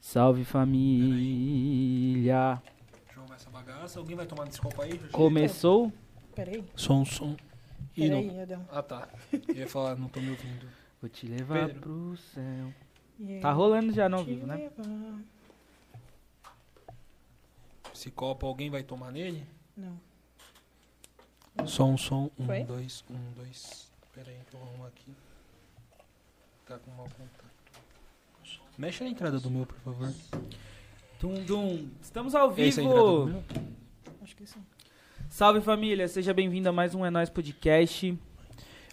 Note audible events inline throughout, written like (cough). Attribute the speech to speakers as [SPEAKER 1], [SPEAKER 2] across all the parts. [SPEAKER 1] Salve família.
[SPEAKER 2] Deixa eu arrumar essa bagaça. Alguém vai tomar nesse copo aí? Deixa eu
[SPEAKER 1] Começou?
[SPEAKER 3] Peraí,
[SPEAKER 2] ajeitar. Som, um som. E não.
[SPEAKER 3] peraí, Adão.
[SPEAKER 2] Ah, tá. Eu ia falar, não tô me ouvindo.
[SPEAKER 1] Vou te levar
[SPEAKER 2] Pedro.
[SPEAKER 1] pro céu.
[SPEAKER 3] E
[SPEAKER 1] Tá
[SPEAKER 3] eu
[SPEAKER 1] rolando já no ao
[SPEAKER 3] te
[SPEAKER 1] vivo, né?
[SPEAKER 3] levar.
[SPEAKER 2] Esse copo, alguém vai tomar nele?
[SPEAKER 3] Não.
[SPEAKER 2] Som, som. Um,
[SPEAKER 3] Foi?
[SPEAKER 2] dois, um, dois. Pera aí, que eu vou arrumar aqui. Tá com mau contato. Mexe na entrada do meu, por favor.
[SPEAKER 1] Tum dum. Estamos ao
[SPEAKER 2] Essa é a entrada do
[SPEAKER 1] vivo.
[SPEAKER 2] meu?
[SPEAKER 3] Acho que sim.
[SPEAKER 1] Salve família, seja bem-vindo a mais um É Nós Podcast. Eu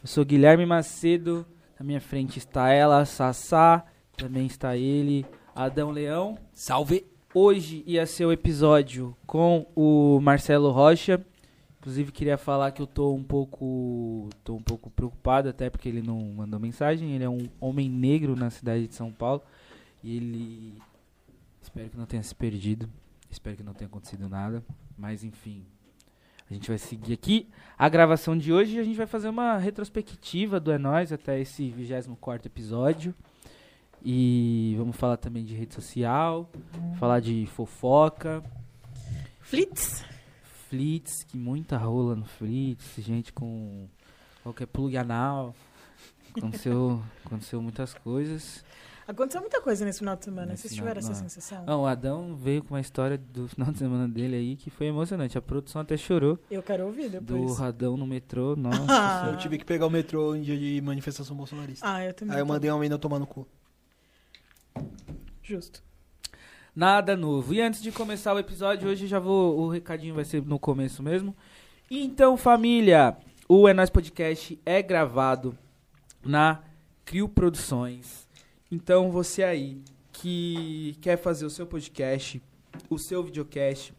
[SPEAKER 1] sou Guilherme Macedo. Na minha frente está ela, Sassá. Também está ele, Adão Leão.
[SPEAKER 2] Salve!
[SPEAKER 1] Hoje ia ser o episódio com o Marcelo Rocha. Inclusive queria falar que eu tô um pouco, tô um pouco preocupado até porque ele não mandou mensagem. Ele é um homem negro na cidade de São Paulo e ele espero que não tenha se perdido, espero que não tenha acontecido nada, mas enfim. A gente vai seguir aqui a gravação de hoje e a gente vai fazer uma retrospectiva do É Nós até esse 24 episódio. E vamos falar também de rede social, falar de fofoca,
[SPEAKER 3] Flits?
[SPEAKER 1] flits, que muita rola no flits, gente com qualquer plug anal. Aconteceu, aconteceu muitas coisas.
[SPEAKER 3] Aconteceu muita coisa nesse final de semana.
[SPEAKER 1] Nesse
[SPEAKER 3] Vocês tiveram
[SPEAKER 1] final-
[SPEAKER 3] essa
[SPEAKER 1] não.
[SPEAKER 3] sensação?
[SPEAKER 1] Ah, o Adão veio com uma história do final de semana dele aí que foi emocionante. A produção até chorou
[SPEAKER 3] Eu quero ouvir
[SPEAKER 1] do
[SPEAKER 3] depois.
[SPEAKER 1] Radão no metrô. Nossa,
[SPEAKER 3] Ah.
[SPEAKER 1] senhora.
[SPEAKER 2] Eu tive que pegar o metrô em dia de manifestação bolsonarista.
[SPEAKER 3] Ah, eu também.
[SPEAKER 2] Aí eu
[SPEAKER 3] tô.
[SPEAKER 2] mandei uma menina tomar no cu.
[SPEAKER 3] Justo.
[SPEAKER 1] Nada novo. E antes de começar o episódio, hoje eu já vou. O recadinho vai ser no começo mesmo. Então, família, o É Nós Podcast é gravado na Crio Produções. Então, você aí que quer fazer o seu podcast, o seu videocast,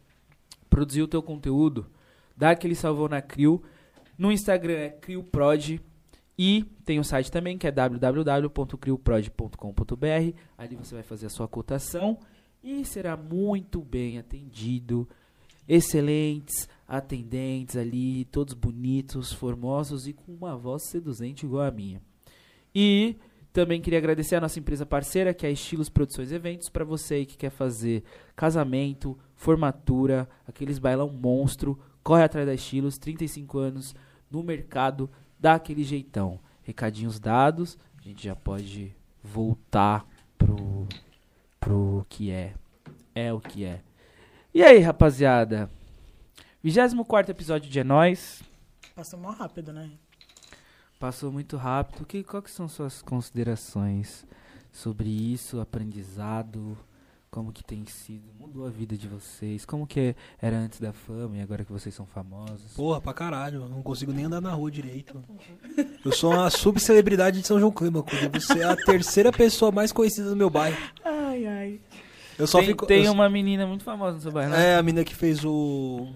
[SPEAKER 1] produzir o teu conteúdo, dá aquele salvou na Crio. No Instagram é CrioProd. E tem o site também que é www.crioprod.com.br. Ali você vai fazer a sua cotação e será muito bem atendido. Excelentes atendentes ali, todos bonitos, formosos e com uma voz seduzente igual a minha. E também queria agradecer a nossa empresa parceira, que é a Estilos Produções e Eventos, para você aí que quer fazer casamento, formatura, aqueles bailão monstro, corre atrás da Estilos, 35 anos no mercado, dá aquele jeitão. Recadinhos dados, a gente já pode voltar pro pro que é. É o que é. E aí, rapaziada? 24 episódio de É Nóis.
[SPEAKER 3] Passou mal rápido, né?
[SPEAKER 1] Passou muito rápido. Que, qual que são suas considerações sobre isso, aprendizado? Como que tem sido? Mudou a vida de vocês? Como que era antes da fama e agora que vocês são famosos?
[SPEAKER 2] Porra, pra caralho, eu não consigo nem andar na rua direito. Eu sou uma subcelebridade de São João Clímaco. Você é a terceira pessoa mais conhecida do meu bairro.
[SPEAKER 3] Ai, ai.
[SPEAKER 2] Eu só
[SPEAKER 1] tem
[SPEAKER 2] fico.
[SPEAKER 1] tem
[SPEAKER 2] eu-
[SPEAKER 1] uma menina muito famosa no seu bairro, né?
[SPEAKER 2] É, a mina que fez o.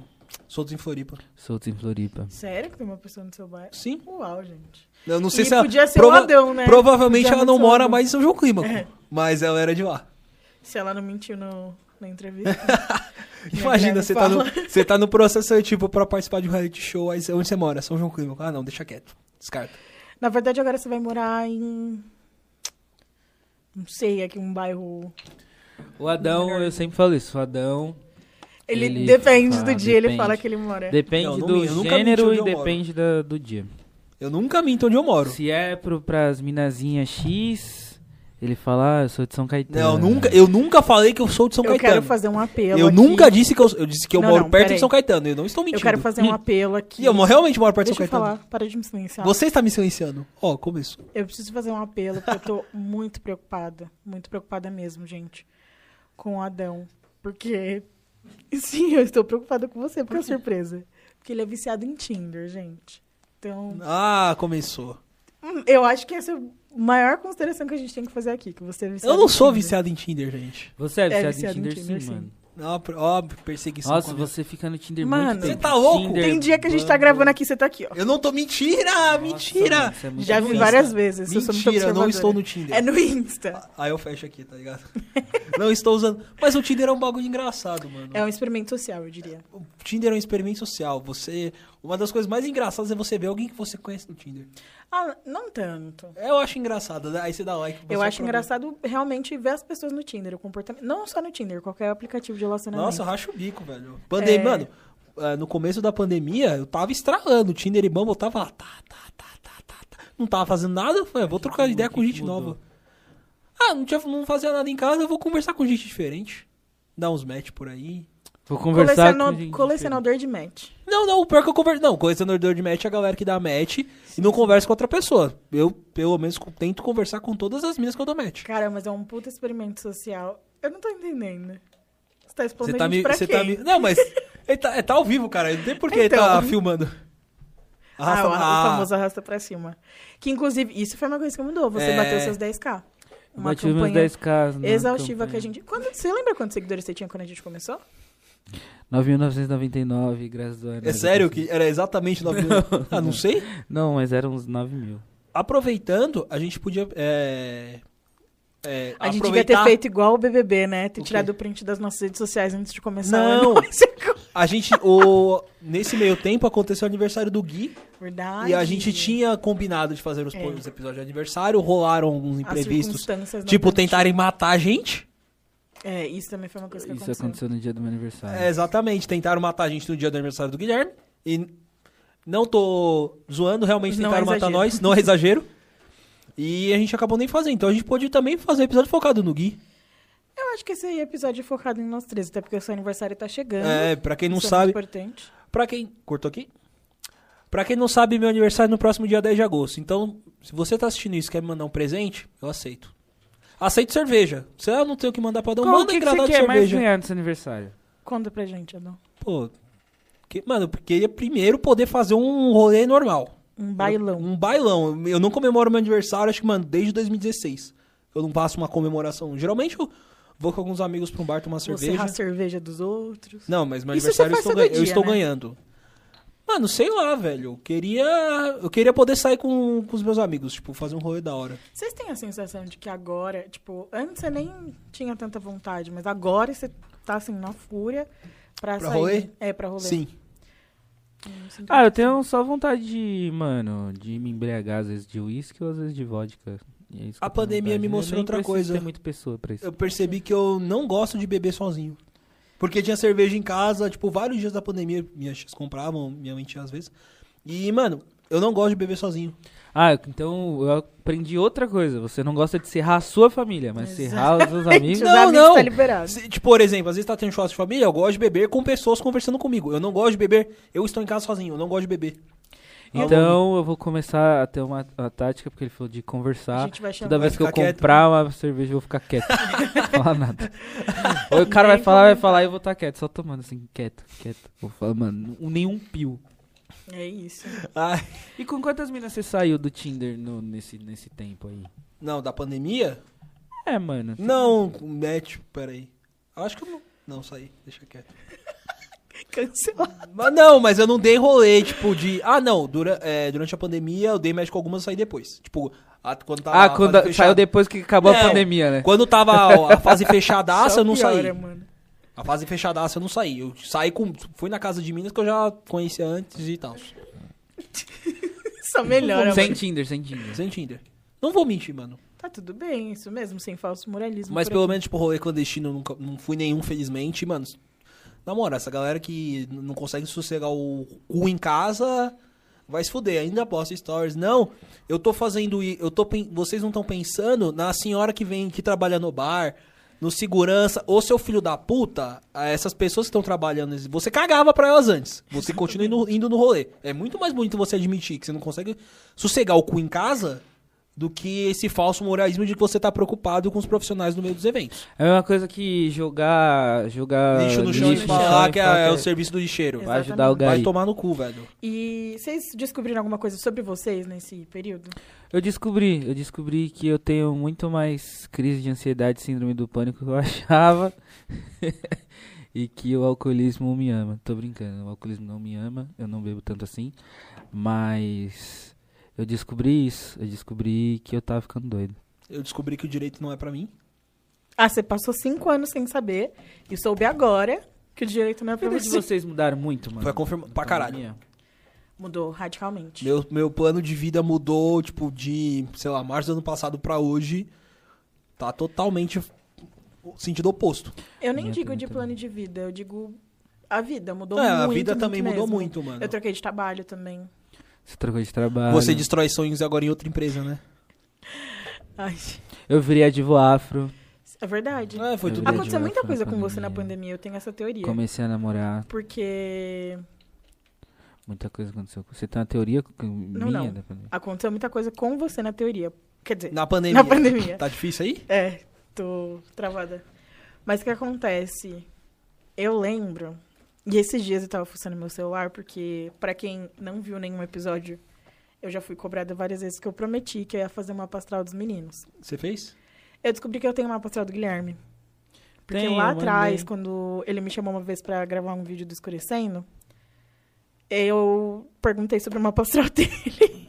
[SPEAKER 2] Soltos em Floripa.
[SPEAKER 1] Soltos em Floripa.
[SPEAKER 3] Sério que tem uma pessoa no seu bairro?
[SPEAKER 2] Sim.
[SPEAKER 3] Uau, gente.
[SPEAKER 2] Eu não sei
[SPEAKER 3] e
[SPEAKER 2] se ela.
[SPEAKER 3] podia ser
[SPEAKER 2] prova-
[SPEAKER 3] o Adão, né?
[SPEAKER 2] Provavelmente
[SPEAKER 3] Podia
[SPEAKER 2] ela não
[SPEAKER 3] muito ser o
[SPEAKER 2] mora
[SPEAKER 3] Adão.
[SPEAKER 2] mais em São João Clímaco.
[SPEAKER 3] É.
[SPEAKER 2] Mas ela era de lá.
[SPEAKER 3] Se ela não mentiu no, na entrevista. Minha
[SPEAKER 2] Imagina,
[SPEAKER 3] grande
[SPEAKER 2] você tá, no,
[SPEAKER 3] fala.
[SPEAKER 2] você tá no processo seletivo pra participar de um reality show, aí você- onde você mora? São João Clímaco. Ah, não, deixa quieto. Descarta.
[SPEAKER 3] na verdade, agora você vai morar em... Não sei, aqui um bairro...
[SPEAKER 1] O Adão, eu sempre falo isso, o Adão
[SPEAKER 3] Ele,
[SPEAKER 1] Ele
[SPEAKER 3] depende
[SPEAKER 1] fala,
[SPEAKER 3] do dia, ele
[SPEAKER 1] depende.
[SPEAKER 3] fala que ele mora.
[SPEAKER 1] depende
[SPEAKER 2] Não, não
[SPEAKER 1] do
[SPEAKER 2] me- eu nunca menti
[SPEAKER 1] gênero
[SPEAKER 2] onde
[SPEAKER 1] e
[SPEAKER 2] eu moro.
[SPEAKER 1] depende da- do dia.
[SPEAKER 2] Eu nunca minto onde eu moro.
[SPEAKER 1] Se é pro, pras minazinhas X, ele fala, ah, eu sou de São
[SPEAKER 2] Não,
[SPEAKER 1] Caetano.
[SPEAKER 2] nunca, eu nunca falei que eu sou de São
[SPEAKER 3] eu
[SPEAKER 2] Caetano.
[SPEAKER 3] quero fazer um apelo
[SPEAKER 2] Eu
[SPEAKER 3] aqui.
[SPEAKER 2] nunca disse que eu, eu disse que eu
[SPEAKER 3] Não,
[SPEAKER 2] moro
[SPEAKER 3] não,
[SPEAKER 2] perto de
[SPEAKER 3] peraí.
[SPEAKER 2] São Caetano. Eu não estou mentindo.
[SPEAKER 3] Eu quero fazer um apelo aqui.
[SPEAKER 2] E eu mo- realmente moro perto de
[SPEAKER 3] Deixa
[SPEAKER 2] São
[SPEAKER 3] eu
[SPEAKER 2] Caetano.
[SPEAKER 3] falar, tá. para de me silenciar.
[SPEAKER 2] Você está me silenciando. Ó, começo.
[SPEAKER 3] Eu preciso fazer um apelo, porque eu tô muito preocupada. Muito preocupada mesmo, gente. Com o Adão. Porque. (laughs) Sim, eu estou preocupada com você, porque é surpresa. Porque ele é viciado em Tinder, gente. Então.
[SPEAKER 2] Ah, começou.
[SPEAKER 3] hum, Eu acho que essa é a maior consideração que a gente tem que fazer aqui. Que você é viciado
[SPEAKER 2] Eu não
[SPEAKER 3] em
[SPEAKER 2] sou
[SPEAKER 3] Tinder.
[SPEAKER 2] viciado em Tinder, gente.
[SPEAKER 1] Você é viciado,
[SPEAKER 3] É viciado
[SPEAKER 1] em Tinder, sim,
[SPEAKER 3] sim.
[SPEAKER 1] mano.
[SPEAKER 2] Ó, per- ó, perseguição.
[SPEAKER 1] Nossa,
[SPEAKER 2] com a
[SPEAKER 1] é você fica no Tinder
[SPEAKER 3] Mano,
[SPEAKER 1] muito tempo.
[SPEAKER 2] Você tá louco?
[SPEAKER 1] Tinder,
[SPEAKER 3] Tem dia que a gente tá
[SPEAKER 1] Bumble.
[SPEAKER 3] gravando aqui, você tá aqui, ó.
[SPEAKER 2] minha- Eu não tô. Mentira!
[SPEAKER 1] Nossa,
[SPEAKER 2] mentira!
[SPEAKER 1] mano, isso é muito
[SPEAKER 3] Já vi
[SPEAKER 1] difícil.
[SPEAKER 3] várias vezes. eu sou muito
[SPEAKER 2] mentira, eu não
[SPEAKER 3] observadora.
[SPEAKER 2] estou no Tinder.
[SPEAKER 3] É no Insta.
[SPEAKER 2] Aí eu fecho aqui, tá ligado? (laughs) não estou usando. Mas o Tinder é um bagulho engraçado, mano.
[SPEAKER 3] É um experimento social, eu diria.
[SPEAKER 2] O Tinder é um experimento social. Você. Uma das coisas mais engraçadas é você ver alguém que você conhece no Tinder.
[SPEAKER 3] Ah, não tanto.
[SPEAKER 2] Eu acho engraçado, né? aí você dá like.
[SPEAKER 3] Eu
[SPEAKER 2] você
[SPEAKER 3] acho
[SPEAKER 2] aproveita.
[SPEAKER 3] engraçado realmente ver as pessoas no Tinder, o comportamento. Não só no Tinder, qualquer aplicativo de relacionamento.
[SPEAKER 2] Nossa, eu racho o bico, velho.
[SPEAKER 3] É.
[SPEAKER 2] Pandemia, mano, ah, no começo da pandemia, eu tava estralando. Tinder e Bumble eu tava lá, tá, tá, tá, tá, tá, tá. Não tava fazendo nada, eu falei, "Ah, vou trocar
[SPEAKER 1] mudou?
[SPEAKER 2] ideia
[SPEAKER 1] O
[SPEAKER 2] com
[SPEAKER 1] que
[SPEAKER 2] gente
[SPEAKER 1] que mudou?
[SPEAKER 2] nova. Ah, não, tinha, não fazia nada em casa, eu vou conversar com gente diferente. Dar uns match por aí.
[SPEAKER 1] Vou conversar
[SPEAKER 3] Coleciona-
[SPEAKER 1] com gente
[SPEAKER 3] colecionador de match.
[SPEAKER 2] Não, não, o pior é que eu converso. Não, colecionador de match é a galera que dá match e não conversa com outra pessoa. Eu, pelo menos, co- tento conversar com todas as minhas que eu dou match.
[SPEAKER 3] Cara, mas é um puta experimento social. Eu não tô entendendo. Você tá expondo
[SPEAKER 2] Você
[SPEAKER 3] a
[SPEAKER 2] tá
[SPEAKER 3] gente
[SPEAKER 2] me.
[SPEAKER 3] pra
[SPEAKER 2] Você
[SPEAKER 3] quem?
[SPEAKER 2] tá me. Não, (laughs) mas. Ele tá, é, tá ao vivo, cara. Não tem por que
[SPEAKER 3] Então.
[SPEAKER 2] ele tá filmando.
[SPEAKER 3] Ah, o,
[SPEAKER 2] ah,
[SPEAKER 3] o famoso arrasta pra cima. Que, inclusive, isso foi uma coisa que mudou. Você
[SPEAKER 2] É.
[SPEAKER 3] bateu seus 10k. Uma
[SPEAKER 1] Bati meus
[SPEAKER 3] campanha
[SPEAKER 1] 10 casos.
[SPEAKER 3] exaustiva que a gente... Quando, você lembra quantos seguidores você tinha quando a gente começou?
[SPEAKER 1] 9.999, graças a
[SPEAKER 2] É sério que era exatamente 9 mil? Ah, não sei.
[SPEAKER 1] Não, mas eram uns 9 mil.
[SPEAKER 2] Aproveitando, a gente podia. É, é,
[SPEAKER 3] A gente devia
[SPEAKER 2] aproveitar,
[SPEAKER 3] ter feito igual o BBB, né? Ter
[SPEAKER 2] O quê?
[SPEAKER 3] tirado o print das nossas redes sociais antes de começar
[SPEAKER 2] Não.
[SPEAKER 3] o ano. (laughs)
[SPEAKER 2] A gente. O, nesse meio tempo aconteceu o aniversário do Gui.
[SPEAKER 3] Verdade.
[SPEAKER 2] e a gente tinha combinado de fazer os,
[SPEAKER 3] É.
[SPEAKER 2] os episódios de aniversário. Rolaram alguns
[SPEAKER 3] As
[SPEAKER 2] imprevistos.
[SPEAKER 3] circunstâncias não
[SPEAKER 2] Tipo,
[SPEAKER 3] permitiam.
[SPEAKER 2] tentarem matar a gente.
[SPEAKER 3] É, isso também foi uma coisa que
[SPEAKER 1] Isso
[SPEAKER 3] aconteceu.
[SPEAKER 1] aconteceu no dia do meu aniversário.
[SPEAKER 2] É, exatamente. Tentaram matar a gente no dia do aniversário do Guilherme. E não tô zoando, realmente
[SPEAKER 3] Não é
[SPEAKER 2] tentaram matar
[SPEAKER 3] exagero.
[SPEAKER 2] nós. Não é exagero. E a gente acabou nem fazendo. Então a gente pôde também fazer um episódio focado no Gui.
[SPEAKER 3] Eu acho que esse aí é episódio focado em nós três, até porque o seu aniversário tá chegando.
[SPEAKER 2] É, pra quem não
[SPEAKER 3] Isso é
[SPEAKER 2] sabe.
[SPEAKER 3] muito importante.
[SPEAKER 2] Pra quem. Cortou aqui? Pra quem não sabe, meu aniversário é no próximo dia 10 de agosto. Então, se você tá assistindo isso e quer me mandar um presente, eu aceito. Aceito cerveja. Se eu não tenho o que mandar pra
[SPEAKER 3] Então
[SPEAKER 2] dar um,
[SPEAKER 1] Qual
[SPEAKER 2] manda
[SPEAKER 1] que, que
[SPEAKER 2] engradado
[SPEAKER 1] você
[SPEAKER 2] de
[SPEAKER 1] quer mais
[SPEAKER 2] cerveja.
[SPEAKER 3] é?
[SPEAKER 1] ganhar nesse aniversário?
[SPEAKER 3] Conta pra gente, Adão.
[SPEAKER 2] Pô, que- mano, eu queria primeiro poder fazer um rolê normal.
[SPEAKER 3] Um bailão.
[SPEAKER 2] Um bailão. Eu não comemoro meu aniversário, acho que, mano, desde 2016. Eu não passo uma comemoração. Geralmente eu vou com alguns amigos pra um bar tomar
[SPEAKER 3] Você
[SPEAKER 2] cerveja.
[SPEAKER 3] errar a cerveja dos outros.
[SPEAKER 2] Não, mas meu
[SPEAKER 3] Isso
[SPEAKER 2] aniversário eu
[SPEAKER 3] você faz
[SPEAKER 2] estou,
[SPEAKER 3] todo
[SPEAKER 2] ganha- eu
[SPEAKER 3] dia,
[SPEAKER 2] estou
[SPEAKER 3] né?
[SPEAKER 2] ganhando. Mano, sei lá, velho. Eu queria, eu queria poder sair com, com os meus amigos, tipo, fazer um rolê da hora.
[SPEAKER 3] Vocês têm a sensação de que agora, tipo, antes você nem tinha tanta vontade, mas agora você tá assim na fúria pra,
[SPEAKER 2] Pra
[SPEAKER 3] sair.
[SPEAKER 2] rolê?
[SPEAKER 3] É, pra rolê.
[SPEAKER 2] Sim.
[SPEAKER 3] Eu sinto
[SPEAKER 1] Ah, eu
[SPEAKER 3] isso.
[SPEAKER 1] tenho só vontade de, mano, de me embriagar, às vezes de uísque ou às vezes de vodka. E é isso que
[SPEAKER 2] A
[SPEAKER 1] eu tenho
[SPEAKER 2] pandemia
[SPEAKER 1] vontade.
[SPEAKER 2] me
[SPEAKER 1] Eu
[SPEAKER 2] mostrou
[SPEAKER 1] nem
[SPEAKER 2] outra
[SPEAKER 1] preciso
[SPEAKER 2] coisa.
[SPEAKER 1] ter muita pessoa pra isso.
[SPEAKER 2] Eu percebi que eu não gosto de beber sozinho. Porque tinha cerveja em casa, tipo, vários dias da pandemia, minhas tias compravam, minha mãe tinha às vezes. E, mano, eu não gosto de beber sozinho.
[SPEAKER 1] Ah, então eu aprendi outra coisa. Você não gosta de serrar a sua família, mas serrar os seus amigos.
[SPEAKER 3] Os
[SPEAKER 2] Não,
[SPEAKER 3] amigos
[SPEAKER 2] não.
[SPEAKER 3] tá liberado.
[SPEAKER 2] Se, tipo, por exemplo, às vezes tá tendo churrasco de família, eu gosto de beber com pessoas conversando comigo. Eu não gosto de beber, eu estou em casa sozinho, eu não gosto de beber.
[SPEAKER 1] Então eu vou começar a ter uma, uma tática, porque ele falou de
[SPEAKER 2] Tá.
[SPEAKER 3] A
[SPEAKER 1] conversar.
[SPEAKER 3] gente vai
[SPEAKER 1] Toda
[SPEAKER 3] chamar.
[SPEAKER 1] vez que eu
[SPEAKER 2] ficar quieto. né?
[SPEAKER 1] comprar uma cerveja, eu vou ficar
[SPEAKER 2] (laughs)
[SPEAKER 1] quieto. Não vou falar nada. Ou o cara vai
[SPEAKER 3] Nem
[SPEAKER 1] falar, vai
[SPEAKER 3] comentar.
[SPEAKER 1] falar e eu vou estar quieto, só tomando assim, quieto, quieto. Vou falar, mano, nenhum pio.
[SPEAKER 3] É isso. (laughs)
[SPEAKER 2] Ai,
[SPEAKER 1] E com quantas minas você saiu do Tinder no- nesse, nesse tempo aí?
[SPEAKER 2] não, da pandemia?
[SPEAKER 1] É, mano.
[SPEAKER 2] Não, match, peraí. Eu Acho que eu não. Não, saí, deixa quieto.
[SPEAKER 3] Cancelado.
[SPEAKER 2] Mas não, mas eu não dei rolê, tipo, de. Ah, não, dura, é, durante a pandemia eu dei match com algumas e saí depois. Tipo, a- quando tava.
[SPEAKER 1] ah,
[SPEAKER 2] a
[SPEAKER 1] quando
[SPEAKER 2] fase
[SPEAKER 1] a-
[SPEAKER 2] fechada-
[SPEAKER 1] saiu depois que acabou a
[SPEAKER 2] Não.
[SPEAKER 1] pandemia, né?
[SPEAKER 2] Quando tava a, a
[SPEAKER 1] (laughs)
[SPEAKER 2] fase fechadaça, eu não
[SPEAKER 3] Só
[SPEAKER 2] saí.
[SPEAKER 1] é
[SPEAKER 3] piora, mano.
[SPEAKER 2] A fase fechadaça eu não saí. Eu saí com. Fui na casa de Minas que eu já conhecia antes e tal.
[SPEAKER 3] Só melhora,
[SPEAKER 1] sem
[SPEAKER 3] mano.
[SPEAKER 1] Tinder, sem Tinder.
[SPEAKER 2] Sem Tinder. Não vou mentir, mano.
[SPEAKER 3] Tá tudo bem, isso mesmo, sem falso moralismo.
[SPEAKER 2] Mas
[SPEAKER 3] por
[SPEAKER 2] pelo
[SPEAKER 3] aqui.
[SPEAKER 2] menos, tipo, rolê clandestino eu nunca, não fui nenhum, felizmente, mano. Na moral, essa galera que n- não consegue sossegar o cu em casa vai se fuder. Ainda posta stories. Não, eu tô fazendo. i- Eu tô, pen- vocês não estão pensando na senhora que vem que trabalha no bar, no segurança, ou seu filho da puta, a essas pessoas que estão trabalhando. nesse- Você cagava pra elas antes. Você continua indo, indo no rolê. É muito mais bonito você admitir que você não consegue sossegar o cu em casa do que esse falso moralismo de que você tá preocupado com os profissionais no meio dos eventos.
[SPEAKER 1] É a mesma coisa que jogar. jogar
[SPEAKER 2] Lixo no chão e
[SPEAKER 1] Ah, no
[SPEAKER 2] falar
[SPEAKER 1] chão
[SPEAKER 2] que é, é o serviço do lixeiro.
[SPEAKER 1] Vai ajudar o
[SPEAKER 3] Exatamente.
[SPEAKER 1] gari.
[SPEAKER 2] Vai tomar no cu, velho.
[SPEAKER 3] E vocês descobriram alguma coisa sobre vocês nesse período?
[SPEAKER 1] Eu descobri, eu descobri que eu tenho muito mais crise de ansiedade, síndrome do pânico que eu (laughs) achava. e que o alcoolismo me ama. Tô brincando, o alcoolismo não me ama, eu não bebo tanto assim. Mas eu descobri isso, eu descobri que eu tava ficando doido.
[SPEAKER 2] Eu descobri que o direito não é pra mim.
[SPEAKER 3] Ah, você passou cinco anos sem saber e soube agora que o direito não é
[SPEAKER 1] A
[SPEAKER 3] pra
[SPEAKER 1] vida de
[SPEAKER 3] você.
[SPEAKER 1] vocês mudaram muito, mano.
[SPEAKER 2] Foi confirmado pra
[SPEAKER 1] Da
[SPEAKER 2] caralho.
[SPEAKER 1] minha.
[SPEAKER 3] Mudou radicalmente.
[SPEAKER 2] Meu, meu plano de vida mudou, tipo, de, sei lá, março do ano passado pra hoje. Tá totalmente o sentido oposto.
[SPEAKER 3] Eu nem
[SPEAKER 1] Minha
[SPEAKER 3] digo de
[SPEAKER 1] também.
[SPEAKER 3] plano de vida, eu digo a vida mudou
[SPEAKER 2] é,
[SPEAKER 3] muito.
[SPEAKER 2] a vida
[SPEAKER 3] muito
[SPEAKER 2] também mudou
[SPEAKER 3] mesmo.
[SPEAKER 2] muito, né? mano.
[SPEAKER 3] Eu troquei de trabalho também.
[SPEAKER 1] Você trocou de trabalho.
[SPEAKER 2] Você destrói sonhos agora em outra empresa, né?
[SPEAKER 3] Ai, (laughs)
[SPEAKER 1] Eu virei advo afro.
[SPEAKER 3] é verdade.
[SPEAKER 2] É, foi
[SPEAKER 1] Eu virei
[SPEAKER 2] tudo.
[SPEAKER 3] Aconteceu
[SPEAKER 1] advogado
[SPEAKER 3] muita
[SPEAKER 1] na
[SPEAKER 3] coisa com você na
[SPEAKER 1] pandemia.
[SPEAKER 3] pandemia, eu tenho essa teoria.
[SPEAKER 1] Comecei a namorar.
[SPEAKER 3] Porque
[SPEAKER 1] Muita coisa aconteceu. Você tem uma teoria com- minha? né,
[SPEAKER 3] não.
[SPEAKER 1] da (laughs) pandemia?
[SPEAKER 3] aconteceu muita coisa com você na teoria. Quer dizer,
[SPEAKER 2] Na pandemia.
[SPEAKER 3] Na pandemia.
[SPEAKER 2] Tá difícil aí?
[SPEAKER 3] É, tô travada. Mas o que acontece? Eu lembro, e esses dias eu tava fuçando meu celular, porque pra quem não viu nenhum episódio, eu já fui cobrada várias vezes que eu prometi que eu ia fazer uma pastral dos meninos.
[SPEAKER 2] Você fez?
[SPEAKER 3] Eu descobri que eu tenho uma pastral do Guilherme. Porque
[SPEAKER 2] Tem,
[SPEAKER 3] lá
[SPEAKER 2] eu
[SPEAKER 3] atrás,
[SPEAKER 2] mandei.
[SPEAKER 3] quando ele me chamou uma vez pra gravar um vídeo do Escurecendo, eu perguntei sobre uma pastral (laughs) dele.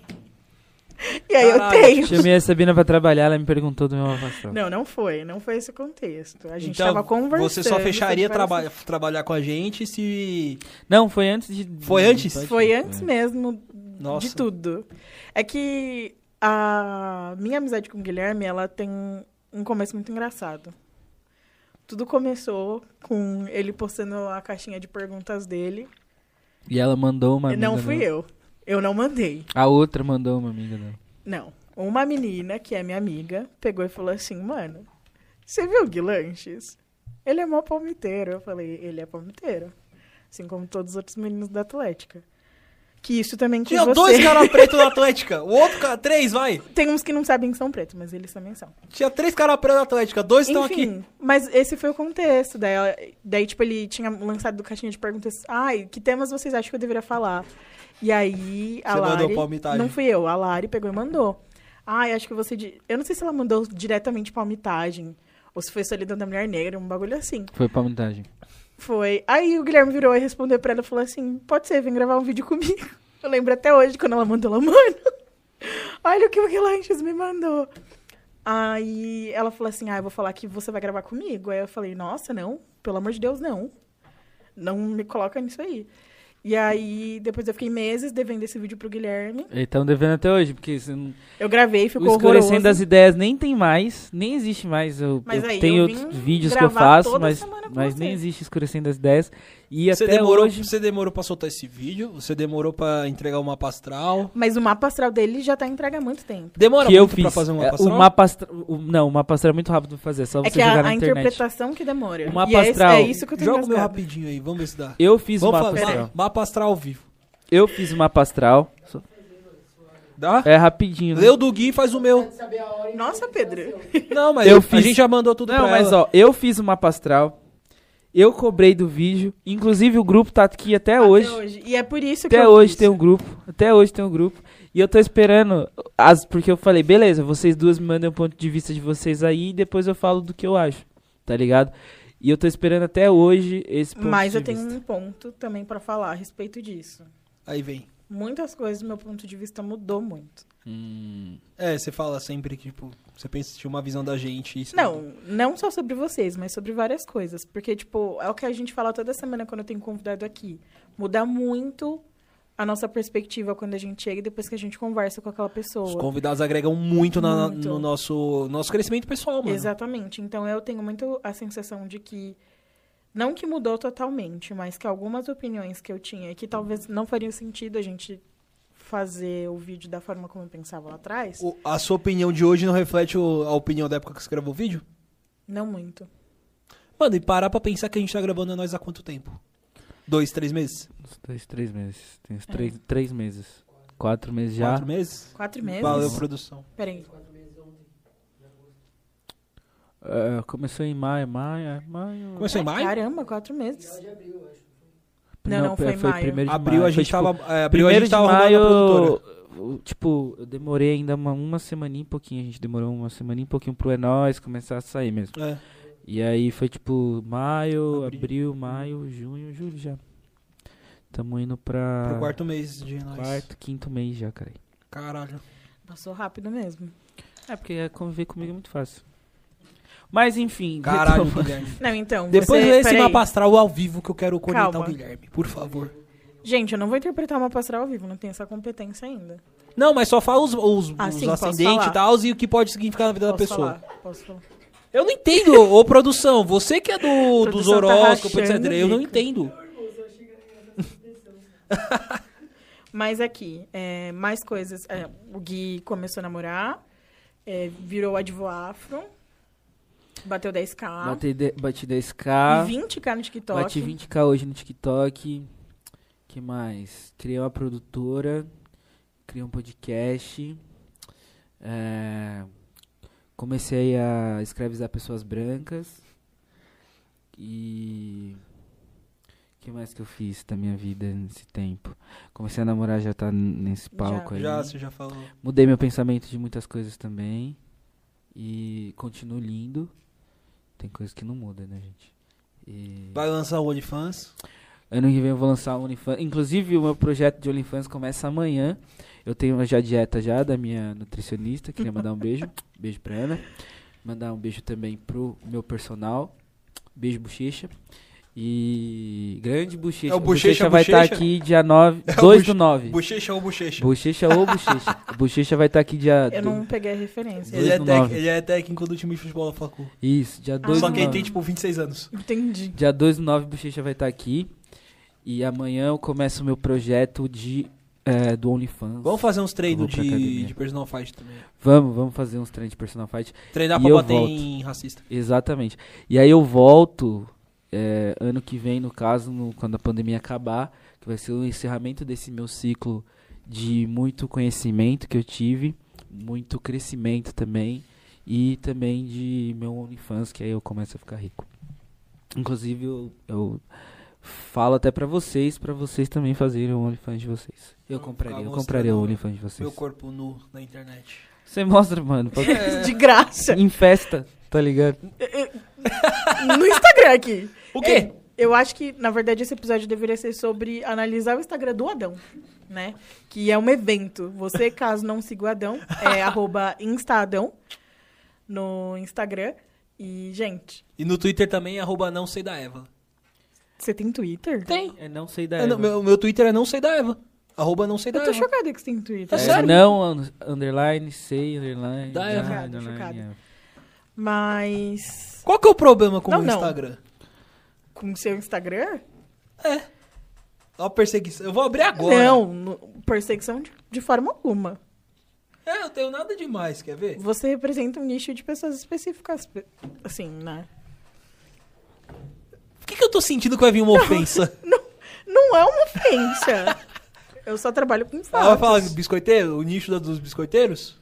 [SPEAKER 3] e aí
[SPEAKER 2] Caralho,
[SPEAKER 3] eu tenho.
[SPEAKER 1] Chamei a Sabina pra trabalhar, ela me perguntou do meu avastão.
[SPEAKER 3] Não, não foi. Não foi esse o contexto. A gente
[SPEAKER 2] Então,
[SPEAKER 3] tava conversando.
[SPEAKER 2] Você só fecharia
[SPEAKER 3] sobre várias-
[SPEAKER 2] traba trabalhar com a gente se.
[SPEAKER 1] Não, foi antes de.
[SPEAKER 2] Foi antes?
[SPEAKER 1] Pode- É.
[SPEAKER 3] Foi antes mesmo
[SPEAKER 2] Nossa.
[SPEAKER 3] de tudo. É que a minha amizade com o Guilherme, ela tem um começo muito engraçado. Tudo começou com ele postando a caixinha de perguntas dele.
[SPEAKER 1] E ela mandou uma amiga.
[SPEAKER 3] não fui
[SPEAKER 1] dela.
[SPEAKER 3] eu. Eu não mandei.
[SPEAKER 1] A outra mandou uma amiga dela.
[SPEAKER 3] Não. Uma menina, que é minha amiga, pegou e falou assim, mano, você viu o Gui Lanches? Ele é mó palmiteiro. Eu falei, ele é palmiteiro. Assim como todos os outros meninos da Atlética. Que isso também que
[SPEAKER 2] Tinha
[SPEAKER 3] você...
[SPEAKER 2] dois
[SPEAKER 3] (laughs)
[SPEAKER 2] caras pretos na Atlética. O outro cara. Três, vai.
[SPEAKER 3] Tem uns que não sabem que são pretos, mas eles também são.
[SPEAKER 2] Tinha três caras pretos na Atlética. Dois estão aqui.
[SPEAKER 3] Enfim, mas esse foi o contexto. Daí, ela- daí, tipo, ele tinha lançado do caixinha de perguntas. Ai, que temas vocês acham que eu deveria falar? E aí, a
[SPEAKER 2] Você mandou
[SPEAKER 3] Lari...
[SPEAKER 2] palmitagem.
[SPEAKER 3] Não fui eu. A Lari pegou e mandou. Ai, acho que você... di- Eu não sei se ela mandou diretamente palmitagem. Ou se foi solidão da mulher negra, um bagulho assim.
[SPEAKER 1] Foi pra montagem.
[SPEAKER 3] Foi. Aí o Guilherme virou e respondeu pra ela e falou assim: pode ser, vem gravar um vídeo comigo. (laughs) Eu lembro até hoje quando ela mandou ela, mano. Olha o que o Guilherme me mandou. Aí ela falou assim: ah, eu vou falar que você vai gravar comigo. Aí eu falei: nossa, não, pelo amor de Deus, não. Não me coloca nisso aí. E aí, depois eu fiquei meses devendo esse vídeo pro Guilherme.
[SPEAKER 1] Eles estão devendo até hoje, porque você não-
[SPEAKER 3] Eu gravei,
[SPEAKER 1] o
[SPEAKER 3] ficou horroroso.
[SPEAKER 1] escurecendo das ideias nem tem mais, nem existe mais. Eu,
[SPEAKER 3] Mas
[SPEAKER 1] eu
[SPEAKER 3] aí
[SPEAKER 1] tenho
[SPEAKER 3] eu vim
[SPEAKER 1] outros vídeos que eu
[SPEAKER 3] gravar
[SPEAKER 1] faço,
[SPEAKER 3] toda
[SPEAKER 1] mas,
[SPEAKER 3] semana com
[SPEAKER 1] mas
[SPEAKER 3] você.
[SPEAKER 1] nem existe escurecendo as ideias. E
[SPEAKER 2] Você
[SPEAKER 1] até
[SPEAKER 2] demorou,
[SPEAKER 1] hoje.
[SPEAKER 2] você demorou pra soltar esse vídeo? Você demorou pra entregar o mapa astral?
[SPEAKER 3] Mas o mapa astral dele já tá entregue há muito tempo.
[SPEAKER 2] Demora
[SPEAKER 1] que eu
[SPEAKER 2] muito
[SPEAKER 1] fiz.
[SPEAKER 2] pra fazer um
[SPEAKER 1] É,
[SPEAKER 2] mapa
[SPEAKER 1] o
[SPEAKER 2] astral?
[SPEAKER 1] mapa astra- o- Não, o mapa astral é muito rápido pra fazer, é só você
[SPEAKER 3] é que a,
[SPEAKER 1] jogar na
[SPEAKER 3] a
[SPEAKER 1] internet.
[SPEAKER 3] interpretação que demora.
[SPEAKER 1] O mapa
[SPEAKER 3] e é esse-
[SPEAKER 1] astral-
[SPEAKER 3] É, isso que eu tô
[SPEAKER 2] Joga o meu
[SPEAKER 3] engasgada.
[SPEAKER 2] rapidinho aí, vamos ver se dá.
[SPEAKER 1] Eu fiz o
[SPEAKER 2] Vamos
[SPEAKER 1] mapa
[SPEAKER 2] falar-
[SPEAKER 1] astral.
[SPEAKER 2] Mapa astral ao vivo.
[SPEAKER 1] Eu fiz o mapa astral. Só-
[SPEAKER 2] Dá?
[SPEAKER 1] É rapidinho. né?
[SPEAKER 2] Lê o do Gui e faz o
[SPEAKER 1] (laughs)
[SPEAKER 2] meu.
[SPEAKER 3] Nossa, Pedro.
[SPEAKER 2] Não, mas
[SPEAKER 1] Eu
[SPEAKER 2] eu a
[SPEAKER 1] fiz.
[SPEAKER 2] gente já mandou tudo
[SPEAKER 1] Não,
[SPEAKER 2] pra
[SPEAKER 1] mas
[SPEAKER 2] ela.
[SPEAKER 1] ó, eu fiz o mapa astral. Eu cobrei do vídeo. Inclusive o grupo tá aqui até,
[SPEAKER 3] Até
[SPEAKER 1] hoje.
[SPEAKER 3] E é por isso que
[SPEAKER 1] Até
[SPEAKER 3] eu
[SPEAKER 1] hoje
[SPEAKER 3] fiz.
[SPEAKER 1] tem um grupo. Até hoje tem um grupo. E eu tô esperando. As, porque eu falei, beleza, vocês duas me mandem o ponto de vista de vocês aí e depois eu falo do que eu acho. Tá ligado? E eu tô esperando até hoje esse ponto
[SPEAKER 3] Mas
[SPEAKER 1] de
[SPEAKER 3] eu tenho
[SPEAKER 1] vista.
[SPEAKER 3] um ponto também pra falar a respeito disso.
[SPEAKER 2] Aí vem.
[SPEAKER 3] Muitas coisas do meu ponto de vista mudou muito.
[SPEAKER 1] Hum,
[SPEAKER 2] É, você fala sempre que, tipo, você pensa que tinha uma visão da gente. Isso
[SPEAKER 3] Não, não só sobre vocês, mas sobre várias coisas. Porque, tipo, é o que a gente fala toda semana quando eu tenho um convidado aqui. Muda muito a nossa perspectiva quando a gente chega e depois que a gente conversa com aquela
[SPEAKER 2] Os
[SPEAKER 3] pessoa.
[SPEAKER 2] convidados agregam muito, na-
[SPEAKER 3] Muito.
[SPEAKER 2] no nosso, nosso crescimento pessoal, mano.
[SPEAKER 3] Exatamente. Então eu tenho muito a sensação de que não que mudou totalmente, mas que algumas opiniões que eu tinha e que talvez não fariam sentido a gente fazer o vídeo da forma como eu pensava lá atrás,
[SPEAKER 2] O- a sua opinião de hoje não reflete o- a opinião da época que você gravou o vídeo?
[SPEAKER 3] não muito.
[SPEAKER 2] Mano, e parar pra pensar que a gente tá gravando é nós há quanto tempo? Dois, três meses?
[SPEAKER 1] Uns dois, três meses. Tem uns três, três meses. Quatro meses já.
[SPEAKER 2] Quatro meses?
[SPEAKER 3] É. Quatro meses?
[SPEAKER 2] Valeu, produção.
[SPEAKER 3] Peraí.
[SPEAKER 1] É, começou em maio, maio, é, maio.
[SPEAKER 2] Começou em maio?
[SPEAKER 3] Caramba, quatro meses. Não, não, foi em maio.
[SPEAKER 1] é, primeiro de
[SPEAKER 2] Abril
[SPEAKER 1] maio.
[SPEAKER 2] a gente
[SPEAKER 1] foi, tipo,
[SPEAKER 2] tava. é, abril a
[SPEAKER 1] Primeiro
[SPEAKER 2] gente
[SPEAKER 1] de
[SPEAKER 2] tava rodando a
[SPEAKER 1] maio,
[SPEAKER 2] produtora.
[SPEAKER 1] o- tipo, eu demorei ainda uma, uma semaninha e pouquinho. A gente demorou uma semaninha e pouquinho pro É Nóis começar a sair mesmo.
[SPEAKER 2] É.
[SPEAKER 1] E aí foi tipo maio,
[SPEAKER 2] Abril.
[SPEAKER 1] abril, maio, junho, julho já. Tamo indo pra.
[SPEAKER 2] Pro quarto mês de nós.
[SPEAKER 1] Ah. quarto, quinto mês já, cara. (laughs)
[SPEAKER 2] Caralho.
[SPEAKER 3] Passou rápido mesmo.
[SPEAKER 1] É, porque é, conviver comigo é muito fácil. Mas enfim, (laughs)
[SPEAKER 2] Caralho,
[SPEAKER 1] retomando.
[SPEAKER 2] Guilherme.
[SPEAKER 3] Não, então.
[SPEAKER 2] Depois
[SPEAKER 3] você...
[SPEAKER 2] lê esse
[SPEAKER 3] peraí.
[SPEAKER 2] mapa astral ao vivo que eu quero conectar
[SPEAKER 3] Calma.
[SPEAKER 2] o Guilherme, por favor.
[SPEAKER 3] Gente, eu não vou interpretar uma pastoral ao vivo, não tenho essa competência ainda.
[SPEAKER 2] Não, mas só fala os, os,
[SPEAKER 3] Ah,
[SPEAKER 2] os
[SPEAKER 3] sim, posso
[SPEAKER 2] ascendentes e
[SPEAKER 3] falar.
[SPEAKER 2] tal e o que pode significar na vida da
[SPEAKER 3] Posso
[SPEAKER 2] pessoa.
[SPEAKER 3] falar, Posso falar.
[SPEAKER 2] Eu não entendo, ô produção. Você que é do, dos
[SPEAKER 3] Produção tá
[SPEAKER 2] horóscopos, etc.
[SPEAKER 3] rachando o
[SPEAKER 2] Eu não
[SPEAKER 3] bico.
[SPEAKER 2] entendo.
[SPEAKER 3] Mas aqui, é, mais coisas. É, o Gui começou a namorar, é, virou advoafro, bateu 10k,
[SPEAKER 1] Bati, de- bati
[SPEAKER 3] e
[SPEAKER 1] 10k,
[SPEAKER 3] 20k no TikTok.
[SPEAKER 1] bati 20k hoje no TikTok. que mais? Criei uma produtora, criei um podcast. é, comecei a escravizar pessoas brancas. E. O que mais que eu fiz da minha vida nesse tempo? Comecei a namorar, já tá n- nesse palco aí.
[SPEAKER 2] Já, você já falou.
[SPEAKER 1] Mudei meu pensamento de muitas coisas também. E continuo lindo. Tem coisas que não mudam, né, gente? E
[SPEAKER 2] Vai lançar o OnlyFans.
[SPEAKER 1] ano que vem eu vou lançar o OnlyFans. Inclusive, o meu projeto de OnlyFans começa amanhã. Eu tenho já a dieta já da minha nutricionista. Queria mandar um beijo. (laughs) Beijo pra Ana. Mandar um beijo também pro meu personal. Beijo, Bochecha. E grande Bochecha.
[SPEAKER 2] É o Bochecha,
[SPEAKER 1] vai estar
[SPEAKER 2] Bochecha?
[SPEAKER 1] aqui dia 9,
[SPEAKER 2] É o
[SPEAKER 1] 2 do
[SPEAKER 2] Boche-
[SPEAKER 1] 9.
[SPEAKER 2] Bochecha ou bochecha?
[SPEAKER 1] Bochecha ou Bochecha?
[SPEAKER 2] (laughs)
[SPEAKER 1] Bochecha vai estar aqui dia...
[SPEAKER 3] Eu
[SPEAKER 1] do-
[SPEAKER 3] não peguei a referência.
[SPEAKER 1] Dois
[SPEAKER 2] Ele é,
[SPEAKER 1] do
[SPEAKER 2] tec-
[SPEAKER 1] nove.
[SPEAKER 2] ele é técnico do time de futebol da Facu.
[SPEAKER 1] Isso,
[SPEAKER 3] Ah.
[SPEAKER 1] dia 2
[SPEAKER 2] Só
[SPEAKER 1] do
[SPEAKER 2] que ele
[SPEAKER 1] 9.
[SPEAKER 2] tem, tipo, 26 anos.
[SPEAKER 3] Entendi.
[SPEAKER 1] Dia 2 do 9, Bochecha vai estar aqui. E amanhã eu começo o meu projeto de, eh, do OnlyFans.
[SPEAKER 2] Vamos fazer uns treinos
[SPEAKER 1] Eu vou pra
[SPEAKER 2] de,
[SPEAKER 1] academia.
[SPEAKER 2] de personal fight também.
[SPEAKER 1] Vamos, vamos fazer uns treinos de personal fight.
[SPEAKER 2] Treinar
[SPEAKER 1] E
[SPEAKER 2] pra
[SPEAKER 1] eu
[SPEAKER 2] bater
[SPEAKER 1] volto.
[SPEAKER 2] em racista.
[SPEAKER 1] Exatamente. E aí eu volto eh, ano que vem, no caso, no- quando a pandemia acabar, que vai ser o encerramento desse meu ciclo de muito conhecimento que eu tive, muito crescimento também, e também de meu OnlyFans, que aí eu começo a ficar rico. Inclusive, eu, eu falo até pra vocês, pra vocês também fazerem o OnlyFans de vocês. Eu
[SPEAKER 2] Não
[SPEAKER 1] compraria,
[SPEAKER 2] ficar
[SPEAKER 1] eu compraria o
[SPEAKER 2] mostrando
[SPEAKER 1] OnlyFans de vocês.
[SPEAKER 2] Meu corpo nu na internet.
[SPEAKER 1] Você mostra,
[SPEAKER 2] (laughs)
[SPEAKER 1] mano, pra-
[SPEAKER 3] (laughs) De graça.
[SPEAKER 1] em festa, tá ligado?
[SPEAKER 3] No Instagram aqui.
[SPEAKER 2] O quê?
[SPEAKER 3] Eu acho que, na verdade, esse episódio deveria ser sobre analisar o Instagram do Adão, né? Que é um evento.
[SPEAKER 1] (laughs)
[SPEAKER 3] Você, caso não siga o Adão, é arroba instaadão no Instagram. E, gente,
[SPEAKER 2] E no Twitter também, arroba não sei da Eva.
[SPEAKER 3] você tem Twitter?
[SPEAKER 2] Tem.
[SPEAKER 1] É, não sei da
[SPEAKER 2] É, não,
[SPEAKER 1] Eva.
[SPEAKER 2] meu, meu Twitter é não sei da Eva. Arroba não sei da
[SPEAKER 3] Eu tô
[SPEAKER 2] Eva.
[SPEAKER 3] chocada que você tem Twitter.
[SPEAKER 2] Tá
[SPEAKER 1] É,
[SPEAKER 2] sério?
[SPEAKER 1] Não, un- underline, sei, underline.
[SPEAKER 2] Dá
[SPEAKER 1] já,
[SPEAKER 2] errado,
[SPEAKER 1] underline,
[SPEAKER 3] chocada.
[SPEAKER 1] é.
[SPEAKER 3] Mas.
[SPEAKER 2] Qual que é o problema com
[SPEAKER 3] Não,
[SPEAKER 2] o
[SPEAKER 3] não.
[SPEAKER 2] Instagram?
[SPEAKER 3] Com o seu Instagram?
[SPEAKER 2] Ó, a perseguição. Eu vou abrir agora.
[SPEAKER 3] Não, no- perseguição de, de forma alguma.
[SPEAKER 2] É, eu tenho nada demais, quer ver?
[SPEAKER 3] Você representa um nicho de pessoas específicas. pe- Assim, né?
[SPEAKER 2] Por que, que eu tô sentindo que vai vir uma
[SPEAKER 3] (laughs)
[SPEAKER 2] ofensa?
[SPEAKER 3] Não é uma
[SPEAKER 2] (laughs)
[SPEAKER 3] ofensa. Eu só trabalho com
[SPEAKER 2] Ela vai
[SPEAKER 3] fatos.
[SPEAKER 2] falar
[SPEAKER 3] (laughs)
[SPEAKER 2] biscoiteiro? O nicho da- dos biscoiteiros?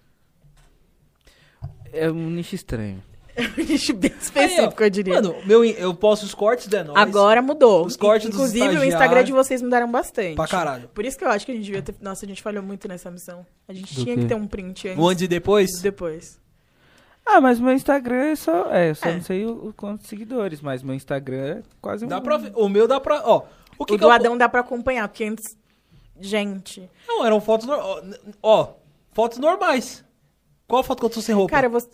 [SPEAKER 1] É um nicho estranho.
[SPEAKER 3] um nicho bem específico,
[SPEAKER 2] Aí, ó,
[SPEAKER 3] eu diria.
[SPEAKER 2] Mano, meu, in- eu posto os cortes da nós.
[SPEAKER 3] Agora mudou.
[SPEAKER 2] Os cortes dos
[SPEAKER 3] Inclusive, o Instagram
[SPEAKER 2] estagiários.
[SPEAKER 3] de vocês mudaram bastante.
[SPEAKER 2] Pra caralho.
[SPEAKER 3] Por isso que eu acho que a gente devia ter. Nossa, a gente falhou muito nessa missão. A gente
[SPEAKER 1] Do
[SPEAKER 3] tinha
[SPEAKER 1] quê?
[SPEAKER 3] que ter um print antes.
[SPEAKER 2] Um antes e depois?
[SPEAKER 3] e depois.
[SPEAKER 1] Ah, mas meu Instagram é só. É, eu só
[SPEAKER 3] É.
[SPEAKER 1] não sei o, o quanto de seguidores, mas meu Instagram é quase um.
[SPEAKER 2] Dá pra ver. O meu dá pra. Ó. O que, que
[SPEAKER 3] o do
[SPEAKER 2] eu-
[SPEAKER 3] Adão dá pra acompanhar, porque antes. Gente.
[SPEAKER 2] Não, eram fotos normais. Ó, ó, fotos normais. Qual foto que eu tô sem roupa?
[SPEAKER 3] Cara, você.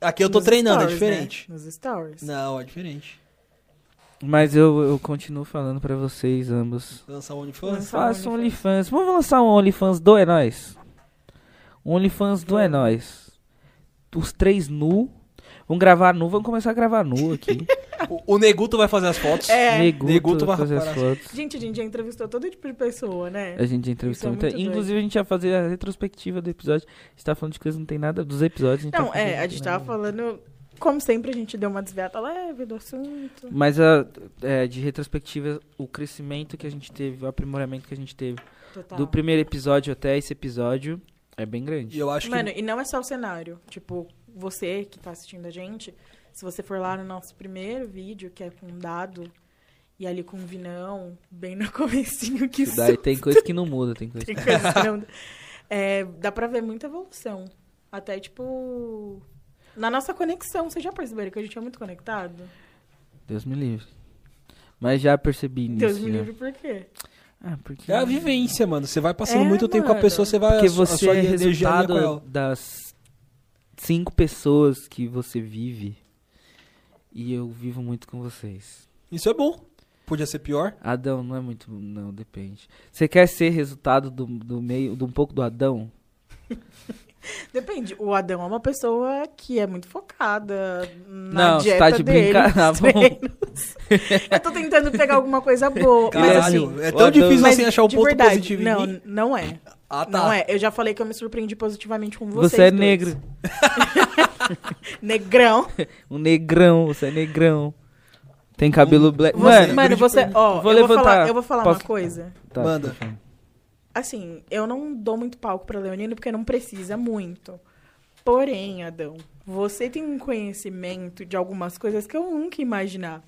[SPEAKER 2] Aqui eu tô
[SPEAKER 3] nos
[SPEAKER 2] treinando, é
[SPEAKER 3] stories,
[SPEAKER 2] diferente.
[SPEAKER 3] né? Nos stories.
[SPEAKER 2] Não, é diferente.
[SPEAKER 1] Mas eu, eu continuo falando pra vocês ambos.
[SPEAKER 2] Lançar um OnlyFans.
[SPEAKER 3] Lançar um
[SPEAKER 1] Faça um
[SPEAKER 3] OnlyFans.
[SPEAKER 1] OnlyFans. Vamos lançar um OnlyFans do É Nóis. Um OnlyFans do É Nóis. Os três nu. Vamos gravar nu, vamos começar a gravar nu
[SPEAKER 2] (laughs)
[SPEAKER 1] aqui.
[SPEAKER 2] O, o Neguto vai fazer as fotos.
[SPEAKER 3] É.
[SPEAKER 1] Neguto,
[SPEAKER 2] Neguto vai
[SPEAKER 1] vai fazer as
[SPEAKER 2] parar.
[SPEAKER 1] fotos.
[SPEAKER 3] Gente, a gente já entrevistou todo tipo de pessoa, né?
[SPEAKER 1] A gente já entrevistou
[SPEAKER 3] Isso é
[SPEAKER 1] muita.
[SPEAKER 3] muito doido.
[SPEAKER 1] Inclusive, a gente ia fazer a retrospectiva do episódio. A gente tá falando de coisas que não tem nada dos episódios. A gente
[SPEAKER 3] Não,
[SPEAKER 1] tá falando
[SPEAKER 3] é, a
[SPEAKER 1] de
[SPEAKER 3] gente
[SPEAKER 1] nada.
[SPEAKER 3] tava falando. Como sempre, a gente deu uma desviada leve do assunto.
[SPEAKER 1] Mas a, é, de retrospectiva, o crescimento que a gente teve, o aprimoramento que a gente teve
[SPEAKER 3] Total.
[SPEAKER 1] do primeiro episódio até esse episódio é bem grande.
[SPEAKER 2] E eu acho
[SPEAKER 3] Mano,
[SPEAKER 2] que.
[SPEAKER 3] e não é só o cenário. Tipo, você que tá assistindo a gente, se você for lá no nosso primeiro vídeo, que é com dado, e ali com vinão, bem no (laughs) comecinho que
[SPEAKER 1] Isso Daí tem coisa que não muda, tem (laughs) coisa.
[SPEAKER 3] Tem coisa que não- É, dá pra ver muita evolução. Até, tipo... Na nossa conexão, vocês já perceberam que a gente é muito conectado?
[SPEAKER 1] Deus me livre. Mas já percebi nisso.
[SPEAKER 3] Deus me
[SPEAKER 1] já.
[SPEAKER 3] livre, por quê?
[SPEAKER 1] Ah, porque.
[SPEAKER 2] É a vivência, mano. Você vai passando
[SPEAKER 3] É,
[SPEAKER 2] muito tempo com a
[SPEAKER 3] mano.
[SPEAKER 2] pessoa, você vai.
[SPEAKER 1] Porque
[SPEAKER 2] a sua- a
[SPEAKER 1] você
[SPEAKER 2] sua
[SPEAKER 1] é
[SPEAKER 2] energia alinha com
[SPEAKER 1] resultado
[SPEAKER 2] ela.
[SPEAKER 1] das cinco pessoas que você vive. E eu vivo muito com vocês.
[SPEAKER 2] Isso é bom. Podia ser pior?
[SPEAKER 1] Adão não é muito. Não, depende. Você quer ser resultado do, do meio, de um pouco do Adão?
[SPEAKER 3] Depende. O Adão é uma pessoa que é muito focada na
[SPEAKER 1] Não, você
[SPEAKER 3] dieta
[SPEAKER 1] tá de
[SPEAKER 3] dele,
[SPEAKER 1] brincadeira, (laughs)
[SPEAKER 3] nos
[SPEAKER 1] tá bom.
[SPEAKER 3] treinos. Eu tô tentando pegar alguma coisa boa. mas
[SPEAKER 2] Caralho,
[SPEAKER 3] assim,
[SPEAKER 2] é
[SPEAKER 1] o
[SPEAKER 2] tão
[SPEAKER 1] Adão-
[SPEAKER 2] difícil
[SPEAKER 3] mas
[SPEAKER 2] assim achar o
[SPEAKER 3] de
[SPEAKER 2] ponto
[SPEAKER 3] verdade,
[SPEAKER 2] positivo em
[SPEAKER 3] não,
[SPEAKER 2] mim.
[SPEAKER 3] Não é.
[SPEAKER 2] Ah, tá.
[SPEAKER 3] Não é. Eu já falei que eu me surpreendi positivamente com vocês
[SPEAKER 1] Você é
[SPEAKER 3] dois.
[SPEAKER 1] negro.
[SPEAKER 3] Negrão.
[SPEAKER 1] Um negrão, você é negrão. Tem cabelo black.
[SPEAKER 3] Um- Você-
[SPEAKER 1] Mano,
[SPEAKER 3] mano,
[SPEAKER 2] grande
[SPEAKER 3] você... Ó,
[SPEAKER 1] Vou
[SPEAKER 3] eu,
[SPEAKER 1] levantar.
[SPEAKER 3] vou falar, eu vou falar
[SPEAKER 1] Posso-
[SPEAKER 3] uma coisa.
[SPEAKER 1] tá,
[SPEAKER 2] Manda.
[SPEAKER 3] assim, eu não dou muito palco pra Leonino porque não precisa muito. Porém, Adão, você tem um conhecimento de algumas coisas que eu nunca ia imaginar.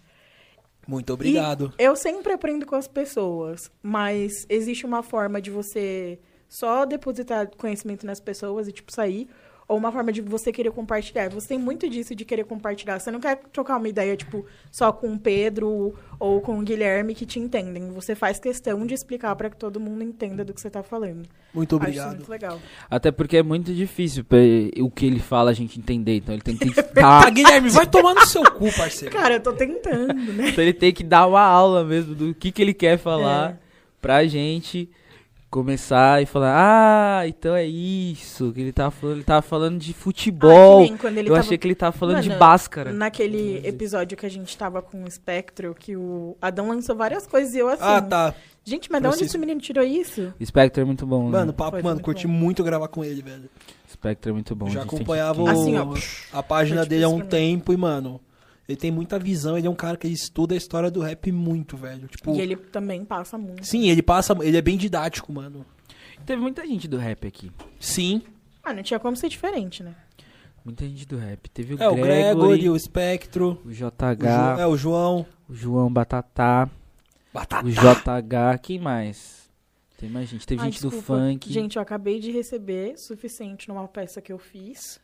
[SPEAKER 2] Muito obrigado.
[SPEAKER 3] E eu sempre aprendo com as pessoas, mas existe uma forma de você só depositar conhecimento nas pessoas e, tipo, sair, ou uma forma de você querer compartilhar. Você tem muito disso de querer compartilhar. Você não quer trocar uma ideia, tipo, só com o Pedro ou com o Guilherme que te entendem. Você faz questão de explicar pra que todo mundo entenda do que você tá falando.
[SPEAKER 2] Muito
[SPEAKER 3] Acho isso
[SPEAKER 2] obrigado.
[SPEAKER 3] muito legal.
[SPEAKER 1] Até porque é muito difícil pra, o que ele fala a gente entender. Então ele tem que (laughs)
[SPEAKER 2] Ah,
[SPEAKER 1] dar.
[SPEAKER 2] Guilherme, vai tomar no seu cu, parceiro.
[SPEAKER 3] Cara, eu tô
[SPEAKER 1] (laughs)
[SPEAKER 3] tentando, né?
[SPEAKER 1] então ele tem que dar uma aula mesmo do que, que ele quer falar
[SPEAKER 3] É.
[SPEAKER 1] pra gente começar e falar. Ah, então é isso que ele tava falando. Ele tava falando de
[SPEAKER 3] Ah,
[SPEAKER 1] futebol.
[SPEAKER 3] que nem quando ele
[SPEAKER 1] eu
[SPEAKER 3] tava-
[SPEAKER 1] achei que ele tava falando de
[SPEAKER 3] Mano,
[SPEAKER 1] báscara.
[SPEAKER 3] Naquele episódio que a gente tava com o Spectro, que o Adão lançou várias coisas e eu assim.
[SPEAKER 2] Ah, tá.
[SPEAKER 3] Gente, mas de onde
[SPEAKER 2] Francisco.
[SPEAKER 3] esse menino tirou isso?
[SPEAKER 1] Spectre é muito bom,
[SPEAKER 2] Mano,
[SPEAKER 1] né?
[SPEAKER 2] papo,
[SPEAKER 3] Foi, foi
[SPEAKER 2] mano,
[SPEAKER 3] muito
[SPEAKER 2] curti
[SPEAKER 3] bom.
[SPEAKER 2] muito gravar com ele, velho.
[SPEAKER 1] Spectre é muito bom.
[SPEAKER 2] Eu já
[SPEAKER 1] a gente tem que-
[SPEAKER 2] acompanhava o-
[SPEAKER 3] Assim, ó.
[SPEAKER 2] a página
[SPEAKER 3] Foi
[SPEAKER 2] dele há um
[SPEAKER 3] difícil pra
[SPEAKER 2] tempo e, mano, ele tem muita visão. Ele é um cara que estuda a história do rap muito, velho. Tipo,
[SPEAKER 3] E ele também passa muito.
[SPEAKER 2] sim, ele passa, ele é bem didático, mano.
[SPEAKER 1] Teve muita gente do rap aqui.
[SPEAKER 2] Sim.
[SPEAKER 3] Ah, não tinha como ser diferente, né?
[SPEAKER 1] Muita gente do rap. Teve o
[SPEAKER 2] É o Gregory,
[SPEAKER 1] Gregory,
[SPEAKER 2] o Spectro,
[SPEAKER 1] o
[SPEAKER 2] o Jo-
[SPEAKER 1] JH,
[SPEAKER 2] é o João.
[SPEAKER 1] o João Batatá,
[SPEAKER 2] Batata.
[SPEAKER 1] o JH, quem mais? Tem mais gente. Teve
[SPEAKER 3] Ai,
[SPEAKER 1] gente do
[SPEAKER 3] desculpa.
[SPEAKER 1] funk.
[SPEAKER 3] Gente, eu acabei de receber suficiente numa peça que eu fiz.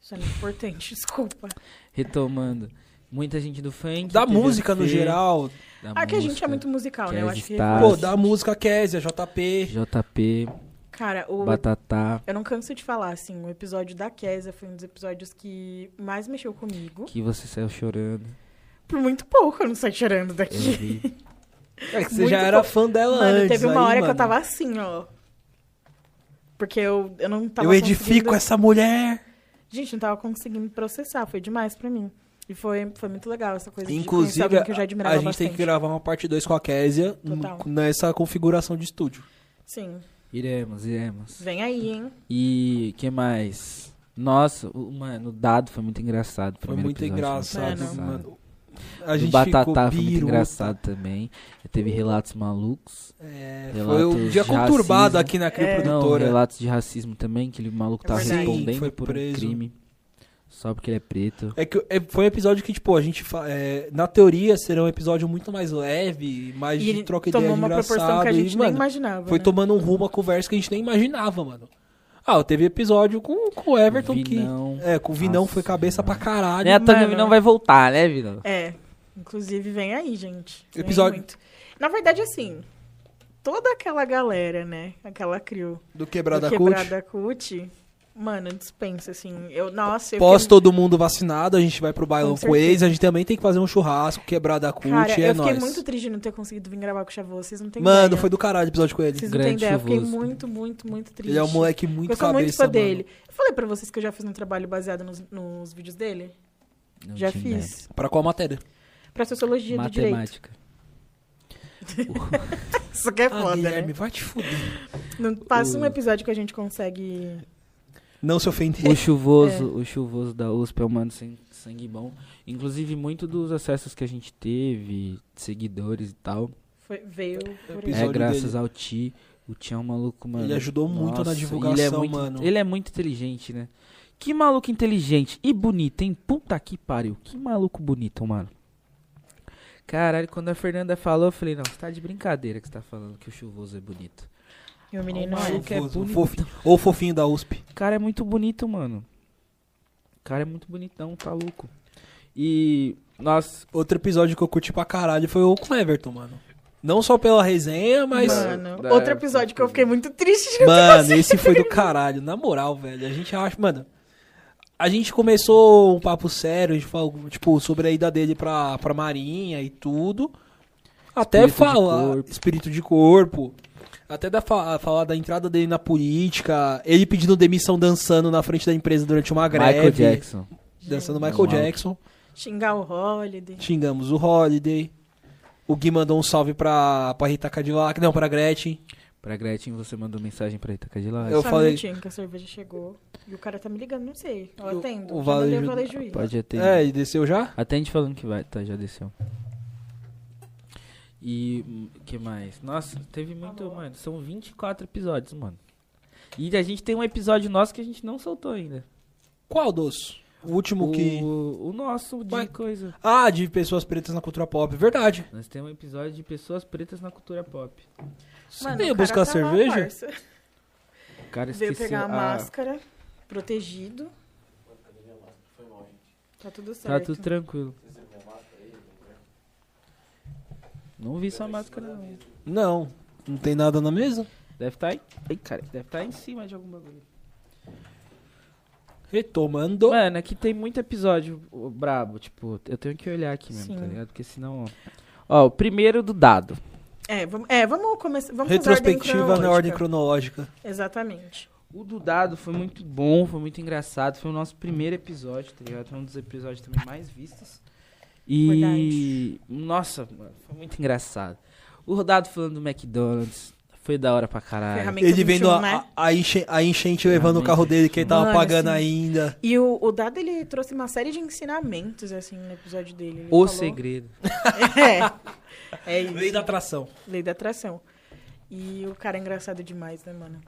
[SPEAKER 3] Isso é muito importante, (laughs) desculpa.
[SPEAKER 1] Retomando. Muita gente do funk.
[SPEAKER 2] Da
[SPEAKER 1] teve a
[SPEAKER 2] música no
[SPEAKER 1] Fê,
[SPEAKER 2] geral.
[SPEAKER 1] da
[SPEAKER 3] Ah, que a gente
[SPEAKER 1] música,
[SPEAKER 3] é muito musical, né? Eu
[SPEAKER 1] Quer
[SPEAKER 3] acho que.
[SPEAKER 1] estar-
[SPEAKER 2] Pô, da música Kézia, JP.
[SPEAKER 1] JP,
[SPEAKER 3] Cara, o
[SPEAKER 1] Batatá,
[SPEAKER 3] Eu não canso de falar, assim, o episódio da Kézia foi um dos episódios que mais mexeu comigo.
[SPEAKER 1] que você saiu chorando.
[SPEAKER 3] Por muito pouco eu não saí chorando
[SPEAKER 1] Eu
[SPEAKER 3] daqui.
[SPEAKER 1] vi.
[SPEAKER 3] (laughs)
[SPEAKER 2] É que você
[SPEAKER 3] Muito
[SPEAKER 2] já era
[SPEAKER 3] fo-
[SPEAKER 2] fã dela
[SPEAKER 3] Mano,
[SPEAKER 2] antes.
[SPEAKER 3] teve uma
[SPEAKER 2] aí,
[SPEAKER 3] hora que eu
[SPEAKER 2] mano.
[SPEAKER 3] tava assim, ó. Porque eu, eu não tava
[SPEAKER 2] Eu edifico
[SPEAKER 3] conseguindo...
[SPEAKER 2] essa mulher.
[SPEAKER 3] Gente, não tava conseguindo processar, foi demais pra mim. E foi, foi muito legal essa coisa de conhecer
[SPEAKER 2] Inclusive,
[SPEAKER 3] alguém que eu
[SPEAKER 2] a
[SPEAKER 3] já admirava
[SPEAKER 2] gente
[SPEAKER 3] bastante.
[SPEAKER 2] tem que gravar uma parte 2 com a Késia n-
[SPEAKER 3] Total.
[SPEAKER 2] nessa configuração de estúdio.
[SPEAKER 3] Sim,
[SPEAKER 1] Iremos, iremos.
[SPEAKER 3] vem aí, hein?
[SPEAKER 1] E que mais? Nossa, o, mano, o dado foi muito engraçado. o
[SPEAKER 2] Foi
[SPEAKER 1] primeiro
[SPEAKER 2] muito
[SPEAKER 1] episódio, foi
[SPEAKER 2] engraçado,
[SPEAKER 3] engraçado.
[SPEAKER 2] mano. A
[SPEAKER 1] do
[SPEAKER 2] gente
[SPEAKER 1] Batatá
[SPEAKER 2] ficou
[SPEAKER 1] foi muito
[SPEAKER 2] biruta.
[SPEAKER 1] engraçado também. Teve relatos malucos.
[SPEAKER 2] É, foi
[SPEAKER 1] Relatos
[SPEAKER 2] um dia
[SPEAKER 1] de
[SPEAKER 2] conturbado
[SPEAKER 1] racismo.
[SPEAKER 2] aqui na Crio
[SPEAKER 1] Não,
[SPEAKER 2] É. Produtora.
[SPEAKER 1] relatos de racismo também, que ele- o maluco
[SPEAKER 3] É
[SPEAKER 1] tava
[SPEAKER 3] verdade. Sim,
[SPEAKER 1] respondendo
[SPEAKER 2] foi
[SPEAKER 1] por
[SPEAKER 2] preso.
[SPEAKER 1] um crime. Só porque ele é preto.
[SPEAKER 2] É que é, foi um episódio que, tipo, a gente. fa- é, na teoria, será um episódio muito mais leve, mais
[SPEAKER 3] e
[SPEAKER 2] de
[SPEAKER 3] ele
[SPEAKER 2] troca de
[SPEAKER 3] tomou
[SPEAKER 2] ideia
[SPEAKER 3] uma proporção
[SPEAKER 2] engraçado.
[SPEAKER 3] que a gente
[SPEAKER 2] e,
[SPEAKER 3] nem
[SPEAKER 2] mano,
[SPEAKER 3] imaginava.
[SPEAKER 2] foi
[SPEAKER 3] né?
[SPEAKER 2] tomando um rumo a conversa que a gente nem imaginava, mano. Ah, teve episódio com, com o Everton
[SPEAKER 1] Vinão.
[SPEAKER 2] que. É, com o Vinão foi
[SPEAKER 1] Nossa,
[SPEAKER 2] cabeça pra
[SPEAKER 1] mano.
[SPEAKER 2] caralho.
[SPEAKER 1] Né, a Tânia
[SPEAKER 3] mano.
[SPEAKER 1] não vai voltar, né, Vila?
[SPEAKER 3] É. Inclusive, vem aí, gente. Vem
[SPEAKER 2] Episódio-
[SPEAKER 3] muito. Na verdade, assim, toda aquela galera, né? Aquela crew
[SPEAKER 2] Do
[SPEAKER 3] do
[SPEAKER 2] Quebrada Cult.
[SPEAKER 3] Quebrada Cult, mano, dispensa, assim. Eu, nossa, eu
[SPEAKER 2] Pós
[SPEAKER 3] fiquei-
[SPEAKER 2] todo mundo vacinado, a gente vai pro bailão
[SPEAKER 3] Com
[SPEAKER 2] com, eles.
[SPEAKER 3] certeza.
[SPEAKER 2] A gente também tem que fazer um churrasco, quebrada cult,
[SPEAKER 3] Cara,
[SPEAKER 2] e é
[SPEAKER 3] eu fiquei
[SPEAKER 2] nóis.
[SPEAKER 3] muito triste de não ter conseguido vir gravar com o Chavô. Vocês não têm
[SPEAKER 2] Mano,
[SPEAKER 3] ideia.
[SPEAKER 2] foi do caralho o episódio com ele.
[SPEAKER 3] Vocês não têm
[SPEAKER 1] Grande
[SPEAKER 3] ideia. Eu fiquei
[SPEAKER 1] Chavoso.
[SPEAKER 3] muito, muito, muito triste.
[SPEAKER 2] Ele é um moleque muito
[SPEAKER 3] Eu sou muito
[SPEAKER 2] cabeça,
[SPEAKER 3] fã
[SPEAKER 2] mano.
[SPEAKER 3] dele. Eu falei pra vocês que eu já fiz um trabalho baseado nos, nos vídeos dele?
[SPEAKER 1] Não
[SPEAKER 3] já
[SPEAKER 1] tinha
[SPEAKER 3] fiz.
[SPEAKER 2] Pra qual matéria?
[SPEAKER 3] Pra
[SPEAKER 1] ideia.
[SPEAKER 3] Sociologia do Direito.
[SPEAKER 1] Matemática.
[SPEAKER 3] Isso que é
[SPEAKER 2] Ah,
[SPEAKER 3] foda,
[SPEAKER 2] Guilherme,
[SPEAKER 3] né?
[SPEAKER 2] vai te fuder.
[SPEAKER 3] Não passa um episódio que a gente consegue...
[SPEAKER 2] Não se ofender.
[SPEAKER 1] O
[SPEAKER 2] (laughs)
[SPEAKER 1] chuvoso, o chuvoso da USP é um mano sem sangue bom. Inclusive, muito dos acessos que a gente teve, de seguidores e tal,
[SPEAKER 3] foi- veio por aí.
[SPEAKER 1] é
[SPEAKER 2] Episódio
[SPEAKER 1] graças
[SPEAKER 2] dele.
[SPEAKER 1] ao Ti. O Ti é um maluco, mano.
[SPEAKER 2] Ele ajudou muito na
[SPEAKER 1] Nossa,
[SPEAKER 2] divulgação,
[SPEAKER 1] ele é muito,
[SPEAKER 2] mano.
[SPEAKER 1] Ele é muito inteligente, né? Que maluco inteligente e bonito, hein? Puta que pariu. Que maluco bonito, mano. Caralho, quando a Fernanda falou, eu falei, não, você tá de brincadeira que você tá falando que o chuvoso é bonito.
[SPEAKER 3] E o menino
[SPEAKER 1] Olha,
[SPEAKER 3] é...
[SPEAKER 1] que é bonito.
[SPEAKER 2] fofinho. Ou fofinho da USP.
[SPEAKER 1] O cara é muito bonito, mano. O cara é muito bonitão, tá louco. E, nossa,
[SPEAKER 2] Outro episódio que eu curti pra caralho foi o com o Everton, mano. Não só pela resenha, mas. Mano,
[SPEAKER 3] Mano,
[SPEAKER 1] da
[SPEAKER 3] outro
[SPEAKER 1] época,
[SPEAKER 3] episódio que eu fiquei muito triste.
[SPEAKER 2] esse foi do caralho. Na moral, velho. A gente acha. Mano, a gente começou um papo sério, a gente falou, tipo, sobre a ida dele pra, pra Marinha e tudo. Até
[SPEAKER 1] Espírito de
[SPEAKER 2] falar.
[SPEAKER 1] corpo.
[SPEAKER 2] espírito de corpo. Até da, fa- falar da entrada dele na política, ele pedindo demissão dançando na frente da empresa durante uma greve.
[SPEAKER 1] Michael Jackson.
[SPEAKER 2] Dançando
[SPEAKER 1] Uau.
[SPEAKER 2] Michael Jackson.
[SPEAKER 3] (laughs) Xingar o Holiday.
[SPEAKER 2] Xingamos o Holiday. O Gui mandou um salve pra, pra Rita Cadillac. Não, pra Gretchen.
[SPEAKER 1] Pra Gretchen, você mandou mensagem pra Ita Cadillac.
[SPEAKER 2] Eu
[SPEAKER 3] Só
[SPEAKER 2] falei-
[SPEAKER 3] um minutinho que a cerveja chegou. E o cara tá me ligando, não sei. Eu
[SPEAKER 2] O-
[SPEAKER 3] atendo.
[SPEAKER 2] o
[SPEAKER 3] O
[SPEAKER 2] Vale
[SPEAKER 3] valeu
[SPEAKER 2] Ju-
[SPEAKER 3] Vale Juiz.
[SPEAKER 1] Pode atender.
[SPEAKER 2] É, ele desceu já?
[SPEAKER 1] Atende falando que vai. Tá, já desceu. E hum, que mais? Nossa, teve muito, mano. São 24 episódios, mano. E a gente tem um episódio nosso que a gente não soltou ainda.
[SPEAKER 2] Qual doce? O último
[SPEAKER 1] o,
[SPEAKER 2] que.
[SPEAKER 1] o nosso de
[SPEAKER 2] Ué.
[SPEAKER 1] coisa.
[SPEAKER 2] Ah, de pessoas pretas na cultura pop. Verdade.
[SPEAKER 1] Nós temos um episódio de pessoas pretas na cultura pop.
[SPEAKER 2] Você
[SPEAKER 3] Mano,
[SPEAKER 2] veio
[SPEAKER 3] o cara
[SPEAKER 2] buscar
[SPEAKER 3] tá lá,
[SPEAKER 2] cerveja?
[SPEAKER 3] parça.
[SPEAKER 1] O cara
[SPEAKER 3] Veio
[SPEAKER 1] esqueceu
[SPEAKER 3] pegar a
[SPEAKER 1] a-
[SPEAKER 3] máscara, protegido. Tá tudo
[SPEAKER 1] Tá
[SPEAKER 3] certo.
[SPEAKER 1] tudo tranquilo. Não vi sua máscara, não.
[SPEAKER 2] Não. Não tem nada na mesa?
[SPEAKER 1] Deve estar aí. Ai, cara, deve estar em cima de algum bagulho.
[SPEAKER 2] Retomando.
[SPEAKER 1] Mano, aqui tem muito episódio ô, brabo. Tipo, eu tenho que olhar aqui mesmo, tá
[SPEAKER 3] Sim.
[SPEAKER 1] ligado? Porque senão. Ó, Ó, o primeiro do dado.
[SPEAKER 3] É, vamos, é, vamos começar. Vamos fazer ordem
[SPEAKER 2] Retrospectiva na ordem
[SPEAKER 3] cronológica.
[SPEAKER 2] cronológica.
[SPEAKER 3] Exatamente.
[SPEAKER 1] O do dado foi muito bom, foi muito engraçado. Foi o nosso primeiro episódio, tá ligado? Foi um dos episódios também mais vistos. E. Nossa, mano, foi muito engraçado. O dado falando do McDonald's. Foi da hora pra caralho.
[SPEAKER 3] Ferramenta
[SPEAKER 2] Ele vendo
[SPEAKER 3] 21,
[SPEAKER 2] a,
[SPEAKER 3] né?
[SPEAKER 2] a, a enche- a enchente levando o
[SPEAKER 1] Realmente.
[SPEAKER 2] carro dele que ele tava
[SPEAKER 3] Mano,
[SPEAKER 2] pagando
[SPEAKER 3] assim,
[SPEAKER 2] ainda.
[SPEAKER 3] E o, o Dado, ele trouxe uma série de ensinamentos, assim, no episódio dele. Ele
[SPEAKER 1] O
[SPEAKER 3] falou-
[SPEAKER 1] segredo.
[SPEAKER 3] (laughs) É, é isso.
[SPEAKER 2] Lei da atração.
[SPEAKER 3] Lei da atração. E o cara é engraçado demais, né, mano?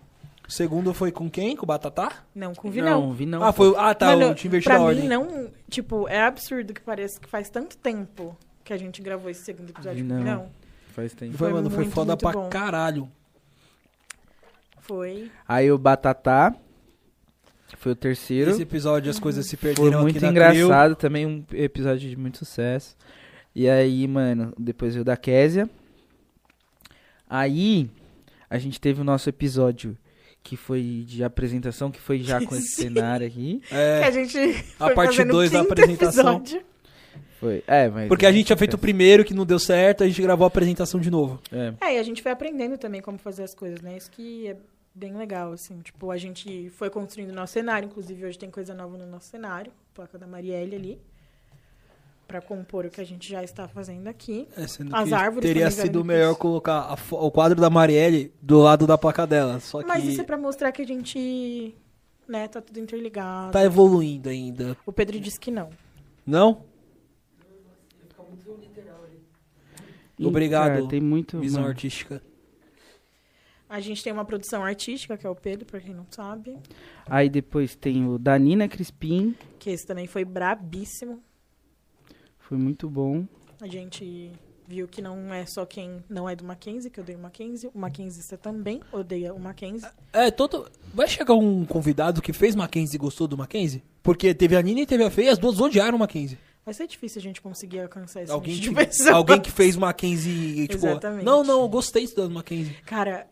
[SPEAKER 2] O segundo foi com quem? Com o Batatá?
[SPEAKER 3] Não, com o Vinão.
[SPEAKER 1] Não, vi não.
[SPEAKER 2] ah, foi. o- Ah, tá.
[SPEAKER 3] Mano,
[SPEAKER 2] eu te inverti
[SPEAKER 3] pra
[SPEAKER 2] a
[SPEAKER 3] mim,
[SPEAKER 2] ordem.
[SPEAKER 3] não... Tipo, é absurdo que pareça que faz tanto tempo que a gente gravou esse segundo episódio.
[SPEAKER 1] Não.
[SPEAKER 3] Não. não.
[SPEAKER 1] Faz tempo.
[SPEAKER 2] Foi,
[SPEAKER 3] Foi
[SPEAKER 2] mano, foi
[SPEAKER 3] muito,
[SPEAKER 2] foda
[SPEAKER 3] muito
[SPEAKER 2] pra
[SPEAKER 3] bom.
[SPEAKER 2] caralho.
[SPEAKER 3] Foi...
[SPEAKER 1] Aí o Batatá. Foi o terceiro.
[SPEAKER 2] Esse episódio as coisas se
[SPEAKER 1] Foi
[SPEAKER 2] perderam
[SPEAKER 1] muito
[SPEAKER 2] aqui na Crew.
[SPEAKER 1] engraçado, também um episódio de muito sucesso. E aí, mano, depois veio o da Késia. Aí, a gente teve o nosso episódio que foi de apresentação, que foi
[SPEAKER 2] (laughs)
[SPEAKER 1] já com esse cenário aqui.
[SPEAKER 3] Que a
[SPEAKER 2] É,
[SPEAKER 3] gente
[SPEAKER 2] A
[SPEAKER 3] (laughs) foi
[SPEAKER 2] parte
[SPEAKER 3] fazendo o
[SPEAKER 2] dois da
[SPEAKER 3] quinto
[SPEAKER 2] apresentação.
[SPEAKER 3] episódio.
[SPEAKER 1] Foi. É, mas.
[SPEAKER 2] porque a gente tinha feito o primeiro que não deu certo, a gente gravou a apresentação de novo.
[SPEAKER 1] É.
[SPEAKER 3] É, e a gente foi aprendendo também como fazer as coisas, né? Isso que é bem legal, assim. Tipo, a gente foi construindo o nosso cenário. Inclusive, hoje tem coisa nova no nosso cenário. Placa da Marielle ali. Pra compor o que a gente já está fazendo aqui.
[SPEAKER 2] É, sendo
[SPEAKER 3] As
[SPEAKER 2] que
[SPEAKER 3] árvores
[SPEAKER 2] teria
[SPEAKER 3] é também vieram
[SPEAKER 2] sido
[SPEAKER 3] depois.
[SPEAKER 2] melhor colocar a fo- o quadro da Marielle do lado da placa dela. Só que
[SPEAKER 3] Mas isso é pra mostrar que a gente, né, tá tudo interligado.
[SPEAKER 2] tá evoluindo ainda.
[SPEAKER 3] O Pedro disse que não.
[SPEAKER 2] Não?
[SPEAKER 1] Ih,
[SPEAKER 2] Obrigado,
[SPEAKER 1] cara, tem muito.
[SPEAKER 2] Visão
[SPEAKER 1] mano.
[SPEAKER 2] artística.
[SPEAKER 3] A gente tem uma produção artística, que é o Pedro, pra quem não sabe.
[SPEAKER 1] Aí depois tem o da Nina Crispim.
[SPEAKER 3] Que esse também foi brabíssimo.
[SPEAKER 1] Foi muito bom.
[SPEAKER 3] A gente viu que não é só quem não é do Mackenzie, que odeia o Mackenzie. O Mackenzista também odeia o Mackenzie.
[SPEAKER 2] É, todo... Vai chegar um convidado que fez Mackenzie e gostou do Mackenzie? Porque teve a Nina e teve a Fê e as duas odiaram o Mackenzie.
[SPEAKER 3] Vai ser difícil a gente conseguir alcançar esse
[SPEAKER 2] Alguém
[SPEAKER 3] nicho de
[SPEAKER 2] que,
[SPEAKER 3] pessoa.
[SPEAKER 2] alguém que fez Mackenzie e tipo,
[SPEAKER 3] Exatamente.
[SPEAKER 2] não, não, eu gostei estudando Mackenzie.
[SPEAKER 3] Cara,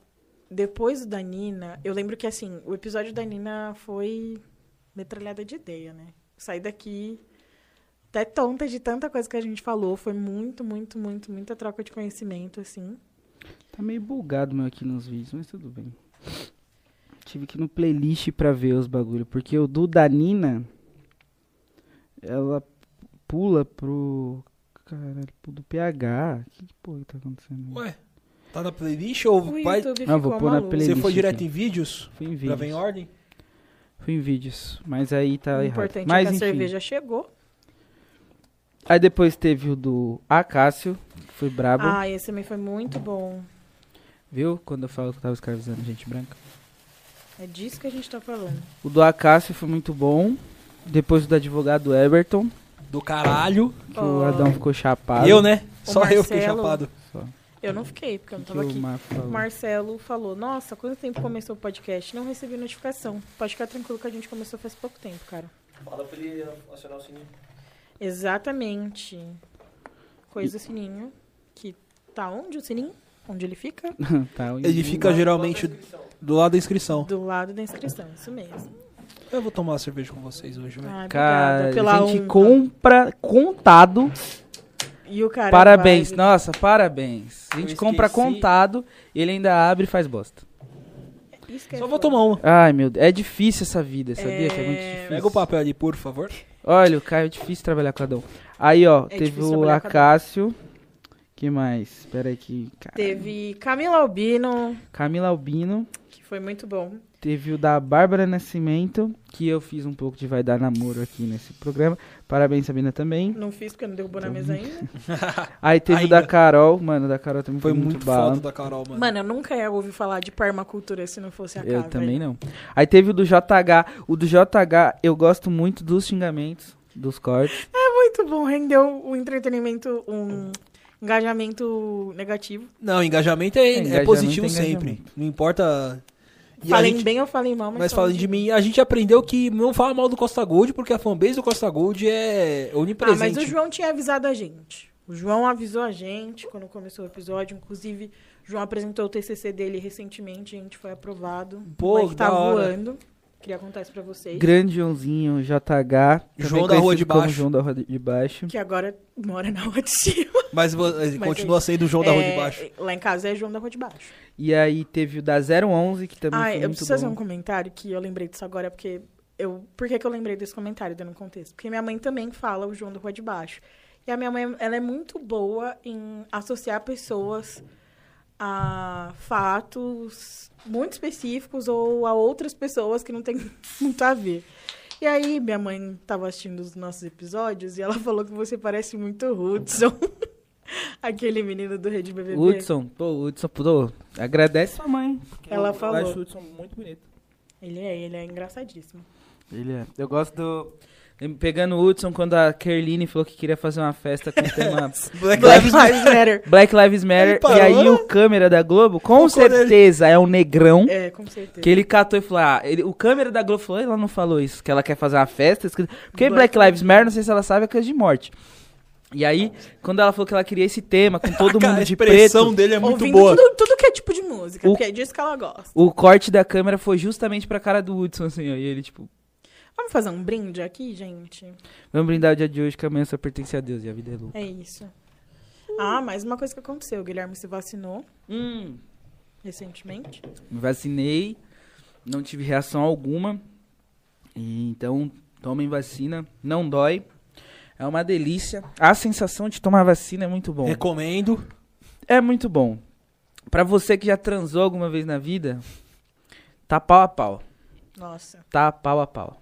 [SPEAKER 3] depois da Nina, eu lembro que assim, o episódio da Nina foi metralhada de ideia, né? Saí daqui até tonta de tanta coisa que a gente falou. Foi muito, muito, muito, muita troca de conhecimento, assim.
[SPEAKER 1] Tá meio bugado meu aqui nos vídeos, mas tudo bem. Tive que ir no playlist pra ver os bagulho, porque o do Danina ela pula pro caralho, pro do PH. Que que porra que tá acontecendo?
[SPEAKER 2] Ué, tá na playlist ou
[SPEAKER 3] O
[SPEAKER 2] vai...
[SPEAKER 3] YouTube
[SPEAKER 1] Ah,
[SPEAKER 3] ficou
[SPEAKER 1] vou pôr na
[SPEAKER 3] maluco.
[SPEAKER 1] playlist.
[SPEAKER 2] Você foi
[SPEAKER 1] aqui.
[SPEAKER 2] direto em vídeos?
[SPEAKER 1] Fui em
[SPEAKER 2] Pra ver em
[SPEAKER 1] vídeos.
[SPEAKER 2] ordem?
[SPEAKER 1] Fui em vídeos, mas aí tá
[SPEAKER 3] O
[SPEAKER 1] errado.
[SPEAKER 3] importante
[SPEAKER 1] Mas
[SPEAKER 3] é que
[SPEAKER 1] enfim.
[SPEAKER 3] a cerveja chegou.
[SPEAKER 1] Aí depois teve o do Acácio, que foi brabo,
[SPEAKER 3] Ah, esse também foi muito bom.
[SPEAKER 1] viu? Quando eu falo que eu tava escravizando gente branca.
[SPEAKER 3] É disso que a gente tá falando.
[SPEAKER 1] O do Acácio foi muito bom. Depois o do advogado Everton,
[SPEAKER 2] Do caralho.
[SPEAKER 1] que o
[SPEAKER 3] Oh.
[SPEAKER 1] Adão ficou chapado.
[SPEAKER 2] Eu, né?
[SPEAKER 3] O
[SPEAKER 2] Só eu fiquei
[SPEAKER 3] Marcelo-
[SPEAKER 2] chapado.
[SPEAKER 1] Só.
[SPEAKER 3] Eu não fiquei, porque eu não
[SPEAKER 1] que
[SPEAKER 3] tava
[SPEAKER 1] o
[SPEAKER 3] aqui.
[SPEAKER 1] Mar
[SPEAKER 3] O
[SPEAKER 1] falou?
[SPEAKER 3] Marcelo falou: Nossa, quanto tempo começou o podcast? Não recebi notificação. Pode ficar tranquilo que a gente começou faz pouco tempo, cara.
[SPEAKER 2] Fala pra ele acionar o sininho.
[SPEAKER 3] Exatamente. Coisa do sininho. Que tá onde o sininho? Onde ele fica?
[SPEAKER 1] (laughs) Tá, o
[SPEAKER 2] Ele
[SPEAKER 1] Ibu-
[SPEAKER 2] fica geralmente do lado da inscrição.
[SPEAKER 3] Do lado da inscrição, isso mesmo.
[SPEAKER 2] Eu vou tomar uma cerveja com vocês hoje, velho.
[SPEAKER 3] Ai, obrigada
[SPEAKER 1] Cara,
[SPEAKER 3] pela
[SPEAKER 1] a gente
[SPEAKER 3] honra.
[SPEAKER 1] compra contado.
[SPEAKER 3] E o cara
[SPEAKER 1] parabéns,
[SPEAKER 3] vai-
[SPEAKER 1] nossa, parabéns. A
[SPEAKER 2] Eu
[SPEAKER 1] gente compra
[SPEAKER 2] esqueci.
[SPEAKER 1] contado, ele ainda abre e faz bosta.
[SPEAKER 3] Isso que eu
[SPEAKER 2] Só
[SPEAKER 3] ia
[SPEAKER 2] vou
[SPEAKER 3] falar.
[SPEAKER 2] tomar uma.
[SPEAKER 1] Ai, meu Deus, é difícil essa vida, sabia? Que é muito
[SPEAKER 3] É,
[SPEAKER 1] difícil.
[SPEAKER 2] Pega o papel ali, por favor.
[SPEAKER 1] Olha, o Caio é difícil trabalhar com cada um. Aí, ó,
[SPEAKER 3] É
[SPEAKER 1] teve
[SPEAKER 3] difícil
[SPEAKER 1] o
[SPEAKER 3] trabalhar com cada um.
[SPEAKER 1] Acácio. Que mais? Pera aí que. cara.
[SPEAKER 3] Teve Camila Albino,
[SPEAKER 1] Camila Albino.
[SPEAKER 3] que foi muito bom.
[SPEAKER 1] Teve o da Bárbara Nascimento, que eu fiz um pouco de Vai Dar Namoro aqui nesse programa. Parabéns, Sabina, também.
[SPEAKER 3] Não fiz porque não derrubou na
[SPEAKER 1] um
[SPEAKER 3] mesa ainda.
[SPEAKER 1] Aí teve o
[SPEAKER 2] Ainda.
[SPEAKER 1] da Carol. Mano, o da Carol também
[SPEAKER 2] Foi
[SPEAKER 1] foi,
[SPEAKER 2] muito
[SPEAKER 1] bala.
[SPEAKER 2] foda da Carol, mano.
[SPEAKER 3] Mano, eu nunca ia ouvir falar de permacultura se não fosse a
[SPEAKER 1] Eu
[SPEAKER 3] Cá,
[SPEAKER 1] também
[SPEAKER 3] velho.
[SPEAKER 1] não. Aí teve o do JH. O do JH, eu gosto muito dos xingamentos, dos cortes.
[SPEAKER 3] Muito bom, rendeu o entretenimento, um engajamento negativo.
[SPEAKER 2] Não, engajamento é, é
[SPEAKER 1] engajamento
[SPEAKER 2] positivo
[SPEAKER 1] é engajamento.
[SPEAKER 2] sempre. Não importa. E a
[SPEAKER 3] falem
[SPEAKER 2] gente-
[SPEAKER 3] bem ou falem mal, mas,
[SPEAKER 2] Mas falando de mim, a gente aprendeu que não fala mal do Costa Gold, porque a fanbase do Costa Gold é
[SPEAKER 3] Ah,
[SPEAKER 2] onipresente.
[SPEAKER 3] mas o João tinha avisado a gente. O João avisou a gente quando começou o episódio. Inclusive, o João apresentou o TCC dele recentemente. A gente foi aprovado.
[SPEAKER 2] Pô,
[SPEAKER 3] Mas tá
[SPEAKER 2] da hora.
[SPEAKER 3] voando. Queria contar isso pra vocês.
[SPEAKER 1] Grande Joãozinho, JH. também
[SPEAKER 2] João da Rua
[SPEAKER 1] conhecido
[SPEAKER 2] de
[SPEAKER 1] como
[SPEAKER 2] Baixo.
[SPEAKER 1] João da Rua de Baixo.
[SPEAKER 3] que agora mora na rua de cima.
[SPEAKER 2] Mas, vo- ele
[SPEAKER 3] Mas
[SPEAKER 2] continua sendo o João da Rua de
[SPEAKER 3] É,
[SPEAKER 2] Baixo.
[SPEAKER 3] Lá em casa é João da Rua de Baixo.
[SPEAKER 1] E aí teve o da 011, que também
[SPEAKER 3] Ai,
[SPEAKER 1] foi
[SPEAKER 3] eu
[SPEAKER 1] muito
[SPEAKER 3] preciso fazer um
[SPEAKER 1] bom.
[SPEAKER 3] comentário que eu lembrei disso agora, porque eu. Por que, que eu lembrei desse comentário, dando um contexto? Porque minha mãe também fala o João da Rua de Baixo. E a minha mãe, ela é muito boa em associar pessoas a fatos muito específicos ou a outras pessoas que não tem (laughs) muito a ver. E aí, minha mãe tava assistindo os nossos episódios e ela (laughs) falou que você parece muito o Hudson. (laughs) Aquele menino do Rede BBB.
[SPEAKER 1] Hudson, pô, Hudson, pô, agradece sua mãe.
[SPEAKER 3] Ela falou.
[SPEAKER 1] Eu acho o Hudson muito bonito.
[SPEAKER 3] Ele é, ele é engraçadíssimo.
[SPEAKER 1] Ele é. Eu gosto do. Lem- Pegando o Hudson quando a Kerline falou que queria fazer uma festa
[SPEAKER 2] (laughs)
[SPEAKER 1] com o tema
[SPEAKER 2] Black
[SPEAKER 3] Black
[SPEAKER 2] Lives
[SPEAKER 3] Lives Matter.
[SPEAKER 1] Black Lives Matter.
[SPEAKER 2] Ele
[SPEAKER 1] E aí
[SPEAKER 2] parou?
[SPEAKER 1] o câmera da Globo, com
[SPEAKER 2] O cara-
[SPEAKER 1] certeza, é um negrão.
[SPEAKER 3] É, com certeza.
[SPEAKER 1] Que ele catou e falou, ah, ele- o câmera da Globo falou, ela não falou isso, que ela quer fazer uma festa. escrito- Porque
[SPEAKER 3] Black
[SPEAKER 1] Black, Lives Matter, não sei se ela sabe, é coisa de morte. E aí, quando ela falou que ela queria esse tema, com todo
[SPEAKER 2] Cara,
[SPEAKER 1] mundo
[SPEAKER 2] a
[SPEAKER 1] de
[SPEAKER 2] expressão
[SPEAKER 1] preto,
[SPEAKER 2] dele é muito
[SPEAKER 3] Ouvindo
[SPEAKER 2] boa.
[SPEAKER 3] Tudo, tudo que é tipo de música,
[SPEAKER 1] O-
[SPEAKER 3] porque é disso que ela gosta.
[SPEAKER 1] o corte da câmera foi justamente pra cara do Hudson, assim, ó, e ele, tipo,
[SPEAKER 3] Vamos fazer um brinde aqui, gente?
[SPEAKER 1] vamos brindar o dia de hoje, que amanhã só pertence a Deus e a vida é louca.
[SPEAKER 3] É isso. Ah, mais uma coisa que aconteceu. O Guilherme se vacinou
[SPEAKER 1] Hum,
[SPEAKER 3] recentemente.
[SPEAKER 1] me vacinei, não tive reação alguma, e então tomem vacina, não dói, é uma delícia. A sensação de tomar vacina é muito bom.
[SPEAKER 2] Recomendo.
[SPEAKER 1] É muito bom. Pra você que já transou alguma vez na vida, tá pau a pau.
[SPEAKER 3] Nossa.
[SPEAKER 1] Tá pau a pau.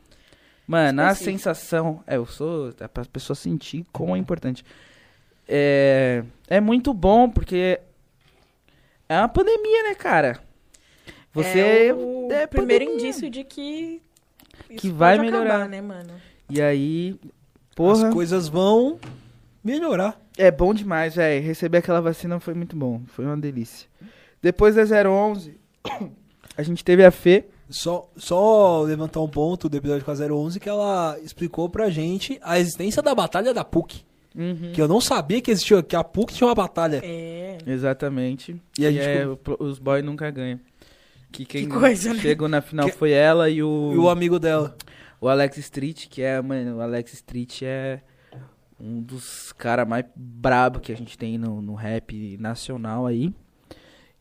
[SPEAKER 1] Mano, a
[SPEAKER 3] Específico.
[SPEAKER 1] sensação. É, eu sou. É pra pessoa sentir como é importante. É. É muito bom, porque. É uma pandemia, né, cara? Você.
[SPEAKER 3] é o
[SPEAKER 1] é
[SPEAKER 3] primeiro
[SPEAKER 1] pandemia.
[SPEAKER 3] indício de que isso
[SPEAKER 1] Que vai
[SPEAKER 3] pode
[SPEAKER 1] melhorar.
[SPEAKER 3] acabar, né, mano?
[SPEAKER 1] E aí. Porra.
[SPEAKER 2] As coisas vão melhorar.
[SPEAKER 1] É bom demais, velho. Receber aquela vacina foi muito bom. Foi uma delícia. Depois da 011, (coughs) a gente teve a Fê.
[SPEAKER 2] Só, só levantar um ponto do episódio com a 011 que ela explicou pra gente a existência da batalha da PUC.
[SPEAKER 1] Uhum.
[SPEAKER 2] Que eu não sabia que existia, que a PUC tinha uma batalha.
[SPEAKER 3] É.
[SPEAKER 1] Exatamente.
[SPEAKER 2] E a gente
[SPEAKER 1] é,
[SPEAKER 2] ficou-
[SPEAKER 1] o pro- os boys nunca ganham. Que quem
[SPEAKER 3] Que coisa, né?
[SPEAKER 1] chegou na final
[SPEAKER 2] Que-
[SPEAKER 1] foi ela e
[SPEAKER 2] E o
[SPEAKER 1] o,
[SPEAKER 2] amigo dela.
[SPEAKER 1] o Alex Street, que é, mano, o Alex Street é um dos caras mais brabo que a gente tem no, no rap nacional aí.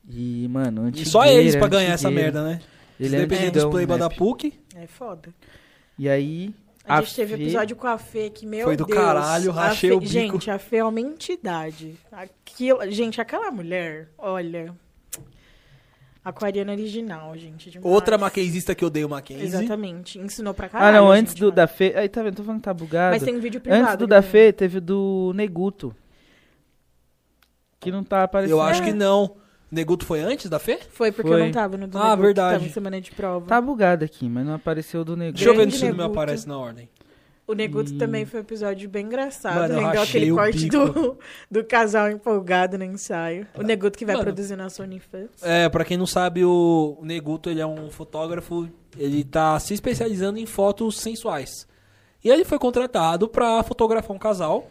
[SPEAKER 1] E, mano,
[SPEAKER 2] E
[SPEAKER 1] antigueira,
[SPEAKER 2] só eles pra ganhar essa
[SPEAKER 1] antigueira.
[SPEAKER 2] merda, né?
[SPEAKER 1] Ele
[SPEAKER 2] Se
[SPEAKER 1] é
[SPEAKER 2] depender
[SPEAKER 1] antigão
[SPEAKER 2] dos
[SPEAKER 1] no
[SPEAKER 2] playba da
[SPEAKER 1] rap.
[SPEAKER 2] PUC,
[SPEAKER 3] É foda.
[SPEAKER 1] E aí...
[SPEAKER 3] A, gente teve
[SPEAKER 1] Fê-
[SPEAKER 3] episódio com a Fê que, meu
[SPEAKER 2] Foi do
[SPEAKER 3] Deus,
[SPEAKER 2] caralho,
[SPEAKER 3] a
[SPEAKER 2] rachei
[SPEAKER 3] Fê-
[SPEAKER 2] o bico.
[SPEAKER 3] Gente, a Fê é uma entidade. Aquilo, gente, aquela mulher, olha... Aquariana original, gente. demais.
[SPEAKER 2] outra maquenzista que odeia o Mackenzie.
[SPEAKER 3] Exatamente. Ensinou pra
[SPEAKER 1] Ah,
[SPEAKER 3] caralho.
[SPEAKER 1] não, antes
[SPEAKER 3] Tá gente,
[SPEAKER 1] do,
[SPEAKER 3] mano.
[SPEAKER 1] da Fê... Aí, tá vendo? Tô falando que tá bugado.
[SPEAKER 3] Mas tem um vídeo privado.
[SPEAKER 1] Antes do da
[SPEAKER 3] também.
[SPEAKER 1] Fê, teve o do Neguto. Que não tá aparecendo.
[SPEAKER 2] Eu acho
[SPEAKER 1] É.
[SPEAKER 2] que não. Neguto foi antes da Fê?
[SPEAKER 3] Foi porque
[SPEAKER 1] Foi.
[SPEAKER 3] eu não tava no do
[SPEAKER 2] Ah,
[SPEAKER 3] Neguto, que
[SPEAKER 2] verdade.
[SPEAKER 3] Tava em semana de prova.
[SPEAKER 1] Tá bugado aqui, mas não apareceu do negócio.
[SPEAKER 2] Deixa eu ver
[SPEAKER 3] Grande
[SPEAKER 2] se não me
[SPEAKER 3] Neguto.
[SPEAKER 2] aparece na ordem.
[SPEAKER 3] O Neguto
[SPEAKER 1] Hum.
[SPEAKER 3] também foi um episódio bem engraçado.
[SPEAKER 2] Mano, eu
[SPEAKER 3] Rendeu
[SPEAKER 2] rachei
[SPEAKER 3] aquele
[SPEAKER 2] o
[SPEAKER 3] corte do, do casal empolgado no ensaio. O Neguto que vai
[SPEAKER 2] Tá. Mano.
[SPEAKER 3] produzir nosso OnlyFans.
[SPEAKER 2] É, pra quem não sabe, o Neguto, ele é um fotógrafo, ele tá se especializando em fotos sensuais. E ele foi contratado pra fotografar um casal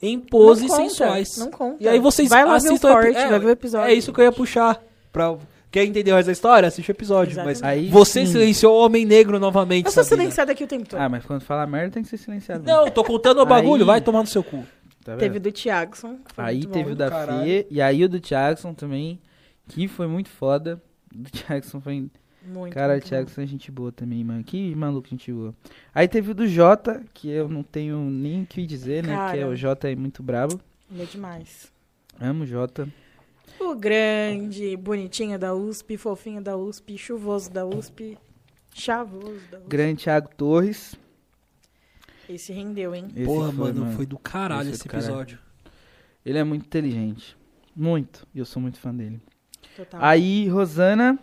[SPEAKER 2] em poses
[SPEAKER 3] Não conta,
[SPEAKER 2] sensuais.
[SPEAKER 3] Não conta.
[SPEAKER 2] E aí vocês
[SPEAKER 3] vai lá ver o
[SPEAKER 2] assistam
[SPEAKER 3] corte,
[SPEAKER 2] é,
[SPEAKER 3] vai ver o episódio.
[SPEAKER 2] É isso que eu ia puxar. Pra... Quer entender mais da história? Assiste o episódio. Mas
[SPEAKER 3] Exatamente.
[SPEAKER 1] Aí,
[SPEAKER 2] você
[SPEAKER 1] sim.
[SPEAKER 2] silenciou o homem negro novamente.
[SPEAKER 3] Eu sou
[SPEAKER 2] Sabrina.
[SPEAKER 3] silenciada aqui o tempo todo.
[SPEAKER 1] Ah, mas quando fala merda tem que ser silenciado. né?
[SPEAKER 2] Não, tô contando o bagulho,
[SPEAKER 1] Aí-
[SPEAKER 2] vai tomar no seu cu.
[SPEAKER 1] Tá vendo?
[SPEAKER 3] Teve o do Thiagson. foi
[SPEAKER 1] Aí
[SPEAKER 3] muito
[SPEAKER 1] teve o
[SPEAKER 3] bom.
[SPEAKER 1] da
[SPEAKER 2] Caralho.
[SPEAKER 1] Fê, e aí o do Jackson também, que foi muito foda. O do Jackson foi.
[SPEAKER 3] Muito,
[SPEAKER 1] Cara, o
[SPEAKER 3] muito bom.
[SPEAKER 1] Jackson é gente boa também, mano. Que maluco, gente boa. Aí teve o do Jota, que eu não tenho nem o que dizer, né? Que é,
[SPEAKER 3] Cara.
[SPEAKER 1] o Jota é muito brabo.
[SPEAKER 3] Ele é demais.
[SPEAKER 1] Amo o Jota.
[SPEAKER 3] O grande, bonitinho da USP, fofinho da USP, chuvoso da USP, chavoso da USP.
[SPEAKER 1] Grande Thiago Torres.
[SPEAKER 3] Esse rendeu, hein?
[SPEAKER 1] Esse
[SPEAKER 2] Porra,
[SPEAKER 1] foi,
[SPEAKER 2] mano, foi do caralho
[SPEAKER 1] Esse
[SPEAKER 2] esse
[SPEAKER 1] é do caralho.
[SPEAKER 2] episódio.
[SPEAKER 1] Ele é muito inteligente. Muito. E eu sou muito fã dele.
[SPEAKER 3] Total.
[SPEAKER 1] Aí, Rosana.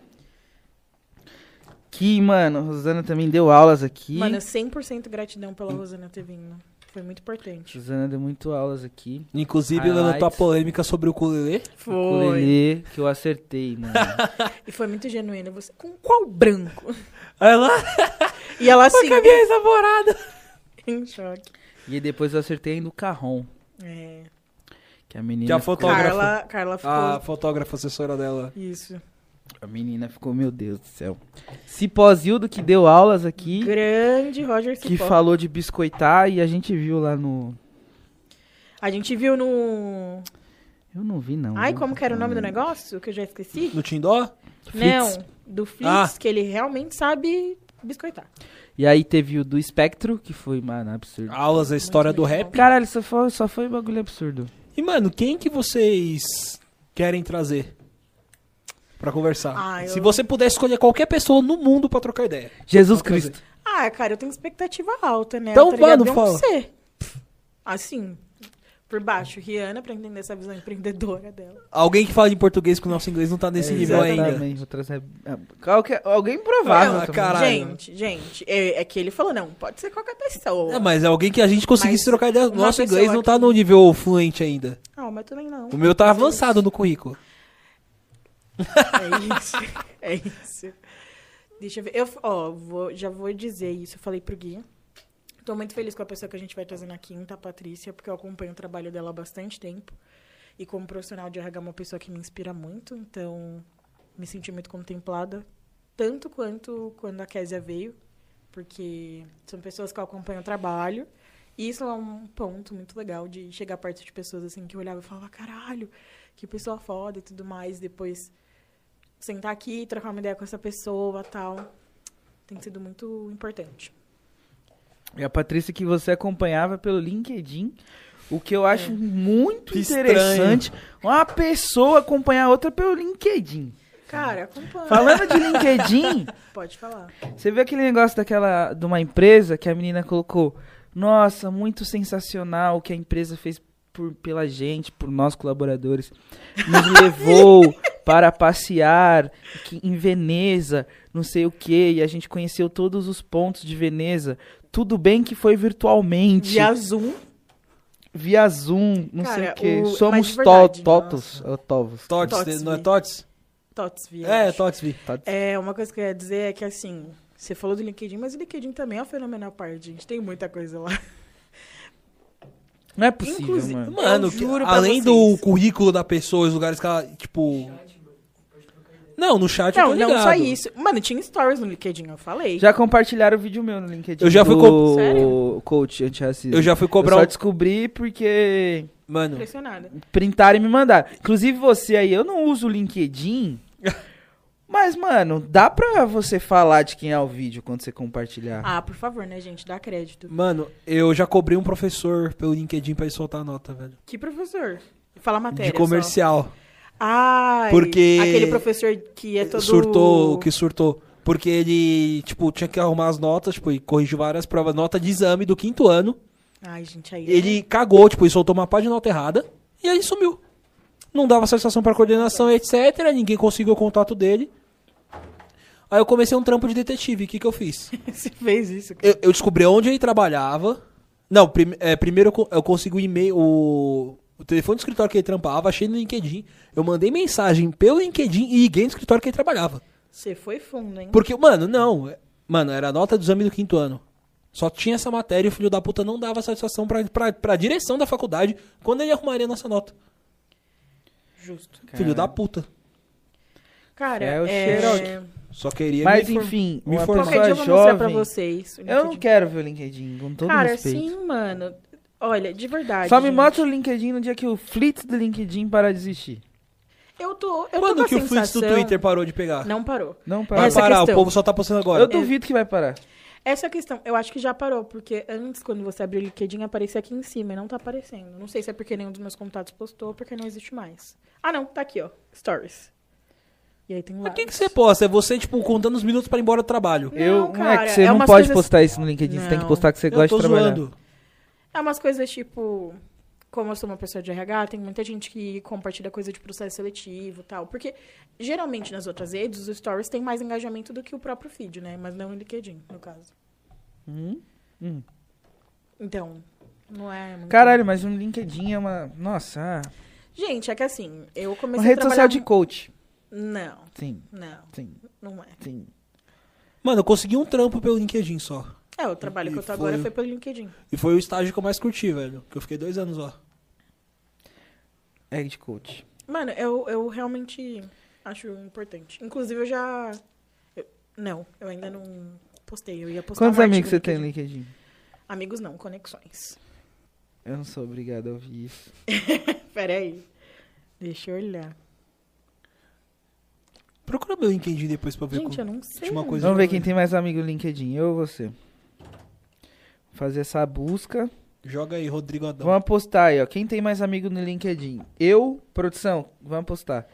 [SPEAKER 1] Que, mano, Rosana também deu aulas aqui.
[SPEAKER 3] Mano, 100% gratidão pela Rosana ter vindo. Foi muito importante.
[SPEAKER 1] Rosana deu muito aulas aqui.
[SPEAKER 2] Inclusive,
[SPEAKER 1] Highlights.
[SPEAKER 2] levantou a polêmica sobre o ukulele.
[SPEAKER 1] O
[SPEAKER 3] Foi.
[SPEAKER 1] Lelê, que eu acertei,
[SPEAKER 3] (laughs)
[SPEAKER 1] mano.
[SPEAKER 3] E foi muito genuíno. Você, com qual branco?
[SPEAKER 2] Aí lá,
[SPEAKER 3] E ela assim,
[SPEAKER 2] a minha ex-namorada.
[SPEAKER 3] (laughs) em choque.
[SPEAKER 1] e aí depois eu acertei ainda o Carron,
[SPEAKER 3] É.
[SPEAKER 1] que a menina.
[SPEAKER 2] Que a
[SPEAKER 1] ficou-
[SPEAKER 2] fotógrafa-
[SPEAKER 3] Carla,
[SPEAKER 1] Ah.
[SPEAKER 3] Carla ficou...
[SPEAKER 2] A fotógrafa assessora dela.
[SPEAKER 3] Isso.
[SPEAKER 1] A menina ficou, meu Deus do céu. Cipozildo, que deu aulas aqui,
[SPEAKER 3] Grande Roger
[SPEAKER 1] que
[SPEAKER 3] Cipó.
[SPEAKER 1] falou de biscoitar e a gente viu lá no.
[SPEAKER 3] A gente viu no...
[SPEAKER 1] Eu não vi, não.
[SPEAKER 3] Ai,
[SPEAKER 1] viu?
[SPEAKER 3] como que era o nome do negócio? Que eu já esqueci.
[SPEAKER 2] No Tindó?
[SPEAKER 3] Não, do Flix,
[SPEAKER 2] Ah.
[SPEAKER 3] que ele realmente sabe biscoitar.
[SPEAKER 1] E aí teve o do espectro, que foi, mano, absurdo.
[SPEAKER 2] Aulas da história
[SPEAKER 3] Muito
[SPEAKER 2] do
[SPEAKER 3] legal.
[SPEAKER 2] rap.
[SPEAKER 1] Caralho, só foi, só foi um bagulho absurdo.
[SPEAKER 2] E, mano, quem que vocês querem trazer pra conversar?
[SPEAKER 3] Ah, eu-
[SPEAKER 2] Se você puder escolher qualquer pessoa no mundo pra trocar ideia.
[SPEAKER 1] Jesus
[SPEAKER 2] Vamos
[SPEAKER 1] Cristo.
[SPEAKER 3] Ah, cara, eu tenho expectativa alta, né?
[SPEAKER 2] Então
[SPEAKER 3] tá
[SPEAKER 2] vá,
[SPEAKER 3] ligado?
[SPEAKER 2] não fala.
[SPEAKER 3] Beyoncé. Assim, por baixo, Rihanna, pra entender essa visão empreendedora dela.
[SPEAKER 2] Alguém que fala de português que o nosso inglês não tá nesse
[SPEAKER 1] É,
[SPEAKER 2] nível ainda.
[SPEAKER 1] exatamente, vou trazer- ah, qualquer- alguém provável.
[SPEAKER 2] Ah,
[SPEAKER 1] também.
[SPEAKER 2] cara. Caralho.
[SPEAKER 3] Gente, gente, é, é que ele falou, não, pode ser qualquer pessoa.
[SPEAKER 2] É, mas é alguém que a gente conseguisse
[SPEAKER 3] Mas
[SPEAKER 2] trocar ideia.
[SPEAKER 3] uma
[SPEAKER 2] Nosso
[SPEAKER 3] pessoa
[SPEAKER 2] inglês não tá
[SPEAKER 3] que-
[SPEAKER 2] no nível fluente ainda.
[SPEAKER 3] Ah, mas também não.
[SPEAKER 2] O meu tá avançado no currículo.
[SPEAKER 3] É isso, é isso. Deixa eu ver. Eu, ó, vou- já vou dizer isso. Eu falei pro Gui. Tô muito feliz com a pessoa que a gente vai trazer na quinta, a Patrícia, porque eu acompanho o trabalho dela há bastante tempo. E como profissional de RH, é uma pessoa que me inspira muito. Então, me senti muito contemplada. Tanto quanto quando a Késia veio. Porque são pessoas que eu acompanho o trabalho. E isso é um ponto muito legal de chegar perto de pessoas assim que eu olhava e falava, caralho, que pessoa foda e tudo mais. Depois sentar aqui, trocar uma ideia com essa pessoa tal. Tem sido muito importante.
[SPEAKER 1] E a Patrícia que você acompanhava pelo LinkedIn. O que eu acho muito
[SPEAKER 2] É. Que
[SPEAKER 1] interessante, uma pessoa acompanhar outra pelo LinkedIn.
[SPEAKER 3] Cara, acompanha.
[SPEAKER 1] Falando de LinkedIn,
[SPEAKER 3] Pode falar.
[SPEAKER 1] você viu aquele negócio daquela de uma empresa que a menina colocou? Nossa, muito sensacional o que a empresa fez por, pela gente, por nós colaboradores.
[SPEAKER 3] (laughs)
[SPEAKER 1] Nos levou para passear que- em Veneza, não sei o que, e a gente conheceu todos os pontos de Veneza. Tudo bem que foi virtualmente
[SPEAKER 3] Via Zoom.
[SPEAKER 1] via Zoom, não
[SPEAKER 3] Cara,
[SPEAKER 1] sei o quê.
[SPEAKER 3] o- mas
[SPEAKER 1] Somos
[SPEAKER 3] de
[SPEAKER 1] to
[SPEAKER 3] verdade,
[SPEAKER 1] totos, ou tovos.
[SPEAKER 2] Tots,
[SPEAKER 3] Tots,
[SPEAKER 2] não é
[SPEAKER 3] vi.
[SPEAKER 2] Tots?
[SPEAKER 3] Tots via.
[SPEAKER 2] É,
[SPEAKER 3] acho.
[SPEAKER 2] Tots, vi.
[SPEAKER 1] Tots.
[SPEAKER 3] É, uma coisa que eu ia dizer é que assim, você falou do LinkedIn, mas o LinkedIn também é uma fenomenal parte, gente. Tem muita coisa lá.
[SPEAKER 1] Não é possível,
[SPEAKER 3] Inclusive-
[SPEAKER 1] mano.
[SPEAKER 2] Mano,
[SPEAKER 3] Eu
[SPEAKER 2] que-
[SPEAKER 3] juro pra
[SPEAKER 2] além do
[SPEAKER 3] vocês.
[SPEAKER 2] currículo da pessoa, os lugares que ela, tipo... Não, no chat eu
[SPEAKER 3] Não,
[SPEAKER 2] tô
[SPEAKER 3] não só
[SPEAKER 2] ligado.
[SPEAKER 3] isso. Mano, tinha stories no LinkedIn, eu falei.
[SPEAKER 1] Já compartilharam o vídeo meu no LinkedIn.
[SPEAKER 2] Eu já fui
[SPEAKER 1] do
[SPEAKER 2] co-
[SPEAKER 3] Sério?
[SPEAKER 1] coach antirracista.
[SPEAKER 2] Eu já fui cobrar
[SPEAKER 1] Eu só
[SPEAKER 2] um...
[SPEAKER 1] descobri porque
[SPEAKER 2] Mano,
[SPEAKER 3] Impressionada.
[SPEAKER 1] printaram e me mandaram. Inclusive você aí, eu não uso o LinkedIn. Mas, mano, dá pra você falar de quem é o vídeo quando você compartilhar.
[SPEAKER 3] Ah, por favor, né, gente? Dá crédito.
[SPEAKER 2] mano, eu já cobrei um professor pelo LinkedIn pra ele soltar nota, velho.
[SPEAKER 3] Que professor? Fala a matéria.
[SPEAKER 2] de comercial.
[SPEAKER 3] Ah,
[SPEAKER 2] Porque-
[SPEAKER 3] Aquele professor que é todo.
[SPEAKER 2] Surtou, que surtou. Porque ele, tipo, tinha que arrumar as notas, tipo, e corrigiu várias provas. Nota de exame do quinto ano.
[SPEAKER 3] Ai, gente, aí. (laughs)
[SPEAKER 2] Ele cagou, tipo, e soltou uma pá de nota errada. E aí sumiu. Não dava satisfação pra coordenação, etc. Ninguém conseguiu o contato dele. Aí eu comecei um trampo de detetive. O que que eu fiz?
[SPEAKER 3] Você fez isso, cara.
[SPEAKER 2] Eu, eu descobri onde ele trabalhava. Não, prim- é, primeiro eu, co- eu consegui o e-mail, o, o telefone do escritório que ele trampava, achei no LinkedIn. Eu mandei mensagem pelo LinkedIn e liguei no escritório que ele trabalhava.
[SPEAKER 3] Você foi fundo, hein?
[SPEAKER 2] Porque, mano, não. é- Mano, era a nota do exame do quinto ano. Só tinha essa matéria e o filho da puta não dava satisfação pra, pra, pra direção da faculdade quando ele arrumaria a nossa nota.
[SPEAKER 3] Justo.
[SPEAKER 2] Filho da puta.
[SPEAKER 3] Cara,
[SPEAKER 1] É o
[SPEAKER 3] é...
[SPEAKER 1] Xerox.
[SPEAKER 2] Só queria
[SPEAKER 1] Mas
[SPEAKER 2] me infor-
[SPEAKER 1] enfim,
[SPEAKER 2] me
[SPEAKER 1] uma
[SPEAKER 2] informar.
[SPEAKER 1] pessoa
[SPEAKER 3] Qualquer dia eu vou mostrar
[SPEAKER 1] jovem...
[SPEAKER 3] pra vocês. o
[SPEAKER 1] Eu não
[SPEAKER 3] LinkedIn.
[SPEAKER 1] quero ver o LinkedIn, com todo
[SPEAKER 3] Cara,
[SPEAKER 1] respeito.
[SPEAKER 3] sim, mano. Olha, de verdade.
[SPEAKER 1] Só me
[SPEAKER 3] gente.
[SPEAKER 1] mostra o LinkedIn no dia que o flit do LinkedIn parar de existir.
[SPEAKER 3] Eu tô. Eu tô com
[SPEAKER 2] Quando
[SPEAKER 3] a
[SPEAKER 2] que o fluxo do
[SPEAKER 3] sensação-
[SPEAKER 2] Twitter parou de pegar?
[SPEAKER 3] Não parou.
[SPEAKER 1] Não para.
[SPEAKER 2] Vai
[SPEAKER 3] Essa
[SPEAKER 2] parar,
[SPEAKER 3] questão.
[SPEAKER 2] o povo só tá postando agora.
[SPEAKER 1] Eu duvido que vai parar.
[SPEAKER 3] Essa é a questão. Eu acho que já parou, porque antes, quando você abriu o LinkedIn, aparecia aqui em cima e não tá aparecendo. Não sei se é porque nenhum dos meus contatos postou ou porque não existe mais. Ah, não. Tá aqui, ó. Stories. E aí tem um lá.
[SPEAKER 2] Mas o que, que você posta? É você, tipo, contando os minutos pra ir embora do trabalho.
[SPEAKER 3] Não,
[SPEAKER 1] eu,
[SPEAKER 3] cara,
[SPEAKER 1] moleque, você
[SPEAKER 3] é
[SPEAKER 1] não
[SPEAKER 3] umas
[SPEAKER 1] pode
[SPEAKER 3] coisas-
[SPEAKER 1] postar isso no LinkedIn. Você tem que
[SPEAKER 3] Não.
[SPEAKER 1] postar que você
[SPEAKER 2] eu
[SPEAKER 1] gosta
[SPEAKER 2] tô
[SPEAKER 1] de trabalhar.
[SPEAKER 2] zoando.
[SPEAKER 3] É umas coisas tipo. Como eu sou uma pessoa de RH, tem muita gente que compartilha coisa de processo seletivo e tal. Porque, geralmente, nas outras redes, os stories têm mais engajamento do que o próprio feed, né? Mas não o LinkedIn, no caso.
[SPEAKER 1] Hum? Hum.
[SPEAKER 3] Então, não é... muito-
[SPEAKER 1] Caralho, mas um LinkedIn é uma. Nossa, ah,
[SPEAKER 3] Gente, é que assim, eu comecei
[SPEAKER 1] uma rede
[SPEAKER 3] a trabalhar...
[SPEAKER 1] social de coach.
[SPEAKER 3] Não,
[SPEAKER 1] Sim,
[SPEAKER 3] não,
[SPEAKER 1] sim,
[SPEAKER 3] não é.
[SPEAKER 1] sim.
[SPEAKER 2] Mano, eu consegui um trampo pelo LinkedIn só.
[SPEAKER 3] É, o trabalho que eu tô
[SPEAKER 2] E
[SPEAKER 3] agora
[SPEAKER 2] foi-
[SPEAKER 3] foi pelo LinkedIn.
[SPEAKER 2] E foi o estágio que eu mais curti, velho. Que eu fiquei dois anos lá.
[SPEAKER 1] É de coach.
[SPEAKER 3] Mano, eu, eu realmente acho importante. Inclusive, eu já... eu- Não, eu ainda não postei. Eu ia postar
[SPEAKER 1] Quantos
[SPEAKER 3] um artigo
[SPEAKER 1] amigos
[SPEAKER 3] no
[SPEAKER 1] você tem no
[SPEAKER 3] LinkedIn.
[SPEAKER 1] LinkedIn?
[SPEAKER 3] Amigos não, conexões.
[SPEAKER 1] Eu não sou obrigado a ouvir isso.
[SPEAKER 3] Peraí. Deixa eu olhar.
[SPEAKER 2] Procura meu LinkedIn depois pra ver
[SPEAKER 3] Gente, eu
[SPEAKER 2] como.
[SPEAKER 3] não sei. né?
[SPEAKER 2] tinha uma coisa-
[SPEAKER 3] é.
[SPEAKER 1] Vamos ver quem tem mais amigo no LinkedIn, eu ou você? Vou Fazer essa busca.
[SPEAKER 2] Joga aí, Rodrigo Adão.
[SPEAKER 1] Vamos apostar aí, ó. Quem tem mais amigo no LinkedIn? Eu, produção, vamos apostar.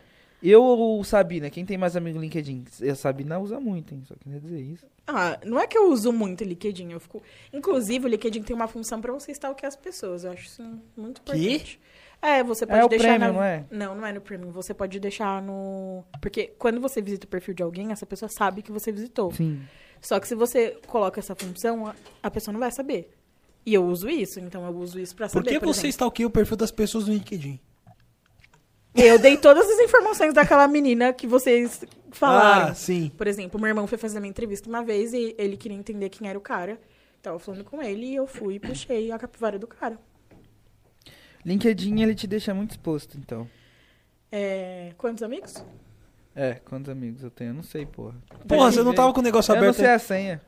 [SPEAKER 1] Eu ou Sabina? Quem tem mais amigo no LinkedIn? A Sabina usa muito, hein? Só queria dizer isso.
[SPEAKER 3] Ah, não é que eu uso muito o LinkedIn. Eu fico... Inclusive, o LinkedIn tem uma função pra você stalkear as pessoas. Eu acho isso muito importante. É, você pode
[SPEAKER 1] é o
[SPEAKER 3] deixar
[SPEAKER 1] prêmio,
[SPEAKER 3] na-
[SPEAKER 1] não é?
[SPEAKER 3] Não, não é no premium. Você pode deixar no. Porque quando você visita o perfil de alguém, essa pessoa sabe que você visitou.
[SPEAKER 1] Sim.
[SPEAKER 3] Só que se você coloca essa função, a- a pessoa não vai saber. E eu uso isso, então eu uso isso pra
[SPEAKER 2] Por
[SPEAKER 3] saber.
[SPEAKER 2] que você
[SPEAKER 3] exemplo.
[SPEAKER 2] stalkeia o perfil das pessoas no LinkedIn?
[SPEAKER 3] Eu dei todas as informações daquela menina que vocês falaram.
[SPEAKER 2] Ah, sim.
[SPEAKER 3] Por exemplo, meu irmão foi fazer minha entrevista uma vez e ele queria entender quem era o cara. Tava falando com ele e eu fui e puxei a capivara do cara.
[SPEAKER 1] LinkedIn ele te deixa muito exposto, então.
[SPEAKER 3] É, Quantos amigos?
[SPEAKER 1] É, quantos amigos eu tenho? Eu não sei, porra.
[SPEAKER 2] Porra, você não tava com o negócio
[SPEAKER 1] Eu não
[SPEAKER 2] aberto.
[SPEAKER 1] sei a senha.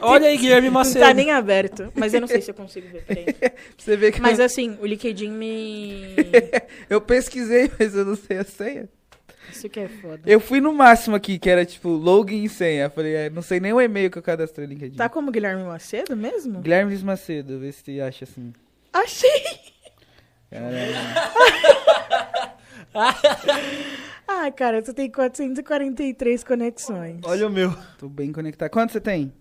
[SPEAKER 2] Olha aí, Guilherme
[SPEAKER 3] Não
[SPEAKER 2] Macedo.
[SPEAKER 3] tá nem aberto, mas eu não sei se eu consigo
[SPEAKER 2] (laughs)
[SPEAKER 3] ver. Peraí.
[SPEAKER 1] Pra Você vê que
[SPEAKER 3] Mas assim, o LinkedIn me.
[SPEAKER 1] eu pesquisei, (laughs) mas eu não sei a senha.
[SPEAKER 3] Isso que é foda.
[SPEAKER 1] Eu fui no máximo aqui, que era tipo login e senha. Falei, é, não sei nem o e-mail que eu cadastrei no LinkedIn.
[SPEAKER 3] Tá como Guilherme Macedo mesmo?
[SPEAKER 1] Guilherme Luiz Macedo, vê se acha assim.
[SPEAKER 3] Achei!
[SPEAKER 1] Caralho.
[SPEAKER 3] Ai, Ah, cara, você tem 443 conexões.
[SPEAKER 2] Olha o meu.
[SPEAKER 1] Tô bem conectado. Quanto você tem?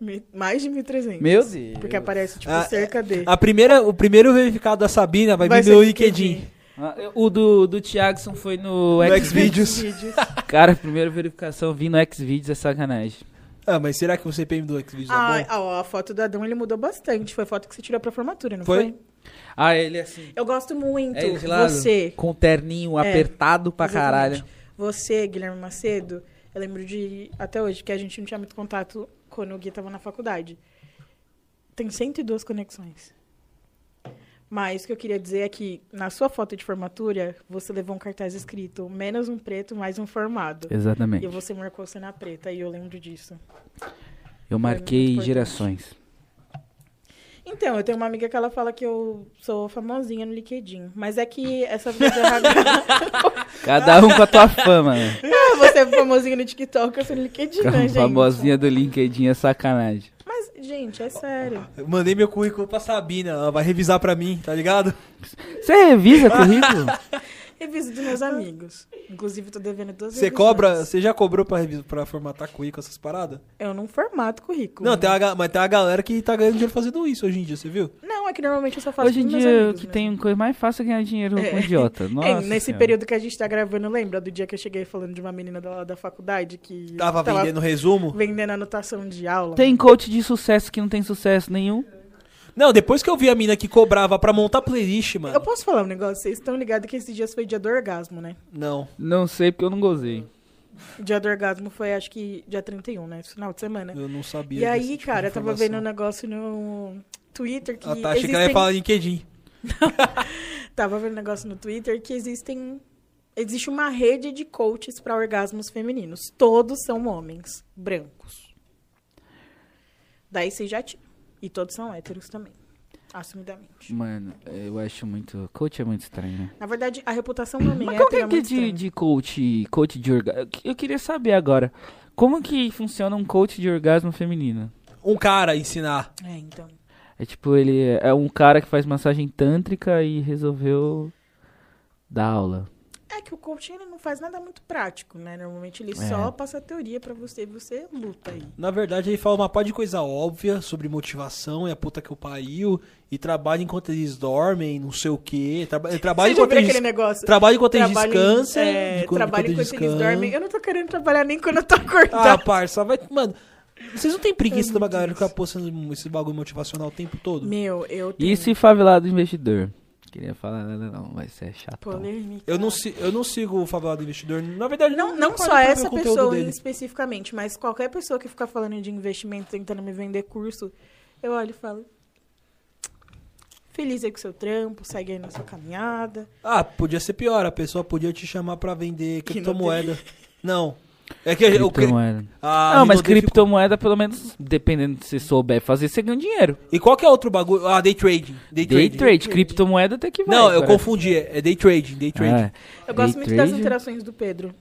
[SPEAKER 3] Mi- Mais de 1.300.
[SPEAKER 1] Meu Deus.
[SPEAKER 3] Porque aparece, tipo,
[SPEAKER 2] Ah,
[SPEAKER 3] cerca de.
[SPEAKER 2] A primeira, o primeiro verificado da Sabina vai, vir
[SPEAKER 3] ser
[SPEAKER 2] no
[SPEAKER 3] o
[SPEAKER 2] LinkedIn.
[SPEAKER 4] Ah, O do, do Thiagson foi no,
[SPEAKER 2] No
[SPEAKER 4] X.
[SPEAKER 2] Xvideos.
[SPEAKER 3] Vídeos.
[SPEAKER 4] Cara, primeira verificação vi no Xvideos é sacanagem.
[SPEAKER 2] Ah, mas será que o CPM do Xvideos
[SPEAKER 3] Ah,
[SPEAKER 2] é bom?
[SPEAKER 3] ó, a foto do Adão ele mudou bastante. Foi a foto que você tirou pra formatura, não
[SPEAKER 2] Foi?
[SPEAKER 3] foi?
[SPEAKER 4] Ah,
[SPEAKER 1] é
[SPEAKER 4] ele assim.
[SPEAKER 3] Eu gosto muito.
[SPEAKER 4] É ele de lado?
[SPEAKER 3] você,
[SPEAKER 1] um
[SPEAKER 4] Com o terninho
[SPEAKER 3] É,
[SPEAKER 4] apertado pra
[SPEAKER 3] exatamente.
[SPEAKER 4] caralho.
[SPEAKER 3] você, Guilherme Macedo, eu lembro de até hoje que a gente não tinha muito contato quando o Gui tava na faculdade. Tem 102 conexões. Mas o que eu queria dizer é que na sua foto de formatura, você levou um cartaz escrito menos um preto, mais um formado.
[SPEAKER 4] Exatamente.
[SPEAKER 3] E você marcou cena preta, e eu lembro disso.
[SPEAKER 4] Eu
[SPEAKER 3] é muito
[SPEAKER 4] marquei
[SPEAKER 3] importante.
[SPEAKER 4] gerações.
[SPEAKER 3] Então, eu tenho uma amiga que ela fala que eu sou famosinha no LinkedIn. Mas é que essa vida de
[SPEAKER 2] (laughs)
[SPEAKER 3] RH.
[SPEAKER 4] Cada um com a tua fama, né?
[SPEAKER 3] você é famosinha no TikTok, eu sou no (laughs) LinkedIn, né, gente?
[SPEAKER 4] Famosinha do LinkedIn é sacanagem.
[SPEAKER 3] Mas, gente, é sério.
[SPEAKER 2] Eu mandei meu currículo pra Sabina, ela vai revisar pra mim, tá ligado?
[SPEAKER 1] é
[SPEAKER 4] Você
[SPEAKER 3] (laughs)
[SPEAKER 4] revisa currículo?
[SPEAKER 3] Reviso dos meus amigos. Inclusive, tô devendo duas
[SPEAKER 2] Você
[SPEAKER 3] revisões.
[SPEAKER 2] cobra, você já cobrou pra, revis- pra formatar currículo, essas paradas?
[SPEAKER 3] Eu não formato currículo.
[SPEAKER 2] Não, tem uma ga- mas tem a galera que tá ganhando dinheiro fazendo isso hoje em dia, você viu?
[SPEAKER 3] Não, é que normalmente eu só faço
[SPEAKER 4] Hoje em
[SPEAKER 3] com meus
[SPEAKER 4] dia, o
[SPEAKER 3] amigos
[SPEAKER 4] que
[SPEAKER 3] mesmo.
[SPEAKER 4] tem coisa mais fácil é ganhar dinheiro com
[SPEAKER 3] É.
[SPEAKER 4] idiota. Nossa
[SPEAKER 3] (laughs) É, nesse
[SPEAKER 4] Senhora.
[SPEAKER 3] período que a gente tá gravando, lembra do dia que eu cheguei falando de uma menina da, da faculdade que
[SPEAKER 2] Tava vendendo resumo.
[SPEAKER 3] vendendo anotação de aula?
[SPEAKER 4] Tem coach de sucesso que não tem sucesso nenhum.
[SPEAKER 2] Não, depois que eu vi a mina que cobrava pra montar playlist, mano.
[SPEAKER 3] Eu posso falar um negócio? Vocês estão ligados que esse dia foi dia do orgasmo, né?
[SPEAKER 2] Não.
[SPEAKER 4] Não sei porque eu não gozei.
[SPEAKER 3] O dia do orgasmo foi, acho que, dia 31, né? Esse Final de semana.
[SPEAKER 2] Eu não sabia.
[SPEAKER 3] E aí,
[SPEAKER 2] desse tipo
[SPEAKER 3] cara,
[SPEAKER 2] de
[SPEAKER 3] eu tava
[SPEAKER 2] informação.
[SPEAKER 3] vendo um negócio no Twitter que
[SPEAKER 2] Ah, tá, achei que ela
[SPEAKER 3] existem...
[SPEAKER 2] ia falar LinkedIn.
[SPEAKER 3] Tava vendo um negócio no Twitter que existem existe uma rede de coaches para orgasmos femininos. Todos são homens brancos. Daí você já tira. E todos são héteros também. Assumidamente.
[SPEAKER 1] Mano, eu acho muito. Coach é muito estranho, né?
[SPEAKER 3] Na verdade, a reputação do homem
[SPEAKER 1] Mas
[SPEAKER 3] hétero
[SPEAKER 1] como que
[SPEAKER 3] é
[SPEAKER 1] é que
[SPEAKER 3] muito
[SPEAKER 1] de,
[SPEAKER 3] estranha.
[SPEAKER 1] de coach, coach de orgasmo? Eu queria saber agora. Como que funciona um coach de orgasmo feminino?
[SPEAKER 2] Um cara ensinar.
[SPEAKER 3] É, então.
[SPEAKER 1] É tipo, ele é um cara que faz massagem tântrica e resolveu dar aula.
[SPEAKER 3] É que o coaching ele não faz nada muito prático, né? Normalmente ele
[SPEAKER 1] É.
[SPEAKER 3] só passa a teoria pra você e você luta aí.
[SPEAKER 2] Na verdade, ele fala uma par de coisa óbvia sobre motivação e a puta que eu pariu. E trabalha enquanto eles dormem, não sei o quê. Traba- ele trabalha
[SPEAKER 3] Você já
[SPEAKER 2] enquanto
[SPEAKER 3] viu
[SPEAKER 2] eles,
[SPEAKER 3] aquele
[SPEAKER 2] (laughs)
[SPEAKER 3] negócio?
[SPEAKER 2] trabalha enquanto eles
[SPEAKER 3] Trabalho em-
[SPEAKER 2] descansam.
[SPEAKER 3] é,
[SPEAKER 2] de quando-
[SPEAKER 3] trabalho
[SPEAKER 2] enquanto
[SPEAKER 3] enquanto eles
[SPEAKER 2] descansam.
[SPEAKER 3] dormem. Eu não tô querendo trabalhar nem quando eu tô acordada.
[SPEAKER 2] Ah, parça, vai. Mano, vocês não têm preguiça de uma galera que fica postando esse bagulho motivacional o tempo todo?
[SPEAKER 3] Meu, eu tenho
[SPEAKER 1] E se favelado investidor? Queria falar nada não, mas é chato.
[SPEAKER 3] polêmica.
[SPEAKER 2] Eu não, si- eu não sigo o Favelado Investidor. Na verdade,
[SPEAKER 3] Não,
[SPEAKER 2] não
[SPEAKER 3] não
[SPEAKER 2] paro
[SPEAKER 3] só
[SPEAKER 2] pra ver
[SPEAKER 3] essa
[SPEAKER 2] o conteúdo
[SPEAKER 3] pessoa
[SPEAKER 2] dele.
[SPEAKER 3] especificamente, mas qualquer pessoa que fica falando de investimento, tentando me vender curso, eu olho e falo. Feliz aí com o seu trampo, segue aí na sua caminhada.
[SPEAKER 2] Ah, podia ser pior. A pessoa podia te chamar pra vender
[SPEAKER 3] Que não
[SPEAKER 2] criptomoeda. Não. É que eu...
[SPEAKER 1] Criptomoeda.
[SPEAKER 2] Ah,
[SPEAKER 1] Não, mas
[SPEAKER 2] Rinaldo ficou-
[SPEAKER 1] criptomoeda, pelo menos, dependendo de se souber fazer, você ganha um dinheiro.
[SPEAKER 2] E qual que é outro bagulho? Ah, day trading.
[SPEAKER 1] Day
[SPEAKER 2] Day, trading.
[SPEAKER 1] trade, criptomoeda até que vai.
[SPEAKER 2] Não, eu
[SPEAKER 1] agora.
[SPEAKER 2] confundi. É day trading, day trading.
[SPEAKER 1] Ah,
[SPEAKER 3] Eu
[SPEAKER 1] Day
[SPEAKER 3] gosto muito das
[SPEAKER 1] trade?
[SPEAKER 3] interações do Pedro.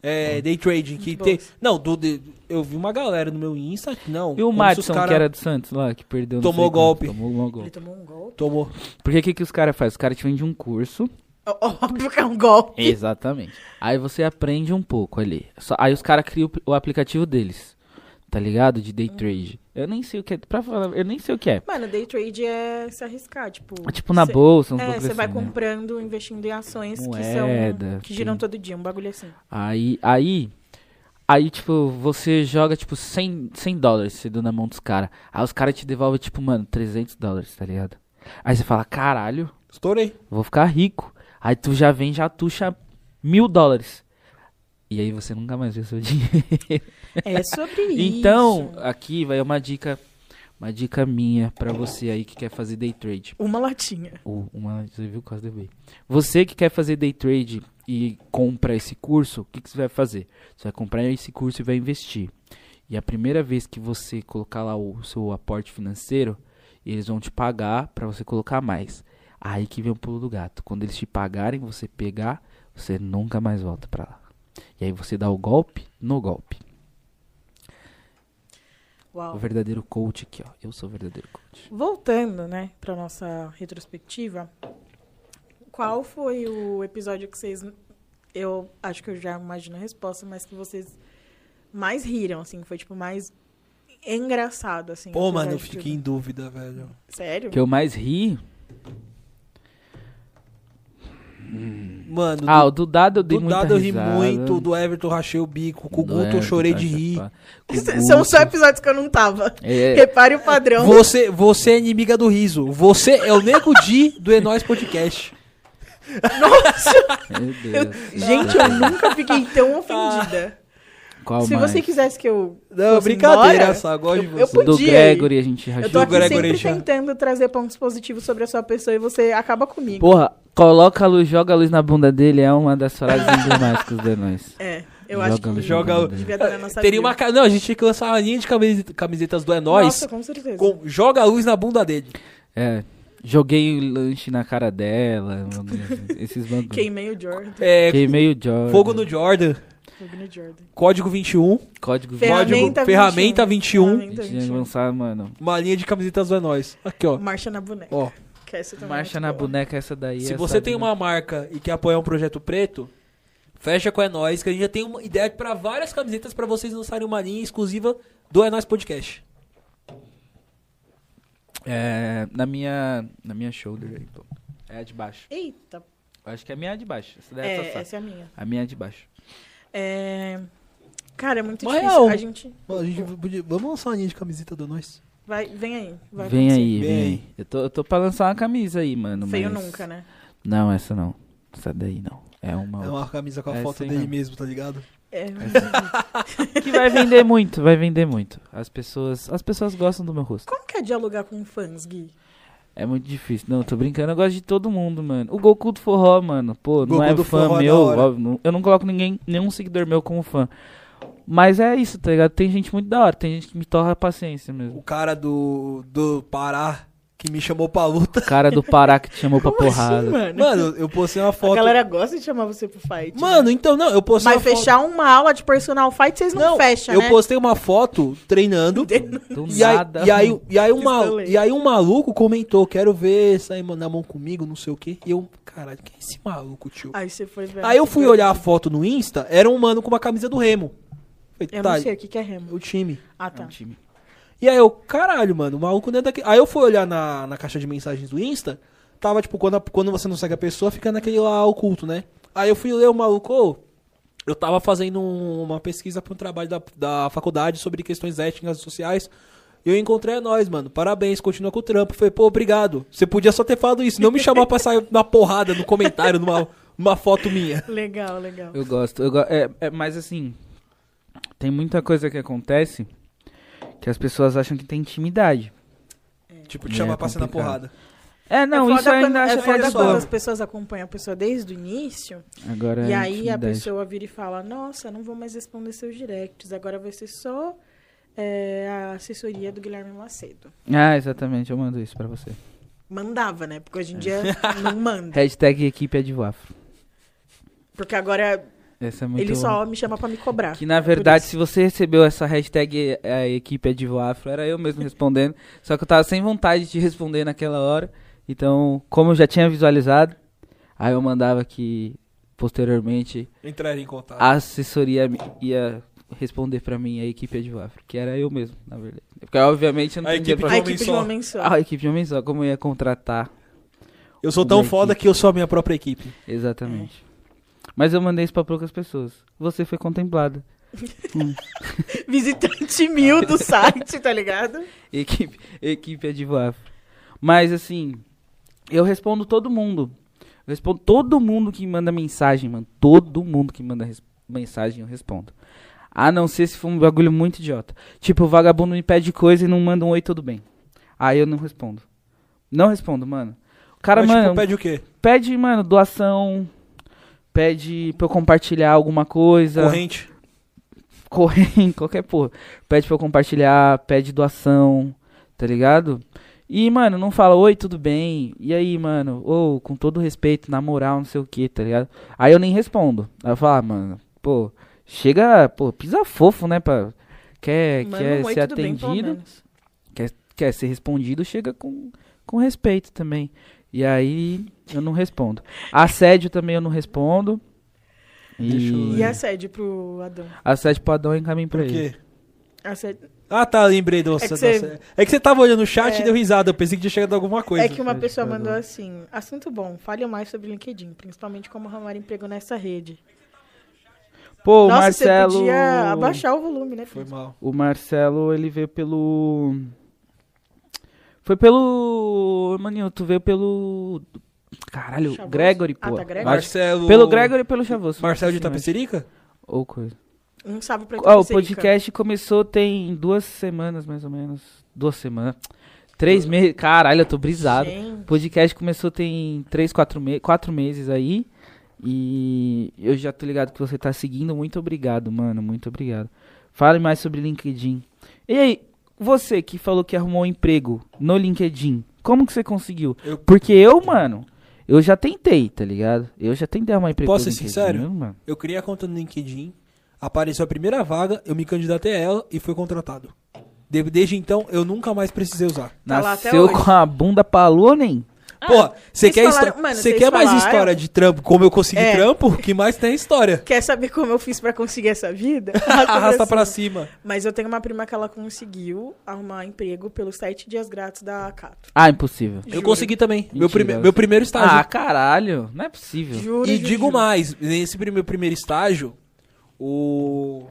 [SPEAKER 2] É, day trading. Que
[SPEAKER 3] Muito
[SPEAKER 2] tem...
[SPEAKER 3] boas.
[SPEAKER 2] Não, do, de- eu vi uma galera no meu Insta. que Não.
[SPEAKER 1] e o
[SPEAKER 2] como se
[SPEAKER 1] Madison,
[SPEAKER 2] os cara
[SPEAKER 1] que era do Santos lá, que perdeu... não
[SPEAKER 2] Tomou
[SPEAKER 1] sei quanto,
[SPEAKER 2] golpe.
[SPEAKER 1] Tomou um
[SPEAKER 3] Ele
[SPEAKER 1] golpe.
[SPEAKER 3] tomou um golpe.
[SPEAKER 2] Tomou.
[SPEAKER 1] Porque o que, que os caras fazem? Os caras te vendem um curso.
[SPEAKER 3] Ó, Óbvio que é um golpe.
[SPEAKER 1] Exatamente. Aí você aprende um pouco ali. Só- aí os caras criam o pl- o aplicativo deles. Tá ligado? De
[SPEAKER 2] Hum.
[SPEAKER 1] day trade. Eu nem sei o que é. Pra falar, eu nem sei o que é.
[SPEAKER 3] Mano, day trade é se arriscar, tipo.
[SPEAKER 1] É Tipo na
[SPEAKER 3] cê-
[SPEAKER 1] bolsa, uns
[SPEAKER 3] É,
[SPEAKER 1] bagulho
[SPEAKER 3] você vai
[SPEAKER 1] assim, né?
[SPEAKER 3] comprando, investindo em ações que
[SPEAKER 1] Moeda,
[SPEAKER 3] são. que giram
[SPEAKER 1] tem-
[SPEAKER 3] todo dia, um bagulho assim.
[SPEAKER 1] Aí, aí, aí, tipo, você joga, tipo, 100, 100 dólares, você deu na mão dos caras. Aí os caras te devolvem, tipo, mano, 300 dólares, tá ligado? Aí você fala, caralho,
[SPEAKER 2] Estourei.
[SPEAKER 1] vou ficar rico. Aí tu já vem, já tuxa mil dólares. E aí você nunca mais vê seu (laughs) dinheiro. (laughs)
[SPEAKER 3] É sobre isso.
[SPEAKER 1] Então, aqui vai uma dica, uma dica minha pra você aí que quer fazer day trade.
[SPEAKER 3] Uma latinha.
[SPEAKER 1] Ou uma, você viu, quase derrubei. Você que quer fazer day trade e compra esse curso, o que, que você vai fazer? Você vai comprar esse curso e vai investir. E a primeira vez que você colocar lá o seu aporte financeiro, eles vão te pagar para você colocar mais. Aí que vem o pulo do gato. Quando eles te pagarem, você pegar, você nunca mais volta para lá. E aí você dá o golpe no golpe. O
[SPEAKER 3] Uau.
[SPEAKER 1] verdadeiro coach aqui, ó. Eu sou o verdadeiro coach.
[SPEAKER 3] Voltando, né, pra nossa retrospectiva, qual foi o episódio que vocês. Eu acho que eu já imagino a resposta, mas que vocês mais riram, assim, que foi tipo mais engraçado, assim.
[SPEAKER 2] Pô,
[SPEAKER 3] apesar
[SPEAKER 2] mano, eu
[SPEAKER 3] de
[SPEAKER 2] fiquei em dúvida, velho.
[SPEAKER 3] tudo. Sério?
[SPEAKER 1] O que eu mais ri.
[SPEAKER 2] Mano,
[SPEAKER 1] Ah, o do dado eu dei
[SPEAKER 2] do, do
[SPEAKER 1] muita
[SPEAKER 2] Dado eu ri
[SPEAKER 1] risada.
[SPEAKER 2] muito. Do Everton rachei o bico. Com o
[SPEAKER 1] Do
[SPEAKER 2] Guto eu
[SPEAKER 1] Everton,
[SPEAKER 2] chorei de
[SPEAKER 1] tá,
[SPEAKER 2] rir.
[SPEAKER 1] tá.
[SPEAKER 3] S- (laughs) São só
[SPEAKER 1] Guto.
[SPEAKER 3] episódios que eu não tava.
[SPEAKER 1] É,
[SPEAKER 3] Repare o padrão.
[SPEAKER 2] Você, você é inimiga do riso. Você é o Nego Di do Enóis Podcast.
[SPEAKER 1] meu (laughs) Deus. Tá.
[SPEAKER 3] Gente, eu nunca fiquei tão
[SPEAKER 2] Ah.
[SPEAKER 3] ofendida.
[SPEAKER 1] Qual
[SPEAKER 3] Se
[SPEAKER 1] mais?
[SPEAKER 3] você quisesse que eu.
[SPEAKER 2] (laughs) Não,
[SPEAKER 3] fosse
[SPEAKER 2] brincadeira,
[SPEAKER 3] embora,
[SPEAKER 2] só gosto de
[SPEAKER 3] eu- eu
[SPEAKER 2] você.
[SPEAKER 1] O do
[SPEAKER 3] podia ir.
[SPEAKER 1] Gregory a gente
[SPEAKER 3] Eu
[SPEAKER 1] rachou.
[SPEAKER 3] tô
[SPEAKER 2] Do
[SPEAKER 1] o
[SPEAKER 3] aqui
[SPEAKER 1] bico.
[SPEAKER 2] Gregory
[SPEAKER 3] sempre
[SPEAKER 2] já.
[SPEAKER 3] tentando trazer pontos positivos sobre a sua pessoa e você acaba comigo.
[SPEAKER 1] Porra, coloca a luz, joga a luz na bunda dele é uma das frases
[SPEAKER 3] (laughs)
[SPEAKER 1] emblemáticas do Enões.
[SPEAKER 3] É, eu
[SPEAKER 1] Joga
[SPEAKER 3] acho que
[SPEAKER 1] no
[SPEAKER 2] Joga o-
[SPEAKER 3] devia estar na nossa
[SPEAKER 2] Teria uma.
[SPEAKER 3] vida.
[SPEAKER 2] ca- Não, a gente tinha que lançar uma linha de camiseta- camisetas do É Nóis.
[SPEAKER 3] Nossa, com certeza.
[SPEAKER 2] com Joga a luz na bunda dele.
[SPEAKER 1] É. Joguei o lanche na cara dela. meu Deus, Esses bagulhos.
[SPEAKER 3] Queimei o Jordan.
[SPEAKER 2] É,
[SPEAKER 1] Queimei o Jordan.
[SPEAKER 2] Fogo no Jordan.
[SPEAKER 3] Fogo no Jordan.
[SPEAKER 2] Código 21.
[SPEAKER 1] Código
[SPEAKER 3] Ferramenta então,
[SPEAKER 1] Código-
[SPEAKER 3] 21.
[SPEAKER 2] Ferramenta 21.
[SPEAKER 1] A
[SPEAKER 3] Ferramenta um.
[SPEAKER 1] gente ia lançar, mano.
[SPEAKER 2] Uma linha de camisetas do É Nóis. Aqui, ó.
[SPEAKER 3] Marcha na boneca.
[SPEAKER 2] Ó.
[SPEAKER 3] Que essa também é
[SPEAKER 1] Marcha
[SPEAKER 3] muito
[SPEAKER 1] na
[SPEAKER 3] boa.
[SPEAKER 1] boneca essa daí. é
[SPEAKER 2] Se
[SPEAKER 1] essa
[SPEAKER 2] você tem
[SPEAKER 1] mina-
[SPEAKER 2] uma marca e quer apoiar um projeto preto, fecha com É Nóis, que a gente já tem uma ideia pra várias camisetas pra vocês lançarem uma linha exclusiva do É Nóis Podcast.
[SPEAKER 1] É, na minha. Na minha shoulder aí, pô. É a de baixo.
[SPEAKER 3] Eita,
[SPEAKER 1] Eu acho que é a minha é a de baixo. Essa daí é,
[SPEAKER 3] é,
[SPEAKER 1] essa,
[SPEAKER 3] essa é a minha.
[SPEAKER 1] A minha é a de baixo.
[SPEAKER 3] É... Cara, é muito
[SPEAKER 2] Mas
[SPEAKER 3] difícil.
[SPEAKER 2] real.
[SPEAKER 3] A gente
[SPEAKER 2] vamos lançar uma linha de camiseta do Nós?
[SPEAKER 3] vai... Vem aí. Vai
[SPEAKER 1] vem
[SPEAKER 3] acontecer.
[SPEAKER 1] aí, vem
[SPEAKER 2] Vem.
[SPEAKER 1] aí. Eu tô, eu tô pra lançar uma camisa aí, mano.
[SPEAKER 3] Feio
[SPEAKER 1] mas-
[SPEAKER 3] nunca, né?
[SPEAKER 1] Não, essa não. Essa daí não. É uma.
[SPEAKER 2] É
[SPEAKER 1] outra.
[SPEAKER 2] uma camisa com a
[SPEAKER 1] É
[SPEAKER 2] foto
[SPEAKER 1] isso aí
[SPEAKER 2] dele
[SPEAKER 1] mesmo.
[SPEAKER 2] mesmo, tá ligado?
[SPEAKER 1] (laughs)
[SPEAKER 3] É.
[SPEAKER 1] Que vai vender muito, vai vender muito. As pessoas, as pessoas gostam do meu rosto.
[SPEAKER 3] Como que é dialogar com fãs, Gui?
[SPEAKER 1] É muito difícil. Não, tô brincando, eu gosto de todo mundo, mano. O Goku do Forró, mano, pô, não
[SPEAKER 2] Goku
[SPEAKER 1] é
[SPEAKER 2] do
[SPEAKER 1] fã
[SPEAKER 2] forró é
[SPEAKER 1] meu,
[SPEAKER 2] da hora.
[SPEAKER 1] óbvio, não- eu não coloco ninguém, nenhum seguidor meu como fã. Mas é isso, tá ligado? Tem gente muito da hora, tem gente que me torra a paciência mesmo.
[SPEAKER 2] O cara do, do Pará que me chamou pra luta.
[SPEAKER 3] (laughs)
[SPEAKER 1] O cara do Pará que te chamou pra
[SPEAKER 3] Como assim,
[SPEAKER 1] porrada.
[SPEAKER 3] mano?
[SPEAKER 2] Mano, eu postei uma
[SPEAKER 3] a
[SPEAKER 2] foto.
[SPEAKER 3] galera gosta de chamar você pro fight. né?
[SPEAKER 2] Mano, então, não, eu postei
[SPEAKER 3] Mas
[SPEAKER 2] uma foto.
[SPEAKER 3] fechar uma aula de personal fight, vocês não, fecham,
[SPEAKER 2] eu
[SPEAKER 3] né?
[SPEAKER 2] postei uma foto
[SPEAKER 3] (laughs)
[SPEAKER 2] treinando.
[SPEAKER 1] Do
[SPEAKER 2] E aí,
[SPEAKER 1] nada.
[SPEAKER 2] e, aí,
[SPEAKER 1] mano.
[SPEAKER 2] e, aí uma,
[SPEAKER 3] Pistolei.
[SPEAKER 2] e aí um maluco comentou, quero ver sair na mão comigo, não sei o quê. E eu, caralho, quem é esse maluco, tio?
[SPEAKER 3] Aí você foi ver.
[SPEAKER 2] Aí eu fui olhar a foto no Insta, era um mano com uma camisa do Remo. Falei,
[SPEAKER 3] Eu
[SPEAKER 2] tá,
[SPEAKER 3] não sei o que, que é remo.
[SPEAKER 2] o time.
[SPEAKER 3] Ah, tá.
[SPEAKER 1] É um Time.
[SPEAKER 2] E aí eu, caralho, mano, o maluco não é daqui. Aí eu fui olhar na, na caixa de mensagens do Insta, tava tipo, quando, a- quando você não segue a pessoa, fica naquele lá oculto, né? Aí eu fui ler o maluco, ô, eu tava fazendo um- uma pesquisa pra um trabalho da, da faculdade sobre questões étnicas e sociais. E eu encontrei a nós, mano. Parabéns, continua com o trampo. Falei, pô, obrigado. Você podia só ter falado isso, não me chamar pra sair na porrada no comentário, numa, numa foto minha.
[SPEAKER 3] Legal, legal.
[SPEAKER 1] Eu gosto, eu go é, é, mas assim, tem muita coisa que acontece que as pessoas acham que tem intimidade.
[SPEAKER 2] Tipo, te
[SPEAKER 1] É,
[SPEAKER 2] chamar pra sair na
[SPEAKER 1] complicado.
[SPEAKER 2] porrada.
[SPEAKER 1] É, não,
[SPEAKER 3] é foda
[SPEAKER 1] isso eu
[SPEAKER 3] quando-
[SPEAKER 1] ainda
[SPEAKER 3] é
[SPEAKER 1] acho que é
[SPEAKER 3] foda
[SPEAKER 1] de
[SPEAKER 3] quando
[SPEAKER 1] boa.
[SPEAKER 3] as pessoas acompanham a pessoa desde o início.
[SPEAKER 1] Agora
[SPEAKER 3] e
[SPEAKER 1] é
[SPEAKER 3] aí a
[SPEAKER 1] intimidade.
[SPEAKER 3] pessoa vira e fala, nossa, não vou mais responder seus directs. Agora vai ser só é, a assessoria do Guilherme Macedo.
[SPEAKER 1] Ah, exatamente, eu mando isso pra você.
[SPEAKER 3] Mandava, né? Porque hoje em dia
[SPEAKER 2] É.
[SPEAKER 3] não
[SPEAKER 2] (laughs)
[SPEAKER 3] manda.
[SPEAKER 1] Hashtag equipe é Advoafro.
[SPEAKER 3] Porque agora
[SPEAKER 1] Essa é muito
[SPEAKER 3] ele só me chama pra me cobrar.
[SPEAKER 1] Que na verdade, se você recebeu essa hashtag é, a equipe é de Voafro, era eu mesmo respondendo. só que eu tava sem vontade de responder naquela hora. Então, como eu já tinha visualizado, aí eu mandava que posteriormente
[SPEAKER 2] Entrar em contato.
[SPEAKER 1] a assessoria me- ia responder pra mim a equipe é de Voafro, que era eu mesmo, na verdade. Porque obviamente eu não
[SPEAKER 2] A
[SPEAKER 1] tinha dinheiro
[SPEAKER 2] equipe
[SPEAKER 1] pra...
[SPEAKER 3] A
[SPEAKER 2] homem
[SPEAKER 3] equipe de
[SPEAKER 2] só.
[SPEAKER 3] homem só.
[SPEAKER 1] Ah, a equipe de homem só, como eu ia contratar.
[SPEAKER 2] Eu sou tão
[SPEAKER 1] Uma
[SPEAKER 2] foda
[SPEAKER 1] equipe.
[SPEAKER 2] que eu sou a minha própria equipe.
[SPEAKER 1] Exatamente.
[SPEAKER 2] É.
[SPEAKER 1] Mas eu mandei isso pra poucas pessoas. Você foi contemplada.
[SPEAKER 3] Visitante mil do site, tá ligado?
[SPEAKER 1] Equipe, (laughs) equipe Advoafro. Mas assim, eu respondo todo mundo. Eu respondo todo mundo que manda mensagem, mano. Todo mundo que manda res- mensagem eu respondo. A não ser se for um bagulho muito idiota. Tipo, o vagabundo me pede coisa e não manda um oi, tudo bem. Aí eu não respondo. Não respondo, mano. O cara,
[SPEAKER 2] Mas, tipo,
[SPEAKER 1] mano,
[SPEAKER 2] pede o quê?
[SPEAKER 1] pede, mano, doação. Pede pra eu compartilhar alguma coisa
[SPEAKER 2] Corrente.
[SPEAKER 1] (laughs) correndo, qualquer porra. Pede pra eu compartilhar, pede doação, tá ligado? E, mano, não fala, oi, tudo bem? E aí, mano? Ou, com todo respeito, na moral, não sei o que, tá ligado? Aí eu nem respondo. Aí eu falo, ah, mano, pô, chega, pô, pisa fofo, né, pra...
[SPEAKER 2] É
[SPEAKER 1] Quer,
[SPEAKER 3] Manda
[SPEAKER 1] quer
[SPEAKER 3] um oi,
[SPEAKER 1] ser
[SPEAKER 3] tudo bem, pelo
[SPEAKER 1] atendido,
[SPEAKER 3] menos.
[SPEAKER 1] quer ser respondido, chega com, com respeito também. E aí, eu não respondo. Assédio também eu não respondo.
[SPEAKER 2] Deixa eu
[SPEAKER 1] E,
[SPEAKER 3] E
[SPEAKER 2] ver.
[SPEAKER 1] e
[SPEAKER 3] a sede pro Adão?
[SPEAKER 1] assédio pro Adão encaminho pra
[SPEAKER 2] Por
[SPEAKER 1] ele.
[SPEAKER 2] quê?
[SPEAKER 3] A sede-
[SPEAKER 2] Ah, tá, lembrei do você.
[SPEAKER 3] que você-
[SPEAKER 2] É que você tava olhando o chat
[SPEAKER 3] É.
[SPEAKER 2] e deu risada. Eu pensei que tinha chegado alguma coisa.
[SPEAKER 3] É que uma
[SPEAKER 1] sede
[SPEAKER 3] pessoa
[SPEAKER 1] pro
[SPEAKER 3] mandou
[SPEAKER 1] Adão.
[SPEAKER 3] assim: assunto bom, fale mais sobre o LinkedIn, principalmente como arrumar emprego nessa rede.
[SPEAKER 1] Pô, o
[SPEAKER 3] Nossa,
[SPEAKER 1] Marcelo.
[SPEAKER 3] você podia abaixar o volume, né?
[SPEAKER 2] Foi mal.
[SPEAKER 1] O Marcelo, ele veio pelo. Foi pelo. Maninho, tu veio pelo. Caralho,
[SPEAKER 3] Chavoso?
[SPEAKER 1] Gregory,
[SPEAKER 3] Ah,
[SPEAKER 1] pô.
[SPEAKER 3] tá, Gregory.
[SPEAKER 2] Marcelo.
[SPEAKER 1] Pelo Gregory e pelo Chavoso.
[SPEAKER 2] Marcelo de
[SPEAKER 1] Sim, mas-
[SPEAKER 2] Tapecerica?
[SPEAKER 1] Ou coisa.
[SPEAKER 3] Um salve pra
[SPEAKER 1] Ah, o
[SPEAKER 3] Itapecerica.
[SPEAKER 2] é
[SPEAKER 1] podcast começou tem duas semanas, mais ou menos. Duas semanas. Três meses. Caralho, eu tô brisado. O
[SPEAKER 3] Gente,
[SPEAKER 1] podcast começou tem três, quatro, me quatro meses aí. E eu já tô ligado que você tá seguindo. Muito obrigado, mano. Muito obrigado. Fale mais sobre LinkedIn. E aí, você que falou que arrumou um emprego no LinkedIn, como que você conseguiu?
[SPEAKER 2] Eu-
[SPEAKER 1] Porque eu, mano, eu já tentei, tá ligado? Eu já tentei arrumar emprego
[SPEAKER 2] Posso
[SPEAKER 1] no
[SPEAKER 2] ser
[SPEAKER 1] LinkedIn,
[SPEAKER 2] sincero?
[SPEAKER 1] mano.
[SPEAKER 2] Eu criei a conta no LinkedIn. Apareceu a primeira vaga, eu me candidatei a ela e fui contratado. De- Desde então, eu nunca mais precisei usar.
[SPEAKER 3] Tá lá até
[SPEAKER 1] Nasceu
[SPEAKER 3] hoje.
[SPEAKER 1] com a bunda pra lua, nem?
[SPEAKER 2] Porra, você
[SPEAKER 3] Ah, vocês
[SPEAKER 2] quer,
[SPEAKER 3] falaram-
[SPEAKER 2] histó-
[SPEAKER 3] mano,
[SPEAKER 2] você
[SPEAKER 3] vocês
[SPEAKER 2] quer mais
[SPEAKER 3] falaram-
[SPEAKER 2] história de trampo? Como eu consegui
[SPEAKER 3] É.
[SPEAKER 2] trampo? O que mais tem é
[SPEAKER 3] (laughs)
[SPEAKER 2] história?
[SPEAKER 3] Quer saber como eu fiz pra conseguir essa
[SPEAKER 2] (laughs)
[SPEAKER 3] vida? assim.
[SPEAKER 2] Arrasta pra cima.
[SPEAKER 3] Mas eu tenho uma prima que ela conseguiu arrumar emprego pelo site Dias Grátis da Cato.
[SPEAKER 1] Ah, impossível.
[SPEAKER 2] Eu
[SPEAKER 3] Juro.
[SPEAKER 2] consegui também. Meu, prime-
[SPEAKER 1] Mentira.
[SPEAKER 2] meu primeiro estágio.
[SPEAKER 1] Ah, caralho. Não é possível.
[SPEAKER 3] Juro.
[SPEAKER 2] E
[SPEAKER 3] juro,
[SPEAKER 2] digo
[SPEAKER 3] juro.
[SPEAKER 2] mais, nesse prime- meu primeiro estágio, o,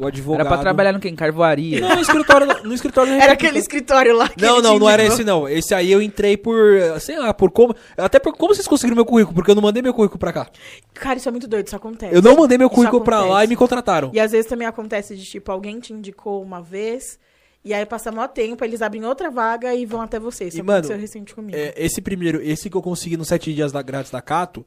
[SPEAKER 2] o advogado...
[SPEAKER 1] Era pra trabalhar no quê? Em carvoaria.
[SPEAKER 2] Não, no escritório, da- no escritório da
[SPEAKER 3] Era
[SPEAKER 2] República.
[SPEAKER 3] aquele escritório lá que
[SPEAKER 2] tá. Não,
[SPEAKER 3] ele
[SPEAKER 2] não,
[SPEAKER 3] te
[SPEAKER 2] não era
[SPEAKER 3] indicou.
[SPEAKER 2] esse não. Esse aí eu entrei por, sei lá, por como... Até por como vocês conseguiram meu currículo, porque eu não mandei meu currículo pra cá.
[SPEAKER 3] Cara, isso é muito doido, isso acontece.
[SPEAKER 2] Eu não mandei meu
[SPEAKER 3] Isso
[SPEAKER 2] currículo pra lá
[SPEAKER 3] acontece.
[SPEAKER 2] e me contrataram.
[SPEAKER 3] E às vezes também acontece de tipo, alguém te indicou uma vez E aí passa maior tempo, eles abrem outra vaga e vão até você. Isso
[SPEAKER 2] E, mano,
[SPEAKER 3] aconteceu recente comigo.
[SPEAKER 2] É, esse primeiro, esse que eu consegui nos sete dias da grátis da Cato,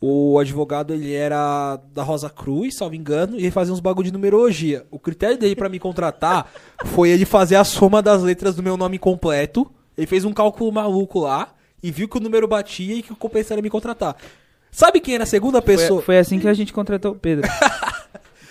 [SPEAKER 2] o advogado ele era da Rosa Cruz, salvo engano, e ele fazia uns bagulho de numerologia. O critério dele pra me contratar foi ele fazer a soma das letras do meu nome completo. Ele fez um cálculo maluco lá e viu que o número batia e que compensaria me contratar. Sabe quem era a segunda pessoa?
[SPEAKER 1] Foi, foi assim que a gente contratou o Pedro.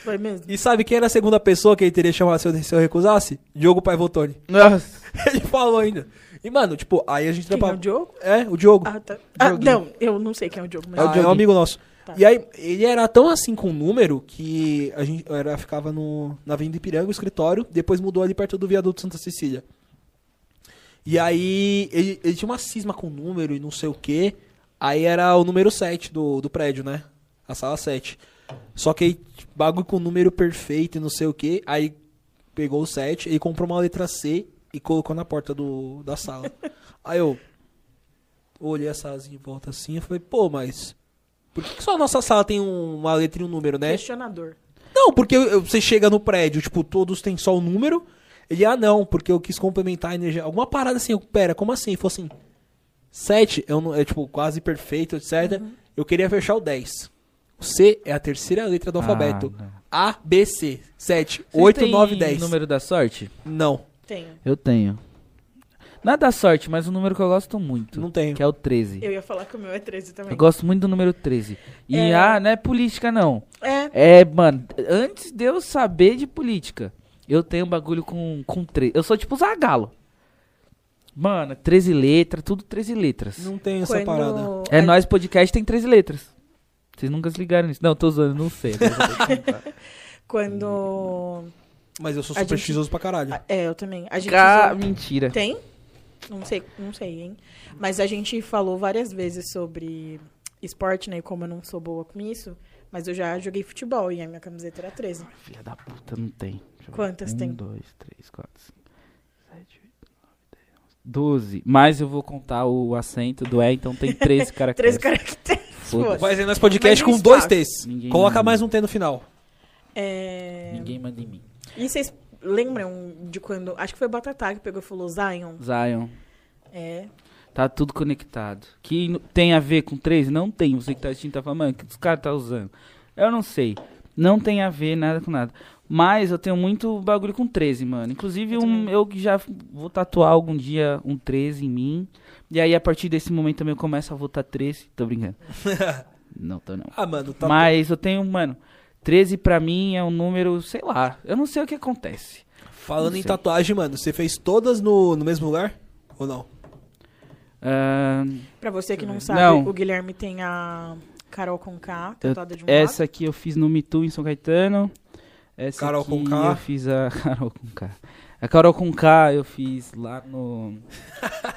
[SPEAKER 3] Foi mesmo.
[SPEAKER 2] E sabe quem era a segunda pessoa que ele teria chamado se eu, se eu recusasse? Diogo Paivotoni.
[SPEAKER 1] Nossa.
[SPEAKER 2] (laughs) Ele falou ainda. E, mano, tipo, aí a gente...
[SPEAKER 3] Quem é o Diogo?
[SPEAKER 2] É, o Diogo.
[SPEAKER 3] Ah, tá. Ah,
[SPEAKER 1] Dioguinho.
[SPEAKER 3] não, eu não sei quem é o Diogo, mas...
[SPEAKER 2] É, o
[SPEAKER 1] Ah,
[SPEAKER 2] Diogo, é um
[SPEAKER 1] Dioguinho.
[SPEAKER 2] amigo nosso.
[SPEAKER 3] Tá.
[SPEAKER 2] E aí, ele era tão assim com o número que a gente era, ficava no, na Avenida Ipiranga, o escritório, depois mudou ali perto do viaduto Santa Cecília. E aí, ele, ele tinha uma cisma com o número e não sei o quê. Aí era o número 7 do, do prédio, né? A sala 7. Só que aí, tipo, bagulho com o número perfeito e não sei o quê. Aí pegou o 7 e comprou uma letra C e colocou na porta do,
[SPEAKER 1] (laughs)
[SPEAKER 2] da sala. aí eu olhei a salazinha em volta assim e falei, pô, mas por que que só a nossa sala tem um- uma letra e um número, né?
[SPEAKER 3] Questionador.
[SPEAKER 2] Não, porque eu- eu- você chega no prédio, tipo, todos têm só o número. Ele, ah, não, porque eu quis complementar a energia. Alguma parada assim, eu, pera, como assim? Ele falou assim, 7 é, um- é, tipo, quase perfeito, etc.
[SPEAKER 1] Uhum.
[SPEAKER 2] Eu queria fechar o 10. O C é a terceira letra do alfabeto.
[SPEAKER 1] Ah, não.
[SPEAKER 2] A, B, C. 7,
[SPEAKER 1] Vocês
[SPEAKER 2] 8,
[SPEAKER 1] têm
[SPEAKER 2] 9, 10.
[SPEAKER 1] número da sorte?
[SPEAKER 2] Não,
[SPEAKER 3] Tenho.
[SPEAKER 1] Eu tenho. Nada da sorte, mas um número que eu gosto muito.
[SPEAKER 2] não tenho.
[SPEAKER 1] Que é o 13.
[SPEAKER 3] Eu ia falar que o meu é 13 também.
[SPEAKER 1] Eu gosto muito do número 13. E
[SPEAKER 3] É.
[SPEAKER 1] ah, não é política, não.
[SPEAKER 3] É,
[SPEAKER 1] É, mano, antes de eu saber de política, eu tenho um bagulho com, com 13. Eu sou tipo Zagalo. Mano, 13 letras, tudo 13 letras.
[SPEAKER 2] Não tenho essa
[SPEAKER 3] quando...
[SPEAKER 2] parada.
[SPEAKER 1] É
[SPEAKER 3] a-
[SPEAKER 1] nós podcast tem 13 letras. Vocês nunca se ligaram nisso. Não, tô zoando, não sei. mas eu vou contar.
[SPEAKER 3] Quando...
[SPEAKER 2] Mas eu sou
[SPEAKER 3] A gente-
[SPEAKER 2] supersticioso pra caralho.
[SPEAKER 3] a- É, eu também. A gente
[SPEAKER 1] Ca-
[SPEAKER 3] usou-
[SPEAKER 1] Mentira.
[SPEAKER 3] Tem? Não sei, não sei, hein? Mas a gente falou várias vezes sobre esporte, né? E como eu não sou boa com isso, mas eu já joguei futebol e a minha camiseta era 13.
[SPEAKER 1] Filha da puta, não tem. Deixa eu ver.
[SPEAKER 3] Quantas
[SPEAKER 1] um,
[SPEAKER 3] tem?
[SPEAKER 1] dois, três, quatro, cinco, sete, oito, nove, dez, doze. Mas eu vou contar o acento do é, então tem
[SPEAKER 3] (laughs)
[SPEAKER 1] 13 caracteres.
[SPEAKER 3] 13 caracteres. (laughs)
[SPEAKER 1] Foda-se.
[SPEAKER 3] pô.
[SPEAKER 2] Mas aí nós podcast
[SPEAKER 3] Mas é
[SPEAKER 2] com
[SPEAKER 3] isso
[SPEAKER 2] dois
[SPEAKER 3] passa.
[SPEAKER 2] T's.
[SPEAKER 1] Ninguém-
[SPEAKER 2] Coloca mais um T no final.
[SPEAKER 3] É...
[SPEAKER 4] Ninguém manda em mim.
[SPEAKER 3] E vocês lembram de quando. Acho que foi o Batatá que pegou e falou Zion?
[SPEAKER 1] Zion.
[SPEAKER 3] É.
[SPEAKER 1] Tá tudo conectado. Que n- tem a ver com 13? Não tem. Você que tá assistindo tá falando, mano, o que os caras tá usando? Eu não sei. Não tem a ver nada com nada. Mas eu tenho muito bagulho com 13, mano. Inclusive,
[SPEAKER 3] Eu
[SPEAKER 1] um,
[SPEAKER 3] também.
[SPEAKER 1] eu que já f- vou tatuar algum dia um 13 em mim. E aí, a partir desse momento, também eu começo a votar 13. Tô
[SPEAKER 3] (laughs)
[SPEAKER 1] brincando. não tô, não.
[SPEAKER 2] Ah, mano, tá.
[SPEAKER 1] Mas eu tenho, mano, 13 pra mim é um número, sei lá. Eu não sei o que acontece.
[SPEAKER 2] Falando
[SPEAKER 1] Não
[SPEAKER 2] em
[SPEAKER 1] sei.
[SPEAKER 2] tatuagem, mano, você fez todas no, no mesmo lugar? Ou não?
[SPEAKER 1] Ahn,
[SPEAKER 3] Pra você que não sabe,
[SPEAKER 1] Não.
[SPEAKER 3] o Guilherme tem a Carol com K,
[SPEAKER 1] Eu-
[SPEAKER 3] tatuada de um
[SPEAKER 1] Essa aqui eu fiz no Me Too em São Caetano. Essa
[SPEAKER 2] Carol
[SPEAKER 1] aqui
[SPEAKER 2] com K.
[SPEAKER 1] eu fiz a (laughs) Carol com K. A Carol com K eu fiz lá
[SPEAKER 2] (laughs)
[SPEAKER 1] no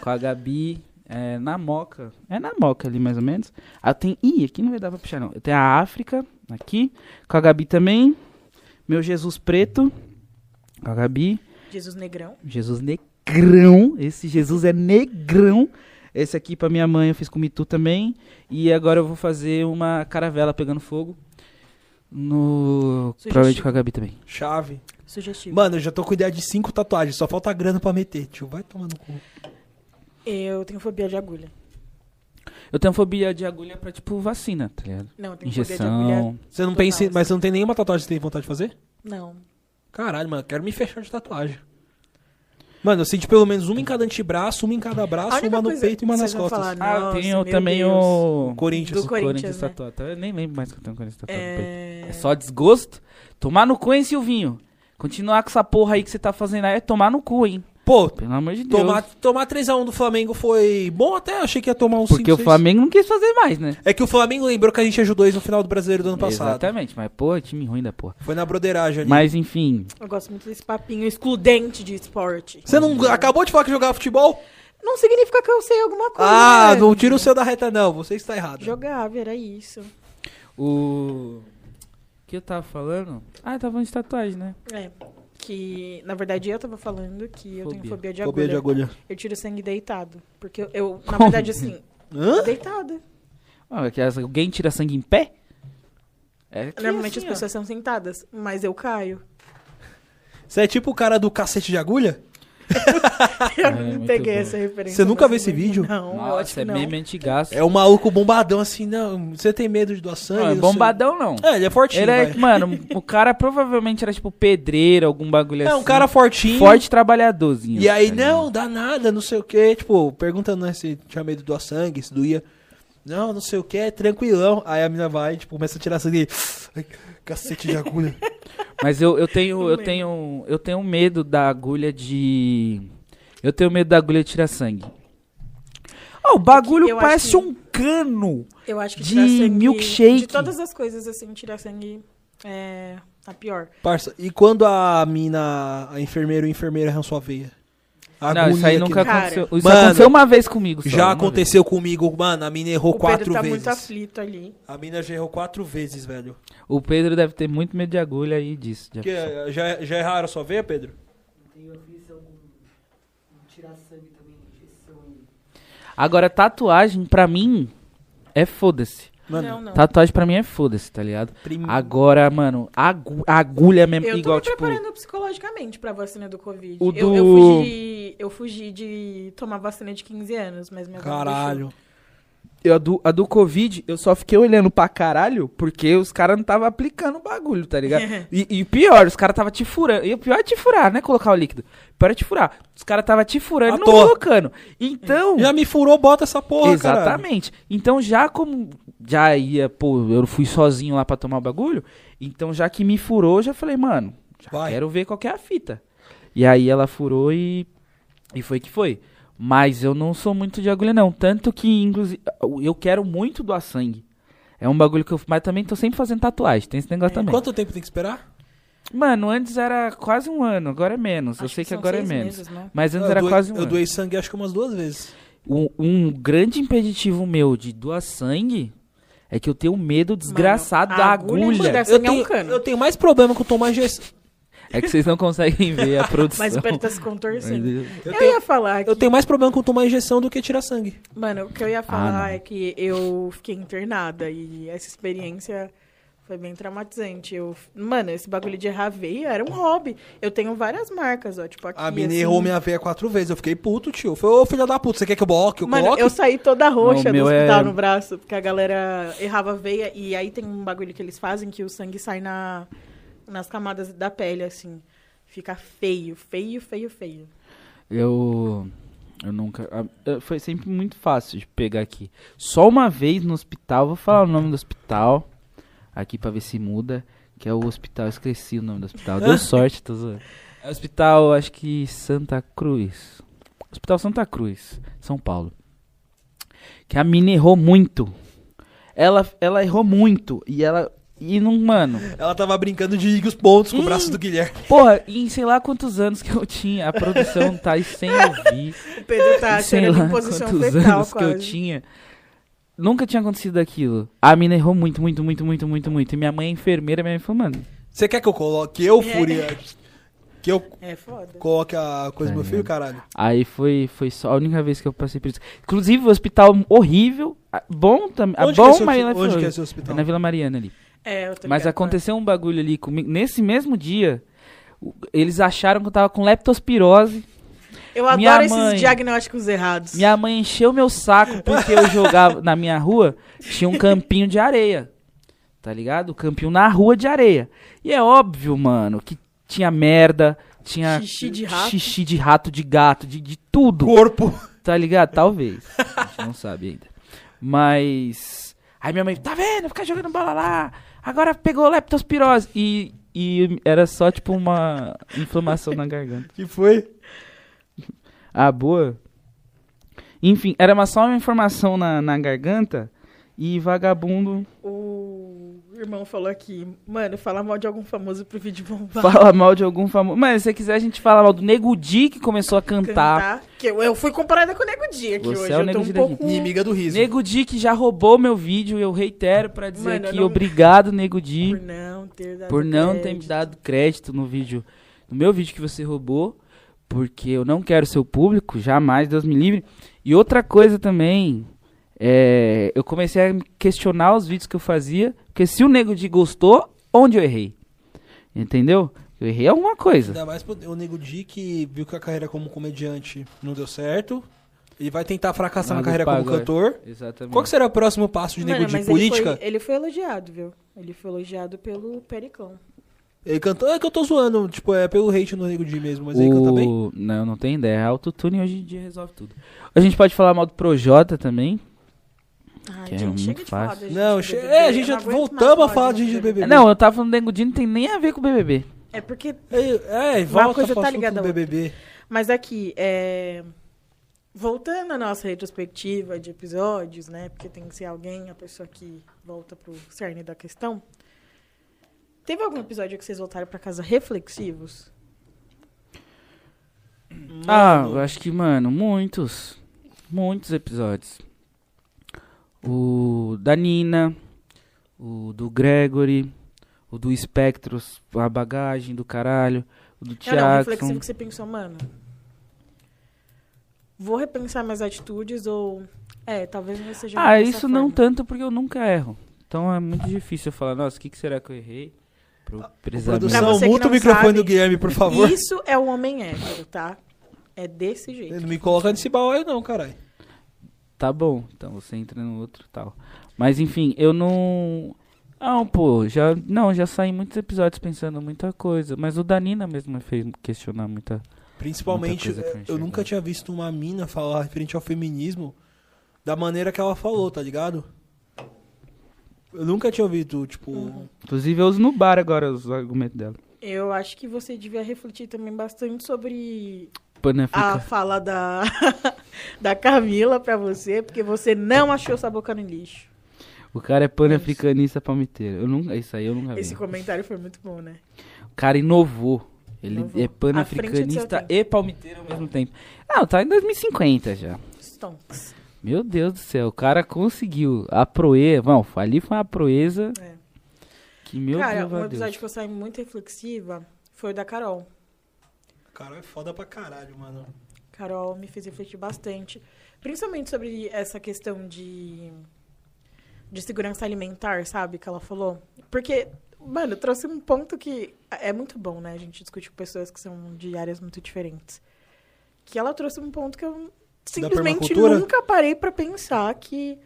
[SPEAKER 1] com a Gabi, é, na Moca. É na Moca ali mais ou menos. Ah, tem Ih, aqui não vai dar pra puxar não. Eu tenho a África aqui com a Gabi também. Meu Jesus preto com a Gabi.
[SPEAKER 3] lado. Jesus Negrão.
[SPEAKER 1] Jesus negrão. Esse Jesus é negrão. Esse aqui pra minha mãe eu fiz com o Mitu também. E agora eu vou fazer uma caravela pegando fogo. No.
[SPEAKER 3] Sugestivo.
[SPEAKER 1] Provavelmente com a Gabi também.
[SPEAKER 2] Chave.
[SPEAKER 3] Sugestivo.
[SPEAKER 2] Mano, eu já tô com ideia de cinco tatuagens, só falta grana pra meter. Tio, vai tomar no cu.
[SPEAKER 3] Eu tenho fobia de agulha.
[SPEAKER 1] Eu tenho fobia de agulha pra, tipo, vacina, tá ligado?
[SPEAKER 3] Não, eu tenho fobia de agulha.
[SPEAKER 1] Injeção.
[SPEAKER 2] Você não
[SPEAKER 3] Total,
[SPEAKER 2] pensa,
[SPEAKER 3] assim.
[SPEAKER 2] mas você não tem nenhuma tatuagem que você tem vontade de fazer?
[SPEAKER 3] Não.
[SPEAKER 2] Caralho, mano, quero me fechar de tatuagem. Mano, eu sinto pelo menos uma em cada antebraço, uma em cada
[SPEAKER 3] A
[SPEAKER 2] braço,
[SPEAKER 3] única
[SPEAKER 2] uma no
[SPEAKER 3] coisa
[SPEAKER 2] peito e uma
[SPEAKER 3] que
[SPEAKER 2] nas
[SPEAKER 3] vocês vão
[SPEAKER 2] costas.
[SPEAKER 3] falar,
[SPEAKER 1] Ah, eu
[SPEAKER 3] "Nossa,
[SPEAKER 1] tenho
[SPEAKER 3] meu
[SPEAKER 1] também
[SPEAKER 3] Deus."
[SPEAKER 1] o.
[SPEAKER 2] Corinthians.
[SPEAKER 3] Do Corinthians, né?
[SPEAKER 1] tatuado. Eu nem lembro mais que eu tenho um Corinthians tatuado. no peito.
[SPEAKER 3] É...
[SPEAKER 1] É só desgosto. Tomar no cu, hein, Silvinho? Continuar com essa porra aí que você tá fazendo aí é tomar no cu, hein?
[SPEAKER 2] Pô,
[SPEAKER 1] Pelo amor de Deus.
[SPEAKER 2] tomar, tomar 3x1 do Flamengo foi bom até, achei que ia tomar um 5
[SPEAKER 1] Porque o Flamengo não quis fazer mais, né?
[SPEAKER 2] É que o Flamengo lembrou que a gente ajudou eles no final do Brasileiro do ano passado.
[SPEAKER 1] Exatamente, mas pô, time ruim da porra.
[SPEAKER 2] Foi na broderagem ali.
[SPEAKER 1] Mas enfim,
[SPEAKER 3] Eu gosto muito desse papinho excludente de esporte.
[SPEAKER 2] Você não acabou de falar que jogava futebol?
[SPEAKER 3] Não significa que eu sei alguma coisa.
[SPEAKER 2] Ah,
[SPEAKER 3] né?
[SPEAKER 2] não tira o seu da reta não, você está errado.
[SPEAKER 3] Jogava, era isso.
[SPEAKER 1] o. que eu tava falando? Ah, eu tava falando de tatuagem, né?
[SPEAKER 3] É. Que, na verdade, eu tava falando que eu tenho
[SPEAKER 1] Fobia.
[SPEAKER 3] fobia de
[SPEAKER 2] Fobia
[SPEAKER 3] agulha.
[SPEAKER 2] de agulha.
[SPEAKER 3] Eu tiro sangue deitado. Porque eu, eu, na
[SPEAKER 1] Como?
[SPEAKER 3] verdade, assim,
[SPEAKER 2] (laughs) Hã?
[SPEAKER 3] deitada.
[SPEAKER 1] Ah, é que as- alguém tira sangue em pé? É que
[SPEAKER 3] Normalmente
[SPEAKER 1] assim,
[SPEAKER 3] (laughs) as pessoas são sentadas, mas eu caio.
[SPEAKER 2] Você é tipo o cara do cacete de agulha?
[SPEAKER 3] Eu
[SPEAKER 1] É,
[SPEAKER 3] não
[SPEAKER 1] muito
[SPEAKER 3] peguei
[SPEAKER 1] bom.
[SPEAKER 3] essa referência.
[SPEAKER 2] Você nunca
[SPEAKER 3] mas
[SPEAKER 2] viu esse
[SPEAKER 3] também-
[SPEAKER 2] vídeo?
[SPEAKER 3] Não, eu acho
[SPEAKER 1] Nossa,
[SPEAKER 3] que
[SPEAKER 1] é
[SPEAKER 3] não.
[SPEAKER 1] meme antigaço.
[SPEAKER 2] É um maluco bombadão assim, não. Você tem medo de doar sangue?
[SPEAKER 1] Não, é
[SPEAKER 2] não
[SPEAKER 1] bombadão não.
[SPEAKER 2] sei. É, ele é fortinho.
[SPEAKER 1] Ele é,
[SPEAKER 2] vai.
[SPEAKER 1] mano, o cara provavelmente era tipo pedreiro, algum bagulho
[SPEAKER 2] É
[SPEAKER 1] assim.
[SPEAKER 2] um cara fortinho.
[SPEAKER 1] forte trabalhadorzinho.
[SPEAKER 2] E aí,
[SPEAKER 1] tá ligado?
[SPEAKER 2] não, dá nada, não sei o que. Tipo, perguntando né, se tinha medo de doar sangue, se doía. Não, não sei o que, tranquilão. Aí a mina vai, tipo, começa a tirar sangue. (sniffs) Ai, Cacete de agulha.
[SPEAKER 1] Mas eu, eu tenho, eu
[SPEAKER 3] lembro.
[SPEAKER 1] tenho, eu tenho medo da agulha de Eu tenho medo da agulha de tirar sangue. Ah, o bagulho
[SPEAKER 3] eu acho
[SPEAKER 1] parece
[SPEAKER 3] É que-
[SPEAKER 1] um cano.
[SPEAKER 3] Eu acho que
[SPEAKER 1] De
[SPEAKER 3] tirar sangue-
[SPEAKER 1] milkshake.
[SPEAKER 3] De todas as coisas, assim, tirar sangue é a pior.
[SPEAKER 2] (laughs) Parça, e quando a mina, a enfermeira ou enfermeira arrançou a veia? A
[SPEAKER 1] não, isso aí
[SPEAKER 2] agonia que-
[SPEAKER 1] nunca
[SPEAKER 3] Cara.
[SPEAKER 1] aconteceu. Isso
[SPEAKER 2] Mano,
[SPEAKER 1] aconteceu uma vez comigo só,
[SPEAKER 2] Já
[SPEAKER 1] uma
[SPEAKER 2] aconteceu comigo, mano. A mina errou
[SPEAKER 3] o
[SPEAKER 2] quatro
[SPEAKER 3] Pedro tá
[SPEAKER 2] vezes.
[SPEAKER 3] muito aflito ali.
[SPEAKER 2] A mina já errou quatro vezes, velho.
[SPEAKER 1] vez. O Pedro deve ter muito medo de agulha aí disso. de
[SPEAKER 2] Que,
[SPEAKER 1] aflição.
[SPEAKER 2] eh, já, já erraram a sua veia, Pedro?
[SPEAKER 5] Tenho aflição com com tirar sangue também, injeção e
[SPEAKER 1] Agora tatuagem pra mim é foda-se.
[SPEAKER 2] Mano, tá
[SPEAKER 3] não, não.
[SPEAKER 1] Tatuagem pra mim é foda-se, tá ligado?
[SPEAKER 2] prim-
[SPEAKER 1] Agora, mano, agu- agulha mesmo,
[SPEAKER 3] Eu
[SPEAKER 1] igual
[SPEAKER 3] tô me
[SPEAKER 1] tipo.
[SPEAKER 3] preparando psicologicamente pra vacina do Covid.
[SPEAKER 1] O
[SPEAKER 3] eu,
[SPEAKER 1] do-
[SPEAKER 3] eu, fugi, eu fugi de tomar vacina de 15 anos, mas minha mãe
[SPEAKER 2] Caralho.
[SPEAKER 1] Eu, a, do, a do Covid, eu só fiquei olhando pra caralho porque os caras não tava aplicando o bagulho, tá ligado?
[SPEAKER 2] (laughs)
[SPEAKER 1] e, e pior, os caras tava te furando. E o pior é te furar, né? Colocar o líquido. O pior é te furar. Os caras tava te furando
[SPEAKER 2] À
[SPEAKER 1] e não
[SPEAKER 2] toa.
[SPEAKER 1] colocando. Então.
[SPEAKER 2] Já me furou, bota essa porra, cara.
[SPEAKER 1] Exatamente. Então já como já ia, pô, eu fui sozinho lá pra tomar o bagulho, então já que me furou, já falei, mano, já
[SPEAKER 2] Vai.
[SPEAKER 1] quero ver qual que é a fita. E aí ela furou e e foi que foi. Mas eu não sou muito de agulha não, tanto que inclusive eu quero muito doar sangue. É um bagulho que eu, mas também tô sempre fazendo tatuagem, tem esse
[SPEAKER 3] É,
[SPEAKER 1] negócio também.
[SPEAKER 2] Quanto tempo tem que esperar?
[SPEAKER 1] Mano, antes era quase um ano, agora é menos. eu
[SPEAKER 3] Acho
[SPEAKER 1] sei que,
[SPEAKER 3] são
[SPEAKER 1] agora é
[SPEAKER 3] seis
[SPEAKER 1] menos.
[SPEAKER 3] meses, né?
[SPEAKER 1] Mas antes
[SPEAKER 2] eu
[SPEAKER 1] era
[SPEAKER 2] doei,
[SPEAKER 1] quase um
[SPEAKER 2] eu
[SPEAKER 1] ano.
[SPEAKER 2] doei sangue acho que umas duas vezes.
[SPEAKER 1] Um, um grande impeditivo meu de doar sangue é que eu tenho medo desgraçado
[SPEAKER 3] a
[SPEAKER 1] da
[SPEAKER 3] agulha
[SPEAKER 1] agulha.
[SPEAKER 3] dá- Sangue
[SPEAKER 2] Eu
[SPEAKER 3] é um
[SPEAKER 2] tenho,
[SPEAKER 3] cano.
[SPEAKER 2] eu tenho mais problema com tomar injeção.
[SPEAKER 1] É que vocês não conseguem ver a produção.
[SPEAKER 3] (laughs) Mas o Pedro tá se contorcendo.
[SPEAKER 1] Entendeu?
[SPEAKER 3] Eu,
[SPEAKER 2] Eu tenho-
[SPEAKER 3] ia falar que...
[SPEAKER 2] Eu tenho mais problema com tomar injeção do que tirar sangue.
[SPEAKER 3] Mano, o que eu
[SPEAKER 1] Ah,
[SPEAKER 3] ia
[SPEAKER 1] não.
[SPEAKER 3] falar é que eu fiquei internada e essa experiência foi bem traumatizante. Eu, mano, esse bagulho de errar veia era um hobby. Eu tenho várias marcas, ó, tipo aqui,
[SPEAKER 2] A mina
[SPEAKER 3] assim.
[SPEAKER 2] errou minha veia quatro vezes. Eu fiquei puto, tio. Falei, ô filha da puta, você quer que eu bloque? Eu
[SPEAKER 3] Mano,
[SPEAKER 2] coloque?
[SPEAKER 3] eu saí toda roxa
[SPEAKER 1] O meu
[SPEAKER 3] do hospital
[SPEAKER 1] é-
[SPEAKER 3] no braço, porque a galera errava a veia e aí tem um bagulho que eles fazem que o sangue sai na, nas camadas da pele, assim. Fica feio, feio, feio, feio.
[SPEAKER 1] Eu. Eu nunca. a- eu- Foi sempre muito fácil de pegar aqui. Só uma vez no hospital, vou falar o nome do hospital. Aqui pra ver se muda. Que é o hospital, eu esqueci o nome do hospital. Deu sorte, tô zoando. É o hospital, acho que Santa Cruz. Hospital Santa Cruz, São Paulo. Que a mina errou muito. Ela, ela errou muito. E ela. E não, mano.
[SPEAKER 2] Ela tava brincando de ir os pontos com o
[SPEAKER 1] Hum.
[SPEAKER 2] braço do Guilherme.
[SPEAKER 1] Porra, em sei lá quantos anos que eu tinha. A produção tá aí sem ouvir
[SPEAKER 3] O Pedro tá
[SPEAKER 1] sei
[SPEAKER 3] chegando
[SPEAKER 1] lá
[SPEAKER 3] em posição
[SPEAKER 1] quantos
[SPEAKER 3] fetal
[SPEAKER 1] anos que eu
[SPEAKER 3] quase.
[SPEAKER 1] tinha. Nunca tinha acontecido aquilo. A mina errou muito, muito, muito, muito, muito, muito. E minha mãe é enfermeira, minha mãe falou, mano.
[SPEAKER 2] Você quer que eu coloque? Que eu fure. a- Que eu
[SPEAKER 3] É foda.
[SPEAKER 2] coloque a coisa do meu
[SPEAKER 1] Tá
[SPEAKER 2] filho, caralho?
[SPEAKER 1] Aí foi, foi só a única vez que eu passei por isso. Inclusive, o hospital horrível. ah, Bom também. ah,
[SPEAKER 2] Onde que é
[SPEAKER 1] Bom,
[SPEAKER 2] seu-
[SPEAKER 1] mas ela foi
[SPEAKER 2] Onde que é
[SPEAKER 1] horrível.
[SPEAKER 2] seu hospital? tá.
[SPEAKER 1] É na Vila Mariana ali.
[SPEAKER 3] É, eu tô
[SPEAKER 1] Mas
[SPEAKER 3] ligada.
[SPEAKER 1] aconteceu um bagulho ali comigo. Nesse mesmo dia, o- eles acharam que eu tava com leptospirose.
[SPEAKER 3] Eu
[SPEAKER 1] Minha
[SPEAKER 3] adoro
[SPEAKER 1] mãe-
[SPEAKER 3] esses diagnósticos errados.
[SPEAKER 1] Minha mãe encheu meu saco porque eu jogava na minha rua, tinha um campinho de areia. Tá ligado? Campinho na rua de areia. E é óbvio, mano, que tinha merda, tinha
[SPEAKER 3] Xixi de rato.
[SPEAKER 1] xixi de, rato, de gato, de, de tudo.
[SPEAKER 2] Corpo.
[SPEAKER 1] Tá ligado? Talvez. A gente não sabe ainda. Mas. Aí minha mãe, tá vendo? Ficar jogando bola lá. Agora pegou leptospirose. E, e era só tipo uma inflamação na garganta.
[SPEAKER 2] Que foi?
[SPEAKER 1] Ah, boa. Enfim, era uma, só uma informação na, na garganta e vagabundo
[SPEAKER 3] O irmão falou aqui, mano, falar mal de algum famoso pro vídeo bombar.
[SPEAKER 1] fala mal de algum famoso. Mas se você quiser, a gente fala mal do Nego Di que começou a cantar.
[SPEAKER 3] Cantar. Que eu, eu fui comparada com o Nego Dia aqui
[SPEAKER 1] Você
[SPEAKER 3] hoje.
[SPEAKER 1] é o
[SPEAKER 3] eu
[SPEAKER 1] Nego
[SPEAKER 3] tô um
[SPEAKER 1] Di
[SPEAKER 3] pouco.
[SPEAKER 2] Inimiga do riso.
[SPEAKER 1] Nego Di que já roubou meu vídeo, eu reitero pra dizer
[SPEAKER 3] Mano, eu
[SPEAKER 1] aqui
[SPEAKER 3] não-
[SPEAKER 1] obrigado, Nego
[SPEAKER 3] Por
[SPEAKER 1] Di,
[SPEAKER 3] não ter dado.
[SPEAKER 1] por não ter me
[SPEAKER 3] crédito.
[SPEAKER 1] dado crédito no vídeo, no meu vídeo que você roubou, porque eu não quero seu público, jamais, Deus me livre. E outra coisa também, é, eu comecei a me questionar os vídeos que eu fazia, porque se o nego de gostou, onde eu errei? Entendeu? Eu errei alguma coisa.
[SPEAKER 2] Ainda mais pro o Nego Di, que viu que a carreira como comediante não deu certo. Ele vai tentar fracassar na
[SPEAKER 1] Nada é.
[SPEAKER 2] carreira como
[SPEAKER 1] pagode.
[SPEAKER 2] cantor.
[SPEAKER 1] Exatamente.
[SPEAKER 2] Qual que será o próximo passo de Nego
[SPEAKER 3] Mano,
[SPEAKER 2] Di?
[SPEAKER 3] mas ele
[SPEAKER 2] Política?
[SPEAKER 3] foi, ele foi elogiado, viu? Ele foi elogiado pelo Pericão.
[SPEAKER 2] Ele canta. É que eu tô zoando, tipo, é pelo hate no Nego Di mesmo, mas ele canta bem.
[SPEAKER 1] O- Não, não tem ideia. Autotune hoje em dia resolve tudo. A gente pode falar mal do Projota também.
[SPEAKER 3] Ai,
[SPEAKER 1] Que é
[SPEAKER 3] Ah, gente, chega
[SPEAKER 1] muito
[SPEAKER 3] de falar
[SPEAKER 1] fácil.
[SPEAKER 3] da
[SPEAKER 2] Não,
[SPEAKER 3] do
[SPEAKER 2] che-
[SPEAKER 3] BBB,
[SPEAKER 2] é, a gente
[SPEAKER 3] eu
[SPEAKER 2] já
[SPEAKER 3] não aguento mais
[SPEAKER 2] voltamos a falar
[SPEAKER 3] do
[SPEAKER 2] de BBB.
[SPEAKER 1] Não, eu tava falando do Dengo Di, não tem nem a ver com o BBB.
[SPEAKER 3] É porque.
[SPEAKER 2] É, é volta
[SPEAKER 3] coisa
[SPEAKER 2] pro
[SPEAKER 3] tá
[SPEAKER 2] assunto
[SPEAKER 3] ligada
[SPEAKER 2] do
[SPEAKER 3] à outra.
[SPEAKER 2] BBB.
[SPEAKER 3] Mas aqui, é, voltando à nossa retrospectiva de episódios, né? Porque tem que ser alguém, a pessoa que volta pro cerne da questão. Teve algum episódio que vocês voltaram pra casa reflexivos?
[SPEAKER 1] Ah, eu acho que, mano, muitos. Muitos episódios. O da Nina, o do Gregory, o do Spectros, a bagagem do caralho, o do
[SPEAKER 3] É, Não, não,
[SPEAKER 1] Thiago.
[SPEAKER 3] reflexivo que você pensou, mano. Vou repensar minhas atitudes ou. É, talvez não seja.
[SPEAKER 1] Ah,
[SPEAKER 3] dessa
[SPEAKER 1] isso não
[SPEAKER 3] forma.
[SPEAKER 1] tanto porque eu nunca erro. Então é muito difícil eu falar, nossa, o que, que será que eu errei? Pro precisamente.
[SPEAKER 2] Produção,
[SPEAKER 3] você que
[SPEAKER 2] muta o
[SPEAKER 3] não
[SPEAKER 2] microfone
[SPEAKER 3] sabe,
[SPEAKER 2] do Guilherme, por favor.
[SPEAKER 3] Isso é o homem hétero, tá? É desse jeito.
[SPEAKER 2] Ele não me coloca nesse baú aí, não, caralho.
[SPEAKER 1] Tá bom, então você entra no outro e tal. Mas enfim, eu não. Ah, pô, já. Não, já saí em muitos episódios pensando muita coisa. Mas o Danina mesmo me fez questionar muita. Muita
[SPEAKER 2] Principalmente,
[SPEAKER 1] coisa pra
[SPEAKER 2] eu
[SPEAKER 1] enxergar.
[SPEAKER 2] nunca tinha visto uma mina falar referente ao feminismo da maneira que ela falou, tá ligado? Eu nunca tinha ouvido, tipo.
[SPEAKER 1] Inclusive, eu uso no bar agora os argumentos dela.
[SPEAKER 3] Eu acho que você devia refletir também bastante sobre a
[SPEAKER 1] Panafica.
[SPEAKER 3] fala da, (laughs) da Camila pra você, porque você não achou essa boca no lixo. Ah.
[SPEAKER 1] O cara é panafricanista palmiteiro. Eu nunca... Isso aí eu nunca vi.
[SPEAKER 3] Esse comentário foi muito bom, né?
[SPEAKER 1] O cara inovou. Ele
[SPEAKER 3] Inovou.
[SPEAKER 1] é
[SPEAKER 3] À
[SPEAKER 1] panafricanista
[SPEAKER 3] frente do seu tempo.
[SPEAKER 1] e palmiteiro ao mesmo tempo. Ah, tá em 2050 já.
[SPEAKER 3] Stonks.
[SPEAKER 1] Meu Deus do céu, o cara conseguiu. A proeza. Bom, ali foi uma proeza
[SPEAKER 3] É.
[SPEAKER 1] que, meu
[SPEAKER 3] Cara,
[SPEAKER 1] Deus, a
[SPEAKER 3] um
[SPEAKER 1] Deus.
[SPEAKER 3] episódio que eu saí muito reflexiva foi o da Carol.
[SPEAKER 2] Caralho, é foda pra caralho, mano.
[SPEAKER 3] Carol me fez refletir bastante, principalmente sobre essa questão de, de segurança alimentar, sabe? Que ela falou. Porque, mano, trouxe um ponto que é muito bom, né? A gente discute com pessoas que são de áreas muito diferentes. Que ela trouxe um ponto que eu simplesmente
[SPEAKER 2] permacultura?
[SPEAKER 3] nunca parei pra pensar que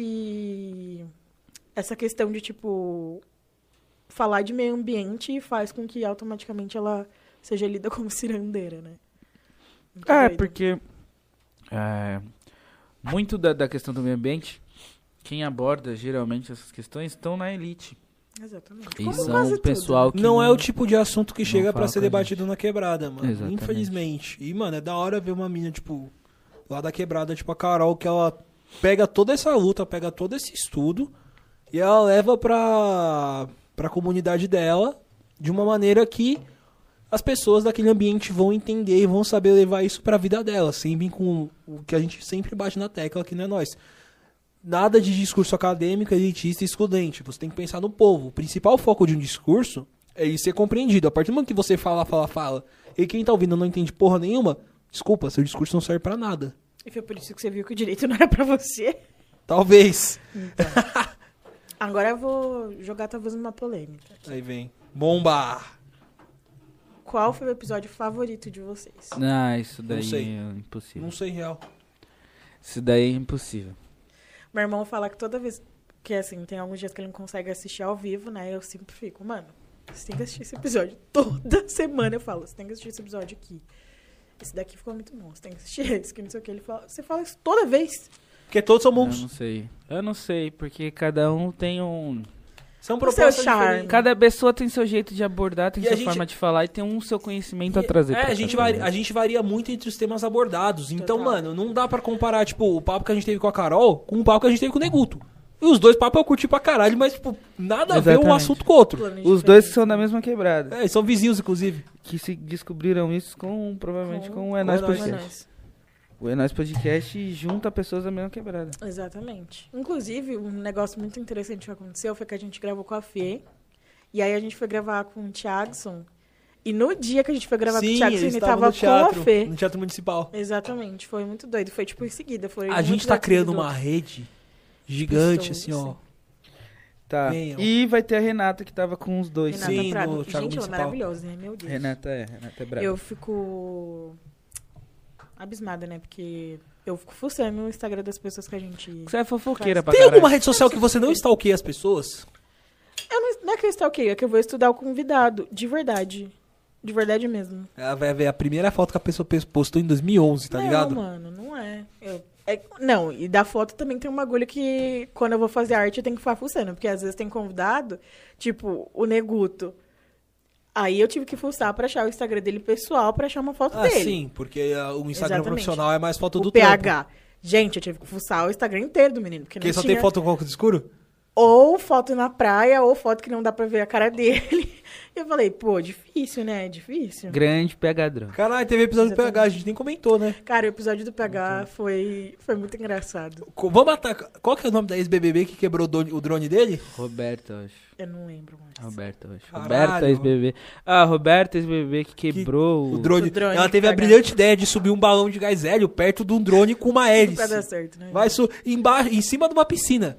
[SPEAKER 3] esse essa questão de tipo falar de meio ambiente faz com que automaticamente ela seja lida como cirandeira, né? Muito
[SPEAKER 2] Tá
[SPEAKER 1] É,
[SPEAKER 3] doido.
[SPEAKER 1] porque é, muito da, da questão do meio ambiente, quem aborda geralmente essas questões estão na elite.
[SPEAKER 3] Exatamente. Então,
[SPEAKER 1] E
[SPEAKER 3] Como
[SPEAKER 1] são
[SPEAKER 3] quase
[SPEAKER 1] o
[SPEAKER 3] tudo.
[SPEAKER 1] pessoal que.
[SPEAKER 2] Não é o tipo de assunto que
[SPEAKER 1] não
[SPEAKER 2] chega pra
[SPEAKER 1] fala
[SPEAKER 2] ser
[SPEAKER 1] com a
[SPEAKER 2] debatido na quebrada, mano.
[SPEAKER 1] Exatamente.
[SPEAKER 2] Infelizmente. E, mano, é da hora ver uma mina, tipo, lá da quebrada, tipo a Carol, que ela pega toda essa luta, pega todo esse estudo e ela leva pra, pra comunidade dela de uma maneira que as pessoas daquele ambiente vão entender e vão saber levar isso pra vida dela, sempre com o que a gente sempre bate na tecla aqui, né, nós? Nada de discurso acadêmico, elitista e excludente. Você tem que pensar no povo. O principal foco de um discurso é ele ser compreendido. A partir do momento que você fala, fala, fala, e quem tá ouvindo não entende porra nenhuma, desculpa, seu discurso não serve pra nada.
[SPEAKER 3] né? E foi por isso que você viu que o direito (laughs) não era pra você.
[SPEAKER 2] Talvez.
[SPEAKER 3] Então. (laughs) Agora eu vou jogar talvez uma polêmica.
[SPEAKER 2] Aí vem. Bomba!
[SPEAKER 3] Qual foi o episódio favorito de vocês?
[SPEAKER 1] Ah, isso daí
[SPEAKER 2] sei.
[SPEAKER 1] é impossível.
[SPEAKER 2] Não sei real.
[SPEAKER 1] Isso daí é impossível.
[SPEAKER 3] Meu irmão fala que toda vez que, assim, tem alguns dias que ele não consegue assistir ao vivo, né? Eu sempre fico, mano, você tem que assistir esse episódio. Toda (laughs) semana eu falo, você tem que assistir esse episódio aqui. Esse daqui ficou muito bom, você tem que assistir esse, que não sei o que. Ele fala, você fala isso toda vez.
[SPEAKER 2] Porque todos são
[SPEAKER 1] Eu
[SPEAKER 2] bons.
[SPEAKER 1] não sei. Eu não sei, porque cada um tem um.
[SPEAKER 2] São
[SPEAKER 3] é O seu
[SPEAKER 2] propostas
[SPEAKER 3] charme.
[SPEAKER 2] diferentes.
[SPEAKER 1] Cada pessoa tem seu jeito de abordar, tem
[SPEAKER 2] E a
[SPEAKER 1] sua
[SPEAKER 2] gente-
[SPEAKER 1] forma de falar e tem um seu conhecimento a
[SPEAKER 2] E-
[SPEAKER 1] trazer.
[SPEAKER 2] É,
[SPEAKER 1] pra
[SPEAKER 2] a gente,
[SPEAKER 1] cada um.
[SPEAKER 2] varia, a gente varia muito entre os temas abordados. Então,
[SPEAKER 3] Total.
[SPEAKER 2] mano, não dá pra comparar, tipo, o papo que a gente teve com a Carol com o papo que a gente teve com o Neguto. E os dois papos eu curti pra caralho, mas, tipo, nada a ver um
[SPEAKER 1] Exatamente.
[SPEAKER 2] assunto com o outro.
[SPEAKER 3] Planos
[SPEAKER 1] Os dois que
[SPEAKER 3] diferentes.
[SPEAKER 1] são da mesma quebrada.
[SPEAKER 2] É, são vizinhos, inclusive.
[SPEAKER 1] Que se descobriram isso com, provavelmente, com, o É
[SPEAKER 2] com
[SPEAKER 1] Nóis
[SPEAKER 2] o É Nóis.
[SPEAKER 3] Mas
[SPEAKER 1] Podcast.
[SPEAKER 3] um nós.
[SPEAKER 1] O É Nóis Podcast junta pessoas da mesma quebrada.
[SPEAKER 3] Exatamente. Inclusive, um negócio muito interessante que aconteceu foi que a gente gravou com a Fê. E aí a gente foi gravar com o Thiagson. E no dia que a gente foi gravar com o Thiagson,
[SPEAKER 2] eles
[SPEAKER 3] ele
[SPEAKER 2] estavam
[SPEAKER 3] tava com a Fê.
[SPEAKER 2] no Teatro Municipal.
[SPEAKER 3] Exatamente, foi muito doido. Foi tipo em seguida. Foi
[SPEAKER 2] A
[SPEAKER 3] um
[SPEAKER 2] gente
[SPEAKER 3] atrás
[SPEAKER 2] tá
[SPEAKER 3] do
[SPEAKER 2] criando
[SPEAKER 3] outro.
[SPEAKER 2] uma rede gigante,
[SPEAKER 3] Pessoas,
[SPEAKER 2] assim, ó.
[SPEAKER 1] Tá.
[SPEAKER 2] Venham.
[SPEAKER 1] E vai ter a Renata que tava com os dois.
[SPEAKER 3] Renata
[SPEAKER 2] Sim,
[SPEAKER 3] Prado.
[SPEAKER 2] no Thiago
[SPEAKER 3] Gente, ela é
[SPEAKER 2] Municipal.
[SPEAKER 3] maravilhosa, né? Meu Deus.
[SPEAKER 1] Renata é, Renata é brava.
[SPEAKER 3] Eu fico abismada, né? Porque eu fico fuçando o Instagram das pessoas que a gente.
[SPEAKER 1] Você é fofoqueira pra
[SPEAKER 2] Tem
[SPEAKER 1] caralho.
[SPEAKER 2] alguma rede social que você não stalkeia as pessoas?
[SPEAKER 3] Eu não, não é que eu stalkeio, é que eu vou estudar o convidado. De verdade. De verdade mesmo.
[SPEAKER 2] Ela vai ver É, a primeira foto que a pessoa postou em 2011, tá
[SPEAKER 3] não,
[SPEAKER 2] ligado?
[SPEAKER 3] mano, não é. Eu- é- Não, e da foto também tem um bagulho que quando eu vou fazer arte eu tenho que ficar fuçando. Porque às vezes tem convidado, tipo, o Neguto. Aí eu tive que fuçar pra achar o Instagram dele pessoal pra achar uma foto
[SPEAKER 2] Ah,
[SPEAKER 3] dele.
[SPEAKER 2] sim, porque ah, o Instagram
[SPEAKER 3] Exatamente.
[SPEAKER 2] profissional é mais foto
[SPEAKER 3] o
[SPEAKER 2] do trampo.
[SPEAKER 3] PH. Gente, eu tive que fuçar o Instagram inteiro do menino. Porque
[SPEAKER 2] Porque
[SPEAKER 3] não
[SPEAKER 2] só
[SPEAKER 3] tinha
[SPEAKER 2] tem foto com óculos escuro?
[SPEAKER 3] ou foto na praia, ou foto que não dá pra ver a cara dele. (laughs) Eu falei, pô, difícil, né? Difícil.
[SPEAKER 1] Grande pegadrão.
[SPEAKER 2] Caralho, teve episódio do PH, a gente nem comentou, né?
[SPEAKER 3] Cara, o episódio do PH foi, foi muito engraçado.
[SPEAKER 2] Co- Vamos atacar. Qual que é o nome da ex-BBB que quebrou o drone- o drone dele?
[SPEAKER 1] Roberto, eu acho.
[SPEAKER 3] Eu não lembro
[SPEAKER 2] Ah,
[SPEAKER 3] mais.
[SPEAKER 1] Roberto, eu acho.
[SPEAKER 2] Caralho.
[SPEAKER 1] Roberto, ex-BB. Ah, Roberto, ex-BB que quebrou.
[SPEAKER 2] O
[SPEAKER 1] o-
[SPEAKER 2] drone.
[SPEAKER 3] O drone
[SPEAKER 2] Ela
[SPEAKER 3] do
[SPEAKER 2] teve a
[SPEAKER 3] PH.
[SPEAKER 2] brilhante ideia de subir um balão de gás hélio perto de um drone com uma
[SPEAKER 3] Tudo pra dar
[SPEAKER 2] hélice.
[SPEAKER 3] certo, né?
[SPEAKER 2] Vai su... embaixo, em cima de uma piscina.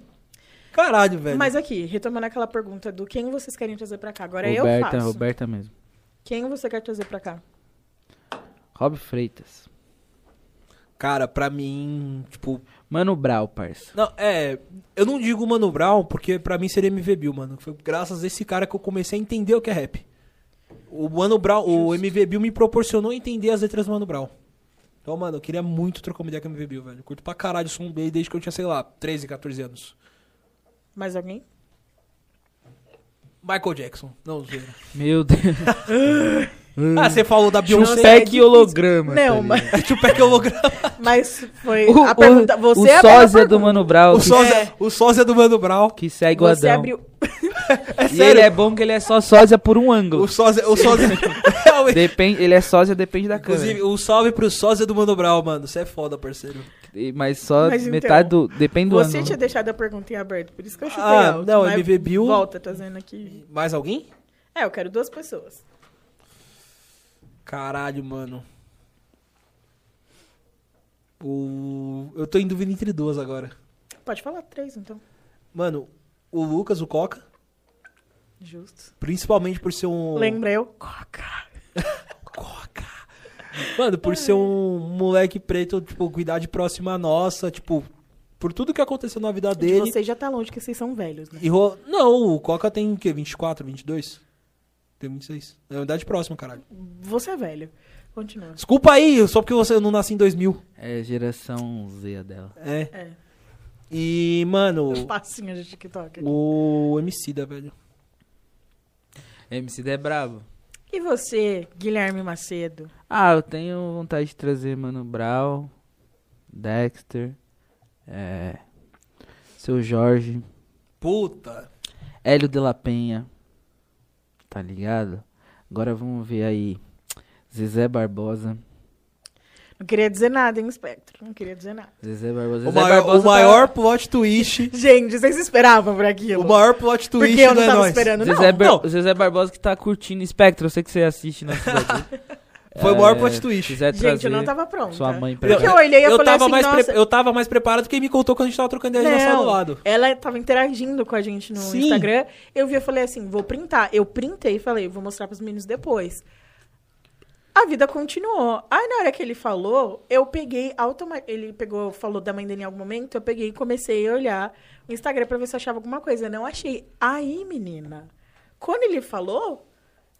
[SPEAKER 2] Caralho, velho.
[SPEAKER 3] Mas aqui, retomando aquela pergunta do quem vocês querem trazer pra cá. Agora eu
[SPEAKER 1] Roberta,
[SPEAKER 3] faço.
[SPEAKER 1] Roberta é mesmo.
[SPEAKER 3] Quem você quer trazer pra cá?
[SPEAKER 1] Rob Freitas.
[SPEAKER 2] Cara, pra mim, tipo.
[SPEAKER 1] Mano Brau, parça.
[SPEAKER 2] Não, é. Eu não digo Mano Brown, porque pra mim seria MV Bill, mano. Foi graças a esse cara que eu comecei a entender o que é rap. O Mano Brown, o MV Bill me proporcionou entender as letras do Mano Brown. Então, mano, eu queria muito trocar uma ideia com o MV Bill, velho. Eu curto pra caralho o som dele desde que eu tinha, sei lá, 13, 14 anos.
[SPEAKER 3] Mais alguém?
[SPEAKER 2] Michael Jackson. Não, zoeira.
[SPEAKER 1] Meu
[SPEAKER 3] (laughs)
[SPEAKER 1] Deus.
[SPEAKER 2] Ah, você falou da Beyoncé.
[SPEAKER 1] Tupac e holograma.
[SPEAKER 3] é Não,
[SPEAKER 1] tá ligado?
[SPEAKER 2] (laughs)
[SPEAKER 3] mas,
[SPEAKER 2] Tupac é holograma.
[SPEAKER 3] mas foi
[SPEAKER 1] O,
[SPEAKER 3] a
[SPEAKER 1] o-
[SPEAKER 3] pergunta.
[SPEAKER 1] o
[SPEAKER 3] Você é abriu a
[SPEAKER 1] sósia do
[SPEAKER 3] pergunta.
[SPEAKER 1] Mano Brau, (laughs)
[SPEAKER 2] O
[SPEAKER 1] que, É.
[SPEAKER 2] sósia, o sósia do Mano Brown.
[SPEAKER 1] que segue o
[SPEAKER 3] Você
[SPEAKER 1] Adão.
[SPEAKER 3] abriu.
[SPEAKER 2] É
[SPEAKER 1] E ele é bom que ele é só sósia por um ângulo.
[SPEAKER 2] O sósia... O sósia... Realmente.
[SPEAKER 1] Depende, ele é sósia, depende da
[SPEAKER 2] Inclusive,
[SPEAKER 1] câmera.
[SPEAKER 2] um salve pro sósia do Mano Brown, mano. Você é foda, parceiro.
[SPEAKER 1] E- Mas só
[SPEAKER 3] Mas então,
[SPEAKER 1] metade do... Depende do né?
[SPEAKER 3] Você
[SPEAKER 1] ângulo.
[SPEAKER 3] tinha deixado a pergunta em aberto, por isso que eu chutei
[SPEAKER 2] Ah,
[SPEAKER 3] alto,
[SPEAKER 2] não,
[SPEAKER 3] mas
[SPEAKER 2] MV Bill-
[SPEAKER 3] Volta, trazendo aqui.
[SPEAKER 2] Mais alguém?
[SPEAKER 3] É, eu quero duas pessoas.
[SPEAKER 2] Caralho, mano. O... Eu tô em dúvida entre duas agora.
[SPEAKER 3] Pode falar três, então.
[SPEAKER 2] Mano, o Lucas, o Coca,
[SPEAKER 3] Justo.
[SPEAKER 2] principalmente por ser um...
[SPEAKER 3] Lembra eu? Coca.
[SPEAKER 2] Coca. Mano, por ser um moleque preto, tipo, com idade próxima à nossa, tipo, por tudo que aconteceu na vida
[SPEAKER 3] De
[SPEAKER 2] dele.
[SPEAKER 3] vocês já tá longe, que vocês são velhos, né?
[SPEAKER 2] E ro... Não, o Coca tem o quê? 24, 22? Tem 26. É uma idade próxima, caralho.
[SPEAKER 3] Você é velho. Continua.
[SPEAKER 2] Desculpa aí, só porque você não nasci em 2000.
[SPEAKER 1] É geração Z dela.
[SPEAKER 2] É.
[SPEAKER 3] É.
[SPEAKER 2] E, mano,
[SPEAKER 3] Um passinho de TikTok. aqui.
[SPEAKER 2] o MC da, velho.
[SPEAKER 1] MC é brabo.
[SPEAKER 3] E você, Guilherme Macedo?
[SPEAKER 1] Ah, eu tenho vontade de trazer Mano Brown, Dexter, é, Seu Jorge,
[SPEAKER 2] Puta.
[SPEAKER 1] Hélio de la Penha, tá ligado? Agora vamos ver aí, Zezé Barbosa.
[SPEAKER 3] Não queria dizer nada, hein, Espectro? Não queria dizer nada.
[SPEAKER 1] Zezé Barbosa.
[SPEAKER 2] O
[SPEAKER 1] Zezé
[SPEAKER 2] maior,
[SPEAKER 1] Barbosa
[SPEAKER 2] o
[SPEAKER 1] tá-
[SPEAKER 2] maior plot (laughs) twist.
[SPEAKER 3] Gente, vocês esperavam por
[SPEAKER 2] o
[SPEAKER 3] aquilo?
[SPEAKER 2] maior plot twist é
[SPEAKER 3] Porque eu não
[SPEAKER 2] da
[SPEAKER 3] tava
[SPEAKER 2] nós.
[SPEAKER 3] esperando, não.
[SPEAKER 1] Zezé, Bar-
[SPEAKER 2] não.
[SPEAKER 1] Zezé Barbosa que tá curtindo Spectrum, eu sei que você assiste na
[SPEAKER 2] (laughs)
[SPEAKER 1] cidade.
[SPEAKER 2] Foi o maior plot twist.
[SPEAKER 1] Quiser
[SPEAKER 3] Gente, eu não
[SPEAKER 1] trazer
[SPEAKER 3] tava pronta.
[SPEAKER 1] Sua mãe pra
[SPEAKER 3] Porque eu olhei e eu,
[SPEAKER 2] Eu
[SPEAKER 3] falei
[SPEAKER 2] tava,
[SPEAKER 3] assim,
[SPEAKER 2] mais pre-
[SPEAKER 3] nossa...
[SPEAKER 2] eu tava mais preparado que me contou quando a gente tava trocando ideia já saiu do lado.
[SPEAKER 3] ela tava interagindo com a gente no
[SPEAKER 2] Sim.
[SPEAKER 3] Instagram. Eu vi, eu falei assim, vou printar. Eu printei e falei, vou mostrar pros meninos depois. A vida continuou. Aí na hora que ele falou, eu peguei automa- ele pegou, falou da mãe dele em algum momento, eu peguei e comecei a olhar o Instagram pra ver se eu achava alguma coisa. Eu não achei. Aí, menina, quando ele falou,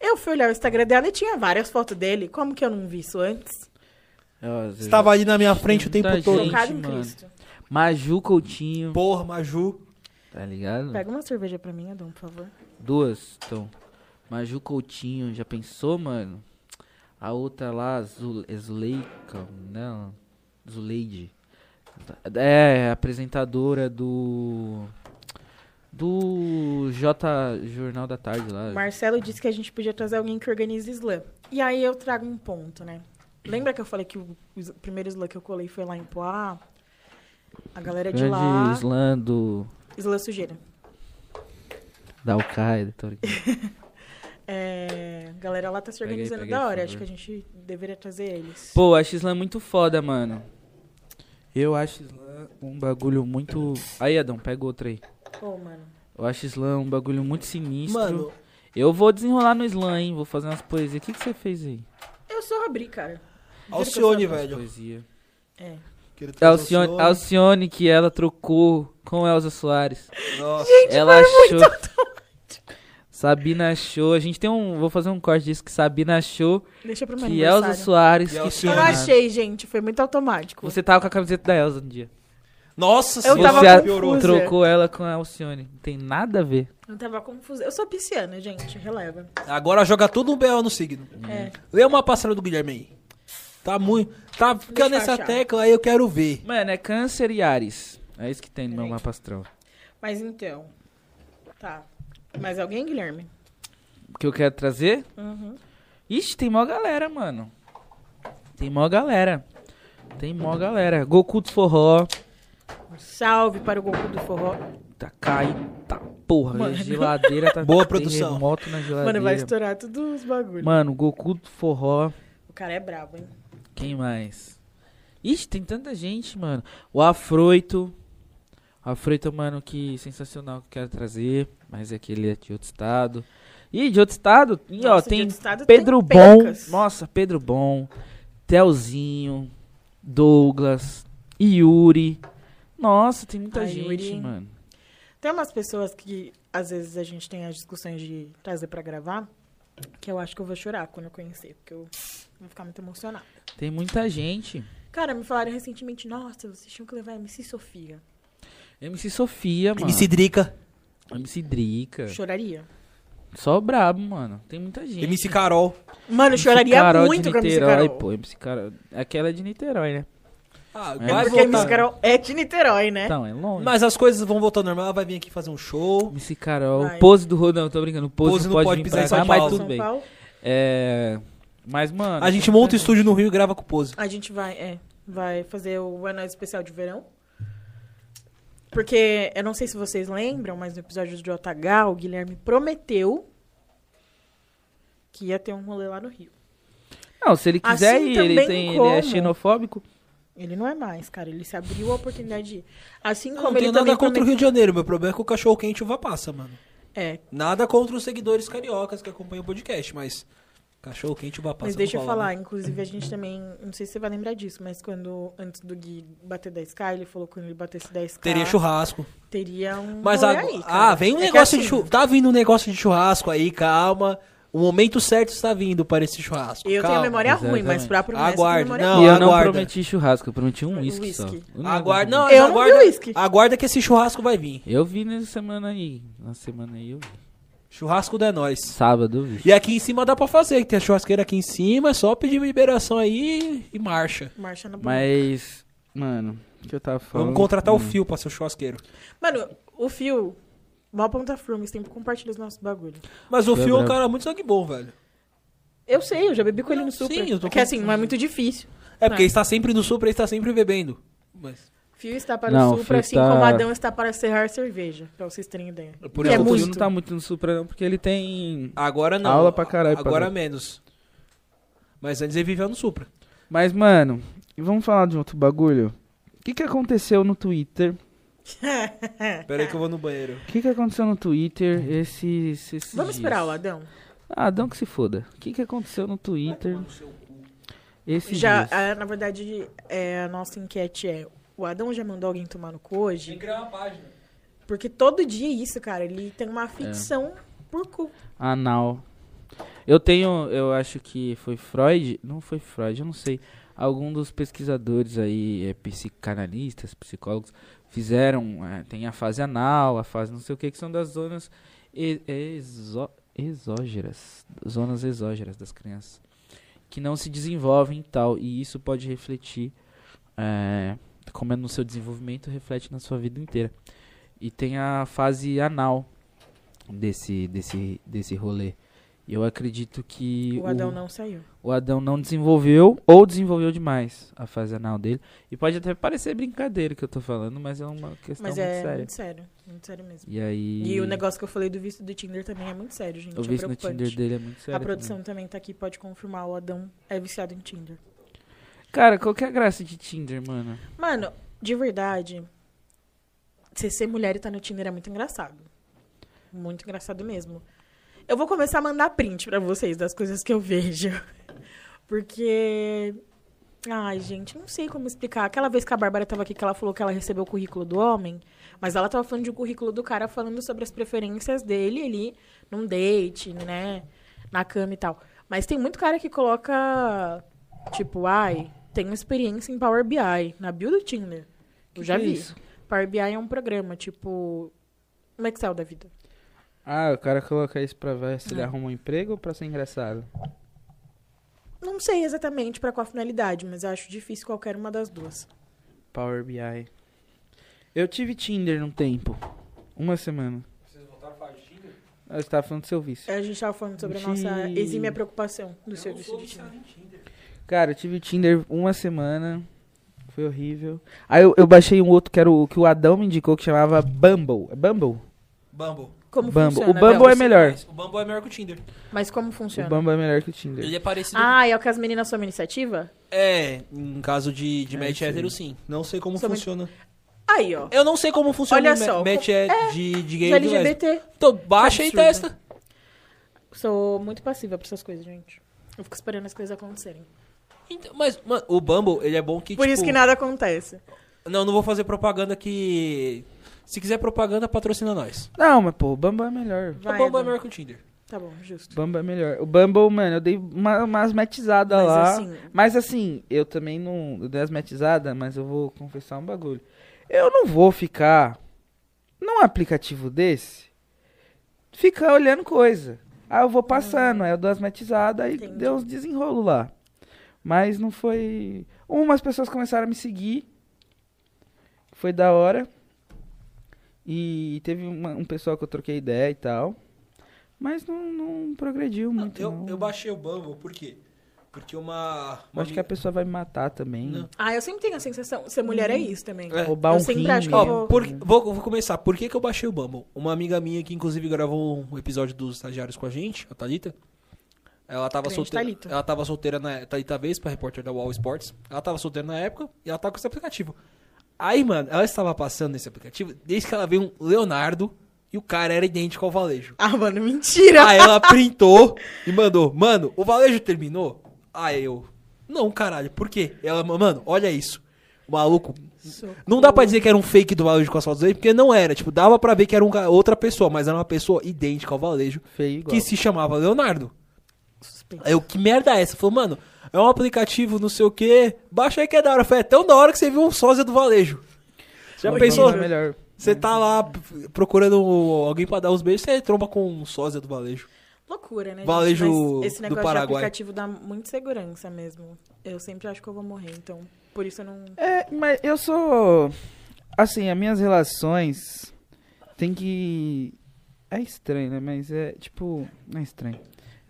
[SPEAKER 3] eu fui olhar o Instagram dela e tinha várias fotos dele. Como que eu não vi isso antes?
[SPEAKER 1] Ó, Zezé-
[SPEAKER 2] Você tava ali na minha frente o tempo
[SPEAKER 1] Muita
[SPEAKER 2] todo.
[SPEAKER 1] gente.
[SPEAKER 3] Focado em
[SPEAKER 1] mano.
[SPEAKER 3] Cristo.
[SPEAKER 1] Maju Coutinho,
[SPEAKER 2] Porra, Maju.
[SPEAKER 1] tá ligado?
[SPEAKER 3] Pega uma cerveja pra mim, Adão, por favor.
[SPEAKER 1] Duas, então. Maju Coutinho, já pensou, mano? A outra lá, Zul- é Zuleika, não, Zuleide. É, apresentadora do... Do J Jornal da Tarde lá.
[SPEAKER 3] Marcelo disse que a gente podia trazer alguém que organize slam. E aí eu trago um ponto, né? Lembra que eu falei que o is- primeiro slam que eu colei foi lá em Poá? A galera de
[SPEAKER 1] Grande
[SPEAKER 3] lá,
[SPEAKER 1] é slam do...
[SPEAKER 3] slam sujeira.
[SPEAKER 1] Da Al-Qaeda. tô ligado.
[SPEAKER 3] (laughs) É, a galera lá tá se
[SPEAKER 1] Pega aí,
[SPEAKER 3] organizando
[SPEAKER 1] pega aí,
[SPEAKER 3] da
[SPEAKER 1] por
[SPEAKER 3] hora.
[SPEAKER 1] favor.
[SPEAKER 3] Acho que a gente deveria trazer eles.
[SPEAKER 1] Pô, acho slam muito foda, mano. Eu acho slam um bagulho muito... Aí, Adão, pega outra aí.
[SPEAKER 3] Pô, mano.
[SPEAKER 1] Eu acho slam um bagulho muito sinistro.
[SPEAKER 2] Mano,
[SPEAKER 1] Eu vou desenrolar no slam, hein? Vou fazer umas poesias. O que, que você fez aí?
[SPEAKER 3] Eu só abri, cara.
[SPEAKER 2] Alcione,
[SPEAKER 1] Umas
[SPEAKER 2] velho. tá
[SPEAKER 1] Poesia.
[SPEAKER 3] É.
[SPEAKER 2] Queria trazer
[SPEAKER 1] Alcione, Alcione, que ela trocou com Elza Soares.
[SPEAKER 2] Nossa.
[SPEAKER 1] ela achou. Sabina achou. A gente tem um. Vou fazer um corte disso que Sabina achou
[SPEAKER 3] Deixa pro meu
[SPEAKER 1] que é Elza
[SPEAKER 3] aniversário.
[SPEAKER 1] Soares.
[SPEAKER 2] E
[SPEAKER 1] Que
[SPEAKER 3] Eu
[SPEAKER 2] Alcione.
[SPEAKER 1] tinha
[SPEAKER 3] não
[SPEAKER 1] nada.
[SPEAKER 3] achei, gente. Foi muito automático.
[SPEAKER 1] né? Você tava com a camiseta da Elza no dia.
[SPEAKER 2] Nossa
[SPEAKER 3] Eu
[SPEAKER 2] senhora,
[SPEAKER 3] tava
[SPEAKER 1] Você a-
[SPEAKER 3] confusa.
[SPEAKER 1] trocou ela com a Alcione. Não tem nada a ver.
[SPEAKER 3] Eu tava confusa. Eu sou pisciana, gente. Releva.
[SPEAKER 2] Agora joga tudo um B.O. no signo.
[SPEAKER 3] É.
[SPEAKER 1] Uhum.
[SPEAKER 2] Lê uma passada do Guilherme aí. Tá muito. Tá ficando
[SPEAKER 3] Deixa eu
[SPEAKER 2] nessa
[SPEAKER 3] achar.
[SPEAKER 2] tecla aí, eu quero ver.
[SPEAKER 1] Mano, é câncer e Ares. É isso que tem no meu mapa astral.
[SPEAKER 3] Mas então. Tá. Mais alguém, Guilherme?
[SPEAKER 1] O que eu quero trazer?
[SPEAKER 3] Uhum.
[SPEAKER 1] Ixi, tem mó galera, mano. Tem mó galera. Tem mó galera. Goku do Forró.
[SPEAKER 3] Um salve para o Goku do Forró.
[SPEAKER 1] Tá caindo. Tá porra.
[SPEAKER 3] Mano.
[SPEAKER 1] A geladeira
[SPEAKER 3] (laughs)
[SPEAKER 1] tá.
[SPEAKER 2] Boa
[SPEAKER 1] tem
[SPEAKER 2] produção.
[SPEAKER 1] remoto na geladeira.
[SPEAKER 3] Mano, vai estourar todos os bagulhos.
[SPEAKER 1] Mano, Goku do Forró.
[SPEAKER 3] O cara é brabo, hein?
[SPEAKER 1] Quem mais? Ixi, tem tanta gente, mano. O Afroito. O Afroito, é um mano, que sensacional que eu quero trazer. Mas é que ele é de outro estado. Ih, de outro estado? Ih, ó,
[SPEAKER 3] Nossa, de
[SPEAKER 1] tem
[SPEAKER 3] outro estado
[SPEAKER 1] Pedro
[SPEAKER 3] tem
[SPEAKER 1] Bom.
[SPEAKER 3] pencas.
[SPEAKER 1] Nossa, Pedro Bom. Telzinho. Douglas. Yuri. Nossa, tem muita
[SPEAKER 3] Ai,
[SPEAKER 1] gente,
[SPEAKER 3] Yuri.
[SPEAKER 1] mano.
[SPEAKER 3] Tem umas pessoas que às vezes a gente tem as discussões de trazer pra gravar, que eu acho que eu vou chorar quando eu conhecer, porque eu vou ficar muito emocionada.
[SPEAKER 1] Tem muita gente.
[SPEAKER 3] Cara, me falaram recentemente, nossa, vocês tinham que levar a MC Sofia.
[SPEAKER 1] MC Sofia, mano.
[SPEAKER 2] MC Drica,
[SPEAKER 1] MC Drica.
[SPEAKER 3] Choraria.
[SPEAKER 1] Só brabo, mano. Tem muita gente.
[SPEAKER 2] MC Carol.
[SPEAKER 3] Mano, eu
[SPEAKER 1] MC
[SPEAKER 3] choraria
[SPEAKER 1] Carol
[SPEAKER 3] muito
[SPEAKER 1] de
[SPEAKER 3] com a MC
[SPEAKER 1] Niterói,
[SPEAKER 3] Carol.
[SPEAKER 1] pô. MC Carol. Aquela é de Niterói, né?
[SPEAKER 2] Ah,
[SPEAKER 1] É.
[SPEAKER 2] vai
[SPEAKER 3] Porque
[SPEAKER 2] voltar.
[SPEAKER 3] a MC Carol é de Niterói, né?
[SPEAKER 1] Então, é longe.
[SPEAKER 2] Mas as coisas vão voltar ao normal, ela vai vir aqui fazer um show.
[SPEAKER 1] MC Carol.
[SPEAKER 3] Ai.
[SPEAKER 1] Pose do Rodão, não, tô brincando. Pose, não pode, vir
[SPEAKER 2] pisar em
[SPEAKER 1] pra
[SPEAKER 2] São
[SPEAKER 1] cá,
[SPEAKER 2] Paulo.
[SPEAKER 1] mas tudo
[SPEAKER 3] São
[SPEAKER 1] bem.
[SPEAKER 3] Paulo,
[SPEAKER 1] É. Mas, mano. é. tá
[SPEAKER 2] A gente monta o estúdio no Rio e grava com o Pose.
[SPEAKER 3] a gente vai, é, vai fazer o Anóis Especial de Verão. Porque, eu não sei se vocês lembram, mas no episódio do JH, o Guilherme prometeu que ia ter um rolê lá no Rio.
[SPEAKER 1] Não, se ele quiser
[SPEAKER 3] Assim
[SPEAKER 1] ir, ele,
[SPEAKER 3] também
[SPEAKER 1] tem, ele
[SPEAKER 3] como.
[SPEAKER 1] é xenofóbico.
[SPEAKER 3] Ele não é mais, cara. Ele se abriu a oportunidade de ir. Assim
[SPEAKER 2] Eu
[SPEAKER 3] como
[SPEAKER 2] não
[SPEAKER 3] ele
[SPEAKER 2] tenho nada
[SPEAKER 3] também
[SPEAKER 2] contra o
[SPEAKER 3] prometeu...
[SPEAKER 2] Rio de Janeiro, meu problema é que o cachorro quente e uva passa, mano.
[SPEAKER 3] É,
[SPEAKER 2] Nada contra os seguidores cariocas que acompanham o podcast, mas cachorro quente e uva passa.
[SPEAKER 3] mas
[SPEAKER 2] não
[SPEAKER 3] deixa eu
[SPEAKER 2] cola,
[SPEAKER 3] falar.
[SPEAKER 2] né?
[SPEAKER 3] Inclusive, a gente também... Não sei se você vai lembrar disso, mas quando... Antes do Gui bater 10k, ele falou que quando ele batesse 10k...
[SPEAKER 2] Teria churrasco.
[SPEAKER 3] Teria um
[SPEAKER 2] Mas
[SPEAKER 3] rolê
[SPEAKER 2] a-
[SPEAKER 3] aí, cara.
[SPEAKER 2] ah, vem um
[SPEAKER 3] É que
[SPEAKER 2] negócio de
[SPEAKER 3] assim,
[SPEAKER 2] churrasco. Tá vindo um negócio de churrasco aí, calma. O momento certo está vindo para esse churrasco.
[SPEAKER 3] Eu tenho
[SPEAKER 2] calma. é,
[SPEAKER 3] a memória ruim, mas
[SPEAKER 1] Exatamente.
[SPEAKER 3] pra promessa
[SPEAKER 2] Aguarde.
[SPEAKER 3] eu tenho memória
[SPEAKER 2] Não,
[SPEAKER 3] boa.
[SPEAKER 1] e eu não
[SPEAKER 2] aguarda.
[SPEAKER 1] prometi churrasco, eu prometi um
[SPEAKER 3] Um
[SPEAKER 1] uísque só.
[SPEAKER 3] whisky.
[SPEAKER 1] Um negócio
[SPEAKER 2] Aguarda, não,
[SPEAKER 3] Eu não vi
[SPEAKER 2] aguarda,
[SPEAKER 3] o whisky.
[SPEAKER 2] aguarda que esse churrasco vai vir.
[SPEAKER 1] assim. Eu vi nessa semana aí. Na semana aí eu vi.
[SPEAKER 2] Churrasco da é nós.
[SPEAKER 1] Sábado eu vi.
[SPEAKER 2] E aqui em cima dá pra fazer, que tem a churrasqueira aqui em cima, é só pedir liberação aí e marcha.
[SPEAKER 3] Marcha na Mas...
[SPEAKER 1] Mas. Mano, o que eu tava falando?
[SPEAKER 2] Vamos contratar o
[SPEAKER 1] Hum.
[SPEAKER 2] Fio pra ser o churrasqueiro.
[SPEAKER 3] Mano, o Fio... Mó ponta filme, sempre compartilha os nossos bagulhos.
[SPEAKER 2] Mas o
[SPEAKER 1] Fio é
[SPEAKER 2] Fio é um
[SPEAKER 1] brabo.
[SPEAKER 2] cara muito sangue bom, velho.
[SPEAKER 3] Eu sei, eu já bebi com ele
[SPEAKER 2] Não,
[SPEAKER 3] no super.
[SPEAKER 2] sim, eu tô
[SPEAKER 3] Porque assim, não é muito difícil.
[SPEAKER 2] É porque ele
[SPEAKER 3] É.
[SPEAKER 2] está sempre no supra, ele está sempre bebendo. Mas
[SPEAKER 3] Fio está para
[SPEAKER 1] Não,
[SPEAKER 3] o Supra,
[SPEAKER 1] Fio
[SPEAKER 3] assim
[SPEAKER 1] está-
[SPEAKER 3] como Adão está para serrar cerveja, pra vocês terem ideia.
[SPEAKER 1] Não,
[SPEAKER 2] por
[SPEAKER 3] Que
[SPEAKER 1] o
[SPEAKER 3] é
[SPEAKER 2] exemplo,
[SPEAKER 1] Fio
[SPEAKER 3] muito.
[SPEAKER 1] não tá muito no Supra, não, porque ele tem.
[SPEAKER 2] agora não.
[SPEAKER 1] Aula pra caralho,
[SPEAKER 2] Agora
[SPEAKER 1] padre.
[SPEAKER 2] menos. Mas antes ele viveu no supra.
[SPEAKER 1] Mas, mano, vamos falar de um outro bagulho? O que, que aconteceu no Twitter?
[SPEAKER 2] Pera
[SPEAKER 3] Tá.
[SPEAKER 2] aí que eu vou no banheiro.
[SPEAKER 1] O que, que aconteceu no Twitter esses, esses
[SPEAKER 3] Vamos
[SPEAKER 1] dias?
[SPEAKER 3] esperar o Adão.
[SPEAKER 1] Ah, dão que se foda. O que, que aconteceu no Twitter esses
[SPEAKER 3] Já,
[SPEAKER 1] dias?
[SPEAKER 3] ah, na verdade, é, a nossa enquete é: o Adão já mandou alguém tomar no cu hoje?
[SPEAKER 2] criar uma página.
[SPEAKER 3] Porque todo dia é isso, cara. Ele tem
[SPEAKER 1] É.
[SPEAKER 3] uma afecção por cu.
[SPEAKER 1] Anal. Eu tenho, eu acho que foi Freud, não foi Freud, eu não sei. Algum dos pesquisadores aí, é, psicanalistas, psicólogos, fizeram, é, tem a fase anal, a fase não sei o que, que são das zonas e- exó- exógeras, zonas exógeras das crianças, que não se desenvolvem e tal, e isso pode refletir, é, como é no seu desenvolvimento, reflete na sua vida inteira. E tem a fase anal desse, desse, desse rolê. E Eu acredito que
[SPEAKER 3] O Adão não saiu.
[SPEAKER 1] o Adão não desenvolveu ou desenvolveu demais a fase anal dele. E pode até parecer brincadeira que eu tô falando, mas é uma questão
[SPEAKER 3] Mas
[SPEAKER 1] muito
[SPEAKER 3] é
[SPEAKER 1] séria.
[SPEAKER 3] muito sério. Muito sério mesmo.
[SPEAKER 1] E aí.
[SPEAKER 3] E... o negócio que eu falei do visto do Tinder também é muito sério, gente.
[SPEAKER 1] O
[SPEAKER 3] é
[SPEAKER 1] visto no
[SPEAKER 3] preocupante.
[SPEAKER 1] Tinder dele é muito sério.
[SPEAKER 3] a produção também tá aqui, pode confirmar: o Adão é viciado em Tinder.
[SPEAKER 1] também. Cara, qual que é a graça de Tinder, mano?
[SPEAKER 3] Mano, de verdade, você ser mulher e tá no Tinder é muito engraçado. Muito engraçado mesmo. Eu vou começar a mandar print pra vocês das coisas que eu vejo. (laughs) Porque. Ai, gente, não sei como explicar. Aquela vez que a Bárbara tava aqui, que ela falou que ela recebeu o currículo do homem, mas ela tava falando de um currículo do cara falando sobre as preferências dele ali num date, né? Na cama e tal. Mas tem muito cara que coloca, tipo, ai, tenho experiência em Power BI, na bio do Tinder. Eu já
[SPEAKER 4] que é
[SPEAKER 3] vi.
[SPEAKER 4] isso?
[SPEAKER 3] Power BI é um programa, tipo, um Excel da vida.
[SPEAKER 1] Ah, o cara coloca isso pra ver se ele
[SPEAKER 3] Ah.
[SPEAKER 1] arruma um emprego ou pra ser engraçado?
[SPEAKER 3] Não sei exatamente pra qual finalidade, mas eu acho difícil qualquer uma das duas.
[SPEAKER 1] Power BI. Eu tive Tinder num tempo. Uma semana. Ah, Você tava falando do seu vício.
[SPEAKER 3] A gente tava falando sobre a
[SPEAKER 1] De-
[SPEAKER 3] nossa exímia preocupação do serviço de Tinder.
[SPEAKER 1] Cara, eu tive Tinder uma semana. Foi horrível. Aí eu, eu baixei um outro que era o que o Adão me indicou que chamava Bumble. É Bumble?
[SPEAKER 2] Bumble.
[SPEAKER 3] Como
[SPEAKER 1] Bumble.
[SPEAKER 3] funciona?
[SPEAKER 1] o Bumble
[SPEAKER 3] Bel?
[SPEAKER 1] é melhor.
[SPEAKER 2] O Bumble é melhor que o Tinder.
[SPEAKER 3] Mas como
[SPEAKER 1] O
[SPEAKER 3] funciona?
[SPEAKER 1] Bumble é melhor que o Tinder.
[SPEAKER 2] Ele é parecido.
[SPEAKER 3] Ah, é o que as meninas tomam iniciativa?
[SPEAKER 2] É, em caso de, de
[SPEAKER 1] É,
[SPEAKER 2] match
[SPEAKER 1] sim.
[SPEAKER 2] hétero, sim. Não sei como
[SPEAKER 3] Somente-
[SPEAKER 2] funciona.
[SPEAKER 3] Aí, ó.
[SPEAKER 2] Eu não sei como funciona
[SPEAKER 3] Olha
[SPEAKER 2] o ma-
[SPEAKER 3] só,
[SPEAKER 2] match
[SPEAKER 3] com-
[SPEAKER 2] é de, de gay
[SPEAKER 3] De
[SPEAKER 2] e de lésbica.
[SPEAKER 3] LGBT.
[SPEAKER 2] Então, baixa e
[SPEAKER 3] Absurdo.
[SPEAKER 2] testa.
[SPEAKER 3] Sou muito passiva pra essas coisas, gente. Eu fico esperando as coisas acontecerem.
[SPEAKER 2] Então, mas, mano, o Bumble, ele é bom que,
[SPEAKER 3] Por
[SPEAKER 2] tipo,
[SPEAKER 3] isso que nada acontece.
[SPEAKER 2] Não, não vou fazer propaganda que... Se quiser propaganda, patrocina nós.
[SPEAKER 1] Não, mas pô, o Bumble é melhor.
[SPEAKER 3] Vai,
[SPEAKER 2] o Bumble é
[SPEAKER 3] Edu.
[SPEAKER 2] melhor que o Tinder.
[SPEAKER 3] Tá bom, justo.
[SPEAKER 1] O Bumble é melhor. O Bumble, mano, eu dei uma, umas metizadas
[SPEAKER 3] Mas
[SPEAKER 1] lá.
[SPEAKER 3] assim-
[SPEAKER 1] Mas assim, eu também não. Eu dei as metizadas, mas eu vou confessar um bagulho. Eu não vou ficar num aplicativo desse ficar olhando coisa. Aí eu vou passando, aí eu dou as metizadas, aí
[SPEAKER 3] Entendi.
[SPEAKER 1] deu uns desenrolo lá. Mas não foi. Umas pessoas começaram a me seguir. Foi da hora. E teve uma- um pessoal que eu troquei ideia e tal. Mas não, não progrediu muito.
[SPEAKER 2] Eu,
[SPEAKER 1] não.
[SPEAKER 2] eu baixei o Bumble, por quê? Porque uma...
[SPEAKER 1] Eu
[SPEAKER 2] uma
[SPEAKER 1] acho que a
[SPEAKER 2] amiga-
[SPEAKER 1] pessoa vai me matar também.
[SPEAKER 2] Não.
[SPEAKER 3] Ah, eu sempre tenho a sensação. Ser mulher é isso também.
[SPEAKER 2] É.
[SPEAKER 1] Roubar
[SPEAKER 3] Eu
[SPEAKER 1] um
[SPEAKER 3] sempre
[SPEAKER 1] rim.
[SPEAKER 3] acho que eu
[SPEAKER 2] Ó, por- vou, vou começar. Por que, que eu baixei o Bumble? Uma amiga minha que inclusive gravou um episódio dos estagiários com a gente, a Thalita. Ela tava
[SPEAKER 3] Grande
[SPEAKER 2] solteira.
[SPEAKER 3] Thalita.
[SPEAKER 2] Ela tava solteira na Thalita Vespa, repórter da Wall Sports. Ela tava solteira na época e ela tava com esse aplicativo. Aí, mano, ela estava passando nesse aplicativo desde que ela viu um Leonardo e o cara era idêntico ao Valejo.
[SPEAKER 3] (laughs) Ah, mano, mentira!
[SPEAKER 2] Aí ela printou e mandou, mano, o Valejo terminou? Aí eu, não, caralho, por quê? Ela, mano, olha isso. O maluco não dá pra dizer que era um fake do Valejo com as fotos dele, porque não era. Tipo, dava pra ver que era um ca- outra pessoa, mas era uma pessoa idêntica ao Valejo,
[SPEAKER 1] Feio igual.
[SPEAKER 2] que se chamava Leonardo.
[SPEAKER 3] Suspense.
[SPEAKER 2] Aí eu, que merda é essa? Falou, mano, é um aplicativo, não sei o quê, baixa aí que é da hora. Foi é tão da hora que você viu um sósia do Valejo. Já
[SPEAKER 1] Mas
[SPEAKER 2] pensou?
[SPEAKER 1] não é melhor.
[SPEAKER 2] Você tá lá p- procurando alguém pra dar os beijos, você tromba com um sósia do Valejo.
[SPEAKER 3] Loucura, né? gente?
[SPEAKER 2] Valejo
[SPEAKER 3] Mas esse
[SPEAKER 2] do
[SPEAKER 3] negócio de
[SPEAKER 2] Paraguai.
[SPEAKER 3] aplicativo dá muita segurança mesmo. Eu sempre acho que eu vou morrer, então. Por isso eu não.
[SPEAKER 1] É, mas eu sou. Assim, as minhas relações tem que. É estranho, né? Mas é tipo. Não é estranho.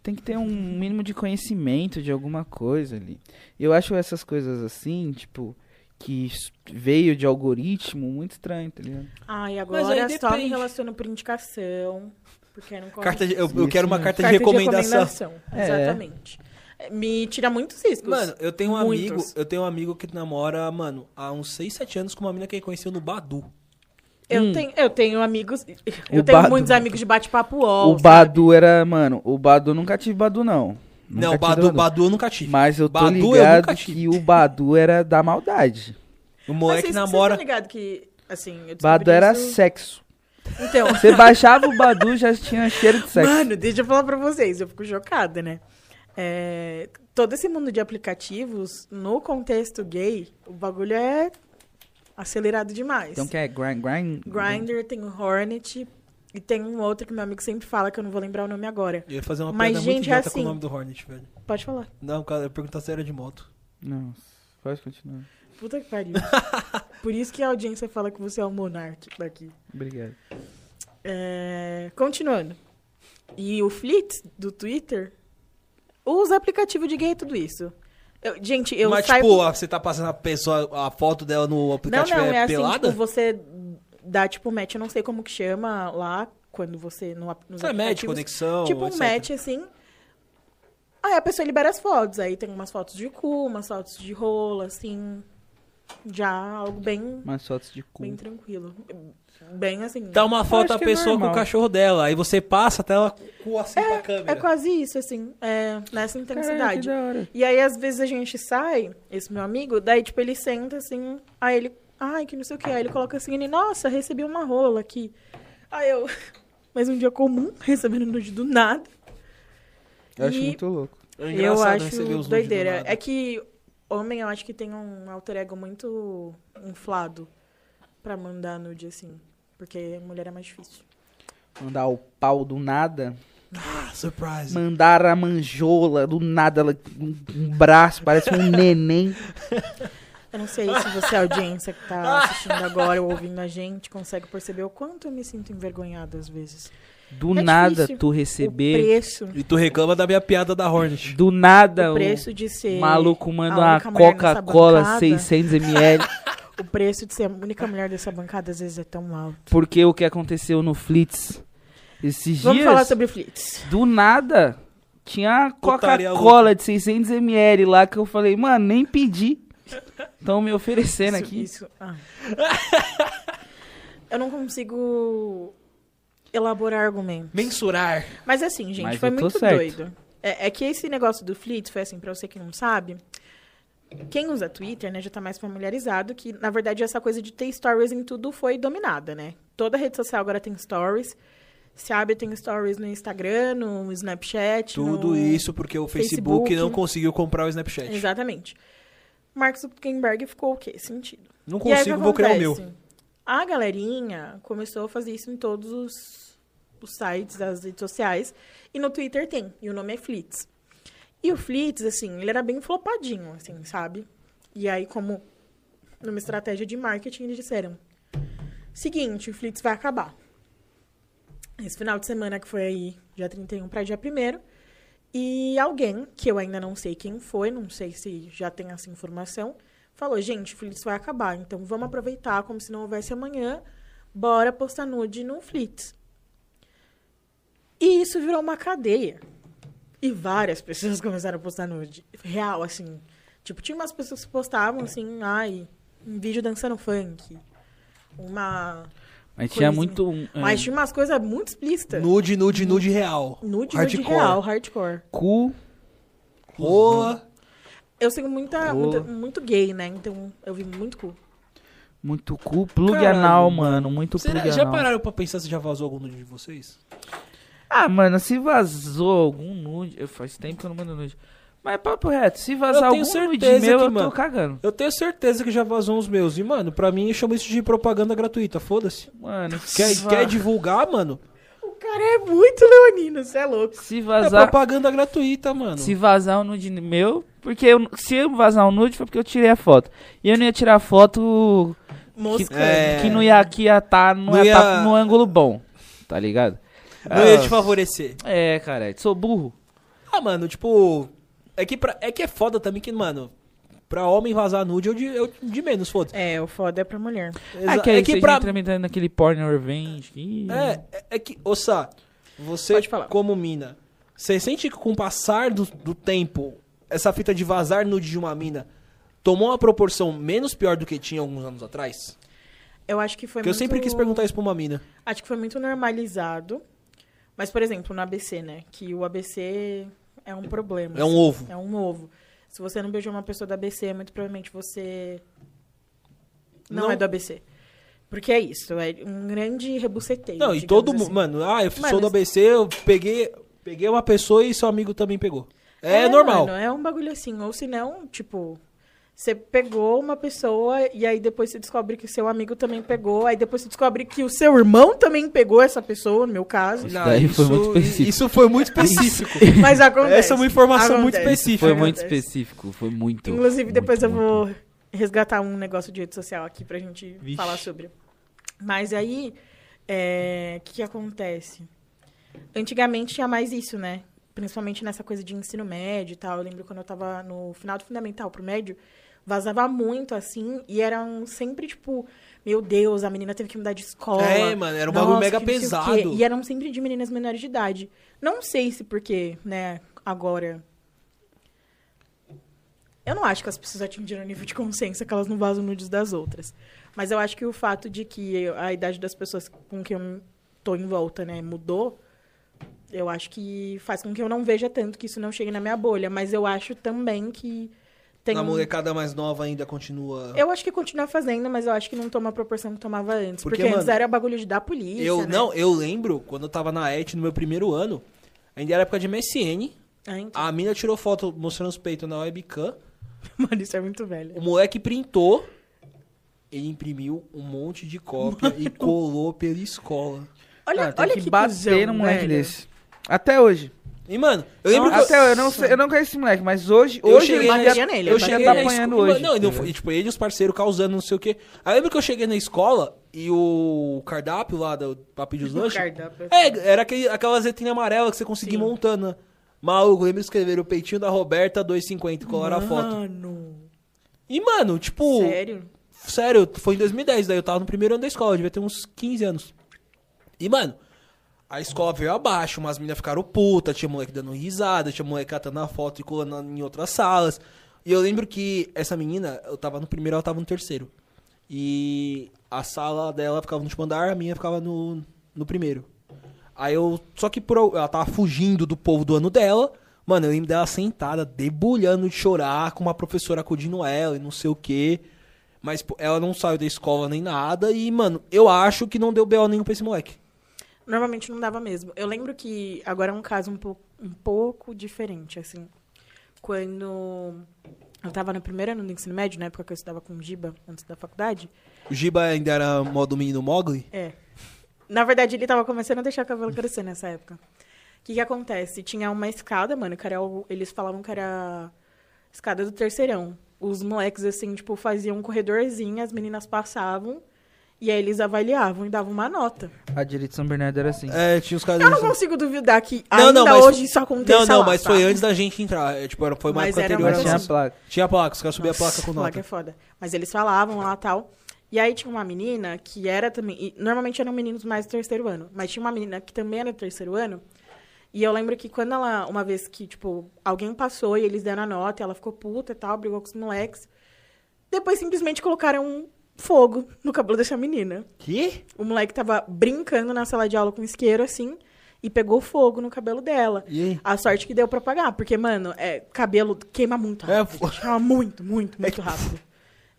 [SPEAKER 1] Tem que ter um mínimo de conhecimento de alguma coisa ali. Eu acho essas coisas assim, tipo, que s- veio de algoritmo, muito estranho, tá ligado?
[SPEAKER 3] Ah, e
[SPEAKER 2] Mas aí
[SPEAKER 3] agora só me
[SPEAKER 2] depende.
[SPEAKER 3] relaciono por indicação. Porque aí não corre.
[SPEAKER 2] Carta de- eu, eu
[SPEAKER 1] Isso
[SPEAKER 2] quero uma
[SPEAKER 1] mesmo.
[SPEAKER 2] carta,
[SPEAKER 3] Carta
[SPEAKER 2] de recomendação.
[SPEAKER 1] É.
[SPEAKER 3] Exatamente. É, Me tira muitos riscos.
[SPEAKER 2] Mano, eu tenho um
[SPEAKER 3] Muitos.
[SPEAKER 2] amigo, eu tenho um amigo que namora, mano, há uns 6, 7 anos com uma mina que ele conheceu no Badu.
[SPEAKER 3] eu,
[SPEAKER 1] hum.
[SPEAKER 3] tenho, eu tenho amigos. Eu
[SPEAKER 1] O
[SPEAKER 3] tenho
[SPEAKER 1] Badu.
[SPEAKER 3] muitos amigos de bate-papo
[SPEAKER 1] o
[SPEAKER 3] UOL. sabe?
[SPEAKER 1] Badu era, mano, o Badu eu nunca tive Badu, não. Nunca
[SPEAKER 2] não,
[SPEAKER 1] tive
[SPEAKER 2] Badu, Badu eu nunca tive.
[SPEAKER 1] Mas eu tô
[SPEAKER 2] Badu eu
[SPEAKER 1] ligado
[SPEAKER 2] nunca
[SPEAKER 1] que
[SPEAKER 2] tive.
[SPEAKER 1] o Badu era da maldade.
[SPEAKER 2] O
[SPEAKER 3] Mas
[SPEAKER 2] moleque
[SPEAKER 3] vocês,
[SPEAKER 2] é namora.
[SPEAKER 3] Vocês estão ligados que. Assim, eu descobri
[SPEAKER 1] Badu era
[SPEAKER 3] isso-
[SPEAKER 1] sexo.
[SPEAKER 3] Então.
[SPEAKER 1] Você baixava o Badu já tinha cheiro de sexo.
[SPEAKER 3] Mano, deixa eu falar pra vocês, eu fico chocada, né? É, todo esse mundo de aplicativos, no contexto gay, o bagulho é acelerado demais.
[SPEAKER 1] Então que é grind, grind.
[SPEAKER 3] Grindr, tem o Hornet, e tem um outro que meu amigo sempre fala, que eu não vou lembrar o nome agora.
[SPEAKER 2] Eu ia fazer uma
[SPEAKER 3] Mas,
[SPEAKER 2] piada muito
[SPEAKER 3] gente, é
[SPEAKER 2] idiota com o
[SPEAKER 3] assim.
[SPEAKER 2] nome do Hornet, velho.
[SPEAKER 3] Pode falar.
[SPEAKER 2] Não, cara, eu ia perguntar se era é de moto.
[SPEAKER 1] Nossa, pode continuar.
[SPEAKER 3] Puta que pariu. Por isso que a audiência fala que você é o monarca daqui.
[SPEAKER 1] Obrigado.
[SPEAKER 3] É, Continuando. E o Flit, do Twitter, usa aplicativo de gay e tudo isso. Eu- gente, eu
[SPEAKER 2] Mas,
[SPEAKER 3] saio...
[SPEAKER 2] tipo, a- você tá passando a pessoa, a foto dela no
[SPEAKER 3] Não,
[SPEAKER 2] aplicativo
[SPEAKER 3] não,
[SPEAKER 2] é,
[SPEAKER 3] é assim,
[SPEAKER 2] pelada?
[SPEAKER 3] tipo, você dá tipo match, eu não sei como que chama lá, quando você no, ap- nos
[SPEAKER 2] é match,
[SPEAKER 3] aplicativos.
[SPEAKER 2] conexão.
[SPEAKER 3] Tipo um
[SPEAKER 2] etc.
[SPEAKER 3] match, assim. Aí a pessoa libera as fotos, aí tem umas fotos de cu, umas fotos de rola, assim. Já algo bem,
[SPEAKER 1] Mas fotos de cu.
[SPEAKER 3] bem tranquilo. Bem assim.
[SPEAKER 2] Dá uma
[SPEAKER 1] acho
[SPEAKER 2] foto a
[SPEAKER 1] que é
[SPEAKER 2] pessoa com o
[SPEAKER 1] normal.
[SPEAKER 2] cachorro dela. Aí você passa até ela cu assim pra câmera.
[SPEAKER 3] é quase isso, assim, é, nessa
[SPEAKER 1] Caralho, que
[SPEAKER 3] intensidade.
[SPEAKER 1] da hora.
[SPEAKER 3] E aí, às vezes, a gente sai, esse meu amigo, daí, tipo, ele senta assim, aí ele, ai, que não sei o que, aí ele coloca assim, ele, nossa, recebi uma rola aqui. Aí eu, (laughs) mas um dia comum, (laughs) recebendo nude do nada.
[SPEAKER 1] Eu acho
[SPEAKER 3] E-
[SPEAKER 1] muito louco.
[SPEAKER 2] É
[SPEAKER 3] eu
[SPEAKER 2] engraçado
[SPEAKER 3] acho
[SPEAKER 2] receber os nudes do
[SPEAKER 3] doideira.
[SPEAKER 2] nada.
[SPEAKER 3] É que homem, eu acho que tem um alter ego muito inflado pra mandar nude, assim. Porque mulher é mais difícil.
[SPEAKER 1] Mandar o pau do nada.
[SPEAKER 2] Ah, surprise.
[SPEAKER 1] Mandar a manjola do nada. Ela, um, um braço, parece
[SPEAKER 3] (laughs)
[SPEAKER 1] um neném.
[SPEAKER 3] Eu não sei se você, é a audiência
[SPEAKER 2] (laughs)
[SPEAKER 3] que tá assistindo agora ou ouvindo a gente, consegue perceber o quanto eu me sinto envergonhada às vezes.
[SPEAKER 1] Do
[SPEAKER 3] É
[SPEAKER 1] nada
[SPEAKER 3] difícil.
[SPEAKER 1] tu
[SPEAKER 3] O
[SPEAKER 1] receber.
[SPEAKER 3] preço,
[SPEAKER 2] E tu reclama da minha piada da Hornet.
[SPEAKER 1] Do nada o,
[SPEAKER 3] o preço de ser...
[SPEAKER 1] maluco manda
[SPEAKER 3] a
[SPEAKER 1] uma
[SPEAKER 3] única mulher nessa
[SPEAKER 1] Coca-Cola
[SPEAKER 3] bancada.
[SPEAKER 1] 600ml.
[SPEAKER 3] O preço de ser a única mulher dessa bancada às vezes é tão alto.
[SPEAKER 1] porque o que aconteceu no
[SPEAKER 3] (laughs)
[SPEAKER 1] Flitz esses
[SPEAKER 3] Vamos
[SPEAKER 1] dias.
[SPEAKER 3] falar sobre flits.
[SPEAKER 1] Do nada, tinha
[SPEAKER 2] Putaria
[SPEAKER 1] Coca-Cola de 600ml lá que eu falei, mano, nem pedi. Estão me oferecendo
[SPEAKER 3] Isso-
[SPEAKER 1] aqui.
[SPEAKER 3] isso- ah. eu não consigo elaborar argumento.
[SPEAKER 2] Mensurar.
[SPEAKER 3] Mas assim, gente,
[SPEAKER 1] Mas
[SPEAKER 3] foi
[SPEAKER 1] eu tô
[SPEAKER 3] muito
[SPEAKER 1] certo.
[SPEAKER 3] doido. É, é que esse negócio do Fleet foi assim, pra você que não sabe. Quem usa Twitter, né, já tá mais familiarizado que, na verdade, essa coisa de ter stories em tudo foi dominada, né? Toda rede social agora tem stories. Se abre, tem stories no Instagram, no Snapchat.
[SPEAKER 2] Tudo
[SPEAKER 3] no...
[SPEAKER 2] isso porque o Facebook,
[SPEAKER 3] Facebook.
[SPEAKER 2] não conseguiu comprar o Snapchat.
[SPEAKER 3] Exatamente. Mark Zuckerberg ficou o quê? Sentido.
[SPEAKER 2] Não
[SPEAKER 3] E aí,
[SPEAKER 2] consigo,
[SPEAKER 3] que
[SPEAKER 2] vou criar o meu.
[SPEAKER 3] acontece? A galerinha começou a fazer isso em todos os, os sites das redes sociais. E no Twitter tem. E o nome é Flits. E o Flits, assim, ele era bem flopadinho, assim, sabe? E aí, como numa estratégia de marketing, eles disseram: seguinte, o Flits vai acabar. Esse final de semana que foi aí, dia 31 para dia 1 e alguém, que eu ainda não sei quem foi, não sei se já tem essa informação, falou, gente, o Flitz vai acabar, então vamos aproveitar como se não houvesse amanhã, bora postar nude no Flitz. E isso virou uma cadeia. E várias (laughs) pessoas começaram a postar nude. Real, assim. Tipo, tinha umas pessoas que postavam, assim, ai, um vídeo dançando funk. Uma...
[SPEAKER 1] Mas tinha
[SPEAKER 3] Coisinha.
[SPEAKER 1] muito. um, é,
[SPEAKER 3] Mas tinha umas coisas muito explícitas.
[SPEAKER 2] Nude, nude, nude real.
[SPEAKER 3] Nude, nude
[SPEAKER 2] Hardcore.
[SPEAKER 3] real, hardcore.
[SPEAKER 1] cu.
[SPEAKER 2] Roa.
[SPEAKER 3] Eu sigo muita,
[SPEAKER 1] Pô.
[SPEAKER 3] muita- muito gay, né? Então eu vi muito cu.
[SPEAKER 1] Muito cu. Plug
[SPEAKER 2] Caralho,
[SPEAKER 1] anal, mano. Muito
[SPEAKER 2] Será-
[SPEAKER 1] plug
[SPEAKER 2] já
[SPEAKER 1] anal.
[SPEAKER 2] pararam pra pensar se já vazou algum nude de vocês?
[SPEAKER 1] Ah, mano, se vazou algum nude. eu- Faz tempo que eu não mando nude. Mas papo reto, se
[SPEAKER 2] Eu
[SPEAKER 1] vazar
[SPEAKER 2] tenho
[SPEAKER 1] algum nude
[SPEAKER 2] certeza
[SPEAKER 1] meu,
[SPEAKER 2] que,
[SPEAKER 1] eu
[SPEAKER 2] mano,
[SPEAKER 1] tô cagando.
[SPEAKER 2] Eu tenho certeza que já vazou os meus. E, mano, pra mim, eu chamo isso de propaganda gratuita. Foda-se.
[SPEAKER 1] Mano,
[SPEAKER 2] (laughs) Quer,
[SPEAKER 1] se, va-
[SPEAKER 2] quer divulgar, mano?
[SPEAKER 3] O cara é muito leonino, você é louco.
[SPEAKER 1] se
[SPEAKER 2] É
[SPEAKER 1] vazar.
[SPEAKER 2] propaganda gratuita, mano.
[SPEAKER 1] Se vazar um nude meu, porque eu- se eu vazar um nude foi porque eu tirei a foto. E eu não ia tirar a foto que,
[SPEAKER 3] Mosca.
[SPEAKER 2] É.
[SPEAKER 1] que não ia aqui ia tá, não,
[SPEAKER 2] Não
[SPEAKER 1] ia tá
[SPEAKER 2] ia-
[SPEAKER 1] no ângulo bom. Tá ligado?
[SPEAKER 2] Não ia te
[SPEAKER 1] Ah,
[SPEAKER 2] favorecer.
[SPEAKER 1] É, cara, sou burro.
[SPEAKER 2] Ah, mano, tipo. É que, pra- é que é foda também que, mano. Pra homem vazar nude, eu de, eu de menos, foda-se.
[SPEAKER 3] É, o foda é pra mulher.
[SPEAKER 1] Ah,
[SPEAKER 2] Exa- é
[SPEAKER 1] que aí vocês
[SPEAKER 2] pra-
[SPEAKER 1] entram entrando naquele porn revenge. Ih,
[SPEAKER 2] É, é- é que, ouça, você
[SPEAKER 3] Pode falar.
[SPEAKER 2] como mina, você sente que com o passar do, do tempo, essa fita de vazar nude de uma mina tomou uma proporção menos pior do que tinha alguns anos atrás?
[SPEAKER 3] Eu acho que foi
[SPEAKER 2] Porque eu
[SPEAKER 3] muito...
[SPEAKER 2] sempre quis perguntar isso pra uma mina.
[SPEAKER 3] Acho que foi muito normalizado. Mas, por exemplo, no ABC, né? Que o ABC é um problema.
[SPEAKER 2] É um ovo.
[SPEAKER 3] É um ovo. Se você não beijou uma pessoa do ABC, muito provavelmente você não,
[SPEAKER 2] Não.
[SPEAKER 3] é do ABC. Porque é isso, é um grande rebuceteio.
[SPEAKER 2] Não, e
[SPEAKER 3] digamos
[SPEAKER 2] todo mundo,
[SPEAKER 3] assim.
[SPEAKER 2] mano, ah, eu
[SPEAKER 3] Mano,
[SPEAKER 2] sou do
[SPEAKER 3] isso-
[SPEAKER 2] ABC, eu peguei, peguei uma pessoa e seu amigo também pegou. É, normal.
[SPEAKER 3] Mano, é um bagulho assim. Ou se não, tipo, você pegou uma pessoa e aí depois você descobre que seu amigo também pegou. Aí depois você descobre que o seu irmão também pegou essa pessoa, no meu
[SPEAKER 2] (laughs)
[SPEAKER 3] caso.
[SPEAKER 1] Isso daí foi muito específico.
[SPEAKER 2] Isso foi muito específico.
[SPEAKER 3] Mas acontece.
[SPEAKER 2] Essa é uma informação muito
[SPEAKER 3] Acontece.
[SPEAKER 1] Isso
[SPEAKER 2] específica.
[SPEAKER 1] foi muito
[SPEAKER 3] acontece.
[SPEAKER 1] específico, foi muito.
[SPEAKER 3] Inclusive,
[SPEAKER 1] muito,
[SPEAKER 3] depois eu
[SPEAKER 1] muito.
[SPEAKER 3] vou resgatar um negócio de rede social aqui pra gente
[SPEAKER 2] Vixe.
[SPEAKER 3] falar sobre. Mas aí, é, o que, que acontece? Antigamente tinha mais isso, né? Principalmente nessa coisa de ensino médio e tal. Eu lembro quando eu tava no final do fundamental pro médio, vazava muito, assim, e era um sempre, tipo, meu Deus, a menina teve que mudar de escola.
[SPEAKER 2] É, mano, era um bagulho
[SPEAKER 3] Nossa,
[SPEAKER 2] mega
[SPEAKER 3] que não sei o
[SPEAKER 2] pesado.
[SPEAKER 3] quê. E eram sempre de meninas menores de idade. Não sei se porque, né, agora Eu não acho que elas precisam atingir um nível de consciência que elas não vazam nudes das outras. Mas eu acho que o fato de que eu- a idade das pessoas com quem eu tô em volta, né, mudou, eu acho que faz com que eu não veja tanto que isso não chegue na minha bolha. Mas eu acho também que tem.
[SPEAKER 1] um
[SPEAKER 2] Na molecada mais nova ainda continua.
[SPEAKER 3] Eu acho que continua fazendo, mas eu acho que não toma a proporção que tomava antes.
[SPEAKER 2] Porque,
[SPEAKER 3] Porque, antes
[SPEAKER 2] mano,
[SPEAKER 3] era bagulho de dar polícia.
[SPEAKER 2] Eu-
[SPEAKER 3] né?
[SPEAKER 2] não, eu lembro quando eu tava na ET no meu primeiro ano, ainda era época de MSN,
[SPEAKER 3] Ah, então.
[SPEAKER 2] a mina tirou foto mostrando os peitos na webcam,
[SPEAKER 3] (laughs) Mano, isso é muito velho.
[SPEAKER 2] o moleque printou, ele imprimiu um monte de cópia e colou pela escola.
[SPEAKER 3] Olha,
[SPEAKER 1] Ah, tem
[SPEAKER 3] olha
[SPEAKER 1] que,
[SPEAKER 3] que
[SPEAKER 1] bater
[SPEAKER 3] cuzão,
[SPEAKER 1] num moleque
[SPEAKER 3] velho.
[SPEAKER 1] desse. Até hoje.
[SPEAKER 2] E, mano, eu lembro que
[SPEAKER 1] Até eu, eu não sei- eu não conheço esse moleque, mas hoje,
[SPEAKER 2] Eu
[SPEAKER 1] hoje
[SPEAKER 2] cheguei
[SPEAKER 1] ele
[SPEAKER 2] na-
[SPEAKER 1] devia-
[SPEAKER 3] eu
[SPEAKER 1] ele devia
[SPEAKER 3] cheguei
[SPEAKER 1] tá
[SPEAKER 2] na
[SPEAKER 1] apanhando
[SPEAKER 2] escola-
[SPEAKER 1] hoje.
[SPEAKER 2] Não, e não foi- e, tipo, ele e os parceiros causando não sei o quê. Aí eu lembro que eu cheguei na escola e o cardápio lá do pra pedir os
[SPEAKER 3] O
[SPEAKER 2] lanches.
[SPEAKER 3] cardápio. assim.
[SPEAKER 2] É, era aquele, aquela letrinha amarela que você conseguia ir
[SPEAKER 3] Sim.
[SPEAKER 2] montando, né? Maluco, lembra de escrever o peitinho da Roberta 250 e colaram a foto.
[SPEAKER 3] Mano,
[SPEAKER 2] E, mano, tipo, sério?
[SPEAKER 3] sério?
[SPEAKER 2] foi em 2010, daí eu tava no primeiro ano da escola, eu devia ter uns 15 anos. E, mano, a escola veio abaixo, umas meninas ficaram puta, tinha moleque dando risada, tinha moleque catando a foto e colando em outras salas. E eu lembro que essa menina, eu tava no primeiro, ela tava no terceiro. E a sala dela ficava no último andar, a minha ficava no, no primeiro. Aí eu. Só que por, al- ela tava fugindo do povo do ano dela. Mano, eu lembro dela sentada, debulhando de chorar, com uma professora acudindo ela e não sei o quê. Mas pô, ela não saiu da escola nem nada. E, mano, eu acho que não deu B.O. nenhum pra esse moleque.
[SPEAKER 3] Normalmente não dava mesmo. Eu lembro que agora é um caso um pouco, um pouco diferente, assim. Quando eu tava no primeiro ano do ensino médio, na época que eu estudava com o Giba, antes da faculdade,
[SPEAKER 2] O Giba ainda era modo menino Mogli.
[SPEAKER 3] É. Na verdade, ele tava começando a deixar o cabelo crescer nessa época. O que que acontece? Tinha uma escada, mano, que era o- eles falavam que era a escada do terceirão. Os moleques, assim, tipo, faziam um corredorzinho, as meninas passavam, e aí eles avaliavam e davam uma nota.
[SPEAKER 1] A direita de São Bernardo era assim.
[SPEAKER 2] É, tinha os caras.
[SPEAKER 3] Eu não consigo duvidar que
[SPEAKER 2] Não,
[SPEAKER 3] ainda
[SPEAKER 2] não, mas-
[SPEAKER 3] hoje isso aconteça
[SPEAKER 2] Não, não,
[SPEAKER 3] lá, tá?
[SPEAKER 2] mas
[SPEAKER 3] sabe?
[SPEAKER 2] foi antes da gente entrar. É, tipo, era- foi uma
[SPEAKER 3] Mas
[SPEAKER 2] época
[SPEAKER 3] era
[SPEAKER 2] anterior.
[SPEAKER 3] mais
[SPEAKER 1] Mas
[SPEAKER 2] à
[SPEAKER 1] tinha a
[SPEAKER 2] nossa.
[SPEAKER 1] placa.
[SPEAKER 2] Tinha a placa, os caras subiam a placa com
[SPEAKER 3] Placa é
[SPEAKER 2] nota.
[SPEAKER 3] foda. Mas eles falavam lá tal. E aí tinha uma menina que era também. e normalmente eram meninos mais do terceiro ano. Mas tinha uma menina que também era do terceiro ano. E eu lembro que quando ela, uma vez que, tipo, alguém passou e eles deram a nota, e ela ficou puta e tal, brigou com os moleques. Depois simplesmente colocaram um fogo no cabelo dessa menina.
[SPEAKER 2] Que?
[SPEAKER 3] O moleque tava brincando na sala de aula com isqueiro, assim, e pegou fogo no cabelo dela.
[SPEAKER 2] E aí?
[SPEAKER 3] A sorte que deu pra pagar, porque, mano, é, cabelo queima muito
[SPEAKER 2] É,
[SPEAKER 3] rápido.
[SPEAKER 2] pô.
[SPEAKER 3] Queima muito, muito, muito rápido.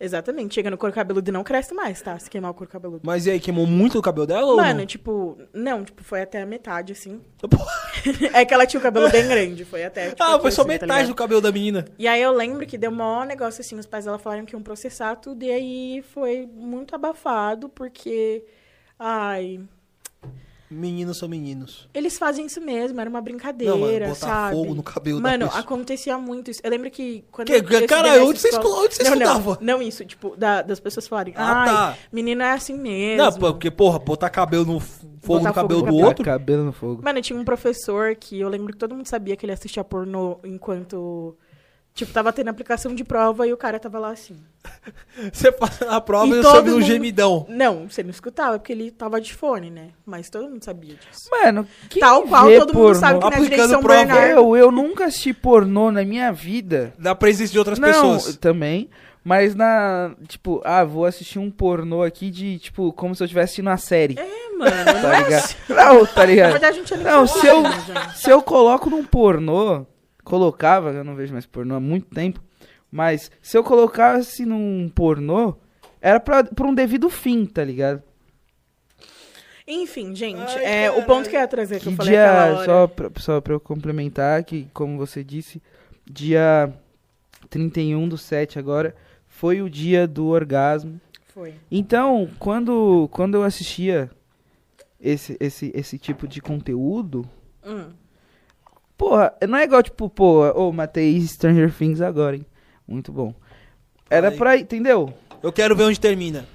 [SPEAKER 3] Exatamente. Chega no couro cabeludo e não cresce mais, tá? Se queimar o couro cabeludo.
[SPEAKER 2] Mas e aí, queimou muito o cabelo dela?
[SPEAKER 3] Mano,
[SPEAKER 2] ou
[SPEAKER 3] tipo, não, tipo, foi até a metade, assim.
[SPEAKER 2] não? Pô,
[SPEAKER 3] (laughs) é que ela tinha o cabelo bem grande, foi até. Tipo,
[SPEAKER 2] Ah,
[SPEAKER 3] aqui,
[SPEAKER 2] foi só
[SPEAKER 3] assim, tá
[SPEAKER 2] metade
[SPEAKER 3] ligado?
[SPEAKER 2] do cabelo da menina.
[SPEAKER 3] E aí eu lembro que deu maior negócio assim, os pais dela falaram que iam processar tudo, e aí foi muito abafado, porque. Ai,
[SPEAKER 2] Meninos são meninos.
[SPEAKER 3] Eles fazem isso mesmo, era uma brincadeira,
[SPEAKER 2] Não, mano, botar
[SPEAKER 3] sabe?
[SPEAKER 2] fogo no cabelo da
[SPEAKER 3] Mano,
[SPEAKER 2] pessoa.
[SPEAKER 3] acontecia muito isso. Eu lembro que quando
[SPEAKER 2] Que-
[SPEAKER 3] estudei
[SPEAKER 2] cara,
[SPEAKER 3] nessa
[SPEAKER 2] onde você escola- onde você
[SPEAKER 3] não,
[SPEAKER 2] estudava?
[SPEAKER 3] Não, não isso, tipo, da- das pessoas falarem,
[SPEAKER 2] Ah,
[SPEAKER 3] ah,
[SPEAKER 2] tá.
[SPEAKER 3] menino é assim mesmo.
[SPEAKER 2] Não, pô, porque, porra, botar cabelo no f- fogo
[SPEAKER 3] Botar
[SPEAKER 2] no cabelo
[SPEAKER 3] fogo
[SPEAKER 2] do
[SPEAKER 3] no
[SPEAKER 2] outro.
[SPEAKER 1] Cabelo no fogo.
[SPEAKER 3] Mano, tinha um professor que eu lembro que todo mundo sabia que ele assistia pornô enquanto... Tipo, tava tendo aplicação de prova e o cara tava lá assim.
[SPEAKER 2] (laughs) Você faz a prova e,
[SPEAKER 3] E
[SPEAKER 2] eu
[SPEAKER 3] todo
[SPEAKER 2] sobe um
[SPEAKER 3] mundo-
[SPEAKER 2] gemidão.
[SPEAKER 3] Não, você não escutava, é porque ele tava de fone, né? Mas todo mundo sabia disso.
[SPEAKER 1] Mano, quem
[SPEAKER 3] Tal qual
[SPEAKER 1] vê
[SPEAKER 3] todo
[SPEAKER 1] pornô?
[SPEAKER 3] mundo sabe que na
[SPEAKER 2] Aplicando
[SPEAKER 3] direção
[SPEAKER 2] prova.
[SPEAKER 3] Bernardo...
[SPEAKER 1] Eu, eu nunca assisti pornô na minha vida.
[SPEAKER 2] Na presença de outras
[SPEAKER 1] não,
[SPEAKER 2] pessoas.
[SPEAKER 1] também. Mas na. Tipo, ah, vou assistir um pornô aqui de, tipo, como se eu estivesse numa série.
[SPEAKER 3] É, mano, não
[SPEAKER 1] Tá
[SPEAKER 3] é
[SPEAKER 1] ligado? Não, tá
[SPEAKER 2] (laughs)
[SPEAKER 3] Na
[SPEAKER 1] ligado?
[SPEAKER 3] verdade, a gente nem
[SPEAKER 1] Não,
[SPEAKER 3] falou
[SPEAKER 1] se eu-
[SPEAKER 3] nada, gente.
[SPEAKER 1] Se eu coloco num pornô, colocava, eu não vejo mais pornô há muito tempo, mas se eu colocasse num pornô, era pra, por um devido fim, tá ligado?
[SPEAKER 3] Enfim, gente,
[SPEAKER 2] Ai,
[SPEAKER 3] é, o
[SPEAKER 2] caralho.
[SPEAKER 3] ponto que eu ia trazer, que,
[SPEAKER 1] Que
[SPEAKER 3] eu falei aquela
[SPEAKER 1] dia, é?
[SPEAKER 3] hora.
[SPEAKER 1] só pra, só pra eu complementar, que como você disse, dia 31 do 7 agora, foi o dia do orgasmo.
[SPEAKER 3] Foi.
[SPEAKER 1] Então, quando, quando eu assistia esse, esse, esse tipo de conteúdo,
[SPEAKER 3] Hum.
[SPEAKER 1] porra, não é igual tipo, pô, ô, matei Stranger Things agora, hein? Muito bom. Era
[SPEAKER 2] Aí.
[SPEAKER 1] pra, entendeu?
[SPEAKER 2] Eu quero ver onde termina.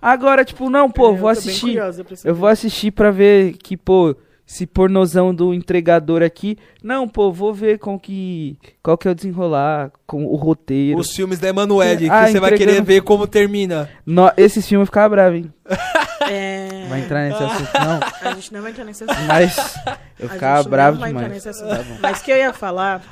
[SPEAKER 1] Agora, tipo, não, pô,
[SPEAKER 3] Eu
[SPEAKER 1] vou
[SPEAKER 3] tô bem
[SPEAKER 1] assistir.
[SPEAKER 3] curiosa pra saber.
[SPEAKER 1] Eu vou assistir pra ver que, pô, se pornozão do entregador aqui. Não, pô, vou ver com que. Qual que é o desenrolar, com o roteiro.
[SPEAKER 2] Os filmes da Emanuele, que
[SPEAKER 1] Ah,
[SPEAKER 2] você vai
[SPEAKER 1] entregando-
[SPEAKER 2] querer ver como termina.
[SPEAKER 1] No, esses filmes ficavam bravos, hein?
[SPEAKER 3] É,
[SPEAKER 1] Vai entrar
[SPEAKER 3] (laughs)
[SPEAKER 1] nesse assunto, não.
[SPEAKER 3] A gente não vai entrar nesse assunto.
[SPEAKER 1] Mas eu
[SPEAKER 3] A
[SPEAKER 1] ficava
[SPEAKER 3] gente
[SPEAKER 1] bravo
[SPEAKER 3] não vai entrar
[SPEAKER 1] demais. Tá
[SPEAKER 3] nesse assunto. Mas o que eu ia falar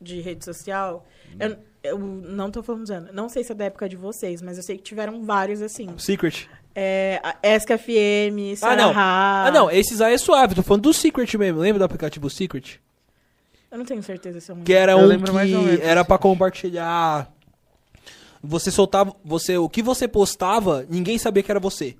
[SPEAKER 3] de rede social. Eu, eu não tô falando, não sei se é da época de vocês, mas eu sei que tiveram vários assim.
[SPEAKER 2] Secret.
[SPEAKER 3] É, a Esca FM, Sarah
[SPEAKER 2] não.
[SPEAKER 3] Há.
[SPEAKER 2] Ah, não, esses aí é suave, tô falando do Secret mesmo. Lembra do aplicativo Secret?
[SPEAKER 3] Eu não tenho certeza se é eu me
[SPEAKER 2] Que era
[SPEAKER 1] Eu
[SPEAKER 2] um
[SPEAKER 1] lembro mais ou
[SPEAKER 2] que
[SPEAKER 1] menos.
[SPEAKER 2] era pra compartilhar. Você soltava, você, o que você postava, ninguém sabia que era você.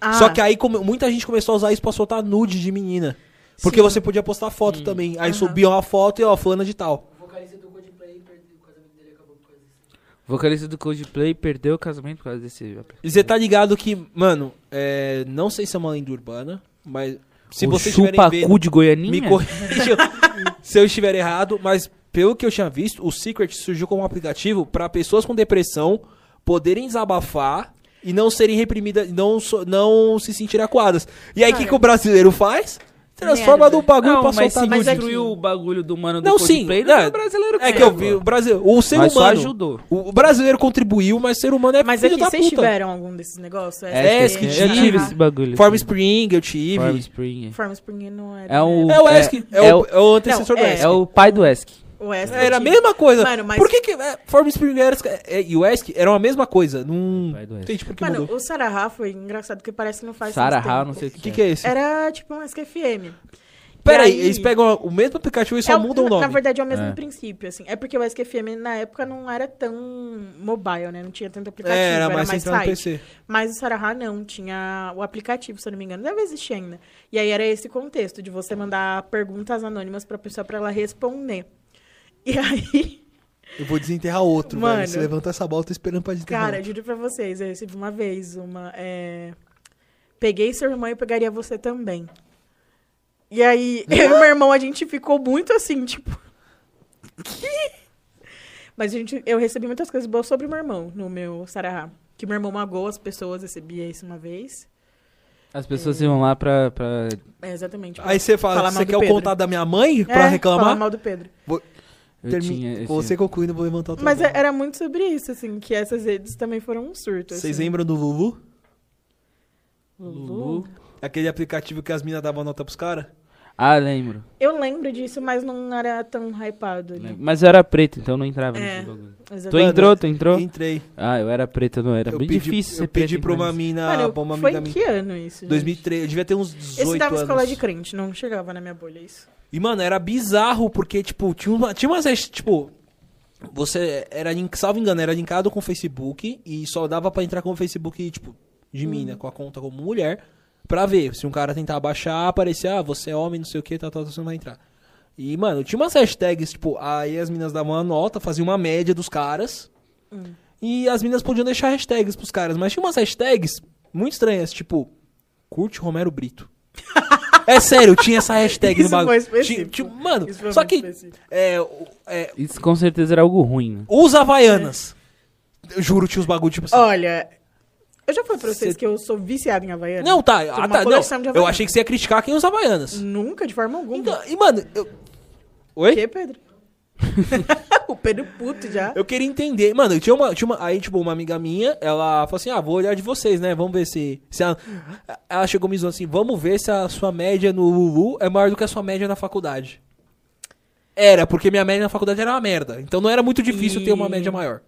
[SPEAKER 3] Ah,
[SPEAKER 2] Só que aí come- muita gente começou a usar isso pra soltar nude de menina. Porque
[SPEAKER 3] Sim.
[SPEAKER 2] você podia postar foto também. Aí
[SPEAKER 3] Aham.
[SPEAKER 2] subia uma foto e ó, fulana de tal.
[SPEAKER 5] O vocalista do Coldplay perdeu o casamento dele acabou por causa disso.
[SPEAKER 1] Vocalista do Coldplay perdeu o casamento por causa desse.
[SPEAKER 2] E você tá ligado que, mano, é, não sei se é uma lenda urbana, mas se
[SPEAKER 1] o
[SPEAKER 2] vocês tiverem
[SPEAKER 1] chupa
[SPEAKER 2] ver,
[SPEAKER 1] cu de é? Goianinha?
[SPEAKER 2] me corrijam (laughs) se eu estiver errado, mas pelo que eu tinha visto, o Secret surgiu como um aplicativo pra pessoas com depressão poderem desabafar e não serem reprimidas, não, so- não se sentirem acuadas. E aí o que,
[SPEAKER 3] Cara.
[SPEAKER 2] que o brasileiro faz? Transforma
[SPEAKER 3] Merda.
[SPEAKER 2] do bagulho
[SPEAKER 1] Não,
[SPEAKER 2] pra
[SPEAKER 1] mas se
[SPEAKER 2] soltar
[SPEAKER 3] mas
[SPEAKER 2] nude.
[SPEAKER 3] é
[SPEAKER 1] destruiu o bagulho do mano do
[SPEAKER 2] Não, sim,
[SPEAKER 1] Coldplay,
[SPEAKER 2] né?
[SPEAKER 1] é brasileiro
[SPEAKER 2] É
[SPEAKER 1] fez,
[SPEAKER 2] que eu
[SPEAKER 1] pô.
[SPEAKER 2] vi o Brasil, o ser
[SPEAKER 1] Mas só
[SPEAKER 2] humano.
[SPEAKER 1] ajudou.
[SPEAKER 2] O o brasileiro contribuiu, mas o ser humano é
[SPEAKER 3] Mas é
[SPEAKER 2] filho
[SPEAKER 3] que
[SPEAKER 2] da
[SPEAKER 3] vocês
[SPEAKER 2] puta.
[SPEAKER 3] tiveram algum desses negócios?
[SPEAKER 2] É,
[SPEAKER 1] Ask,
[SPEAKER 2] que
[SPEAKER 1] eu
[SPEAKER 2] tinha.
[SPEAKER 1] tive esse bagulho.
[SPEAKER 2] Form Spring, eu tive.
[SPEAKER 1] Form Spring.
[SPEAKER 3] Form Spring não era.
[SPEAKER 1] É um-
[SPEAKER 2] É o
[SPEAKER 1] É-
[SPEAKER 2] ESC, é,
[SPEAKER 1] é
[SPEAKER 2] o,
[SPEAKER 1] o-
[SPEAKER 2] é o antecessor
[SPEAKER 3] Não,
[SPEAKER 2] do
[SPEAKER 3] é.
[SPEAKER 2] ESC.
[SPEAKER 1] É o pai do Esk.
[SPEAKER 3] O Esca
[SPEAKER 2] É, Era a
[SPEAKER 3] eu tive.
[SPEAKER 2] mesma coisa.
[SPEAKER 3] Mano, mas-
[SPEAKER 2] Por que que é, Form Spring era- é, e o ESC eram a mesma coisa? Não
[SPEAKER 1] Vai do Esk.
[SPEAKER 2] entendi por que
[SPEAKER 3] Mano,
[SPEAKER 2] mudou.
[SPEAKER 3] o Sarah Há foi engraçado porque parece que não faz
[SPEAKER 1] Sarah
[SPEAKER 3] tanto
[SPEAKER 1] Ha,
[SPEAKER 3] tempo.
[SPEAKER 1] não sei o
[SPEAKER 2] O
[SPEAKER 1] que,
[SPEAKER 2] que, que é esse?
[SPEAKER 3] Era tipo um Esca FM.
[SPEAKER 2] Pera aí,
[SPEAKER 3] e aí-
[SPEAKER 2] eles pegam o mesmo aplicativo e só
[SPEAKER 3] É o-
[SPEAKER 2] mudam o
[SPEAKER 3] na-
[SPEAKER 2] nome.
[SPEAKER 3] Na verdade, é o mesmo
[SPEAKER 1] É.
[SPEAKER 3] princípio, assim. É porque o Esca FM na época não era tão mobile, né? Não tinha tanto aplicativo,
[SPEAKER 2] é,
[SPEAKER 3] era, mais,
[SPEAKER 2] central no
[SPEAKER 3] site.
[SPEAKER 2] PC.
[SPEAKER 3] Mas o Sarah não, tinha o aplicativo, se eu não me engano, deve existir ainda. E aí era esse contexto de você mandar perguntas anônimas pra pessoa pra ela responder. E aí,
[SPEAKER 2] Eu vou desenterrar outro,
[SPEAKER 3] Mano.
[SPEAKER 2] velho. Você levanta essa bola, eu tô esperando pra desenterrar.
[SPEAKER 3] cara, eu
[SPEAKER 2] outro.
[SPEAKER 3] juro pra vocês, eu recebi uma vez uma. é, Peguei sua irmã e pegaria você também. E aí, (laughs) eu e meu irmão, a gente ficou muito assim, tipo. (laughs) "Que?" Mas a gente, eu recebi muitas coisas boas sobre meu irmão no meu Sarah. Que meu irmão magoou as pessoas, recebia isso uma vez.
[SPEAKER 2] é?
[SPEAKER 1] As pessoas iam lá pra. pra...
[SPEAKER 3] É, exatamente.
[SPEAKER 2] Aí você fala,
[SPEAKER 3] Falar
[SPEAKER 2] você
[SPEAKER 3] mal do
[SPEAKER 2] quer o
[SPEAKER 3] Pedro.
[SPEAKER 2] contato da minha mãe pra
[SPEAKER 3] É, Falar
[SPEAKER 2] reclamar?
[SPEAKER 3] mal do Pedro.
[SPEAKER 1] Eu
[SPEAKER 2] Termi-
[SPEAKER 1] tinha, eu
[SPEAKER 2] Você
[SPEAKER 1] tinha-
[SPEAKER 2] concluindo, eu vou levantar outra
[SPEAKER 3] Mas
[SPEAKER 2] bola.
[SPEAKER 3] é- era muito sobre isso, assim, que essas redes também foram um surto.
[SPEAKER 2] Vocês
[SPEAKER 3] assim.
[SPEAKER 2] lembram do Lulu?
[SPEAKER 3] Lulu?
[SPEAKER 2] Aquele aplicativo que as minas davam nota pros caras?
[SPEAKER 1] Ah, lembro.
[SPEAKER 3] Eu lembro disso, mas não era tão hypado. Né?
[SPEAKER 1] lembro. Mas eu era preto, então não entrava
[SPEAKER 3] É.
[SPEAKER 1] nesse bagulho. Tu
[SPEAKER 3] Exatamente.
[SPEAKER 2] Mano,
[SPEAKER 1] entrou, tu entrou?
[SPEAKER 2] Entrei.
[SPEAKER 1] Ah, eu era preto, eu não. Era bem difícil
[SPEAKER 2] Eu
[SPEAKER 1] ser preto.
[SPEAKER 2] pedi
[SPEAKER 1] em
[SPEAKER 2] pra uma
[SPEAKER 1] Minas.
[SPEAKER 2] mina,
[SPEAKER 3] Mano, eu-
[SPEAKER 2] pra Ah, uma
[SPEAKER 3] foi
[SPEAKER 2] amiga
[SPEAKER 3] em
[SPEAKER 2] minha.
[SPEAKER 3] que ano isso? gente?
[SPEAKER 2] 2003, eu devia ter uns 18
[SPEAKER 3] Esse dava
[SPEAKER 2] anos.
[SPEAKER 3] escola de crente, não chegava na minha bolha isso.
[SPEAKER 2] E, mano, era bizarro, porque, tipo, tinha, uma, tinha umas... rest- Tipo, você era, link- salvo engano, era linkado com o Facebook e só dava pra entrar com o Facebook, tipo, de
[SPEAKER 3] Uhum.
[SPEAKER 2] mina, com a conta como mulher, pra ver. Se um cara tentar baixar, aparecia, ah, você é homem, não sei o que, tal, tal, tal, você não vai entrar. E, mano, tinha umas hashtags, tipo, aí as minas davam uma nota, faziam uma média dos caras.
[SPEAKER 3] Hum.
[SPEAKER 2] E as minas podiam deixar hashtags pros caras, mas tinha umas hashtags muito estranhas, tipo, curte Romero
[SPEAKER 3] (laughs)
[SPEAKER 2] Brito. é sério, tinha essa hashtag
[SPEAKER 3] Isso
[SPEAKER 2] no bagulho.
[SPEAKER 3] foi específico.
[SPEAKER 2] Tinha- tinha- mano,
[SPEAKER 3] Isso foi
[SPEAKER 2] só
[SPEAKER 3] muito
[SPEAKER 2] que
[SPEAKER 3] específico.
[SPEAKER 2] é, o- é,
[SPEAKER 1] Isso com certeza era algo ruim, né?
[SPEAKER 2] usa Havaianas. Eu juro, tinha uns bagulho tipo assim.
[SPEAKER 3] Olha, eu já falei pra vocês
[SPEAKER 2] Cê-
[SPEAKER 3] que eu sou viciado em Havaiana.
[SPEAKER 2] não, tá,
[SPEAKER 3] Tem
[SPEAKER 2] ah,
[SPEAKER 3] uma
[SPEAKER 2] tá não.
[SPEAKER 3] coleção de
[SPEAKER 2] Eu
[SPEAKER 3] Havaianas.
[SPEAKER 2] achei que você ia criticar quem usa Havaianas.
[SPEAKER 3] Nunca, de forma alguma.
[SPEAKER 2] Então, e, mano, eu.
[SPEAKER 3] o
[SPEAKER 2] Oi?
[SPEAKER 3] que, Pedro? (laughs) o Pedro puto já.
[SPEAKER 2] Eu queria entender. Mano, tinha uma, tinha uma. Aí, tipo, uma amiga minha, ela falou assim: ah, vou olhar de vocês, né? Vamos ver se. se a- Ela chegou me zoando assim: vamos ver se a sua média no Lulu é maior do que a sua média na faculdade. Era, porque minha média na faculdade era uma merda. Então não era muito difícil ter uma
[SPEAKER 3] E-
[SPEAKER 2] média maior.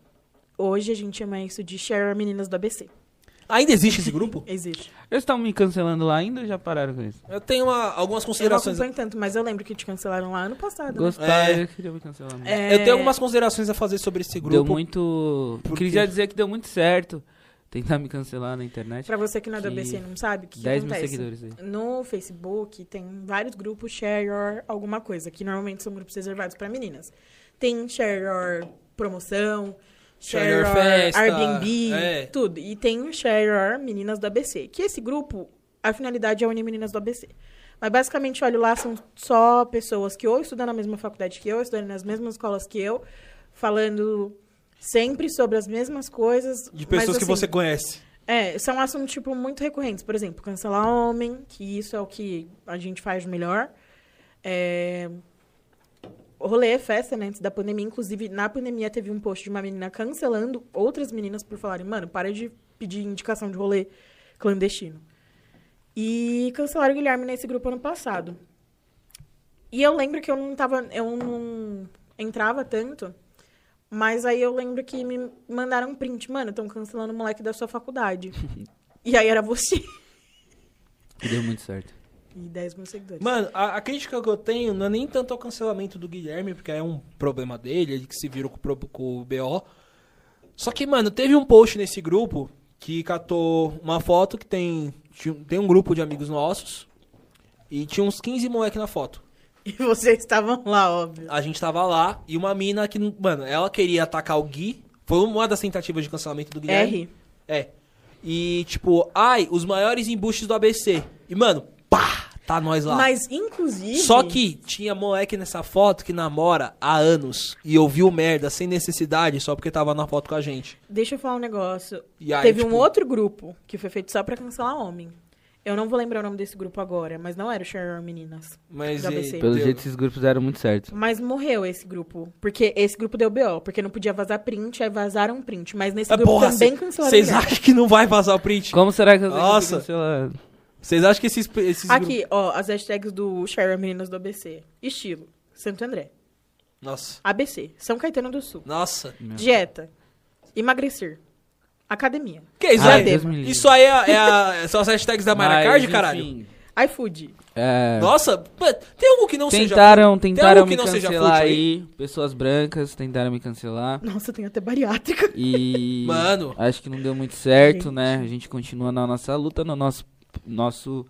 [SPEAKER 3] Hoje a gente chama isso de share meninas do ABC.
[SPEAKER 2] Ainda existe esse grupo?
[SPEAKER 3] Existe.
[SPEAKER 1] Eles estão me cancelando lá ainda ou já pararam com isso?
[SPEAKER 2] Eu tenho uma- algumas
[SPEAKER 3] Eu não
[SPEAKER 2] considerações.
[SPEAKER 3] acompanho tanto, mas eu lembro que te cancelaram lá ano passado. né?
[SPEAKER 1] Gostaram,
[SPEAKER 2] É.
[SPEAKER 1] eu queria me cancelar. muito.
[SPEAKER 3] É,
[SPEAKER 2] Eu tenho algumas considerações a fazer sobre
[SPEAKER 1] Deu
[SPEAKER 2] esse grupo.
[SPEAKER 1] muito.
[SPEAKER 2] Por
[SPEAKER 1] Queria
[SPEAKER 2] quê?
[SPEAKER 1] já dizer que deu muito certo. Tentar me cancelar na internet.
[SPEAKER 3] Pra você que não é do
[SPEAKER 1] que
[SPEAKER 3] ABC e não sabe, o que, que
[SPEAKER 1] 10 mil
[SPEAKER 3] acontece?
[SPEAKER 1] seguidores aí.
[SPEAKER 3] No Facebook tem vários grupos share your alguma coisa, que normalmente são grupos reservados pra meninas. Tem share your promoção, share,
[SPEAKER 2] Share your
[SPEAKER 3] your
[SPEAKER 2] festa,
[SPEAKER 3] Airbnb,
[SPEAKER 2] é.
[SPEAKER 3] tudo. E tem o share your meninas do ABC, que esse grupo, a finalidade é unir meninas do ABC. Mas basicamente, olha lá, são só pessoas que ou estudam na mesma faculdade que eu, estudando nas mesmas escolas que eu, falando sempre sobre as mesmas coisas.
[SPEAKER 2] De pessoas
[SPEAKER 3] mas,
[SPEAKER 2] que
[SPEAKER 3] assim,
[SPEAKER 2] você conhece.
[SPEAKER 3] é, são assuntos, tipo, muito recorrentes. Por exemplo, cancelar homem, que isso é o que a gente faz melhor. É... Rolê, festa, né? Antes da pandemia. Inclusive, na pandemia teve um post de uma menina cancelando outras meninas por falarem, mano, para de pedir indicação de rolê clandestino. E cancelaram o Guilherme nesse grupo ano passado. E eu lembro que eu não tava. Eu não entrava tanto. Mas aí eu lembro que me mandaram um print. Mano, estão cancelando o moleque da sua faculdade. e aí
[SPEAKER 2] (laughs)
[SPEAKER 3] era você.
[SPEAKER 4] E deu muito certo.
[SPEAKER 3] E 10 mil seguidores.
[SPEAKER 2] Mano, a, a crítica que eu tenho não é nem tanto ao cancelamento do Guilherme, porque é um problema dele, ele que se virou com, o pro- com o BO. Só que, mano, teve um post nesse grupo que catou uma foto que tem. tinha- Tem um grupo de amigos nossos. E tinha uns 15 moleque na foto.
[SPEAKER 3] E vocês estavam lá, óbvio.
[SPEAKER 2] A gente tava lá e uma mina que. não- Mano, ela queria atacar o Gui. Foi uma das tentativas de cancelamento do Guilherme.
[SPEAKER 3] R.
[SPEAKER 2] É. E tipo, ai, os maiores embustes do ABC. E, mano, pá! Tá nós lá.
[SPEAKER 3] Mas, inclusive.
[SPEAKER 2] Só que tinha moleque nessa foto que namora há anos e ouviu merda sem necessidade só porque tava na foto com a gente.
[SPEAKER 3] Deixa eu falar um negócio.
[SPEAKER 2] E aí,
[SPEAKER 3] Teve um
[SPEAKER 2] tipo,
[SPEAKER 3] outro grupo que foi feito só pra cancelar homem. Eu não vou lembrar o nome desse grupo agora, mas não era o Share Your Meninas.
[SPEAKER 2] Mas
[SPEAKER 3] do
[SPEAKER 2] e-
[SPEAKER 3] ABC.
[SPEAKER 1] Pelo
[SPEAKER 2] deu-
[SPEAKER 1] jeito, esses grupos deram muito certo.
[SPEAKER 3] Mas morreu esse grupo. Porque esse grupo deu BO, porque não podia vazar print, aí vazaram um print. Mas nesse
[SPEAKER 2] Ah,
[SPEAKER 3] grupo
[SPEAKER 2] porra,
[SPEAKER 3] também
[SPEAKER 2] cê-
[SPEAKER 3] cancelaram.
[SPEAKER 2] vocês
[SPEAKER 3] mulher.
[SPEAKER 2] acham que não vai vazar o print?
[SPEAKER 1] Como será que eu tenho que
[SPEAKER 2] Nossa.
[SPEAKER 1] cancelar?
[SPEAKER 2] Vocês acham que esses, esses grupos-
[SPEAKER 3] Aqui, ó, as hashtags do Share Your Meninas do ABC. Estilo, Santo André.
[SPEAKER 2] Nossa.
[SPEAKER 3] ABC, São Caetano do Sul.
[SPEAKER 2] Nossa.
[SPEAKER 3] Dieta, emagrecer, academia,
[SPEAKER 2] Que isso
[SPEAKER 1] Ai,
[SPEAKER 2] aí?
[SPEAKER 1] Ah, Deus me livre.
[SPEAKER 2] Isso aí é, a- é a- são as hashtags da Mayra
[SPEAKER 1] Mas,
[SPEAKER 2] Card, caralho?
[SPEAKER 1] enfim,
[SPEAKER 3] iFood.
[SPEAKER 1] é,
[SPEAKER 2] Nossa, pô, tem algo que não
[SPEAKER 1] tentaram,
[SPEAKER 2] seja.
[SPEAKER 1] tentaram me
[SPEAKER 2] tem algo que não seja
[SPEAKER 1] cancelar
[SPEAKER 2] fútil
[SPEAKER 1] aí. Pessoas brancas tentaram me cancelar.
[SPEAKER 3] Nossa, tem até bariátrica.
[SPEAKER 1] E
[SPEAKER 2] Mano.
[SPEAKER 1] acho que não deu muito certo,
[SPEAKER 3] Gente.
[SPEAKER 1] né? A gente continua na nossa luta, no nosso, nosso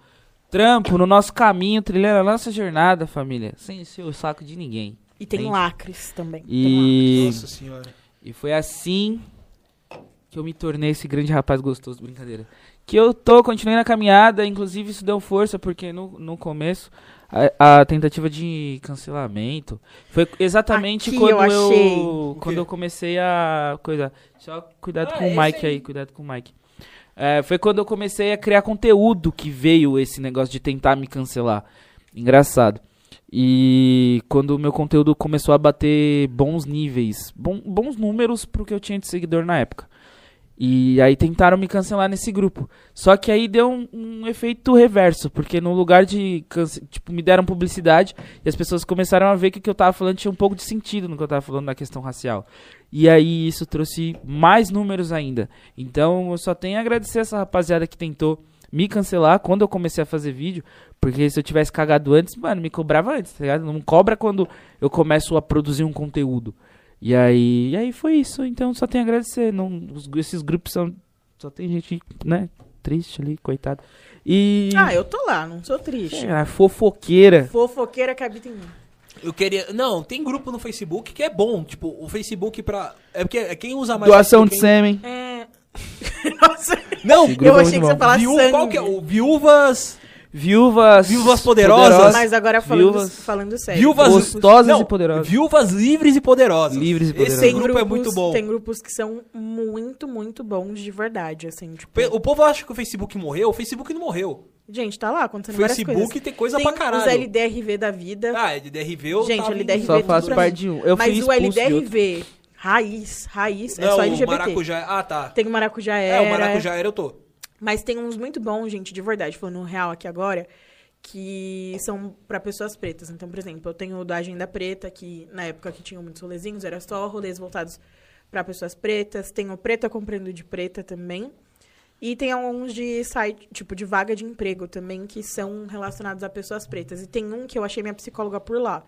[SPEAKER 1] trampo, no nosso caminho, trilhando a nossa jornada, família. Sem encher o saco de ninguém.
[SPEAKER 3] E tem
[SPEAKER 1] Gente.
[SPEAKER 3] lacres também. Tem
[SPEAKER 1] E,
[SPEAKER 2] Nossa senhora.
[SPEAKER 1] e foi assim que eu me tornei esse grande rapaz gostoso, brincadeira. Que eu tô, continuei na caminhada, inclusive isso deu força, porque no, no começo a, a tentativa de cancelamento foi exatamente
[SPEAKER 3] Aqui
[SPEAKER 1] quando
[SPEAKER 3] eu achei.
[SPEAKER 2] quê?
[SPEAKER 1] quando eu comecei a coisa. Só cuidado
[SPEAKER 2] Ah,
[SPEAKER 1] com o
[SPEAKER 2] esse
[SPEAKER 1] Mike
[SPEAKER 2] aí.
[SPEAKER 1] aí, cuidado com o Mike. É, foi quando eu comecei a criar conteúdo que veio esse negócio de tentar me cancelar. Engraçado. E quando o meu conteúdo começou a bater bons níveis, bom- bons números pro que eu tinha de seguidor na época. E aí tentaram me cancelar nesse grupo. Só que aí deu um, um efeito reverso, porque no lugar de. cance- Tipo, me deram publicidade e as pessoas começaram a ver que o que eu tava falando tinha um pouco de sentido no que eu tava falando na questão racial. E aí isso trouxe mais números ainda. Então eu só tenho a agradecer essa rapaziada que tentou me cancelar quando eu comecei a fazer vídeo, porque se eu tivesse cagado antes, mano, me cobrava antes, tá ligado? Não cobra quando eu começo a produzir um conteúdo. E aí, e aí foi isso. Então só tenho a agradecer. Não, os- esses grupos são. Só tem gente, né? Triste ali, coitado. E.
[SPEAKER 3] lá. Ah, eu tô lá, não sou triste.
[SPEAKER 1] sei lá, fofoqueira.
[SPEAKER 3] Fofoqueira que habita em mim.
[SPEAKER 2] Eu queria. Não, tem grupo no Facebook que é bom. Tipo, o Facebook pra. É porque é quem usa mais.
[SPEAKER 1] Doação de
[SPEAKER 2] quem...
[SPEAKER 1] sêmen.
[SPEAKER 3] É. (laughs) Nossa,
[SPEAKER 2] Não,
[SPEAKER 1] Esse
[SPEAKER 3] eu
[SPEAKER 1] grupo é
[SPEAKER 3] achei que
[SPEAKER 1] muito
[SPEAKER 3] você
[SPEAKER 1] bom.
[SPEAKER 3] falasse
[SPEAKER 2] viú-
[SPEAKER 3] sangue.
[SPEAKER 2] qual que é? O viúvas.
[SPEAKER 1] Viúvas.
[SPEAKER 2] Viúvas poderosas.
[SPEAKER 3] Mas agora falando,
[SPEAKER 1] Viúvas.
[SPEAKER 3] falando sério.
[SPEAKER 2] Viúvas
[SPEAKER 1] Gostosas
[SPEAKER 2] não,
[SPEAKER 1] e poderosas.
[SPEAKER 2] Viúvas livres e poderosas.
[SPEAKER 1] Livres e
[SPEAKER 2] Esse
[SPEAKER 1] poderosas.
[SPEAKER 2] grupo é muito bom.
[SPEAKER 3] Tem grupos que são muito, muito bons de verdade, assim. Tipo,
[SPEAKER 2] Pe- O povo acha que o Facebook morreu. O Facebook não morreu.
[SPEAKER 3] Gente, tá lá acontecendo várias
[SPEAKER 2] Facebook
[SPEAKER 3] coisas.
[SPEAKER 2] tem coisa
[SPEAKER 3] tem
[SPEAKER 2] pra caralho.
[SPEAKER 3] os LDRV da vida.
[SPEAKER 2] Ah, LDRV eu
[SPEAKER 3] Gente,
[SPEAKER 2] tava em-
[SPEAKER 3] LDRV
[SPEAKER 1] Só
[SPEAKER 3] é tudo
[SPEAKER 1] faço
[SPEAKER 3] pra
[SPEAKER 1] parte
[SPEAKER 3] mim.
[SPEAKER 1] de um. Eu
[SPEAKER 3] Mas
[SPEAKER 1] fui
[SPEAKER 3] o
[SPEAKER 1] expulso de outro.
[SPEAKER 3] LDRV, raiz, raiz, é
[SPEAKER 2] Não,
[SPEAKER 3] só
[SPEAKER 2] o
[SPEAKER 3] LGBT.
[SPEAKER 2] Maracujá. Ah, tá.
[SPEAKER 3] Tem o Maracujá
[SPEAKER 2] É,
[SPEAKER 3] Era.
[SPEAKER 2] o Maracujá era eu tô.
[SPEAKER 3] Mas tem uns muito bons, gente, de verdade, falando real aqui agora, que são pra pessoas pretas. Então, por exemplo, eu tenho o da Agenda Preta, que na época que tinha muitos rolezinhos, era só rolês voltados pra pessoas pretas. Tem o Preta Comprando de Preta também. E tem alguns de site, tipo, de vaga de emprego também, que são relacionados a pessoas pretas. E tem um que eu achei minha psicóloga por lá,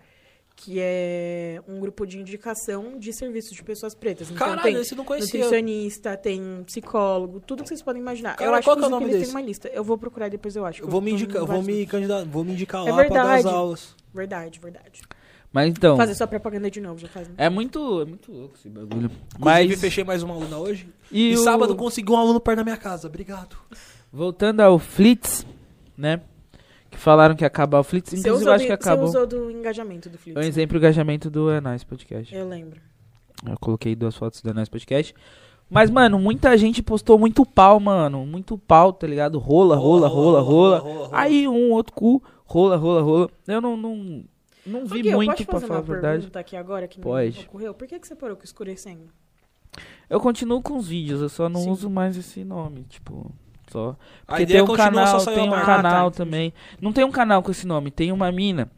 [SPEAKER 3] que é um grupo de indicação de serviços de pessoas pretas. Então,
[SPEAKER 2] Caralho,
[SPEAKER 3] tem
[SPEAKER 2] esse eu não conhecia.
[SPEAKER 3] nutricionista, tem psicólogo, tudo que vocês podem imaginar.
[SPEAKER 2] Cara,
[SPEAKER 3] eu acho
[SPEAKER 2] qual
[SPEAKER 3] que
[SPEAKER 2] que é o nome
[SPEAKER 3] inclusive, eles
[SPEAKER 2] desse?
[SPEAKER 3] têm uma lista. Eu vou procurar depois, eu acho. que
[SPEAKER 2] Eu vou me
[SPEAKER 3] tô em
[SPEAKER 2] indicar, eu vou
[SPEAKER 3] vários
[SPEAKER 2] me
[SPEAKER 3] grupos.
[SPEAKER 2] candidatar, vou me indicar
[SPEAKER 3] É
[SPEAKER 2] lá pra dar as
[SPEAKER 3] verdade.
[SPEAKER 2] aulas.
[SPEAKER 3] Verdade, verdade.
[SPEAKER 1] Mas então.
[SPEAKER 3] Fazer só propaganda de novo, já faz. né?
[SPEAKER 1] É muito, é muito louco esse bagulho.
[SPEAKER 2] Inclusive,
[SPEAKER 1] Mas
[SPEAKER 2] fechei mais uma aluna hoje.
[SPEAKER 1] e
[SPEAKER 2] E,
[SPEAKER 1] o-
[SPEAKER 2] sábado consegui um aluno perto da minha casa. Obrigado.
[SPEAKER 1] voltando ao Flits, né? Que falaram que ia acabar o Flits,
[SPEAKER 3] Você
[SPEAKER 1] inclusive
[SPEAKER 3] usou,
[SPEAKER 1] eu acho
[SPEAKER 3] do-
[SPEAKER 1] que acabou. É
[SPEAKER 3] você usou do engajamento do Flix.
[SPEAKER 1] Eu usei pro engajamento do É Nóis Podcast.
[SPEAKER 3] Eu lembro.
[SPEAKER 1] Eu coloquei duas fotos do É Nóis Podcast. Mas, mano, muita gente postou muito pau, mano. Muito pau, tá ligado? Rola, rola, rola, rola. Aí um outro cu, rola, rola, rola. Eu não, não, não vi
[SPEAKER 3] Gui, eu
[SPEAKER 1] muito,
[SPEAKER 3] posso
[SPEAKER 1] pra
[SPEAKER 3] fazer
[SPEAKER 1] falar a
[SPEAKER 3] uma
[SPEAKER 1] verdade.
[SPEAKER 3] pergunta aqui agora que
[SPEAKER 1] Pode.
[SPEAKER 3] me ocorreu? Por que, que você parou com o escurecendo?
[SPEAKER 1] Eu continuo com os vídeos, eu só não
[SPEAKER 3] Sim.
[SPEAKER 1] uso mais esse nome, tipo, só.
[SPEAKER 2] A
[SPEAKER 1] Porque
[SPEAKER 2] ideia
[SPEAKER 1] tem um
[SPEAKER 2] continua,
[SPEAKER 1] canal,
[SPEAKER 2] só saiu
[SPEAKER 1] tem
[SPEAKER 2] a
[SPEAKER 1] um
[SPEAKER 2] marca.
[SPEAKER 1] canal
[SPEAKER 3] Ah, tá,
[SPEAKER 1] também. Não tem um canal com esse nome, tem uma mina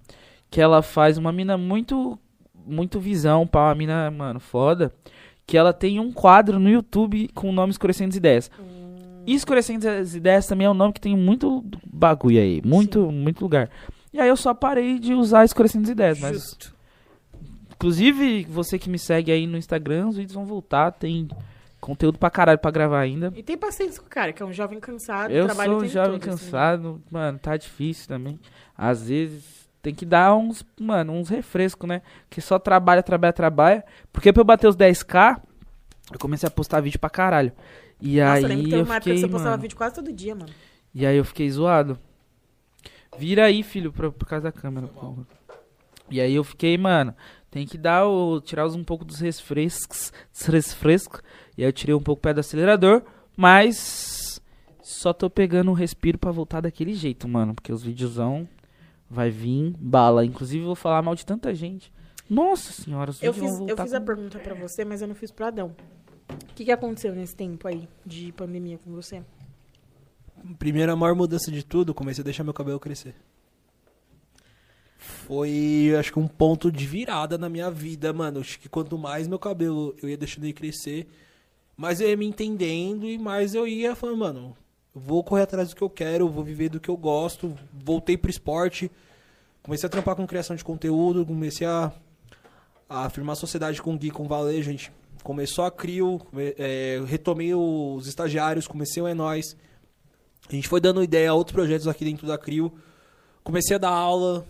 [SPEAKER 1] que ela faz uma mina muito muito visão, pá, a mina, mano, foda. Que ela tem um quadro no YouTube com o nome Escurecendo as Ideias. Escurecendo as Ideias também é um nome que tem muito bagulho aí, muito, muito lugar. E aí eu só parei de usar Escurecendo as Ideias, mas...
[SPEAKER 3] Justo.
[SPEAKER 1] Inclusive, você que me segue aí no Instagram, os vídeos vão voltar, tem conteúdo pra caralho pra gravar ainda.
[SPEAKER 3] E tem paciência com o cara, que é um jovem cansado,
[SPEAKER 1] Eu
[SPEAKER 3] trabalha o
[SPEAKER 1] sou um
[SPEAKER 3] tempo
[SPEAKER 1] jovem
[SPEAKER 3] todo, assim.
[SPEAKER 1] cansado, mano, tá difícil também. Às vezes tem que dar uns, mano, uns refrescos, né? Que só trabalha, trabalha, trabalha. Porque pra eu bater os 10k, eu comecei a postar vídeo pra caralho. E
[SPEAKER 3] Nossa,
[SPEAKER 1] aí
[SPEAKER 3] eu lembro que teve
[SPEAKER 1] eu
[SPEAKER 3] uma época que
[SPEAKER 1] fiquei,
[SPEAKER 3] você postava
[SPEAKER 1] mano,
[SPEAKER 3] vídeo quase todo dia, mano.
[SPEAKER 1] e aí eu fiquei zoado. Vira aí, filho, pra, por causa da câmera. pô. E aí eu fiquei, mano, tem que dar o. tirar os- um pouco dos refrescos. Dos refrescos. E aí eu tirei um pouco o pé do acelerador, mas só tô pegando um respiro pra voltar daquele jeito, mano. Porque os videozão vai vir bala. Inclusive, eu vou falar mal de tanta gente. Nossa senhora, os
[SPEAKER 3] Eu
[SPEAKER 1] vídeos vão
[SPEAKER 3] fiz, eu
[SPEAKER 1] voltar
[SPEAKER 3] fiz a
[SPEAKER 1] com- um
[SPEAKER 3] pergunta pra você, mas eu não fiz pro Adão. O que, que aconteceu nesse tempo aí de pandemia com você?
[SPEAKER 2] Primeiro, a maior mudança de tudo, comecei a deixar meu cabelo crescer. Foi, acho que um ponto de virada na minha vida, mano. Acho que quanto mais meu cabelo eu ia deixando ele crescer, mais eu ia me entendendo e mais eu ia falando, mano, eu vou correr atrás do que eu quero, eu vou viver do que eu gosto. Voltei pro esporte, comecei a trampar com criação de conteúdo, comecei a, a firmar sociedade com o Gui, com o Valer, gente. Começou a Crio, come- eh, retomei os estagiários, comecei o É Nóis. A gente foi dando ideia a outros projetos aqui dentro da CRIO. Comecei a dar aula.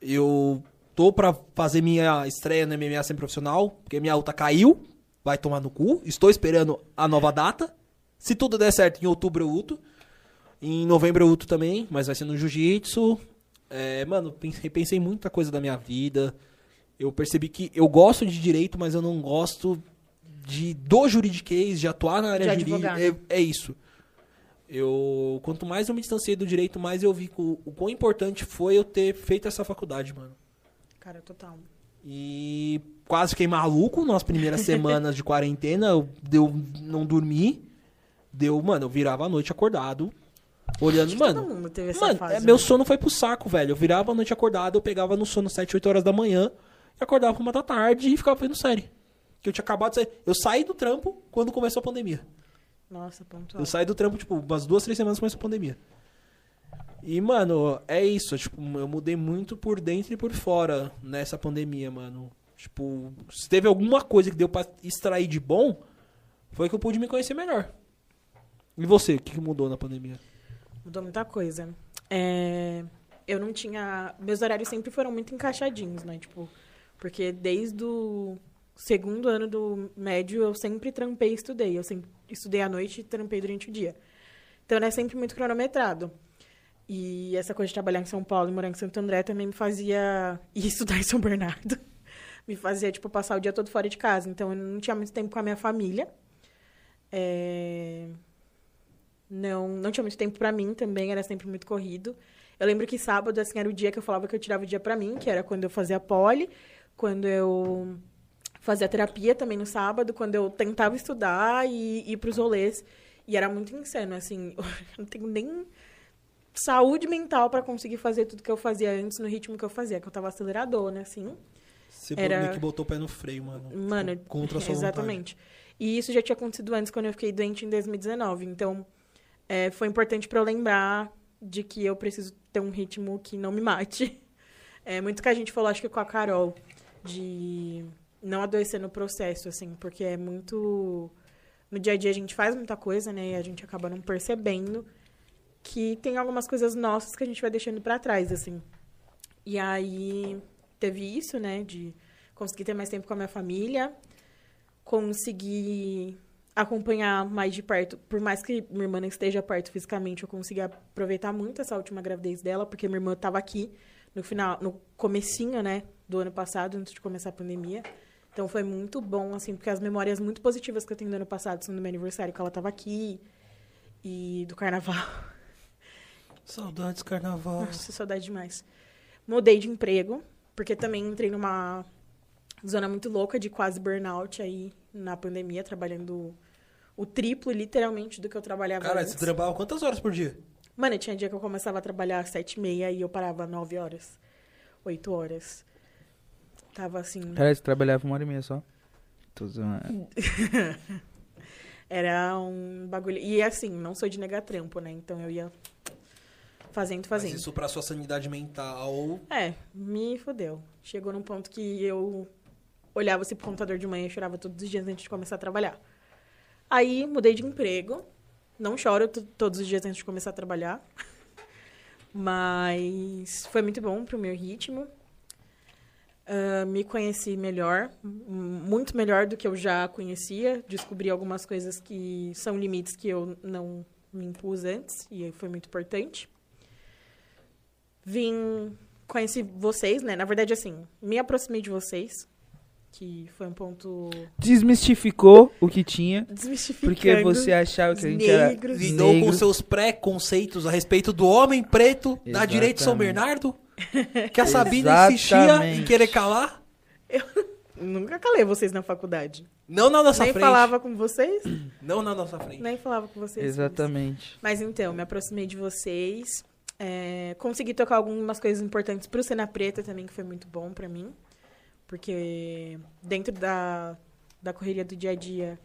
[SPEAKER 2] Eu tô pra fazer minha estreia no MMA sem profissional, porque minha alta caiu. Vai tomar no cu. Estou esperando a nova data. Se tudo der certo, em outubro eu luto. Em novembro eu luto também, mas vai ser no jiu-jitsu. É, mano, pensei, pensei em muita coisa da minha vida. Eu percebi que eu gosto de direito, mas eu não gosto de do juridiquês, de atuar na área
[SPEAKER 3] De
[SPEAKER 2] jurídica.
[SPEAKER 3] advogar, né?
[SPEAKER 2] É, é isso. Eu, quanto mais eu me distanciei do direito, mais eu vi que o, o quão importante foi eu ter feito essa faculdade, mano.
[SPEAKER 3] Cara, total.
[SPEAKER 2] E quase fiquei maluco nas primeiras semanas de quarentena. Eu, deu, não dormi. Deu, mano, eu virava a noite acordado. Olhando, mano.
[SPEAKER 3] Todo mundo teve essa
[SPEAKER 2] Mano,
[SPEAKER 3] fase.
[SPEAKER 2] é, meu
[SPEAKER 3] né?
[SPEAKER 2] sono foi pro saco, velho. Eu virava a noite acordado, eu pegava no sono 7, 8 horas da manhã, e acordava uma da tarde e ficava vendo série. Que eu tinha acabado de sair. Eu saí do trampo quando começou a pandemia.
[SPEAKER 3] Nossa, pontual.
[SPEAKER 2] Eu saí do trampo, tipo, umas duas, três semanas começou a pandemia. E, mano, é isso. Tipo, eu mudei muito por dentro e por fora nessa pandemia, mano. Tipo, se teve alguma coisa que deu pra extrair de bom, foi que eu pude me conhecer melhor. E você, o que que mudou na pandemia?
[SPEAKER 3] Mudou muita coisa. É, eu não tinha. Meus horários sempre foram muito encaixadinhos, né? Tipo, porque desde o segundo ano do médio eu sempre trampei e estudei. Eu sempre estudei à noite e trampei durante o dia. Então era sempre muito cronometrado. E essa coisa de trabalhar em São Paulo e morar em Santo André também me fazia. (laughs) E estudar em São Bernardo. (laughs) me fazia, tipo, passar o dia todo fora de casa. Então eu não tinha muito tempo com a minha família. É, não, não tinha muito tempo pra mim também, era sempre muito corrido. Eu lembro que sábado, assim, era o dia que eu falava que eu tirava o dia pra mim, que era quando eu fazia pole, quando eu fazia terapia também no sábado, quando eu tentava estudar e ir pros rolês. E era muito insano, assim, (laughs) eu não tenho nem saúde mental pra conseguir fazer tudo que eu fazia antes no ritmo que eu fazia, que eu tava aceleradona, assim.
[SPEAKER 2] Você
[SPEAKER 3] Era-
[SPEAKER 2] meio que botou o pé no freio, mano.
[SPEAKER 3] Mano,
[SPEAKER 2] Tipo, contra a sua vontade.
[SPEAKER 3] exatamente. E isso já tinha acontecido antes, quando eu fiquei doente em 2019. Então, é, foi importante para eu lembrar de que eu preciso ter um ritmo que não me mate. (laughs) É, muito que a gente falou, acho que com a Carol, de não adoecer no processo, assim, porque é muito. No dia a dia a gente faz muita coisa, né? E a gente acaba não percebendo que tem algumas coisas nossas que a gente vai deixando para trás, assim. E aí teve isso, né? De conseguir ter mais tempo com a minha família, conseguir acompanhar mais de perto, por mais que minha irmã não esteja perto fisicamente, eu consegui aproveitar muito essa última gravidez dela, porque minha irmã estava aqui no final, no comecinho, né, do ano passado, antes de começar a pandemia. Então foi muito bom, assim, porque as memórias muito positivas que eu tenho do ano passado são do meu aniversário, que ela estava aqui, e do carnaval.
[SPEAKER 2] Saudades, carnaval.
[SPEAKER 3] Nossa, saudade demais. Mudei de emprego, porque também entrei numa zona muito louca de quase burnout aí na pandemia, trabalhando o triplo, literalmente, do que eu trabalhava
[SPEAKER 2] Cara,
[SPEAKER 3] antes.
[SPEAKER 2] você trabalhava quantas horas por dia?
[SPEAKER 3] Mano, tinha dia que eu começava a trabalhar às sete e meia e eu parava às nove horas, oito horas. Tava assim.
[SPEAKER 1] Cara, você trabalhava uma hora e meia só. Tô zoando.
[SPEAKER 3] Era um bagulho. E assim, não sou de negar trampo, né? Então eu ia fazendo, fazendo.
[SPEAKER 2] Mas isso pra sua sanidade mental.
[SPEAKER 3] É, me fodeu. Chegou num ponto que eu olhava assim pro computador de manhã e chorava todos os dias antes de começar a trabalhar. Aí mudei de emprego. Não choro to- todos os dias antes de começar a trabalhar. (laughs) Mas foi muito bom pro meu ritmo. Ah, me conheci melhor, m- muito melhor do que eu já conhecia. Descobri algumas coisas que são limites que eu não me impus antes, e foi muito importante vim conheci vocês, né? Na verdade, assim, me aproximei de vocês, que foi um ponto
[SPEAKER 1] Desmistificou o que tinha.
[SPEAKER 3] desmistificando.
[SPEAKER 1] Porque você é- achava que a gente era
[SPEAKER 3] negros.
[SPEAKER 2] Lidou com
[SPEAKER 1] negro.
[SPEAKER 2] seus preconceitos a respeito do homem preto da
[SPEAKER 1] Exatamente.
[SPEAKER 2] direita de São Bernardo? Que a Sabina insistia em
[SPEAKER 1] Exatamente.
[SPEAKER 2] querer calar?
[SPEAKER 3] nunca calei vocês na faculdade.
[SPEAKER 2] Não na nossa
[SPEAKER 3] nem
[SPEAKER 2] frente.
[SPEAKER 3] falava com vocês,
[SPEAKER 2] Não na nossa frente.
[SPEAKER 3] nem falava com vocês.
[SPEAKER 1] Exatamente.
[SPEAKER 3] Mas então, me aproximei de vocês. é, consegui tocar algumas coisas importantes pro Cena Preta também, que foi muito bom pra mim. Porque dentro da, da correria do dia a dia,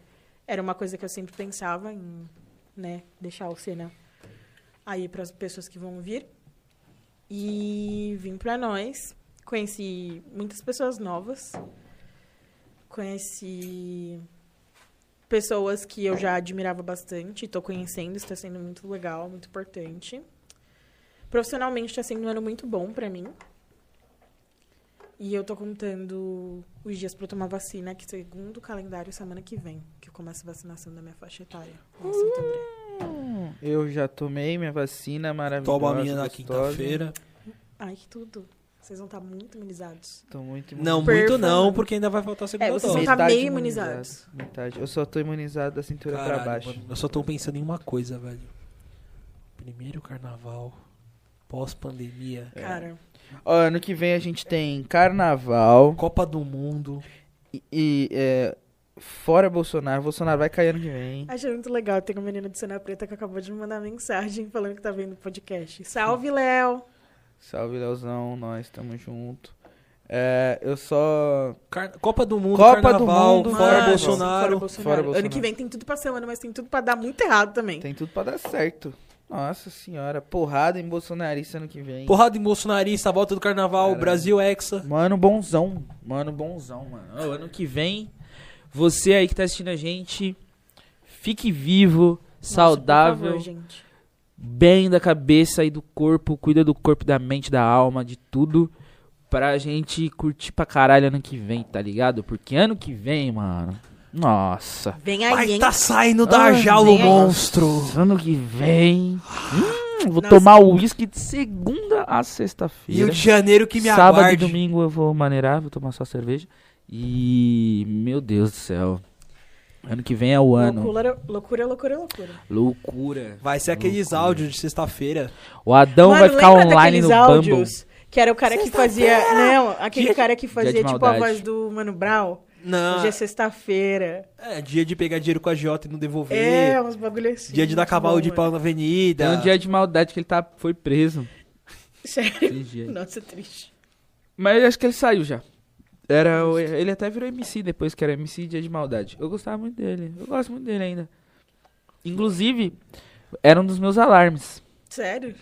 [SPEAKER 3] era uma coisa que eu sempre pensava em né, deixar o Cena aí pras pessoas que vão vir. E vim pra nós. Conheci muitas pessoas novas. Conheci pessoas que eu já admirava bastante, estou conhecendo, está sendo muito legal, muito importante. Profissionalmente está sendo um ano muito bom para mim. E eu tô contando os dias para eu tomar vacina, que é segundo o calendário, semana que vem, que eu começo a vacinação da minha faixa etária. lá em Santo André.
[SPEAKER 1] Hum, Eu já tomei minha vacina maravilhosa.
[SPEAKER 2] Toma a minha na
[SPEAKER 1] gostosa.
[SPEAKER 2] quinta-feira.
[SPEAKER 3] Ai, que tudo. Vocês vão estar muito imunizados.
[SPEAKER 1] Tô muito
[SPEAKER 2] Não,
[SPEAKER 3] Perfa-
[SPEAKER 2] muito não, porque ainda vai faltar a segunda
[SPEAKER 3] É, vocês vão
[SPEAKER 2] dose.
[SPEAKER 3] tá
[SPEAKER 1] Metade
[SPEAKER 3] meio
[SPEAKER 1] imunizado,
[SPEAKER 3] imunizados.
[SPEAKER 1] Metade. Eu só tô imunizado da cintura
[SPEAKER 2] Caralho,
[SPEAKER 1] pra baixo.
[SPEAKER 2] mano, eu só tô pensando em uma coisa, velho. Primeiro carnaval, pós-pandemia,
[SPEAKER 3] Cara,
[SPEAKER 1] Ó, ano que vem a gente tem carnaval
[SPEAKER 2] É. Copa do Mundo.
[SPEAKER 1] e, e, é, fora Bolsonaro. Bolsonaro vai cair ano que vem.
[SPEAKER 3] achei muito legal. Tem uma menina de Cena Preta que acabou de me mandar mensagem falando que tá vendo o podcast. Salve, Léo!
[SPEAKER 1] Salve, Leozão. Nós estamos junto. É, eu só.
[SPEAKER 2] Car- Copa do Mundo,
[SPEAKER 1] Copa do
[SPEAKER 2] carnaval,
[SPEAKER 1] Mundo,
[SPEAKER 2] fora
[SPEAKER 1] mano.
[SPEAKER 2] Bolsonaro.
[SPEAKER 1] Fora Bolsonaro.
[SPEAKER 3] Ano que vem tem tudo pra ser ano, mas tem tudo pra dar muito errado também.
[SPEAKER 1] Tem tudo pra dar certo. Nossa senhora. Porrada em bolsonarista ano que vem.
[SPEAKER 2] Porrada em bolsonarista, volta do carnaval,
[SPEAKER 1] Caralho.
[SPEAKER 2] Brasil é hexa.
[SPEAKER 1] Mano bonzão. Mano bonzão, mano. Ô, ano que vem, você aí que tá assistindo a gente, fique vivo,
[SPEAKER 3] Nossa,
[SPEAKER 1] saudável,
[SPEAKER 3] por favor, gente.
[SPEAKER 1] bem da cabeça e do corpo, cuida do corpo, da mente, da alma, de tudo. Pra gente curtir pra caralho ano que vem, tá ligado? Porque ano que vem, mano. Nossa.
[SPEAKER 3] Vem aí,
[SPEAKER 2] Vai
[SPEAKER 3] hein?
[SPEAKER 2] tá saindo da
[SPEAKER 1] Ah,
[SPEAKER 2] jaula o
[SPEAKER 3] vem aí.
[SPEAKER 2] monstro.
[SPEAKER 1] Ano que vem. Hum, vou
[SPEAKER 3] Nossa.
[SPEAKER 1] tomar o uísque de segunda a sexta-feira.
[SPEAKER 2] Rio de Janeiro que me
[SPEAKER 1] Sábado
[SPEAKER 2] aguarde.
[SPEAKER 1] e domingo eu vou maneirar, vou tomar só cerveja. E. Meu Deus do céu. Ano que vem é o ano.
[SPEAKER 3] Loucura, loucura, loucura, loucura.
[SPEAKER 1] Loucura.
[SPEAKER 2] Vai ser aqueles
[SPEAKER 1] Loucura.
[SPEAKER 2] áudios de sexta-feira.
[SPEAKER 1] O Adão Então vai
[SPEAKER 3] Mano,
[SPEAKER 1] ficar
[SPEAKER 3] lembra
[SPEAKER 1] online no
[SPEAKER 3] daqueles
[SPEAKER 1] Bumble.
[SPEAKER 3] Que era o cara que fazia. Não, aquele
[SPEAKER 2] Dia de-
[SPEAKER 3] cara que fazia
[SPEAKER 1] de
[SPEAKER 3] tipo a
[SPEAKER 1] maldade. Ah.
[SPEAKER 3] voz do Mano Brown.
[SPEAKER 2] Não,
[SPEAKER 3] Hoje é sexta-feira.
[SPEAKER 2] é dia de pegar dinheiro com a Jota e não devolver.
[SPEAKER 3] É, uns bagulho assim.
[SPEAKER 2] dia de dar
[SPEAKER 3] muito
[SPEAKER 2] cavalo
[SPEAKER 3] bom,
[SPEAKER 2] de pau
[SPEAKER 3] mano.
[SPEAKER 2] na
[SPEAKER 1] Tem
[SPEAKER 2] avenida.
[SPEAKER 1] um dia de maldade que ele tá, foi preso.
[SPEAKER 3] Sério.
[SPEAKER 1] Esse um dia.
[SPEAKER 3] Nossa, triste.
[SPEAKER 1] Mas eu acho que ele saiu já. Era, o- ele até virou MC depois que era MC Dia de Maldade. Eu gostava muito dele. Eu gosto muito dele ainda. Inclusive, era um dos meus alarmes.
[SPEAKER 3] Sério?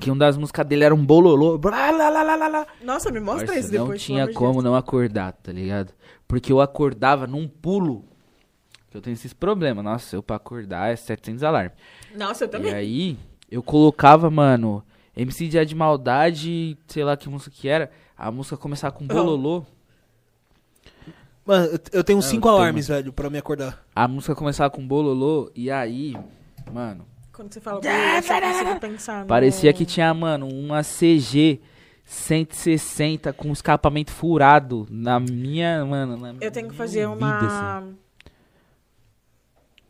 [SPEAKER 1] Que uma das músicas dele era um bololô. Blá, lá, lá, lá, lá, lá.
[SPEAKER 3] Nossa, me mostra
[SPEAKER 1] Parça,
[SPEAKER 3] isso depois.
[SPEAKER 1] Não
[SPEAKER 3] pelo
[SPEAKER 1] tinha
[SPEAKER 3] amor de
[SPEAKER 1] como
[SPEAKER 3] Deus.
[SPEAKER 1] não acordar, tá ligado? Porque eu acordava num pulo. que Eu tenho esses problemas. Nossa, eu pra acordar é 700 alarme.
[SPEAKER 3] Nossa, eu
[SPEAKER 1] E
[SPEAKER 3] também.
[SPEAKER 1] aí, eu colocava, mano, MC Dia de Maldade, sei lá que música que era. A música começar
[SPEAKER 3] Ah.
[SPEAKER 1] com bololô.
[SPEAKER 2] Mano, eu- eu tenho cinco
[SPEAKER 1] eu tenho,
[SPEAKER 2] alarmes, velho, pra me acordar.
[SPEAKER 1] A música começava com bololô. E aí, mano,
[SPEAKER 3] Quando você fala. "Bem, Eu só consigo pensar. no-
[SPEAKER 1] parecia que tinha, mano, uma CG 160 com escapamento furado na minha, mano. Na
[SPEAKER 3] Eu tenho que
[SPEAKER 1] minha
[SPEAKER 3] fazer
[SPEAKER 1] vida, assim.
[SPEAKER 3] uma.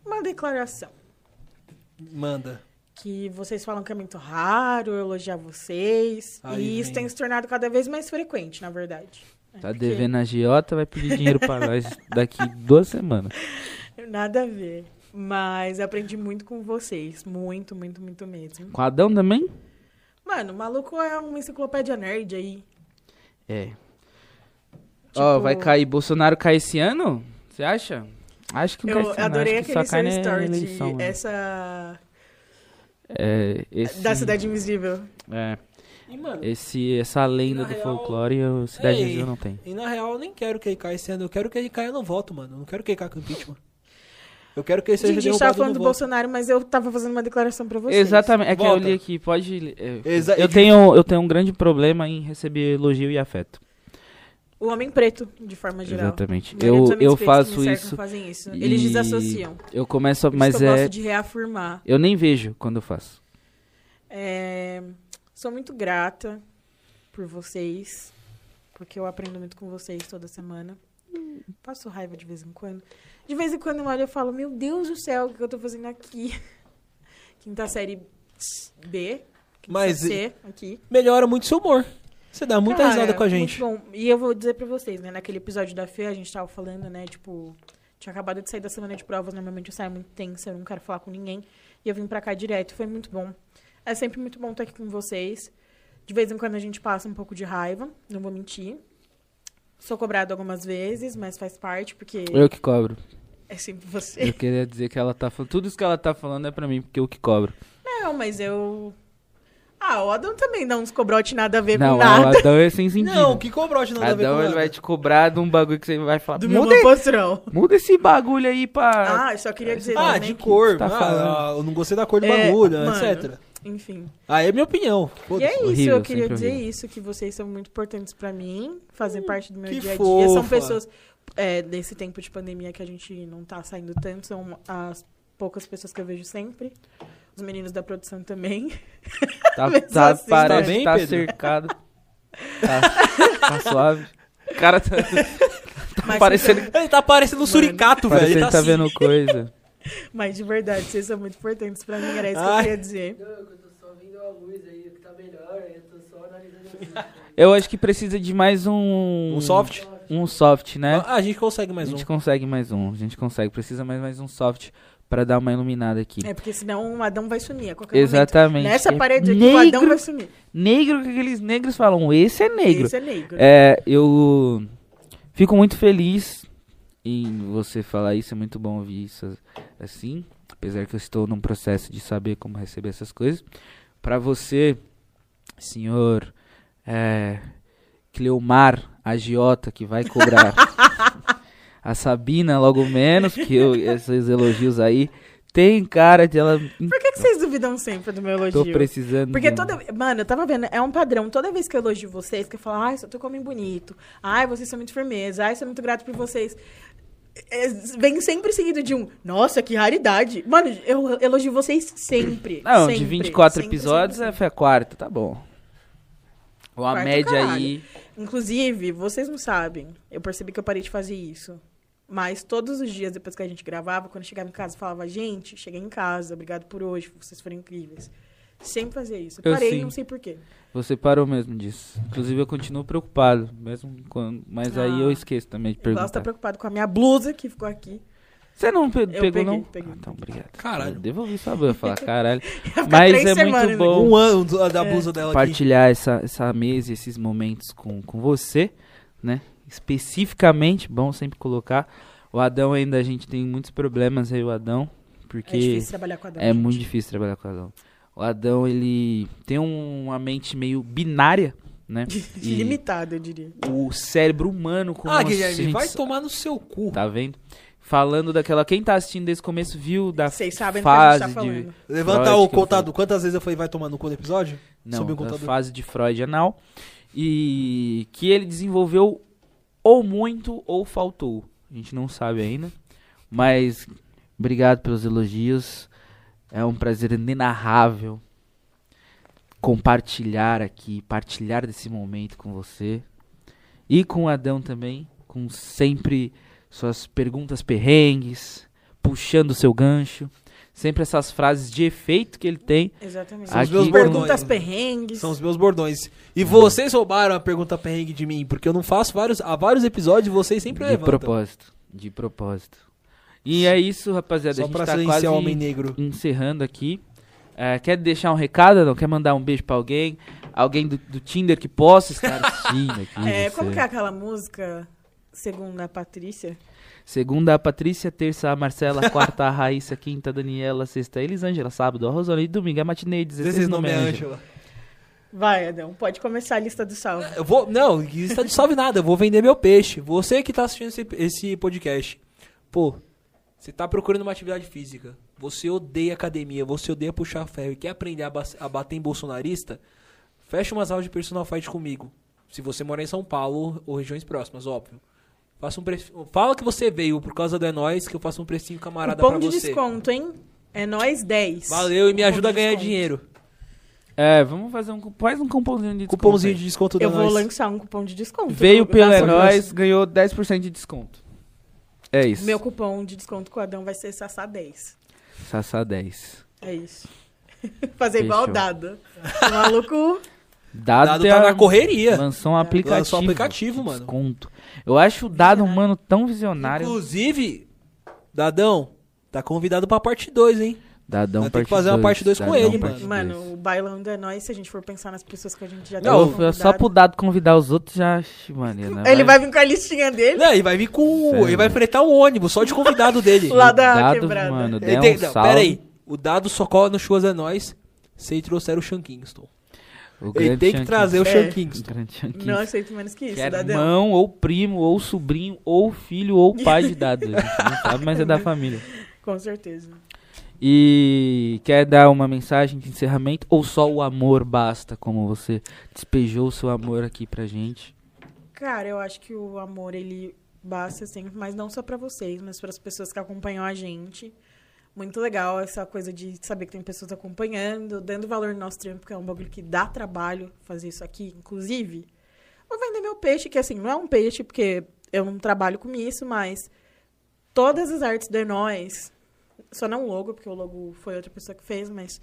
[SPEAKER 3] Uma declaração.
[SPEAKER 2] Manda.
[SPEAKER 3] Que vocês falam que é muito raro eu elogiar vocês.
[SPEAKER 2] Aí
[SPEAKER 3] e isso
[SPEAKER 2] vem.
[SPEAKER 3] tem se tornado cada vez mais frequente, na verdade. É
[SPEAKER 1] Tá
[SPEAKER 3] porque
[SPEAKER 1] devendo a Giota, vai pedir dinheiro pra nós daqui duas semanas.
[SPEAKER 3] Nada a ver. Mas aprendi muito com vocês. Muito, muito, muito mesmo.
[SPEAKER 1] Com o Adão também?
[SPEAKER 3] Mano, o maluco é uma enciclopédia nerd aí.
[SPEAKER 1] É. Ó,
[SPEAKER 3] Tipo-
[SPEAKER 1] vai cair. Bolsonaro cai esse ano? Você acha? Acho que não cai
[SPEAKER 3] Eu
[SPEAKER 1] esse ano.
[SPEAKER 3] adorei
[SPEAKER 1] acho um que
[SPEAKER 3] aquele
[SPEAKER 1] só cai
[SPEAKER 3] seu
[SPEAKER 1] na
[SPEAKER 3] story de
[SPEAKER 1] eleição, né?
[SPEAKER 3] essa.
[SPEAKER 1] É, esse,
[SPEAKER 3] Da Cidade Invisível.
[SPEAKER 1] É,
[SPEAKER 2] E, mano,
[SPEAKER 1] esse, essa lenda
[SPEAKER 2] Na
[SPEAKER 1] do
[SPEAKER 2] real-
[SPEAKER 1] folclore, eu- Cidade
[SPEAKER 2] Ei.
[SPEAKER 1] Invisível não tem.
[SPEAKER 2] e na real eu nem quero que ele caia esse ano. Eu quero que ele caia no voto, mano. Eu não quero que ele caia com impeachment. Eu quero que ele seja
[SPEAKER 3] Gente, a gente tava
[SPEAKER 2] derrubado
[SPEAKER 3] falando
[SPEAKER 2] no
[SPEAKER 3] do
[SPEAKER 2] voto.
[SPEAKER 3] Bolsonaro, mas eu tava fazendo uma declaração pra vocês.
[SPEAKER 1] Exatamente, é que eu
[SPEAKER 2] Volta.
[SPEAKER 1] li aqui, pode... é,
[SPEAKER 2] Exa-
[SPEAKER 1] eu,
[SPEAKER 2] de-
[SPEAKER 1] tenho, eu tenho um grande problema em receber elogio e afeto.
[SPEAKER 3] O homem preto, de forma geral.
[SPEAKER 1] Exatamente.
[SPEAKER 3] A maioria
[SPEAKER 1] Eu,
[SPEAKER 3] dos homens
[SPEAKER 1] eu
[SPEAKER 3] pretos que me
[SPEAKER 1] faço
[SPEAKER 3] cercam
[SPEAKER 1] isso,
[SPEAKER 3] fazem isso. Eles
[SPEAKER 1] e-
[SPEAKER 3] desassociam. Por
[SPEAKER 1] eu começo, a-
[SPEAKER 3] isso
[SPEAKER 1] mas
[SPEAKER 3] que eu
[SPEAKER 1] é...
[SPEAKER 3] gosto de reafirmar.
[SPEAKER 1] Eu nem vejo quando eu faço.
[SPEAKER 3] É, Sou muito grata por vocês, porque eu aprendo muito com vocês toda semana. Passo raiva de vez em quando. De vez em quando eu olho e falo, meu Deus do céu, o que eu tô fazendo aqui? (laughs) Quinta série B, quinta
[SPEAKER 2] Mas
[SPEAKER 3] série C, aqui.
[SPEAKER 2] Melhora muito seu humor. Você dá muita
[SPEAKER 3] Cara,
[SPEAKER 2] risada com a gente.
[SPEAKER 3] Muito bom. E eu vou dizer pra vocês, né? Naquele episódio da Fê, a gente tava falando, né? Tipo, tinha acabado de sair da semana de provas. Normalmente eu saio muito tensa, eu não quero falar com ninguém. E eu vim pra cá direto. Foi muito bom. É sempre muito bom estar aqui com vocês. De vez em quando a gente passa um pouco de raiva, não vou mentir. Sou cobrado algumas vezes, mas faz parte, porque
[SPEAKER 1] Eu que cobro.
[SPEAKER 3] é sempre você. (laughs)
[SPEAKER 1] Eu queria dizer que ela tá falando. Tudo isso que ela tá falando é pra mim, porque eu que cobro.
[SPEAKER 3] Não, mas eu. Ah, o Adam também dá uns cobrote nada a ver
[SPEAKER 1] Não,
[SPEAKER 3] com nada.
[SPEAKER 1] o Adão é sem sentido.
[SPEAKER 2] Não, que cobrote não dá a ver
[SPEAKER 1] Adão
[SPEAKER 2] com
[SPEAKER 1] ele
[SPEAKER 2] nada.
[SPEAKER 1] vai te cobrar de um bagulho que você vai falar.
[SPEAKER 3] (laughs) Do meu
[SPEAKER 1] Muda,
[SPEAKER 3] patrão.
[SPEAKER 1] muda esse bagulho aí pra.
[SPEAKER 3] Ah, eu só queria dizer.
[SPEAKER 2] Ah,
[SPEAKER 3] né,
[SPEAKER 2] de
[SPEAKER 3] que-
[SPEAKER 2] cor.
[SPEAKER 1] tá
[SPEAKER 2] ah,
[SPEAKER 1] falando.
[SPEAKER 2] ah, eu não gostei da cor do
[SPEAKER 3] É,
[SPEAKER 2] bagulho,
[SPEAKER 3] mano.
[SPEAKER 2] etc.
[SPEAKER 3] Enfim.
[SPEAKER 2] Aí é minha opinião.
[SPEAKER 3] E é
[SPEAKER 2] Foda-se.
[SPEAKER 3] isso,
[SPEAKER 1] horrível,
[SPEAKER 3] eu queria
[SPEAKER 1] sempre
[SPEAKER 3] dizer
[SPEAKER 1] horrível.
[SPEAKER 3] isso, que vocês são muito importantes pra mim, fazem parte do meu
[SPEAKER 2] Hum, que
[SPEAKER 3] dia a dia. São
[SPEAKER 2] fofa.
[SPEAKER 3] pessoas, é, desse tempo de pandemia que a gente não tá saindo tanto, são as poucas pessoas que eu vejo sempre. Os meninos da produção também. (laughs)
[SPEAKER 1] tá,
[SPEAKER 3] mas
[SPEAKER 1] tá-
[SPEAKER 3] assim,
[SPEAKER 1] parece
[SPEAKER 2] tá bem,
[SPEAKER 1] que tá
[SPEAKER 2] Pedro?
[SPEAKER 1] cercado. Tá, tá suave. O cara tá,
[SPEAKER 3] Mas,
[SPEAKER 1] parecendo
[SPEAKER 2] Ele tá parecendo um suricato, velho.
[SPEAKER 1] parece que
[SPEAKER 2] Ele tá,
[SPEAKER 1] ele tá
[SPEAKER 2] assim.
[SPEAKER 1] vendo coisa.
[SPEAKER 3] mas de verdade, vocês são muito importantes pra mim, era isso que eu
[SPEAKER 2] Ai.
[SPEAKER 3] queria dizer.
[SPEAKER 5] Não, que eu tô só vendo a luz aí, o que tá melhor, aí eu tô só analisando a luz. né?
[SPEAKER 1] Eu acho que precisa de mais um.
[SPEAKER 2] Um soft?
[SPEAKER 1] Um soft, né?
[SPEAKER 2] Ah, a gente consegue mais
[SPEAKER 1] a
[SPEAKER 2] um.
[SPEAKER 1] gente consegue mais um. A gente consegue. Precisa mais, mais um soft pra dar uma iluminada aqui.
[SPEAKER 3] É, porque senão o Adão vai sumir a qualquer
[SPEAKER 1] Exatamente.
[SPEAKER 3] momento. Nessa
[SPEAKER 1] É
[SPEAKER 3] parede aqui, o
[SPEAKER 1] negro,
[SPEAKER 3] Adão vai sumir.
[SPEAKER 1] Negro que aqueles negros falam, esse é negro.
[SPEAKER 3] Isso é negro.
[SPEAKER 1] É, eu fico muito feliz em você falar isso, é muito bom ouvir isso assim, apesar que eu estou num processo de saber como receber essas coisas. Pra você, senhor é, Cleomar Agiota, que vai
[SPEAKER 3] (laughs)
[SPEAKER 1] cobrar a Sabina logo menos, que eu, esses elogios aí, tem cara de ela...
[SPEAKER 3] Por que, que vocês duvidam sempre do meu
[SPEAKER 1] Tô
[SPEAKER 3] elogio?
[SPEAKER 1] precisando...
[SPEAKER 3] Porque
[SPEAKER 1] de um-
[SPEAKER 3] toda. Mano, eu tava vendo, é um padrão. Toda vez que eu elogio vocês, que eu falo, ai, só tô comendo bonito. Ai, vocês são muito firmeza. Ai, sou muito grato por vocês. É, vem sempre seguido de um, nossa, que raridade. Mano, eu elogio vocês sempre.
[SPEAKER 1] Não,
[SPEAKER 3] sempre,
[SPEAKER 1] de 24
[SPEAKER 3] sempre,
[SPEAKER 1] episódios
[SPEAKER 3] sempre,
[SPEAKER 1] é, foi a quarta, tá bom. Uma
[SPEAKER 3] Quarta, é
[SPEAKER 1] média
[SPEAKER 3] caralho.
[SPEAKER 1] aí.
[SPEAKER 3] sempre. Inclusive, vocês não sabem. Eu percebi que eu parei de fazer isso. Mas todos os dias depois que a gente gravava, quando eu chegava em casa, eu falava, gente, cheguei em casa, obrigado por hoje, vocês foram incríveis. Sempre fazia isso. Eu
[SPEAKER 1] Eu
[SPEAKER 3] parei,
[SPEAKER 1] sim.
[SPEAKER 3] não sei porquê.
[SPEAKER 1] Você parou mesmo disso. Inclusive eu continuo preocupado, mesmo quando, mas aí
[SPEAKER 3] Ah.
[SPEAKER 1] eu esqueço também de
[SPEAKER 3] O Glaucio tá
[SPEAKER 1] perguntar.
[SPEAKER 3] preocupado com a minha blusa que ficou aqui.
[SPEAKER 1] Você não pe- pegou
[SPEAKER 3] peguei,
[SPEAKER 1] não?
[SPEAKER 3] peguei.
[SPEAKER 1] Ah, então obrigado.
[SPEAKER 2] Caralho.
[SPEAKER 1] Eu devolvi sua banha,
[SPEAKER 3] (laughs)
[SPEAKER 1] falar caralho.
[SPEAKER 3] Vai ficar
[SPEAKER 1] Mas
[SPEAKER 3] três
[SPEAKER 1] é muito
[SPEAKER 3] semanas, né?
[SPEAKER 1] bom
[SPEAKER 2] Um ano do- da blusa dela aqui.
[SPEAKER 1] compartilhar essa essa mesa, e esses momentos com com você, né? Especificamente, bom sempre colocar. O Adão ainda a gente tem muitos problemas aí o Adão, porque
[SPEAKER 3] É difícil trabalhar com a Dani.
[SPEAKER 1] É (laughs) muito difícil trabalhar com o Adão. O Adão, ele tem um- uma mente meio binária, né? E
[SPEAKER 3] Limitado, eu diria.
[SPEAKER 1] o cérebro humano como
[SPEAKER 2] Ah,
[SPEAKER 1] a
[SPEAKER 2] Guilherme,
[SPEAKER 1] um, assim, gente
[SPEAKER 2] vai
[SPEAKER 1] sa-
[SPEAKER 2] tomar no seu cu.
[SPEAKER 1] Tá vendo? Falando daquela... Quem tá assistindo desde o começo viu da
[SPEAKER 3] Vocês sabem do que a
[SPEAKER 1] fase
[SPEAKER 3] gente tá
[SPEAKER 1] de...
[SPEAKER 3] falando.
[SPEAKER 2] Levanta
[SPEAKER 1] Freud
[SPEAKER 2] o
[SPEAKER 1] que eu
[SPEAKER 2] contado. Quantas vezes eu falei vai tomar no cu no episódio?
[SPEAKER 1] Não,
[SPEAKER 2] Subiu o
[SPEAKER 1] da
[SPEAKER 2] contador.
[SPEAKER 1] fase de Freud anal. E que ele desenvolveu ou muito ou faltou. A gente não sabe ainda. Mas obrigado pelos elogios. É um prazer inenarrável compartilhar aqui, partilhar desse momento com você. E com o Adão também, com sempre suas perguntas perrengues, puxando seu gancho. Sempre essas frases de efeito que ele tem.
[SPEAKER 3] Exatamente.
[SPEAKER 1] São os Aqui- meus
[SPEAKER 3] meus perguntas
[SPEAKER 2] bordões.
[SPEAKER 3] perrengues.
[SPEAKER 2] São os meus bordões. E vocês roubaram a pergunta perrengue de mim, porque eu não faço vários, há vários episódios e vocês sempre
[SPEAKER 1] de
[SPEAKER 2] levantam.
[SPEAKER 1] propósito, de propósito. E é isso, rapaziada. a
[SPEAKER 2] Só
[SPEAKER 1] gente
[SPEAKER 2] pra
[SPEAKER 1] tá
[SPEAKER 2] silenciar
[SPEAKER 1] quase
[SPEAKER 2] o homem negro.
[SPEAKER 1] encerrando aqui. É, quer deixar um recado? Não? Quer mandar um beijo pra alguém? Alguém do, do Tinder que possa estar assistindo aqui?
[SPEAKER 2] (laughs)
[SPEAKER 3] É,
[SPEAKER 1] Ah, você?
[SPEAKER 3] como que é aquela música? Segundo a Patrícia,
[SPEAKER 1] Segunda, a Patrícia. Terça, a Marcela. Quarta, a Raíssa. Quinta, a Daniela. Sexta, a Elisângela. Sábado, a Rosana. E domingo, a Matinei. 16,
[SPEAKER 2] Esse
[SPEAKER 1] nome
[SPEAKER 2] nome é
[SPEAKER 1] Ângela.
[SPEAKER 2] Ângela.
[SPEAKER 3] vai, Adão, pode começar a lista do salve.
[SPEAKER 2] Eu vou. Não, está de salve nada. Eu vou vender meu peixe. Você que tá assistindo esse, esse podcast. Pô, você tá procurando uma atividade física. Você odeia academia, você odeia puxar ferro e quer aprender a, ba- a bater em bolsonarista? Fecha umas aulas de personal fight comigo. Se você mora em São Paulo ou regiões próximas, óbvio. Faça um preço. Fala que você veio por causa do É Nóis, que eu faço um precinho camarada
[SPEAKER 3] Cupom
[SPEAKER 2] pra
[SPEAKER 3] de
[SPEAKER 2] você.
[SPEAKER 3] desconto, hein? É nós 10.
[SPEAKER 2] Valeu e me
[SPEAKER 3] Cupom
[SPEAKER 2] ajuda a
[SPEAKER 3] de
[SPEAKER 2] ganhar
[SPEAKER 3] desconto.
[SPEAKER 2] dinheiro.
[SPEAKER 1] É, vamos fazer um. Faz um cupomzinho de desconto.
[SPEAKER 2] Cupomzinho
[SPEAKER 1] aí.
[SPEAKER 2] de desconto do
[SPEAKER 3] Eu
[SPEAKER 2] É
[SPEAKER 3] vou
[SPEAKER 2] Nóis.
[SPEAKER 3] lançar um cupom de desconto.
[SPEAKER 1] Veio
[SPEAKER 3] Na
[SPEAKER 1] pelo É
[SPEAKER 3] sua
[SPEAKER 1] Nóis, ganhou 10% de desconto. É isso.
[SPEAKER 3] próxima. Meu cupom de desconto com o Adão vai ser Sassá 10.
[SPEAKER 1] Sassá 10.
[SPEAKER 3] É isso. (laughs) Fazer igual
[SPEAKER 1] Fechou.
[SPEAKER 3] o dado. O maluco.
[SPEAKER 1] Dado,
[SPEAKER 2] Dado
[SPEAKER 1] tem
[SPEAKER 2] tá
[SPEAKER 1] a-
[SPEAKER 2] na correria.
[SPEAKER 1] Lançou um aplicativo.
[SPEAKER 2] Lançou um aplicativo, mano.
[SPEAKER 1] Desconto. Eu acho o dado humano tão visionário.
[SPEAKER 2] Inclusive, Dadão, tá convidado pra parte 2, hein?
[SPEAKER 1] Dadão
[SPEAKER 2] Nós
[SPEAKER 1] parte
[SPEAKER 2] tem que fazer uma
[SPEAKER 1] dois,
[SPEAKER 2] parte dois com
[SPEAKER 1] Dadão
[SPEAKER 2] ele,
[SPEAKER 1] parte
[SPEAKER 3] mano,
[SPEAKER 1] dois.
[SPEAKER 3] o bailão do é nós, se a gente for pensar nas pessoas que a gente já
[SPEAKER 2] Não,
[SPEAKER 3] tem
[SPEAKER 1] Não, só pro
[SPEAKER 3] convidado.
[SPEAKER 1] dado convidar os outros já. Ixi, Mano, né? ele
[SPEAKER 3] Ele vai vir com a listinha dele
[SPEAKER 2] Não, ele vai vir com.
[SPEAKER 1] Sério?
[SPEAKER 2] Ele vai enfrentar um ônibus só de convidado dele.
[SPEAKER 3] (laughs) lá da
[SPEAKER 1] dado,
[SPEAKER 3] quebrada.
[SPEAKER 1] mano,
[SPEAKER 2] Ele
[SPEAKER 1] der
[SPEAKER 2] tem-
[SPEAKER 1] um
[SPEAKER 2] não,
[SPEAKER 1] salve.
[SPEAKER 2] pera aí. O dado só cola no Chuas é Nós. Sem trouxer o Sean Kingston.
[SPEAKER 1] O
[SPEAKER 2] Ele
[SPEAKER 1] grande
[SPEAKER 2] tem que
[SPEAKER 1] Sean
[SPEAKER 2] trazer o
[SPEAKER 3] É.
[SPEAKER 2] Sean
[SPEAKER 1] Kingston.
[SPEAKER 2] Kingston.
[SPEAKER 1] O grande Sean
[SPEAKER 3] Não
[SPEAKER 1] Kingston.
[SPEAKER 3] aceito menos que
[SPEAKER 1] Que
[SPEAKER 3] isso,
[SPEAKER 1] é
[SPEAKER 3] Dadão.
[SPEAKER 1] irmão, ou primo, ou sobrinho, ou filho, ou pai de dado. A gente não
[SPEAKER 3] (laughs)
[SPEAKER 1] sabe, mas é da família.
[SPEAKER 3] Com certeza.
[SPEAKER 1] E quer dar uma mensagem de encerramento? Ou só o amor basta, como você despejou o seu amor aqui pra gente?
[SPEAKER 3] Cara, eu acho que o amor, ele basta sempre, mas não só pra vocês, mas para as pessoas que acompanham a gente. Muito legal essa coisa de saber que tem pessoas acompanhando, dando valor no nosso trampo, que é um bagulho que dá trabalho fazer isso aqui, inclusive. Vou vender meu peixe, que assim, não é um peixe, porque eu não trabalho com isso, mas todas as artes de nós, só não o logo, porque o logo foi outra pessoa que fez, mas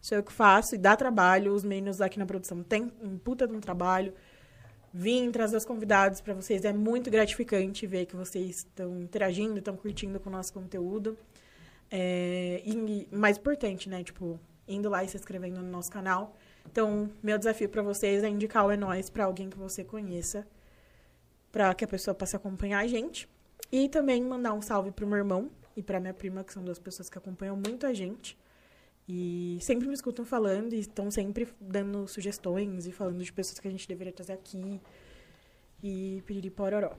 [SPEAKER 3] sou eu que faço e dá trabalho. Os meninos aqui na produção têm um puta de um trabalho vim trazer os convidados para vocês. É muito gratificante ver que vocês estão interagindo, estão curtindo com o nosso conteúdo. É, e mais importante, né? Tipo, indo lá e se inscrevendo no nosso canal. Então, meu desafio para vocês é indicar o É Nós para alguém que você conheça, para que a pessoa possa acompanhar a gente. E também mandar um salve pro meu irmão e pra minha prima, que são duas pessoas que acompanham muito a gente. E sempre me escutam falando e estão sempre dando sugestões e falando de pessoas que a gente deveria trazer aqui. E piriri pororó.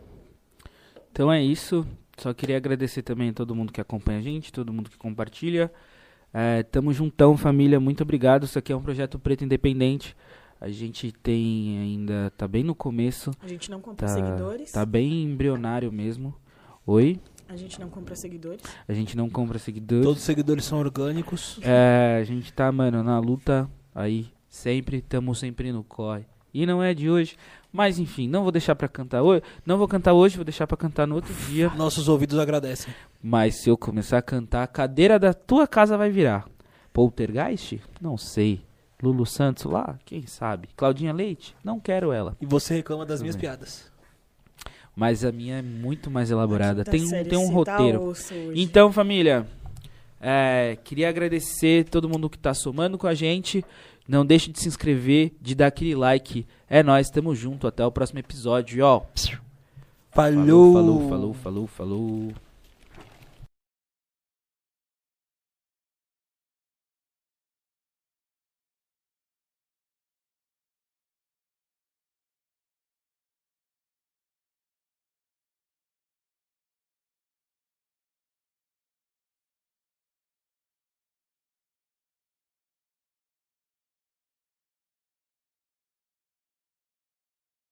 [SPEAKER 1] Então é isso. Só queria agradecer também a todo mundo que acompanha a gente, todo mundo que compartilha. É, tamo juntão, família. Muito obrigado. Isso aqui é um projeto preto independente. A gente tem ainda. tá bem no começo.
[SPEAKER 3] A gente não compra
[SPEAKER 1] Tá,
[SPEAKER 3] seguidores.
[SPEAKER 1] tá bem embrionário mesmo. Oi?
[SPEAKER 3] A gente não compra seguidores.
[SPEAKER 1] A gente não compra seguidores.
[SPEAKER 2] Todos os seguidores são orgânicos.
[SPEAKER 1] É, a gente tá, mano, na luta aí. Sempre, tamo sempre no corre. E não é de hoje. Mas enfim, não vou deixar pra cantar hoje. Não vou cantar hoje, vou deixar pra cantar no outro dia.
[SPEAKER 2] Nossos ouvidos agradecem.
[SPEAKER 1] Mas se eu começar a cantar, a cadeira da tua casa vai virar. Poltergeist? Não sei. Lulu Santos lá? Quem sabe? Claudinha Leite? Não quero ela.
[SPEAKER 2] E você reclama das
[SPEAKER 1] Tudo
[SPEAKER 2] minhas
[SPEAKER 1] bem.
[SPEAKER 2] piadas.
[SPEAKER 1] Mas a minha é muito mais elaborada.
[SPEAKER 3] A quinta
[SPEAKER 1] Tem, um-
[SPEAKER 3] série
[SPEAKER 1] tem um
[SPEAKER 3] se
[SPEAKER 1] roteiro.
[SPEAKER 3] Tá osso hoje.
[SPEAKER 1] Então, família, é, queria agradecer todo mundo que tá somando com a gente. Não deixe de se inscrever, de dar aquele like. É nóis, tamo junto. Até o próximo episódio. E, ó,
[SPEAKER 2] Falou,
[SPEAKER 1] falou, falou, falou, falou.